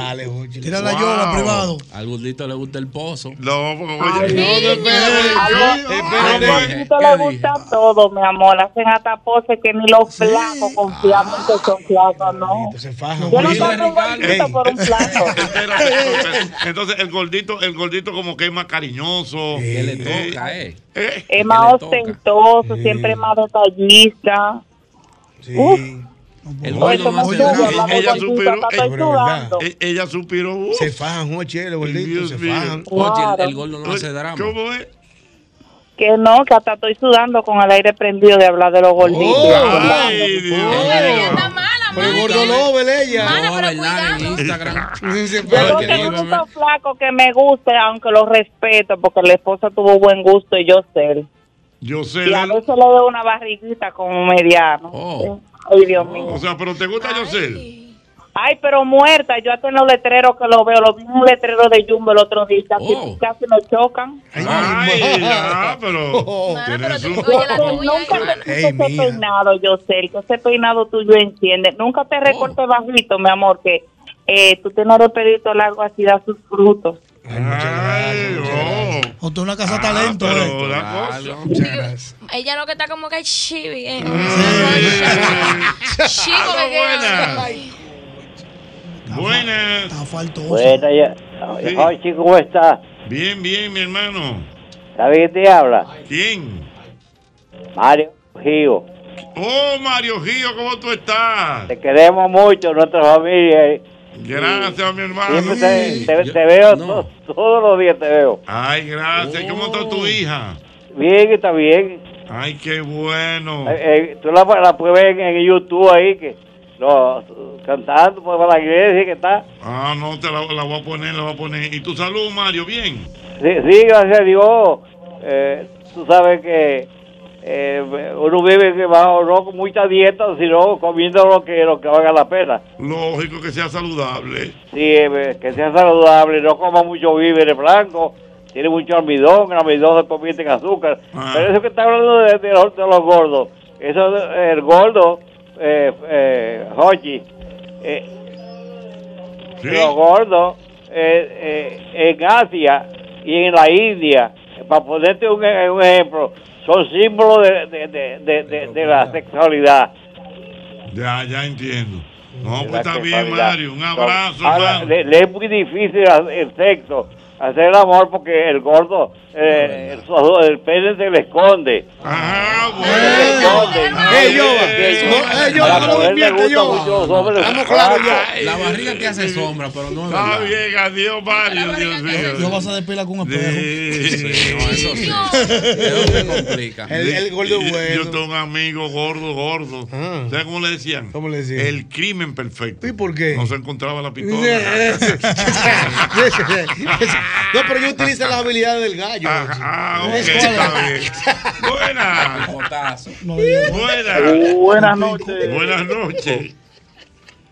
[SPEAKER 20] Tira la yola, privado.
[SPEAKER 13] Al gordito le gusta el pozo.
[SPEAKER 3] No,
[SPEAKER 9] Ay,
[SPEAKER 13] no,
[SPEAKER 9] Al gordito
[SPEAKER 3] Eh,
[SPEAKER 9] le gusta todo, mi amor. Hacen hata pose que ni los flacos confiamos que son flacos, no. Yo no compro un gordito por un flaco.
[SPEAKER 3] Entonces, entonces, el gordito, el gordito como que es más cariñoso. Que le
[SPEAKER 13] toca, eh.
[SPEAKER 9] Es más ostentoso, siempre es más detallista. Uf,
[SPEAKER 3] El
[SPEAKER 9] gordo Oye, no
[SPEAKER 3] ella,
[SPEAKER 9] hace nada. nada.
[SPEAKER 3] ella
[SPEAKER 9] Vamos, gordito,
[SPEAKER 3] suspiró.
[SPEAKER 9] acá estoy
[SPEAKER 3] Ella,
[SPEAKER 9] sudando.
[SPEAKER 3] ella- ella suspiró. uh.
[SPEAKER 5] Eh, Se fajan, Joche, los gorditos, se
[SPEAKER 3] mío.
[SPEAKER 5] fajan.
[SPEAKER 13] Oye, el- el gordo no hace drama.
[SPEAKER 3] ¿Cómo es?
[SPEAKER 9] Que no, que hasta estoy sudando con el aire prendido de hablar de los gorditos.
[SPEAKER 13] Oh,
[SPEAKER 3] Ay, Dios mío.
[SPEAKER 5] Pero gordo Nobel, ella.
[SPEAKER 13] en Instagram.
[SPEAKER 9] Yo no tengo gusto flaco que me guste, aunque lo respeto, porque la esposa tuvo buen gusto y yo sé.
[SPEAKER 3] Yo sé.
[SPEAKER 9] Y a veces le doy una barriguita como mediano.
[SPEAKER 3] Oh.
[SPEAKER 9] Ay, Dios mío.
[SPEAKER 3] O sea, pero te gusta Yosel.
[SPEAKER 9] Ay, pero muerta, yo hasta en los letreros que lo veo, lo vi en un letrero de Jumbo el otro día, casi,
[SPEAKER 3] Oh.
[SPEAKER 9] casi me chocan.
[SPEAKER 3] Ay, ya, pero. Tienes un.
[SPEAKER 9] Porque nunca te quito ese peinado, yo sé, que ese peinado tuyo entiende. Nunca te recortes bajito, mi amor, que eh, tú tienes el pelito largo así, da sus frutos.
[SPEAKER 20] O tú una casa talento,
[SPEAKER 13] Ah,
[SPEAKER 20] eh.
[SPEAKER 6] Ella lo que está como que chibi. eh.
[SPEAKER 3] Chico,
[SPEAKER 6] lo que
[SPEAKER 3] Buenas.
[SPEAKER 20] Está faltoso.
[SPEAKER 10] Buena, ya.
[SPEAKER 3] Sí.
[SPEAKER 10] Ay, chico, ¿cómo estás?
[SPEAKER 3] Bien, bien, mi hermano.
[SPEAKER 10] ¿Sabes quién te habla?
[SPEAKER 3] ¿Quién?
[SPEAKER 10] Mario Gio.
[SPEAKER 3] Oh, Mario Gio, ¿cómo tú estás?
[SPEAKER 10] Te queremos mucho, nuestra familia.
[SPEAKER 3] Gracias, mi hermano.
[SPEAKER 10] Siempre te, te- te veo, to- todos los días te veo.
[SPEAKER 3] Ay, gracias. ¿Cómo está tu hija?
[SPEAKER 10] Bien, está bien.
[SPEAKER 3] Ay, qué bueno.
[SPEAKER 10] Eh, eh, tú la, la puedes ver en YouTube ahí, que no, cantando por la iglesia que está.
[SPEAKER 3] Ah, no, te la, la voy a poner, la voy a poner. ¿Y tu salud, Mario? ¿Bien?
[SPEAKER 10] Sí, sí, gracias a Dios. Eh, tú sabes que eh, uno vive que va no con mucha dieta, sino comiendo lo que, lo que valga la pena.
[SPEAKER 3] Lógico que sea saludable.
[SPEAKER 10] Sí, eh, que sea saludable, no coma mucho víveres blanco, tiene mucho almidón, el almidón se convierte en azúcar.
[SPEAKER 14] Ah.
[SPEAKER 10] Pero eso que está hablando de, de los, de los gordos, eso de- el gordo, eh, eh, Jochi, eh, los gordos eh, eh, en Asia y en la India, para ponerte un, e- un ejemplo, son símbolos de, de- de- de- de- de la sexualidad.
[SPEAKER 3] Ya, ya entiendo. No, pues
[SPEAKER 10] la
[SPEAKER 3] está bien,
[SPEAKER 10] sexualidad.
[SPEAKER 3] Mario. Un abrazo,
[SPEAKER 10] Ahora,
[SPEAKER 3] hermano.
[SPEAKER 10] ah, le, le es muy difícil ha- el sexo, hacer el amor porque el gordo, eh, el, so- el pene se le esconde.
[SPEAKER 3] Ah, eh,
[SPEAKER 1] Eh,
[SPEAKER 5] ¡Ey, Yoba! ¡Ey, Yoba! ¡No lo inviertes, Yoba! Estamos claros ya.
[SPEAKER 13] Ah, La barriga te hace sombra, pero no es
[SPEAKER 3] Está
[SPEAKER 13] verdad.
[SPEAKER 3] bien, adiós, Mario. Dios mío.
[SPEAKER 20] Yo vas a depilar con un
[SPEAKER 3] Sí,
[SPEAKER 20] espejo.
[SPEAKER 13] no, eso sí. Eso se complica.
[SPEAKER 3] gordo bueno. Yo tengo un amigo gordo, gordo. ¿Sabes cómo le decían? ¿Cómo le decían? El crimen perfecto. ¿Y por qué? No se encontraba la pistola.
[SPEAKER 5] No, pero yo utilizo las habilidades del gallo.
[SPEAKER 3] Ah, ok, está bien. Buenas.
[SPEAKER 7] Eh,
[SPEAKER 3] Buenas.
[SPEAKER 7] Buenas noches.
[SPEAKER 3] Buenas noches.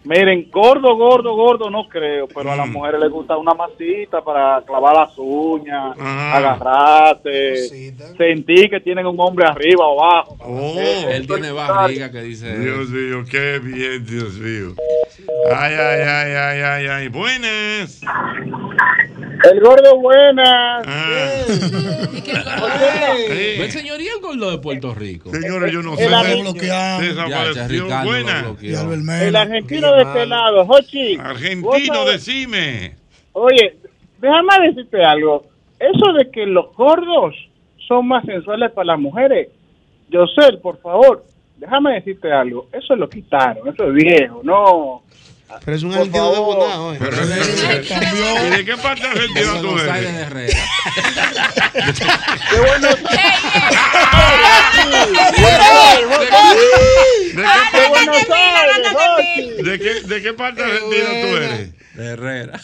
[SPEAKER 7] Miren, gordo, gordo, gordo, no creo, pero a
[SPEAKER 3] Mm.
[SPEAKER 7] las mujeres les gusta una masita para clavar las uñas, agarrarse, sentir que tienen un hombre arriba o abajo.
[SPEAKER 3] Oh.
[SPEAKER 13] Él tiene barriga que dice.
[SPEAKER 3] Dios mío, qué bien, Dios mío. Ay, ay, ay, ay, ay, ay. Buenas.
[SPEAKER 7] El gordo, buenas.
[SPEAKER 13] ¿Ven, señoría, Pues, el gordo de Puerto Rico?
[SPEAKER 3] Señores, yo no
[SPEAKER 7] sé.
[SPEAKER 20] Me bloquearon.
[SPEAKER 3] Desapareció.
[SPEAKER 13] Ricardo lo
[SPEAKER 3] Buenas.
[SPEAKER 7] El argentino de este lado, Jochi.
[SPEAKER 3] Argentino, decime.
[SPEAKER 7] Oye, déjame decirte algo.
[SPEAKER 1] eso de que los gordos son más sensuales para las mujeres, Yosel, por favor, déjame decirte algo. Eso lo quitaron, eso es viejo, no.
[SPEAKER 5] Pero es un sentido de bondad hoy.
[SPEAKER 3] ¿Y de qué parte de Argentina tú eres?
[SPEAKER 1] ¡Qué bueno!
[SPEAKER 3] ¡Qué bueno ¿De qué, ¿De qué parte de Argentina tú eres?
[SPEAKER 13] De Herrera.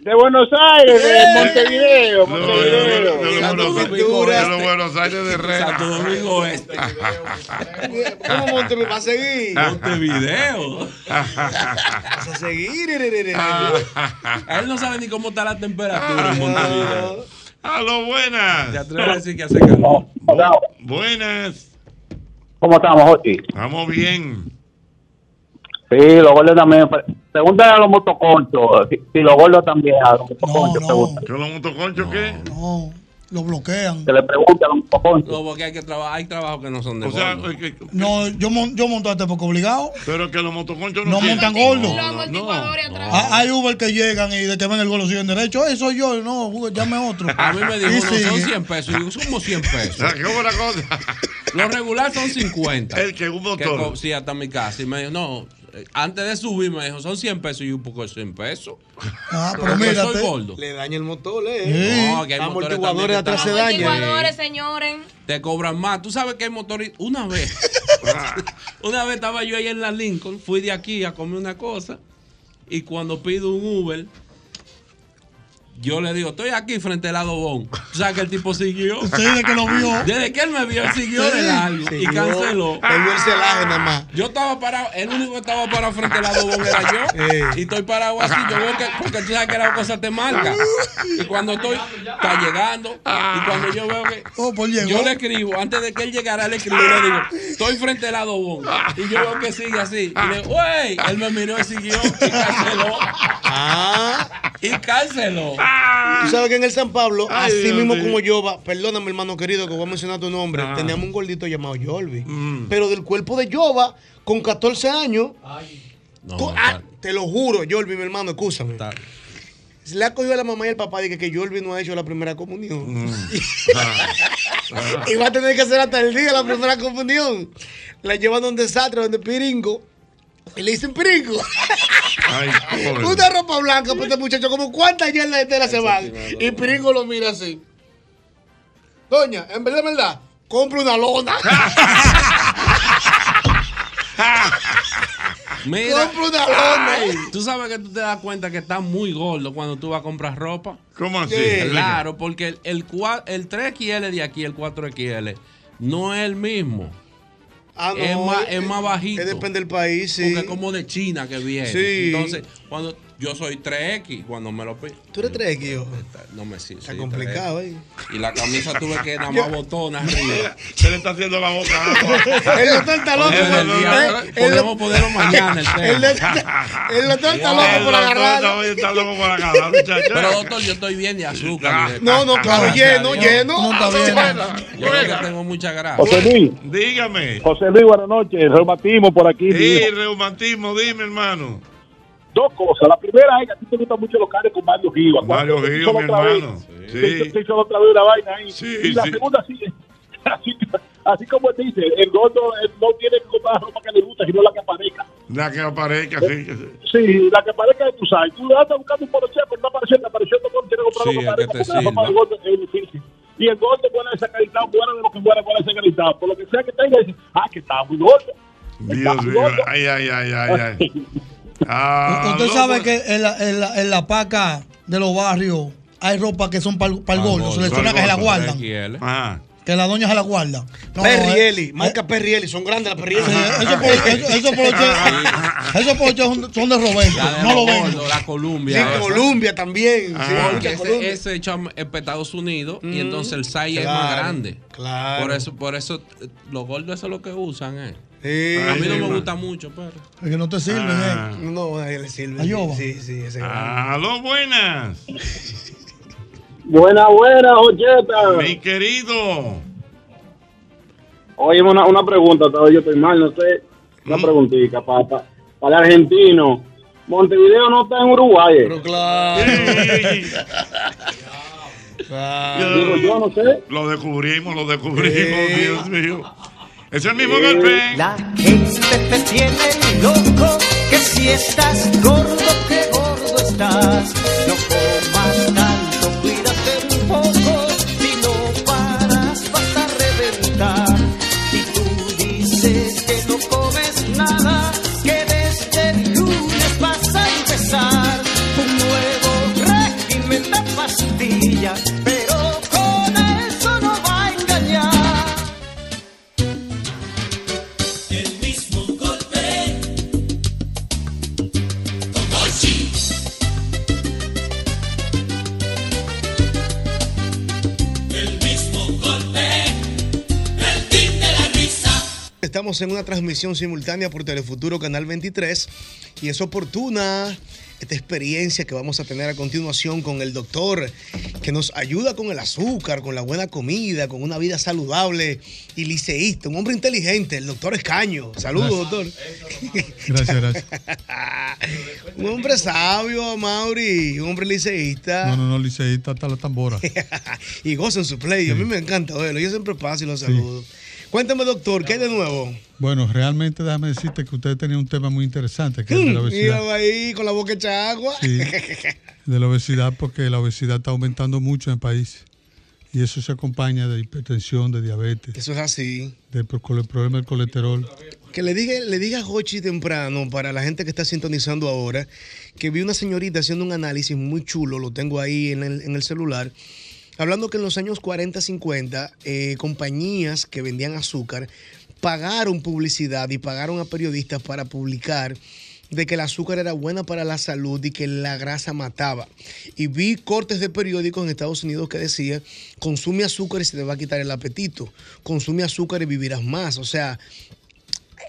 [SPEAKER 1] De Buenos Aires, de Montevideo, Montevideo.
[SPEAKER 3] De los Buenos Aires de Herrera.
[SPEAKER 13] Santo Domingo Este.
[SPEAKER 5] ¿Cómo Montevideo? ¿Para seguir?
[SPEAKER 3] Ah,
[SPEAKER 13] Montevideo.
[SPEAKER 5] ¿Vas a seguir?
[SPEAKER 3] Ah.
[SPEAKER 13] A él no sabe ni cómo está la temperatura en Montevideo.
[SPEAKER 3] A lo Ah, buenas. Te
[SPEAKER 13] atreves a decir que hace calor.
[SPEAKER 3] Buenas.
[SPEAKER 35] ¿Cómo estamos, Jochi?
[SPEAKER 3] Estamos bien.
[SPEAKER 35] Sí, los gordos también. Pregúntale a los motoconchos. Si, si los gordos también, a los motoconchos. pregunta.
[SPEAKER 3] ¿Que los motoconchos qué?
[SPEAKER 20] No, lo bloquean.
[SPEAKER 35] Que le pregunte a los motoconchos.
[SPEAKER 13] No, porque hay, que traba- hay trabajos que no son de
[SPEAKER 3] O sea,
[SPEAKER 13] gordo.
[SPEAKER 20] No, yo, mon- yo monto este poco obligado.
[SPEAKER 3] Pero que los motoconchos no,
[SPEAKER 20] No
[SPEAKER 3] tienen-
[SPEAKER 20] montan gordo.
[SPEAKER 3] No, no, no.
[SPEAKER 20] Ah, Hay Uber que llegan y de que ven el golo siguen derecho. Eso soy yo, no, Uber, llame otro.
[SPEAKER 13] A mí me dijo,
[SPEAKER 20] Y
[SPEAKER 13] no, son
[SPEAKER 20] sigue.
[SPEAKER 13] 100 pesos. Y digo, somos 100 pesos.
[SPEAKER 3] ¿Cómo la cosa?
[SPEAKER 13] Lo regular son 50.
[SPEAKER 3] El que un motor.
[SPEAKER 13] sí, hasta mi casa. Y me dijo, no, eh, antes de subir me dijo, son 100 pesos. Y yo, un poco de 100 pesos.
[SPEAKER 20] Ah,
[SPEAKER 13] Porque
[SPEAKER 20] pero mírate.
[SPEAKER 13] soy gordo.
[SPEAKER 5] Le daña el motor, ¿eh?
[SPEAKER 13] No, que hay motores también
[SPEAKER 5] amortiguadores
[SPEAKER 13] que
[SPEAKER 5] atrás se
[SPEAKER 13] están-
[SPEAKER 5] dañan.
[SPEAKER 6] Amortiguadores, señores.
[SPEAKER 13] Te cobran más. Tú sabes que hay motores. Una vez, una vez estaba yo ahí en la Lincoln, fui de aquí a comer una cosa. Y cuando pido un Uber, yo le digo, estoy aquí frente al lado Bon. O sea que el tipo siguió.
[SPEAKER 20] Desde que lo vio.
[SPEAKER 13] Desde que él me vio, él siguió
[SPEAKER 5] Sí,
[SPEAKER 13] de largo y
[SPEAKER 5] siguió.
[SPEAKER 13] canceló.
[SPEAKER 5] Él vio el celaje nada más.
[SPEAKER 13] Yo estaba parado, el único que estaba parado frente al lado Bon era yo. Y estoy parado así, yo veo que, porque tú sabes que la cosa te marca. Y cuando estoy, está llegando. Y cuando yo veo que. Yo le escribo, antes de que él llegara, le escribo y le digo, estoy frente al lado Bon. Y yo veo que sigue así. Y le digo, ¡wey! Él me miró y siguió y canceló. Y canceló.
[SPEAKER 5] Tú sabes que en el San Pablo,
[SPEAKER 13] Ay,
[SPEAKER 5] así
[SPEAKER 13] Dios
[SPEAKER 5] mismo
[SPEAKER 13] mío.
[SPEAKER 5] como Yoba, perdóname hermano querido que voy a mencionar tu nombre,
[SPEAKER 13] Ah. Mm.
[SPEAKER 5] teníamos un gordito llamado Yolvi, pero del cuerpo de Yoba, con 14 años, co- ah, te lo juro, Yolvi, mi hermano, escúchame. Le ha cogido a la mamá y al papá de que, que Yolvi no ha hecho la primera
[SPEAKER 13] Mm.
[SPEAKER 5] comunión. y va a tener que hacer hasta el día la primera comunión. La llevan a un desastre, donde Piringo. Y le dicen Piringo.
[SPEAKER 3] Ay, pobre.
[SPEAKER 5] Una ropa blanca para este muchacho, como cuántas yardas enteras se van. Y Piringo lo mira así. Doña, en verdad, en verdad, compra una lona.
[SPEAKER 13] Ah. Mira,
[SPEAKER 5] Compra una lona.
[SPEAKER 13] Ay, tú sabes que tú te das cuenta que estás muy gordo cuando tú vas a comprar ropa.
[SPEAKER 3] ¿Cómo
[SPEAKER 5] así? Sí.
[SPEAKER 13] Claro, porque el, el, cua- el 3XL de aquí, el 4XL, no es el mismo.
[SPEAKER 5] Ah, no,
[SPEAKER 13] es, más,
[SPEAKER 5] eh,
[SPEAKER 13] es más bajito.
[SPEAKER 5] eh, depende del país, sí.
[SPEAKER 13] Porque es como de China que viene.
[SPEAKER 5] Sí.
[SPEAKER 13] Entonces, cuando yo soy 3X, cuando me lo pido.
[SPEAKER 5] ¿Tú eres 3X, yo?
[SPEAKER 13] No me sirve. Está
[SPEAKER 5] complicado, ¿eh?
[SPEAKER 13] Y la camisa tuve que nada más botona arriba.
[SPEAKER 3] Se le está haciendo la boca agua.
[SPEAKER 5] Él no está el talón.
[SPEAKER 13] Podemos ponerlo-
[SPEAKER 5] Eh, él
[SPEAKER 13] Podemos ponerlo mañana el tema.
[SPEAKER 5] Él no está- él no está- está loco por agarrarlo.
[SPEAKER 3] Él está loco por agarrarlo, muchacho. Ah.
[SPEAKER 13] Pero doctor, yo estoy bien de azúcar. y de-
[SPEAKER 5] No, no, claro,
[SPEAKER 13] Gracias
[SPEAKER 5] lleno,
[SPEAKER 13] a Dios.
[SPEAKER 5] lleno. No está bien.
[SPEAKER 13] Yo creo que tengo mucha grasa.
[SPEAKER 3] José
[SPEAKER 7] Luis.
[SPEAKER 3] Dígame.
[SPEAKER 7] José Luis, buenas noches. Reumatismo por aquí.
[SPEAKER 3] Sí, reumatismo, dime, hermano.
[SPEAKER 7] Dos cosas. La primera es que a ti te gustan mucho los carros con Mario Giva.
[SPEAKER 3] Mario Gil, mi hermano. Sí.
[SPEAKER 7] Se hizo otra vez una vaina ahí. y la
[SPEAKER 3] sí.
[SPEAKER 7] segunda, sí, así, así como él dice, el gordo eh, no tiene que comprar ropa que le gusta, sino la que aparezca. Eh,
[SPEAKER 3] La que aparezca, sí.
[SPEAKER 7] Sí, la que aparezca de tu side. Tú andas buscando un poloche, pero no aparece, no apareció, no tiene que comprar
[SPEAKER 13] Sí,
[SPEAKER 7] ropa
[SPEAKER 13] el que
[SPEAKER 7] pareja,
[SPEAKER 13] te
[SPEAKER 7] porque la ropa
[SPEAKER 13] sirva.
[SPEAKER 7] del gordo es difícil. Y el gordo puede desacreditar, fuera de lo que fuera, puede desacreditar. Por lo que sea que tenga, dice, ah, que está muy gordo.
[SPEAKER 3] Dios mío. Ay, ay, ay, ay, ay. Ah,
[SPEAKER 20] Usted
[SPEAKER 3] loco.
[SPEAKER 20] sabe que en la, en, la, en la paca de los barrios hay ropa que son para el gordo. Se les suena que se la guardan.
[SPEAKER 3] Ajá.
[SPEAKER 20] Que la doña se la guarda. No,
[SPEAKER 5] Perrielli,
[SPEAKER 20] eh,
[SPEAKER 5] marca Perrielli, son grandes las Perrielli.
[SPEAKER 20] Esos poloches eso, eso poloche- esos poloches son, son de
[SPEAKER 13] La
[SPEAKER 20] Roberto.
[SPEAKER 13] de
[SPEAKER 20] No lo
[SPEAKER 13] Gordo,
[SPEAKER 20] venden.
[SPEAKER 13] La Columbia.
[SPEAKER 5] Sí, Columbia también.
[SPEAKER 13] Ah,
[SPEAKER 5] sí,
[SPEAKER 13] porque
[SPEAKER 5] mucha
[SPEAKER 13] ese,
[SPEAKER 5] Columbia.
[SPEAKER 13] ese hecho en Estados Unidos y
[SPEAKER 5] Mm,
[SPEAKER 13] entonces el size es
[SPEAKER 5] claro,
[SPEAKER 13] más grande.
[SPEAKER 5] claro.
[SPEAKER 13] Por eso, por eso eh, los gordos eso es lo que usan, eh.
[SPEAKER 5] Sí.
[SPEAKER 13] a mí no
[SPEAKER 5] Sí,
[SPEAKER 13] me
[SPEAKER 5] man.
[SPEAKER 13] gusta mucho, pues. pero.
[SPEAKER 20] Es que no te sirven,
[SPEAKER 3] Ah.
[SPEAKER 20] eh.
[SPEAKER 5] No, a él le sirve.
[SPEAKER 20] Ayoba.
[SPEAKER 5] Sí, sí, ese grande.
[SPEAKER 3] Aló, buenas.
[SPEAKER 36] Buena, buena, Ocheta.
[SPEAKER 3] Mi querido.
[SPEAKER 36] Oye, una, una pregunta, tal vez yo estoy mal, no sé.
[SPEAKER 3] Mm.
[SPEAKER 36] Una preguntita para el argentino. Montevideo no está en Uruguay. eh.
[SPEAKER 5] Pero claro.
[SPEAKER 3] Yo-
[SPEAKER 18] Yo no sé.
[SPEAKER 3] Lo descubrimos, lo descubrimos, Dios mío. Es el mismo golpe.
[SPEAKER 1] La gente te tiene loco, que si estás gordo, que gordo estás. No comas tanto, cuídate un poco, si no paras vas a reventar. Y tú dices que no comes nada, que desde el lunes vas a empezar un nuevo régimen de pastillas, pero con eso no va a engañar. El mismo golpe con Dolce. El mismo golpe, el fin de la risa.
[SPEAKER 5] Estamos en una transmisión simultánea por Telefuturo Canal 23 y es oportuna esta experiencia que vamos a tener a continuación con el doctor que nos ayuda con el azúcar, con la buena comida, con una vida saludable y liceísta, un hombre inteligente, el doctor Escaño. Saludos, doctor.
[SPEAKER 11] Gracias, gracias.
[SPEAKER 5] Un hombre sabio, Mauri, un hombre liceísta.
[SPEAKER 11] No, no, no, liceísta hasta la tambora.
[SPEAKER 5] y gozan su play. A mí me encanta verlo. Yo siempre paso y los saludo. Cuéntame, doctor, ¿qué hay de nuevo?
[SPEAKER 11] Bueno, realmente déjame decirte que usted tenía un tema muy interesante, que es el de la obesidad.
[SPEAKER 5] Míralo ahí con la boca hecha agua.
[SPEAKER 11] Sí. De la obesidad, porque la obesidad está aumentando mucho en el país. Y eso se acompaña de hipertensión, de diabetes,
[SPEAKER 5] Eso es así.
[SPEAKER 11] de pro- con el problema del colesterol.
[SPEAKER 5] Que le diga, le diga a Jochi temprano, para la gente que está sintonizando ahora, que vi una señorita haciendo un análisis muy chulo, lo tengo ahí en el, en el celular, hablando que en los años 40, 50, eh, compañías que vendían azúcar pagaron publicidad y pagaron a periodistas para publicar de que el azúcar era buena para la salud y que la grasa mataba. Y vi cortes de periódicos en Estados Unidos que decía, consume azúcar y se te va a quitar el apetito, consume azúcar y vivirás más. O sea,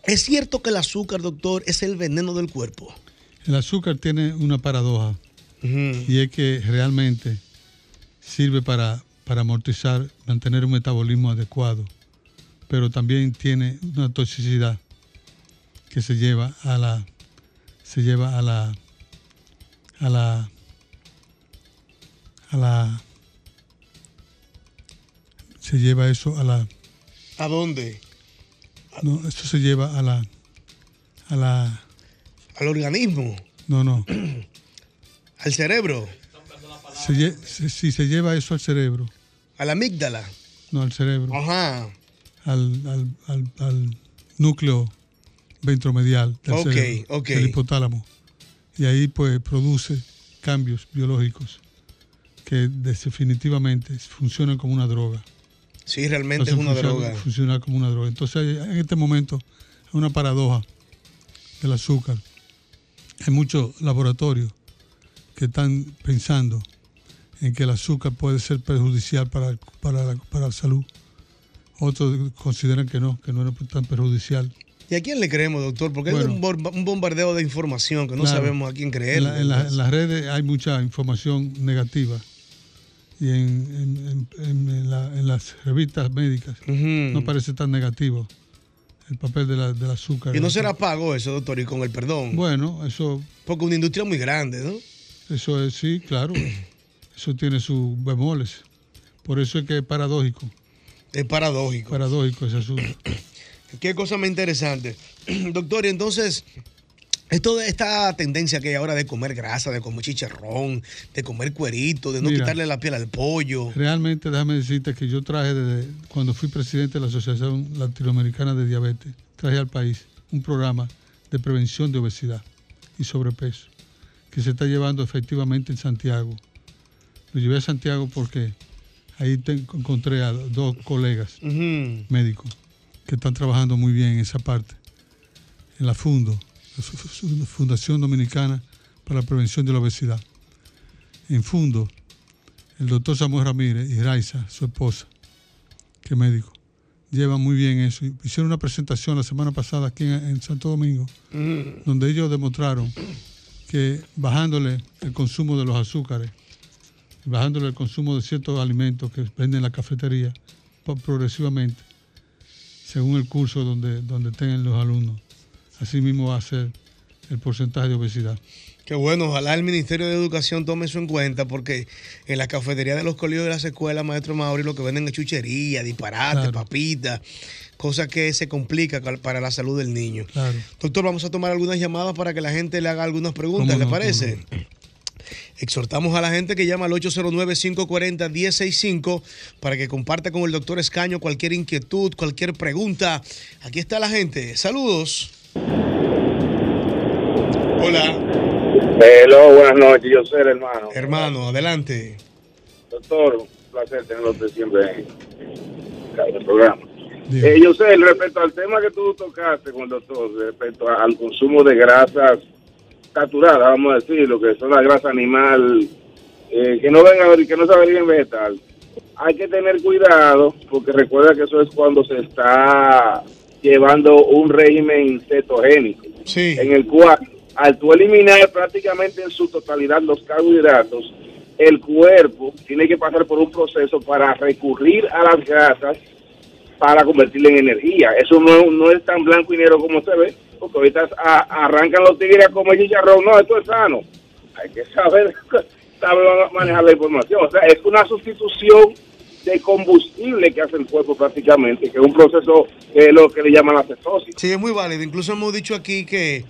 [SPEAKER 5] ¿Es cierto que el azúcar, doctor, es el veneno del cuerpo?
[SPEAKER 11] El azúcar tiene una paradoja y es que realmente sirve para, para amortizar, mantener un metabolismo adecuado, pero también tiene una toxicidad que se lleva a la se lleva a la a la a la se lleva eso a la
[SPEAKER 5] ¿A dónde?
[SPEAKER 11] no, eso se lleva a la a la
[SPEAKER 5] ¿Al organismo?
[SPEAKER 11] no, no,
[SPEAKER 5] ¿Al cerebro?
[SPEAKER 11] se lle- se- si se lleva eso al cerebro
[SPEAKER 5] ¿A la amígdala?
[SPEAKER 11] No, al cerebro.
[SPEAKER 5] Ajá.
[SPEAKER 11] Al, al- al- al núcleo ventromedial del
[SPEAKER 5] Ok,
[SPEAKER 11] cerebro,
[SPEAKER 5] ok.
[SPEAKER 11] del hipotálamo. Y ahí pues produce cambios biológicos que des- definitivamente funcionan como una droga.
[SPEAKER 5] Sí, realmente
[SPEAKER 11] Entonces,
[SPEAKER 5] es una
[SPEAKER 11] funciona,
[SPEAKER 5] droga.
[SPEAKER 11] Funciona como una droga. Entonces hay- en este momento hay una paradoja del azúcar. Hay muchos laboratorios que están pensando en que el azúcar puede ser perjudicial para, para, la, para la salud. Otros consideran que no, que no es tan perjudicial.
[SPEAKER 5] ¿Y a quién le creemos, doctor? Porque
[SPEAKER 11] Bueno.
[SPEAKER 5] es un, bor- un bombardeo de información que no
[SPEAKER 11] Claro.
[SPEAKER 5] sabemos a quién creer.
[SPEAKER 11] En, la- en la- en las redes hay mucha información negativa. Y en, en- en- en la- en las revistas médicas no parece tan negativo el papel de la- del azúcar.
[SPEAKER 5] y no será pago eso, doctor, y con el perdón.
[SPEAKER 11] Bueno, eso...
[SPEAKER 5] Porque una industria muy grande, ¿no?
[SPEAKER 11] Eso es, sí, claro. Eso tiene sus bemoles. Por eso es que es paradójico.
[SPEAKER 5] Es paradójico.
[SPEAKER 11] Paradójico ese asunto.
[SPEAKER 5] Qué cosa más interesante. Doctor, y entonces, esto de esta tendencia que hay ahora de comer grasa, de comer chicharrón, de comer cuerito, de no
[SPEAKER 11] Mira.
[SPEAKER 5] quitarle la piel al pollo.
[SPEAKER 11] Realmente déjame decirte que yo traje desde cuando fui presidente de la Asociación Latinoamericana de Diabetes, traje al país un programa de prevención de obesidad y sobrepeso que se está llevando efectivamente en Santiago. Lo llevé a Santiago porque ahí te- encontré a dos colegas médicos que están trabajando muy bien en esa parte, en la FUNDO, la Fu- Fu- Fundación Dominicana para la Prevención de la Obesidad. En FUNDO el doctor Samuel Ramírez y Raiza, su esposa, que es médico, llevan muy bien eso. Hicieron una presentación la semana pasada aquí en, en Santo Domingo, donde ellos demostraron que bajándole el consumo de los azúcares, bajándole el consumo de ciertos alimentos que venden en la cafetería, po- progresivamente, según el curso donde, donde tengan los alumnos, así mismo va a ser el porcentaje de obesidad.
[SPEAKER 5] Qué bueno, ojalá el Ministerio de Educación tome eso en cuenta, porque en la cafetería de los colegios de las escuelas, maestro Mauri, lo que venden es chuchería, disparate,
[SPEAKER 11] Claro.
[SPEAKER 5] papitas, cosas que se complica cal- para la salud del niño.
[SPEAKER 11] Claro.
[SPEAKER 5] Doctor, vamos a tomar algunas llamadas para que la gente le haga algunas preguntas,
[SPEAKER 11] ¿Cómo
[SPEAKER 5] ¿le
[SPEAKER 11] no,
[SPEAKER 5] parece? Exhortamos a la gente que llama al 809-540-1065 para que comparta con el doctor Escaño cualquier inquietud, cualquier pregunta. Aquí está la gente. Saludos. Hola,
[SPEAKER 14] Hello, buenas noches, yo soy el hermano.
[SPEAKER 5] hermano, adelante.
[SPEAKER 14] Doctor, un placer tenerlo usted siempre en el programa. Eh, yo sé, respecto al tema que tú tocaste con el doctor, respecto a- al consumo de grasas saturadas, vamos a decir, lo que son la grasa animal, eh, que no venga que no sabe bien vegetal, hay que tener cuidado, porque recuerda que eso es cuando se está llevando un régimen cetogénico, en el cual al tú eliminar prácticamente en su totalidad los carbohidratos, el cuerpo tiene que pasar por un proceso para recurrir a las grasas para convertirla en energía. Eso no, no es tan blanco y negro como se ve, porque ahorita a- arrancan los tigres a comer chicharrón. No, esto es sano. Hay que saber, saber manejar la información. O sea, es una sustitución de combustible que hace el cuerpo prácticamente, que es un proceso que es lo que le llaman la cetosis.
[SPEAKER 5] Sí, es muy válido. Incluso hemos dicho aquí que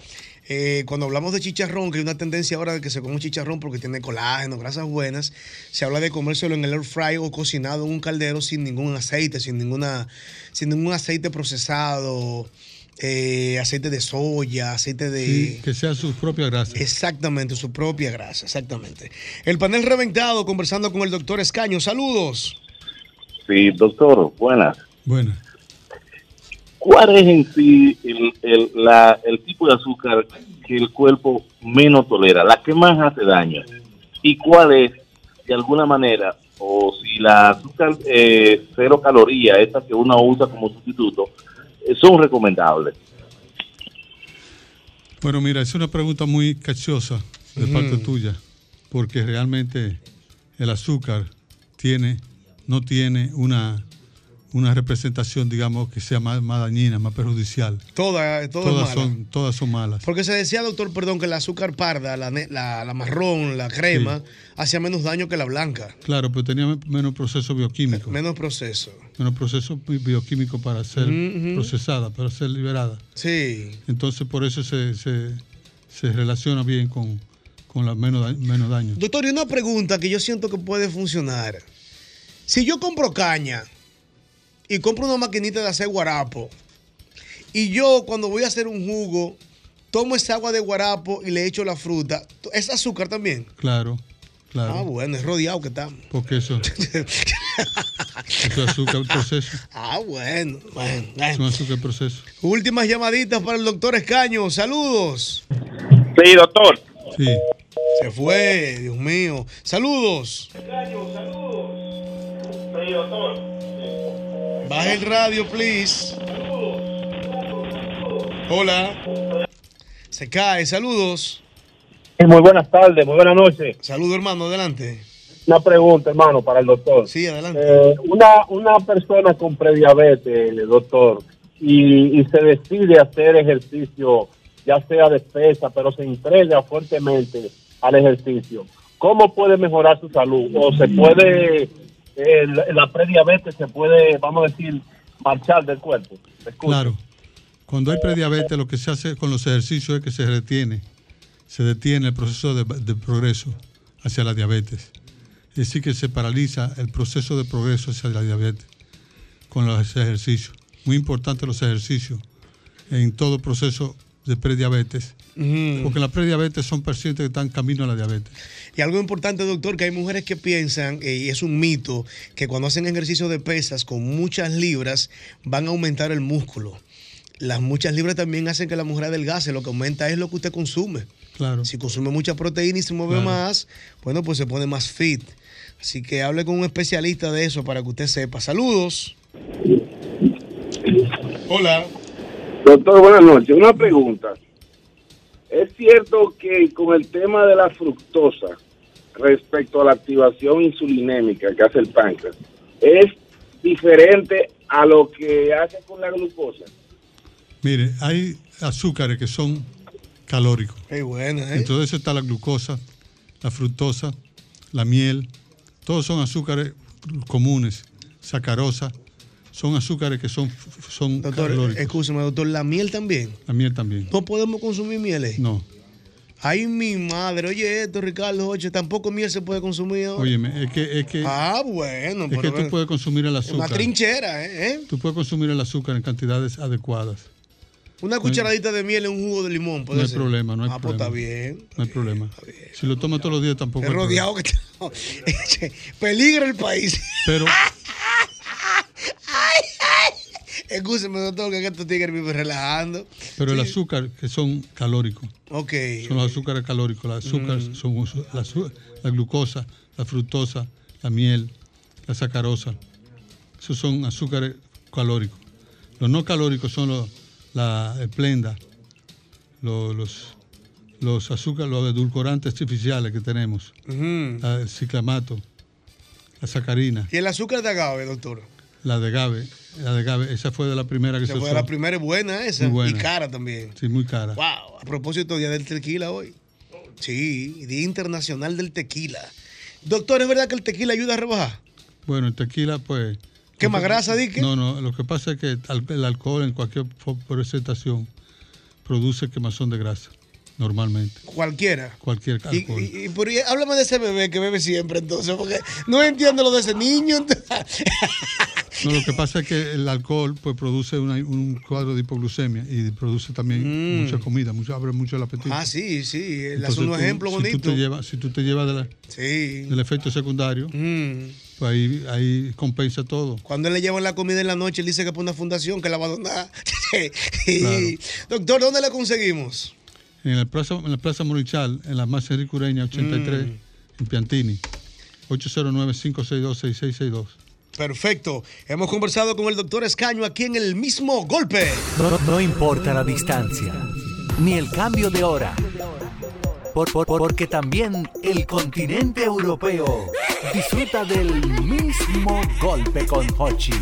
[SPEAKER 5] eh, cuando hablamos de chicharrón, que hay una tendencia ahora de que se come chicharrón porque tiene colágeno, grasas buenas, se habla de comérselo en el air fry o cocinado en un caldero sin ningún aceite, sin ninguna, sin ningún aceite procesado, eh, aceite de soya, aceite de
[SPEAKER 11] Y que sea su propia grasa.
[SPEAKER 5] exactamente su propia grasa, exactamente. El panel reventado conversando con el doctor Escaño. Saludos.
[SPEAKER 30] Sí, doctor, buenas.
[SPEAKER 11] Buenas.
[SPEAKER 30] ¿Cuál es en sí el, el- la- el tipo de azúcar que el cuerpo menos tolera, la que más hace daño? ¿Y cuál es, de alguna manera, o si la azúcar eh, cero caloría, esta que uno usa como sustituto, eh, son recomendables?
[SPEAKER 11] Bueno, mira, es una pregunta muy cachosa de
[SPEAKER 30] Ujú.
[SPEAKER 11] parte tuya, porque realmente el azúcar tiene, no tiene una, una representación, digamos, que sea más, más dañina, más perjudicial.
[SPEAKER 5] Toda, todo es
[SPEAKER 11] todas,
[SPEAKER 5] mala.
[SPEAKER 11] son, todas son malas.
[SPEAKER 5] Porque se decía, doctor, perdón, que la azúcar parda, la, ne- la, la marrón, la crema, hacía menos daño que la blanca.
[SPEAKER 11] Claro, pero tenía men- menos proceso bioquímico,
[SPEAKER 5] Eh, Menos proceso.
[SPEAKER 11] menos proceso bi- bioquímico para ser
[SPEAKER 5] Ujú.
[SPEAKER 11] procesada, para ser liberada.
[SPEAKER 5] Sí.
[SPEAKER 11] Entonces, por eso se, se, se relaciona bien con, con la menos, da- menos daño.
[SPEAKER 5] Doctor, y una pregunta que yo siento que puede funcionar. Si yo compro caña y compro una maquinita de hacer guarapo, y yo cuando voy a hacer un jugo, tomo esa agua de guarapo y le echo la fruta, ¿es azúcar también?
[SPEAKER 11] Claro, claro.
[SPEAKER 5] Ah, bueno, es rodeado que estamos.
[SPEAKER 11] Porque eso. eso es azúcar proceso.
[SPEAKER 5] Ah, bueno, bueno.
[SPEAKER 11] Es un azúcar proceso.
[SPEAKER 5] Últimas llamaditas para el doctor Escaño. Saludos.
[SPEAKER 11] Sí, doctor. Sí.
[SPEAKER 5] Se fue, Dios mío. Saludos. Baja el radio, please. Hola. Se cae, saludos.
[SPEAKER 7] muy buenas tardes, muy buenas noches.
[SPEAKER 5] Saludos, hermano, adelante.
[SPEAKER 7] Una pregunta, hermano, para el doctor. Eh,
[SPEAKER 5] Sí, adelante.
[SPEAKER 7] una, una persona con prediabetes, el doctor, y, y se decide hacer ejercicio, ya sea de pesa, pero se entrega fuertemente al ejercicio. ¿Cómo puede mejorar su salud? ¿O se puede, eh, la- la prediabetes se puede, vamos a decir, marchar del cuerpo?
[SPEAKER 11] Claro. Cuando hay prediabetes, lo que se hace con los ejercicios es que se retiene. Se detiene el proceso de, de progreso hacia la diabetes. Es decir, que se paraliza el proceso de progreso hacia la diabetes con los ejercicios. Muy importante los ejercicios en todo proceso de prediabetes. Porque la prediabetes son pacientes que están camino a la diabetes.
[SPEAKER 5] Y algo importante, doctor, que hay mujeres que piensan, eh, y es un mito, que cuando hacen ejercicio de pesas con muchas libras van a aumentar el músculo. Las muchas libras también hacen que la mujer adelgace, lo que aumenta es lo que usted consume.
[SPEAKER 11] Claro.
[SPEAKER 5] Si consume mucha proteína y se mueve más, bueno, pues se pone más fit. Así que hable con un especialista de eso para que usted sepa. Saludos. Hola.
[SPEAKER 14] Doctor, buenas noches. Una pregunta. ¿Es cierto que con el tema de la fructosa respecto a la activación insulinémica que hace el páncreas, es diferente a lo que hace con la glucosa?
[SPEAKER 11] Mire, hay azúcares que son calórico.
[SPEAKER 5] Qué buena, ¿eh?
[SPEAKER 11] Entonces está la glucosa, la fructosa, la miel, todos son azúcares comunes, sacarosa, son azúcares que son, son
[SPEAKER 5] Doctor, eh,
[SPEAKER 11] calóricos.
[SPEAKER 5] escúcheme, doctor, la miel también.
[SPEAKER 11] La miel también.
[SPEAKER 5] ¿No podemos consumir mieles?
[SPEAKER 11] No.
[SPEAKER 5] Ay, mi madre, oye esto, Ricardo, oye, tampoco miel se puede consumir ahora.
[SPEAKER 11] Óyeme, es que, es que,
[SPEAKER 5] Ah, bueno,
[SPEAKER 11] es
[SPEAKER 5] pero
[SPEAKER 11] que
[SPEAKER 5] bueno.
[SPEAKER 11] tú puedes consumir el
[SPEAKER 5] Una
[SPEAKER 11] azúcar.
[SPEAKER 5] trinchera, ¿eh? ¿Eh?
[SPEAKER 11] Tú puedes consumir el azúcar en cantidades adecuadas.
[SPEAKER 5] Una cucharadita de miel en un jugo de limón, puede
[SPEAKER 11] No hay
[SPEAKER 5] ser.
[SPEAKER 11] problema, no hay
[SPEAKER 5] ah,
[SPEAKER 11] problema.
[SPEAKER 5] pues está bien.
[SPEAKER 11] No hay problema. Si lo tomas todos los días tampoco.
[SPEAKER 5] Es
[SPEAKER 11] hay problema.
[SPEAKER 5] rodeado que está. Peligra el país.
[SPEAKER 11] Pero
[SPEAKER 5] Ah, Ay, ay. Escúcheme, doctor, que estos tigres viven relajando.
[SPEAKER 11] Pero el azúcar, que son calóricos,
[SPEAKER 5] Ok.
[SPEAKER 11] son los azúcares calóricos, el azúcar,
[SPEAKER 5] Mm.
[SPEAKER 11] son usu- la, azu- la glucosa, la fructosa, la miel, la sacarosa. Esos son azúcares calóricos. Los no calóricos son los, la esplenda, lo- los, los azúcares, los edulcorantes artificiales que tenemos,
[SPEAKER 5] Ujú.
[SPEAKER 11] la- el ciclamato, la sacarina,
[SPEAKER 5] Y el azúcar de agave, doctor.
[SPEAKER 11] la de agave, la de agave, esa fue de la primera que
[SPEAKER 5] Se
[SPEAKER 11] se
[SPEAKER 5] fue
[SPEAKER 11] usó.
[SPEAKER 5] la primera, es buena esa.
[SPEAKER 11] Muy buena.
[SPEAKER 5] Y cara también.
[SPEAKER 11] Sí, muy cara.
[SPEAKER 5] Wow, a propósito, Día del Tequila hoy. Sí, Día Internacional del Tequila. Doctor, ¿es verdad que el tequila ayuda a rebajar?
[SPEAKER 11] Bueno, el tequila, pues.
[SPEAKER 5] ¿Qué
[SPEAKER 11] lo
[SPEAKER 5] más grasa, di que?
[SPEAKER 11] No, no, lo que pasa es que al- el alcohol en cualquier fo- presentación produce quemazón de grasa, normalmente.
[SPEAKER 5] Cualquiera. Y,
[SPEAKER 11] Cualquier alcohol.
[SPEAKER 5] y- y por- y háblame de ese bebé que bebe siempre, entonces, porque no entiendo lo de ese niño.
[SPEAKER 11] No, lo que pasa es que el alcohol pues produce una- un cuadro de hipoglucemia y produce también
[SPEAKER 5] Mm.
[SPEAKER 11] mucha comida, mucho, abre mucho el apetito.
[SPEAKER 5] ah, sí, sí. Él
[SPEAKER 11] Entonces
[SPEAKER 5] hace un
[SPEAKER 11] tú-
[SPEAKER 5] ejemplo
[SPEAKER 11] si
[SPEAKER 5] bonito.
[SPEAKER 11] Tú te llevas, si tú te llevas de la-
[SPEAKER 5] sí.
[SPEAKER 11] del efecto secundario,
[SPEAKER 5] Mm.
[SPEAKER 11] pues ahí, ahí compensa todo.
[SPEAKER 5] Cuando él le llevan la comida en la noche, él dice que es por una fundación que la va a donar. Y,
[SPEAKER 11] Claro.
[SPEAKER 5] Doctor, ¿dónde la conseguimos?
[SPEAKER 11] En la Plaza, en la plaza Morichal, en la más Ricureña 83, en Piantini, 809-562-6662.
[SPEAKER 5] Perfecto. Hemos conversado con el doctor Escaño aquí en el mismo golpe.
[SPEAKER 33] No, no importa la distancia, ni el cambio de hora, por- por- porque también el continente europeo disfruta del mismo golpe con Hochi.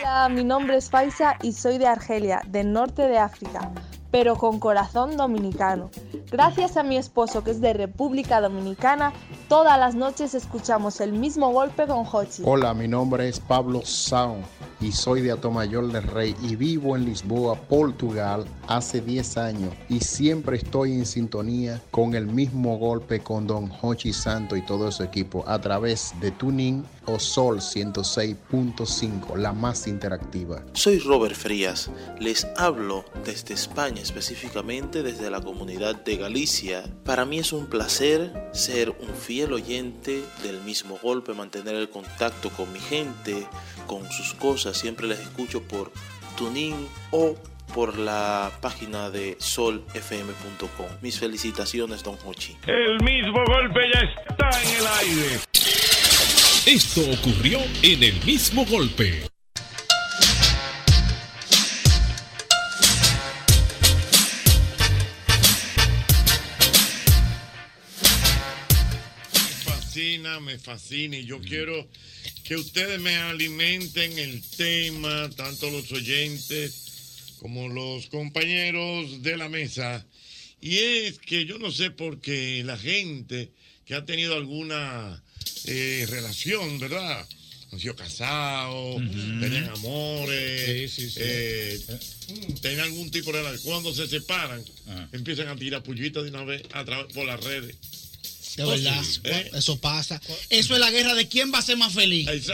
[SPEAKER 8] Hola, mi nombre es Faisa y soy de Argelia, del norte de África, pero con corazón dominicano. Gracias a mi esposo que es de República Dominicana, todas las noches escuchamos el mismo golpe con Hochi.
[SPEAKER 23] Hola, mi nombre es Pablo Sound y soy de Atomayor del Rey y vivo en Lisboa, Portugal, hace 10 años y siempre estoy en sintonía con el mismo golpe con Don Hochi Santo y todo su equipo a través de Tuning o Sol 106.5, la más interactiva.
[SPEAKER 30] Soy Robert Frías, les hablo desde España, específicamente desde la comunidad de Galicia. Para mí es un placer ser un fiel oyente del mismo golpe, mantener el contacto con mi gente, con sus cosas. Siempre les escucho por Tuning o por la página de solfm.com. Mis felicitaciones, don Hochi.
[SPEAKER 3] El mismo golpe ya está en el aire.
[SPEAKER 7] Esto ocurrió en el mismo golpe.
[SPEAKER 3] fascina, me fascina y yo quiero que ustedes me alimenten el tema, tanto los oyentes como los compañeros de la mesa. Y es que yo no sé por qué la gente que ha tenido alguna eh, relación, ¿verdad? Han sido casados, tenían amores, eh, tenían algún tipo de relación. Cuando se separan, empiezan a tirar pullitas de una vez a través- por las redes.
[SPEAKER 23] De verdad,
[SPEAKER 3] ¿Eh?
[SPEAKER 23] eso pasa. Eso es la guerra de quién va a ser más feliz. Eso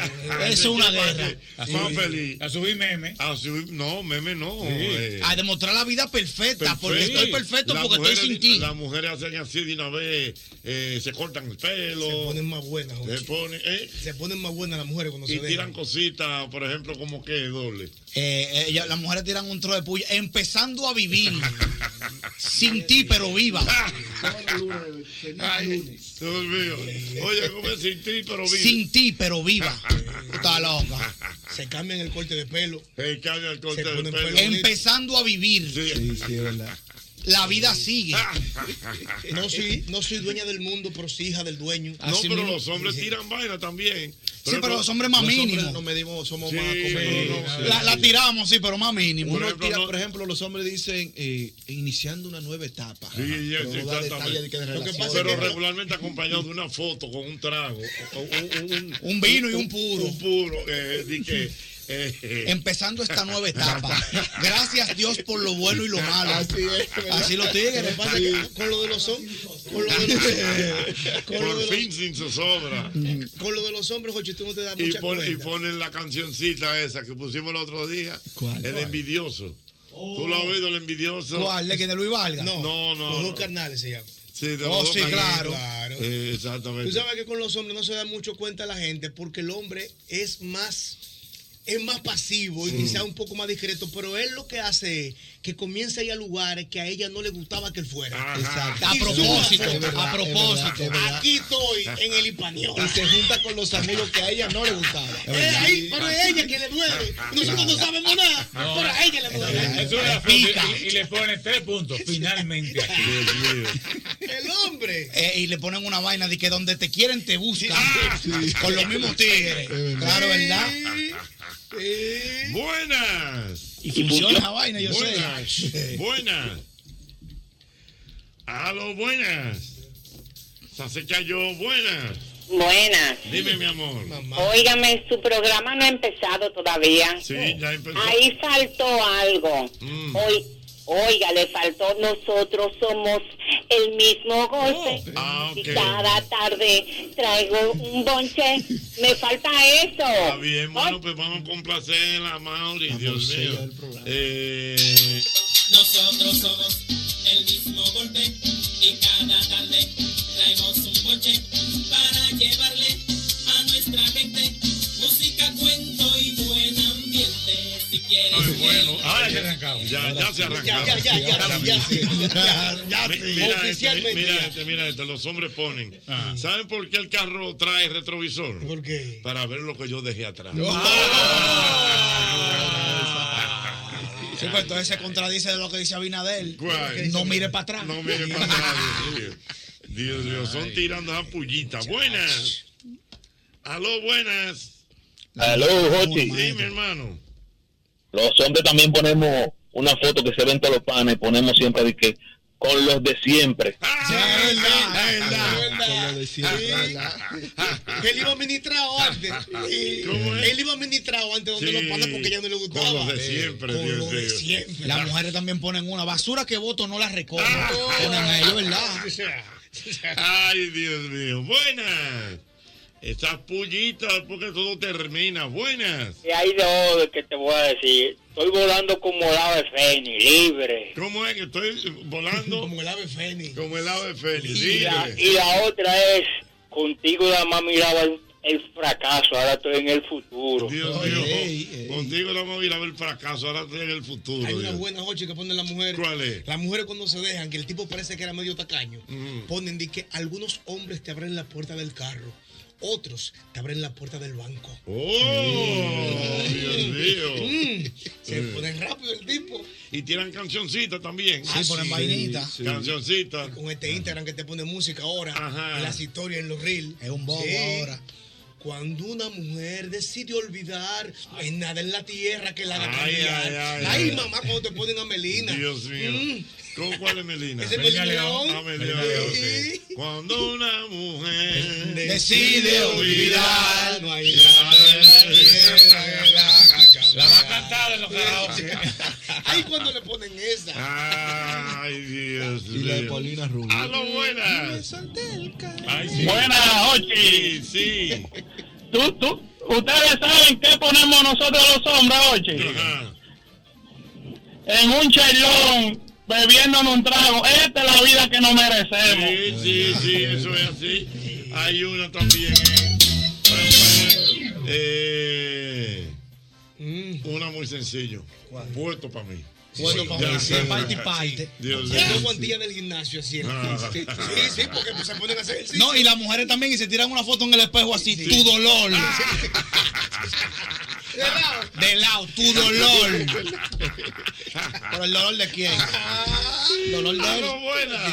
[SPEAKER 23] es una guerra.
[SPEAKER 3] Más feliz. A subir meme. A subir, no, meme no. eh,
[SPEAKER 23] A demostrar la vida perfecta, porque
[SPEAKER 3] perfecto.
[SPEAKER 23] estoy perfecto
[SPEAKER 3] Las
[SPEAKER 23] porque
[SPEAKER 3] mujeres-
[SPEAKER 23] estoy sin ti.
[SPEAKER 3] Las mujeres hacen así de una vez, eh, se cortan el pelo. Se ponen
[SPEAKER 5] más buenas.
[SPEAKER 3] Se ponen, eh,
[SPEAKER 5] Se ponen más buenas las mujeres cuando
[SPEAKER 3] y
[SPEAKER 23] se dejan.
[SPEAKER 3] tiran cositas, por ejemplo, como que doble.
[SPEAKER 23] Eh, ella- las mujeres tiran un tro de puya, empezando a vivir. sin ti, pero viva.
[SPEAKER 3] Ay, Dios mío. Oye, ¿cómo es sin ti, pero viva?
[SPEAKER 23] Sin ti, pero viva. Está loca.
[SPEAKER 5] Se cambian el corte de pelo.
[SPEAKER 3] Se cambian el corte
[SPEAKER 5] Se
[SPEAKER 3] de
[SPEAKER 5] ponen
[SPEAKER 3] pelo.
[SPEAKER 5] pelo bonito.
[SPEAKER 23] Empezando a vivir.
[SPEAKER 3] Sí,
[SPEAKER 5] sí, es verdad.
[SPEAKER 37] La vida sigue. No soy, no soy dueña del mundo, pero sí hija del dueño.
[SPEAKER 3] No, pero los hombres tiran vaina también.
[SPEAKER 20] Sí, pero los hombres más
[SPEAKER 3] Los hombres
[SPEAKER 20] mínimos.
[SPEAKER 3] no
[SPEAKER 5] medimos, somos
[SPEAKER 3] Sí,
[SPEAKER 5] más comedidos.
[SPEAKER 3] no,
[SPEAKER 5] Sí,
[SPEAKER 3] no,
[SPEAKER 20] La, la
[SPEAKER 5] sí.
[SPEAKER 20] tiramos, sí, pero más mínimo.
[SPEAKER 5] Uno tira, por ejemplo, los hombres dicen eh, iniciando una nueva etapa.
[SPEAKER 3] Sí, sí,
[SPEAKER 5] Pero no da
[SPEAKER 3] exactamente.
[SPEAKER 5] detalle de que de
[SPEAKER 3] Lo que
[SPEAKER 5] relación.
[SPEAKER 3] pasa pero regularmente acompañado de una foto con un trago. o- o- Un,
[SPEAKER 20] Un vino y un puro.
[SPEAKER 3] Un puro. eh, di que, eh,
[SPEAKER 5] Empezando esta nueva etapa.
[SPEAKER 20] Gracias Dios por lo bueno y lo malo.
[SPEAKER 5] Así es, ¿verdad?
[SPEAKER 20] Así lo
[SPEAKER 5] Lo que
[SPEAKER 20] tigres.
[SPEAKER 5] pasa es que con lo de los hombres, con lo de los- con lo
[SPEAKER 3] por
[SPEAKER 5] de los-
[SPEAKER 3] fin sin zozobra.
[SPEAKER 5] con lo de los hombres, Jochi, tú no te das
[SPEAKER 3] Y,
[SPEAKER 5] mucha
[SPEAKER 3] pon- y
[SPEAKER 5] cuenta.
[SPEAKER 3] ponen la cancioncita esa que pusimos el otro día.
[SPEAKER 5] ¿Cuál?
[SPEAKER 3] El
[SPEAKER 5] ¿Cuál? Oh.
[SPEAKER 3] envidioso. ¿Tú lo has oído, el envidioso?
[SPEAKER 5] ¿Cuál? ¿De que de Luis Valga?
[SPEAKER 3] No, no. no.
[SPEAKER 5] Los dos carnales se llaman.
[SPEAKER 3] Sí, de los
[SPEAKER 5] Oh,
[SPEAKER 3] dos
[SPEAKER 5] sí,
[SPEAKER 3] carnales.
[SPEAKER 5] claro. Claro.
[SPEAKER 3] Eh, exactamente.
[SPEAKER 5] Tú sabes que con los hombres no se da mucho cuenta la gente porque el hombre es más es más pasivo y
[SPEAKER 3] Sí.
[SPEAKER 5] quizá un poco más discreto, pero él lo que hace es que comienza a ir a lugares que a ella no le gustaba que él fuera. Exacto. Y A propósito, suma- a propósito. es verdad. Aquí estoy en el hispaniol. Y se junta con los amigos que a ella no le gustaba.
[SPEAKER 1] verdad.
[SPEAKER 5] ahí, pero es ella que le duele. Nosotros no sabemos nada,
[SPEAKER 1] No.
[SPEAKER 5] pero a ella le duele.
[SPEAKER 1] Eso
[SPEAKER 20] Eh,
[SPEAKER 1] es la fruta, y, y le pone tres puntos finalmente aquí.
[SPEAKER 5] El hombre.
[SPEAKER 20] Eh, y le ponen una vaina de que donde te quieren te buscan. Con los mismos tigres. Claro, ¿verdad?
[SPEAKER 3] Buenas.
[SPEAKER 20] Y funciona la vaina, yo sé.
[SPEAKER 3] buenas. Buenas. Aló, buenas. Ya Se cayó, buenas.
[SPEAKER 8] Buenas.
[SPEAKER 3] Dime, mi amor.
[SPEAKER 8] Óigame, su programa no ha empezado todavía.
[SPEAKER 3] Sí, ya empezó. Mm.
[SPEAKER 8] Ahí faltó algo. Hoy, oiga, le faltó. Nosotros somos el mismo golpe.
[SPEAKER 3] Ah,
[SPEAKER 8] Y cada tarde traigo un bonche. Me falta eso.
[SPEAKER 3] Está bien, bueno, pues vamos a complacer a Mauri, Dios mío. Eh,
[SPEAKER 1] Nosotros somos el mismo golpe y cada tarde traemos un coche para llevarle a nuestra gente música, cuento y buen ambiente. Si quieres,
[SPEAKER 3] bueno, ah, ya, ya, ya se arrancó.
[SPEAKER 1] Ya, ya, ya, ya,
[SPEAKER 3] Ahora
[SPEAKER 1] ya,
[SPEAKER 3] mismo.
[SPEAKER 1] ya, ya, ya,
[SPEAKER 3] Mi-
[SPEAKER 1] sí.
[SPEAKER 3] Mira este,
[SPEAKER 1] Oficialmente
[SPEAKER 3] mira
[SPEAKER 1] ya. Ah.
[SPEAKER 3] este, mira este, los hombres ponen. ¿Saben por qué el carro trae retrovisor? ¿Por qué? Para ver lo que yo dejé atrás. Ah.
[SPEAKER 20] Sí, pues entonces se contradice de lo que dice Abinadel.
[SPEAKER 3] ¿Cuál?
[SPEAKER 20] No mire para atrás.
[SPEAKER 3] No mire para atrás. Dios mío. Dios mío, son tirando a pullita. Buenas. Aló, buenas.
[SPEAKER 12] Aló, Jochi.
[SPEAKER 3] Sí, mi hermano.
[SPEAKER 12] Los hombres también ponemos una foto que se ven todos los panes, ponemos siempre de que con los de siempre.
[SPEAKER 3] Ah.
[SPEAKER 5] Que él iba administrado antes. Sí. Él iba administrado antes donde
[SPEAKER 3] Sí.
[SPEAKER 5] los panas porque ya no le gustaba.
[SPEAKER 3] Con los de siempre, Dios mío.
[SPEAKER 20] Las mujeres también ponen una basura que voto no la recogen.
[SPEAKER 3] Ah.
[SPEAKER 20] Ponen a ellos, ¿verdad?
[SPEAKER 3] Ay, Dios mío. Buenas. Estás pullita porque todo termina. Buenas.
[SPEAKER 12] Y hay de orden que te voy a decir. Estoy volando como el ave fénix, libre.
[SPEAKER 3] ¿Cómo es que estoy volando? como
[SPEAKER 5] el ave fénix.
[SPEAKER 3] Como el ave fénix.
[SPEAKER 12] Y la,
[SPEAKER 3] libre.
[SPEAKER 12] y la otra es, contigo nada más miraba el, el fracaso, ahora estoy en el futuro.
[SPEAKER 3] Dios mío, contigo la vamos a ir a ver el fracaso, ahora estoy en el futuro.
[SPEAKER 5] Hay una
[SPEAKER 3] Dios.
[SPEAKER 5] buena Jochi que ponen las mujeres.
[SPEAKER 3] ¿Cuál es? Mm.
[SPEAKER 5] Las mujeres cuando se dejan, que el tipo parece que era medio tacaño, ponen de que algunos hombres te abren la puerta del carro, otros te abren la puerta del banco.
[SPEAKER 3] ¡Oh! Dios
[SPEAKER 5] Mm.
[SPEAKER 3] mío.
[SPEAKER 5] Se ponen rápido el tipo.
[SPEAKER 3] Y tiran cancioncitas también.
[SPEAKER 5] Sí, ponen vainita.
[SPEAKER 3] sí. Cancioncitas.
[SPEAKER 5] Con este Instagram que te pone música ahora,
[SPEAKER 3] Ajá.
[SPEAKER 5] las historias en los reels. Es un
[SPEAKER 20] bobo ahora.
[SPEAKER 5] Cuando una mujer decide olvidar, no hay nada en la tierra que la haga
[SPEAKER 3] Ay,
[SPEAKER 5] cambiar.
[SPEAKER 3] ay,
[SPEAKER 5] Ay,
[SPEAKER 3] ay, ay.
[SPEAKER 5] mamá, cuando te ponen a Melina.
[SPEAKER 3] Dios mío.
[SPEAKER 5] Mm.
[SPEAKER 3] ¿Cómo cuál es Melina?
[SPEAKER 5] Ese es Melina León.
[SPEAKER 3] Ah, Melina León, sí. Cuando una mujer
[SPEAKER 1] Decide olvidar.
[SPEAKER 5] No
[SPEAKER 3] hay
[SPEAKER 5] La
[SPEAKER 3] va a cantar en los karaoke.
[SPEAKER 5] Ay, cuando le ponen esa.
[SPEAKER 3] Ay, Dios mío. Y la de Paulina Rubio. ¡A lo buenas! Ay, sí.
[SPEAKER 1] Buenas,
[SPEAKER 3] Sí, sí.
[SPEAKER 7] Tú, tú, ustedes saben qué ponemos nosotros los hombres, oye. En un chelón, bebiéndonos un trago. Esta es la vida que nos merecemos.
[SPEAKER 3] Sí, sí, sí, eso es así. Hay una también. eh. Eh, una muy sencillo. Puesto para mí.
[SPEAKER 5] Bueno, para mí, sí,
[SPEAKER 3] Ya.
[SPEAKER 5] parte y parte.
[SPEAKER 3] Dios
[SPEAKER 5] Son dos
[SPEAKER 3] mío.
[SPEAKER 5] guantillas del gimnasio, así es.
[SPEAKER 3] Ah.
[SPEAKER 5] Sí, sí, porque pues, se ponen a hacer ejercicio.
[SPEAKER 20] No, y las mujeres también y se tiran una foto en el espejo así, tu dolor.
[SPEAKER 3] Ah.
[SPEAKER 20] De lado, tu dolor. Pero el dolor de quién?
[SPEAKER 3] Dolor de Ah, no, buenas.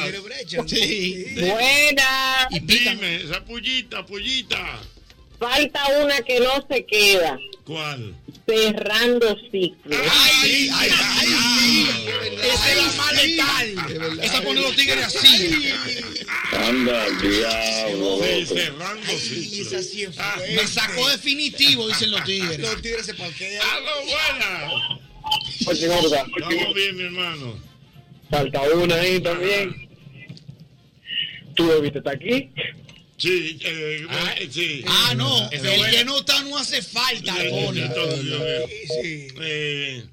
[SPEAKER 8] Sí. Buenas.
[SPEAKER 3] Y Dime, esa pullita, pullita.
[SPEAKER 8] Falta una que no se queda.
[SPEAKER 3] ¿Cuál?
[SPEAKER 8] Cerrando ciclos.
[SPEAKER 20] ¡Ay, ay, ay! Esa es la más letal. Esa pone los tigres así.
[SPEAKER 7] Anda, diablo.
[SPEAKER 3] Cerrando ciclos.
[SPEAKER 20] Esa sí es fuerte. Ah, Me sacó definitivo, dicen los tigres.
[SPEAKER 5] Los tigres se parquean.
[SPEAKER 3] Ah, ¡Aló,
[SPEAKER 7] buenas!
[SPEAKER 3] Vamos bien, mi hermano. Ah.
[SPEAKER 7] Falta una ahí también. ¿Tú debiste estar aquí?
[SPEAKER 3] Sí, eh, eh, sí.
[SPEAKER 20] Ah, no.
[SPEAKER 3] Esa es
[SPEAKER 20] el
[SPEAKER 3] buena.
[SPEAKER 20] que no está no hace falta,
[SPEAKER 3] Sí,
[SPEAKER 20] pone.
[SPEAKER 3] entonces, Dios mío.
[SPEAKER 20] Sí.
[SPEAKER 3] Eh,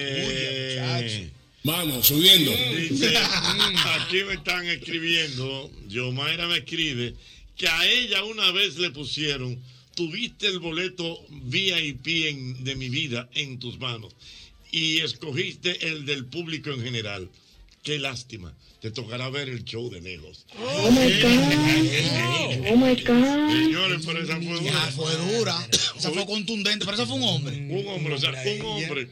[SPEAKER 3] eh,
[SPEAKER 14] Mano, subiendo.
[SPEAKER 3] dice, aquí me están escribiendo, Yomaira me escribe, que a ella una vez le pusieron, tuviste el boleto VIP en- de mi vida en tus manos y escogiste el del público en general. Qué lástima, te tocará ver el show de lejos.
[SPEAKER 8] Oh my God. Oh my God.
[SPEAKER 3] Señores, pero esa fue
[SPEAKER 20] Ya fue dura. Esa fue contundente, pero eso fue un hombre.
[SPEAKER 3] Un hombre, o sea, un hombre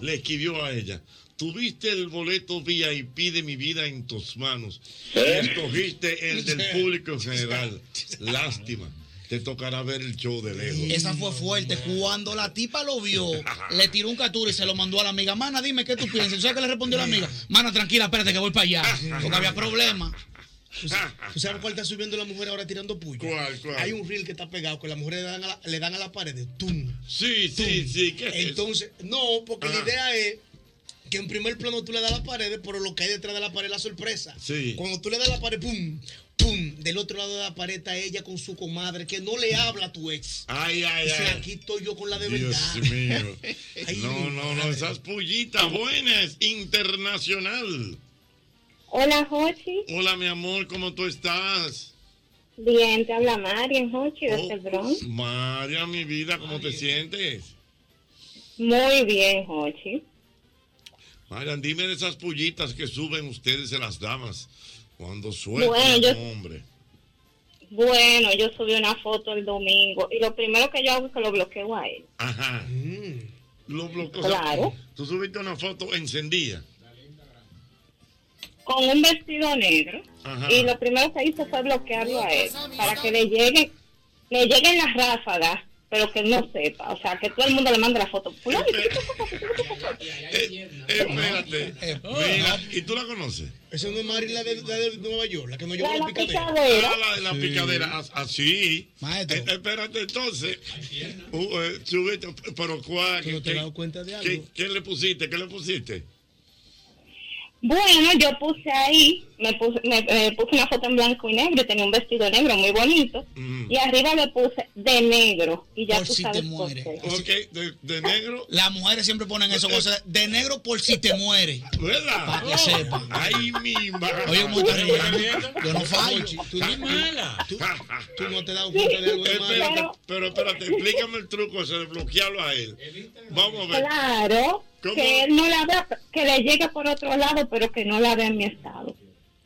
[SPEAKER 3] le escribió a ella. Tuviste el boleto VIP de mi vida en tus manos. Y
[SPEAKER 5] ¿Eh?
[SPEAKER 3] escogiste el del público en general. Lástima. Te tocará ver el show de lejos.
[SPEAKER 20] Esa fue fuerte. Cuando la tipa lo vio, le tiró un catura y se lo mandó a la amiga. Mana, dime qué tú piensas. ¿Tú ¿Sabes qué le respondió la amiga? Mana, tranquila, espérate que voy para allá. Porque había problemas.
[SPEAKER 5] ¿Tú sabes cuál está subiendo la mujer ahora tirando puyo?
[SPEAKER 3] ¿Cuál, cuál?
[SPEAKER 5] Hay un reel que está pegado que las mujeres le dan a la, le dan a la pared. ¡Tum!
[SPEAKER 3] Sí, sí, sí. ¿qué es eso?
[SPEAKER 5] Entonces, no, porque la idea es que en primer plano tú le das a la pared, pero lo que hay detrás de la pared es la sorpresa.
[SPEAKER 3] Sí.
[SPEAKER 5] Cuando tú le das a la pared, ¡pum! ¡pum! Del otro lado de la pared está ella con su comadre que no le habla a tu ex.
[SPEAKER 3] Ay, ay,
[SPEAKER 5] Dice,
[SPEAKER 3] ay.
[SPEAKER 5] aquí estoy yo con la de
[SPEAKER 3] Dios
[SPEAKER 5] verdad.
[SPEAKER 3] mío.
[SPEAKER 5] Ay,
[SPEAKER 3] No,
[SPEAKER 5] mi
[SPEAKER 3] no, no. Esas pullitas buenas. Internacional.
[SPEAKER 8] Hola, Jochi.
[SPEAKER 3] Hola, mi amor. ¿Cómo tú estás?
[SPEAKER 8] Bien, te habla Marian, Jochi, este desde el Bronx.
[SPEAKER 3] María, mi vida, ¿cómo te sientes?
[SPEAKER 8] Muy bien, Jochi.
[SPEAKER 3] Marian, dime de esas pullitas que suben ustedes en las damas cuando sueltan
[SPEAKER 8] Bueno,
[SPEAKER 3] al
[SPEAKER 8] yo-
[SPEAKER 3] hombre.
[SPEAKER 8] Bueno, yo subí una foto el domingo y lo primero que yo hago es que lo bloqueo a él.
[SPEAKER 3] Ajá.
[SPEAKER 5] Mm.
[SPEAKER 3] Lo bloqueó.
[SPEAKER 8] Claro.
[SPEAKER 3] Tú subiste una foto encendida.
[SPEAKER 8] Con un vestido negro.
[SPEAKER 3] Ajá.
[SPEAKER 8] Y lo primero que hice fue bloquearlo a él para que le lleguen, le lleguen las ráfagas, pero que él no sepa. O sea, que todo el mundo le mande la foto. Fulano, ¿qué tú
[SPEAKER 3] Eh,
[SPEAKER 5] Eh,
[SPEAKER 3] Espérate.
[SPEAKER 5] oh,
[SPEAKER 3] Mira, ¿y tú la conoces?
[SPEAKER 5] Esa no es Mari, la de, la de Nueva York, la que no
[SPEAKER 8] La
[SPEAKER 5] llevó
[SPEAKER 8] de
[SPEAKER 5] la
[SPEAKER 8] la
[SPEAKER 5] picadera.
[SPEAKER 8] picadera.
[SPEAKER 3] Ah, la de la
[SPEAKER 5] Sí.
[SPEAKER 3] picadera, as- así. Eh, espérate, entonces. Uh, eh, subiste, pero ¿cuál?
[SPEAKER 5] ¿Tú no te
[SPEAKER 3] ¿Qué-
[SPEAKER 5] has dado cuenta de
[SPEAKER 3] qué-
[SPEAKER 5] algo?
[SPEAKER 3] ¿Qué le pusiste? ¿Qué le pusiste?
[SPEAKER 8] Bueno, yo puse ahí, me puse, me, me puse una foto en blanco y negro y tenía un vestido negro muy bonito. Y arriba le puse de negro. Y ya
[SPEAKER 20] Mm. Por
[SPEAKER 8] tú
[SPEAKER 20] si
[SPEAKER 8] sabes
[SPEAKER 20] te
[SPEAKER 8] por
[SPEAKER 20] mueres.
[SPEAKER 8] qué.
[SPEAKER 3] Ok, de, de negro.
[SPEAKER 20] Las mujeres siempre ponen eso, cosas de negro por si te mueres.
[SPEAKER 3] ¿Verdad? Oh.
[SPEAKER 20] Para que sepa.
[SPEAKER 3] Ay, mi madre.
[SPEAKER 20] Oye, ¿cómo está riendo? Yo no fallo.
[SPEAKER 5] Oye, tú, no- tú- tú no te has dado cuenta de algo de Mari.
[SPEAKER 3] Espérate, pero espérate, explícame el truco ese de bloquearlo a él. Vamos a ver.
[SPEAKER 8] Claro,
[SPEAKER 3] ¿Cómo?
[SPEAKER 8] que él no la vea, que le llegue por otro lado, pero que no la vea en mi estado.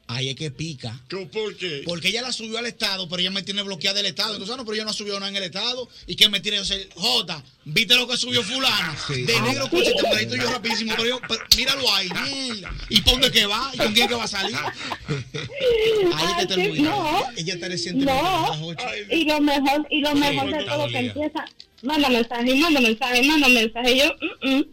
[SPEAKER 20] Ahí es que pica.
[SPEAKER 3] ¿Cómo- ¿Por qué?
[SPEAKER 20] Porque ella la subió al Estado, pero ella me tiene bloqueada del Estado. Entonces, ah, no, pero yo no subió nada en el Estado. ¿Y que me tiene? O sea, Jota, ¿viste lo que subió fulano?
[SPEAKER 3] Ah,
[SPEAKER 20] De negro con su tempranito y yo rapidísimo. Pero yo, pero míralo ahí.
[SPEAKER 3] Ah.
[SPEAKER 20] mierda. ¿Y para dónde que va? ¿Y con quién que va a salir? Ahí es que te
[SPEAKER 8] Antes
[SPEAKER 20] olvidas.
[SPEAKER 8] no.
[SPEAKER 5] Ella está reciente.
[SPEAKER 8] No, eh, y lo mejor, y lo mejor de todo que empieza, manda mensaje, manda mensaje, manda mensaje, y yo, mm, mm.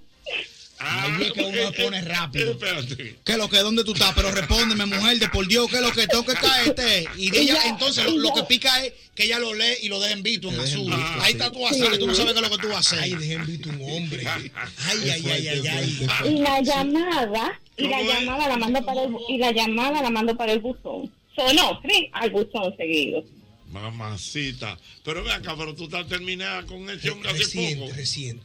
[SPEAKER 20] Ahí es que uno la pone rápido.
[SPEAKER 3] Espérate.
[SPEAKER 20] ¿Qué es lo que? ¿Dónde tú estás? Pero respóndeme, mujer, de por Dios, ¿qué es lo que tengo que caerte? Y de ella, entonces, lo, lo que pica es que ella lo lee y lo deja en visto en azul. Ahí está tu azar, tú no sabes qué es lo que tú vas a hacer. Ahí deja en visto un hombre. Ay, ay, ay, ay, ay.
[SPEAKER 8] y la llamada, y la
[SPEAKER 3] ¿Cómo es?
[SPEAKER 8] llamada la mando para el, bu- y la llamada la mando para el buzón. Sonó, sí, al buzón seguido.
[SPEAKER 3] Mamacita. Pero ve acá, pero tú estás terminada con ese hombre hace poco.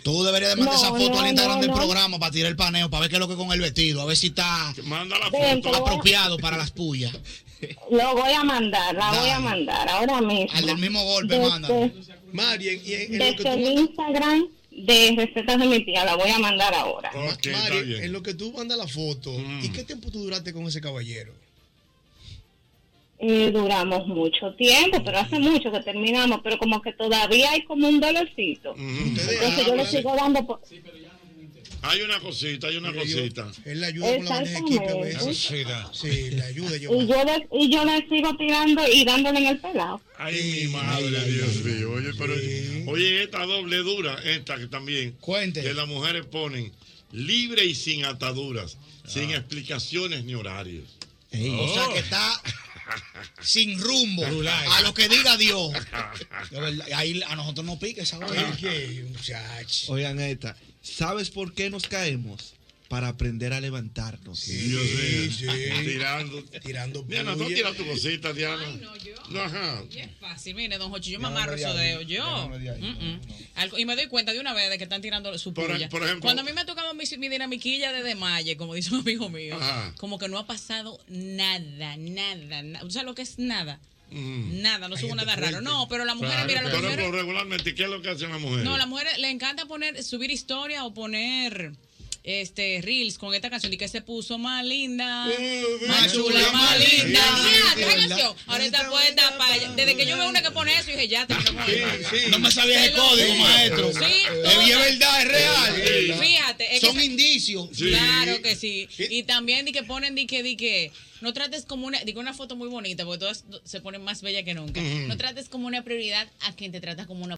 [SPEAKER 20] Tú deberías de mandar
[SPEAKER 8] No,
[SPEAKER 20] esa foto
[SPEAKER 8] no,
[SPEAKER 20] al Instagram
[SPEAKER 8] no,
[SPEAKER 20] del
[SPEAKER 8] no.
[SPEAKER 20] programa para tirar el paneo, para ver qué es lo que con el vestido, a ver si está
[SPEAKER 3] Manda la
[SPEAKER 8] Ven, te
[SPEAKER 3] foto.
[SPEAKER 8] lo voy a-
[SPEAKER 20] apropiado para las puyas.
[SPEAKER 8] Lo voy a mandar, la voy a mandar ahora mismo.
[SPEAKER 20] Al del mismo golpe,
[SPEAKER 8] Desde-
[SPEAKER 20] manda.
[SPEAKER 5] Mari, en- en- en lo que
[SPEAKER 8] Desde
[SPEAKER 5] tú
[SPEAKER 8] el
[SPEAKER 5] mandas-
[SPEAKER 8] Instagram de recetas de mi tía, la voy a mandar ahora.
[SPEAKER 3] Ok, está
[SPEAKER 5] Mari,
[SPEAKER 3] bien.
[SPEAKER 5] en lo que tú mandas la foto,
[SPEAKER 20] Mm.
[SPEAKER 5] ¿y qué tiempo tú duraste con ese caballero?
[SPEAKER 8] Eh, duramos mucho tiempo, pero hace mucho que terminamos, pero como que todavía hay como un dolorcito.
[SPEAKER 3] Ujú.
[SPEAKER 8] Entonces yo le sigo dando por...
[SPEAKER 3] Hay una cosita, hay una cosita.
[SPEAKER 18] Él le ayuda con la bandeja de equipo a veces. Sí, le ayuda yo.
[SPEAKER 1] Y yo, le, y yo le sigo tirando y dándole en el pelado.
[SPEAKER 3] Ay, mi madre, Dios mío. Oye, pero, oye, esta doble dura, esta que también. Cuente. Que las mujeres ponen libre y sin ataduras, sin explicaciones ni horarios.
[SPEAKER 20] Ah.
[SPEAKER 3] Oh.
[SPEAKER 20] O sea que está sin rumbo
[SPEAKER 3] Rulay.
[SPEAKER 20] a lo que diga Dios. De verdad, ahí a nosotros nos pica esa
[SPEAKER 3] Ah.
[SPEAKER 20] vaina.
[SPEAKER 5] Oigan esta. ¿Sabes por qué nos caemos? Para aprender a levantarnos.
[SPEAKER 3] Dios mío. Tirando. Tirando. Diana, no
[SPEAKER 5] puya.
[SPEAKER 3] tira tu cosita, Diana. No, ajá.
[SPEAKER 15] Y es fácil, mire, don Jochi, yo me
[SPEAKER 5] Ya no
[SPEAKER 15] amarro
[SPEAKER 5] me di
[SPEAKER 15] esos
[SPEAKER 5] ahí,
[SPEAKER 15] dedos,
[SPEAKER 5] ya
[SPEAKER 15] yo.
[SPEAKER 5] no me di ahí,
[SPEAKER 15] Mm-mm. Algo- Y me doy cuenta de una vez de que están tirando su
[SPEAKER 3] Por-
[SPEAKER 15] puya.
[SPEAKER 3] por ejemplo-
[SPEAKER 15] Cuando a mí me ha tocado mi, mi dinamiquilla de demalle, como dice un amigo mío,
[SPEAKER 3] Ajá.
[SPEAKER 15] como que no ha pasado nada, nada, nada. ¿Tú sabes lo que es nada?
[SPEAKER 3] Mm.
[SPEAKER 15] Nada, no subo nada raro. No, pero las mujeres,
[SPEAKER 3] Claro,
[SPEAKER 15] mira, las
[SPEAKER 3] pero
[SPEAKER 15] mujeres...
[SPEAKER 3] por regularmente, ¿qué es lo que hacen las mujeres?
[SPEAKER 15] No, a las mujeres le encanta poner, subir historia o poner este reels con esta canción y que se puso más linda, más chula, más
[SPEAKER 38] más
[SPEAKER 15] linda.
[SPEAKER 38] linda.
[SPEAKER 15] Ya, esa canción. Ahora está puesta para allá. Desde que yo veo una que pone eso, dije, ya terminó con eso.
[SPEAKER 20] No me sabía ese
[SPEAKER 15] Te lo-
[SPEAKER 20] código, maestro.
[SPEAKER 15] Sí, todo
[SPEAKER 20] es bien
[SPEAKER 15] está-
[SPEAKER 20] verdad, es real.
[SPEAKER 15] Fíjate, es que
[SPEAKER 20] son
[SPEAKER 15] esa-
[SPEAKER 20] indicios.
[SPEAKER 15] Claro que sí. Y también di que ponen, di que, di que, no trates como una, digo una foto muy bonita, porque todas se ponen más bella que nunca.
[SPEAKER 3] Ujú.
[SPEAKER 15] No trates como una prioridad a quien te trata como una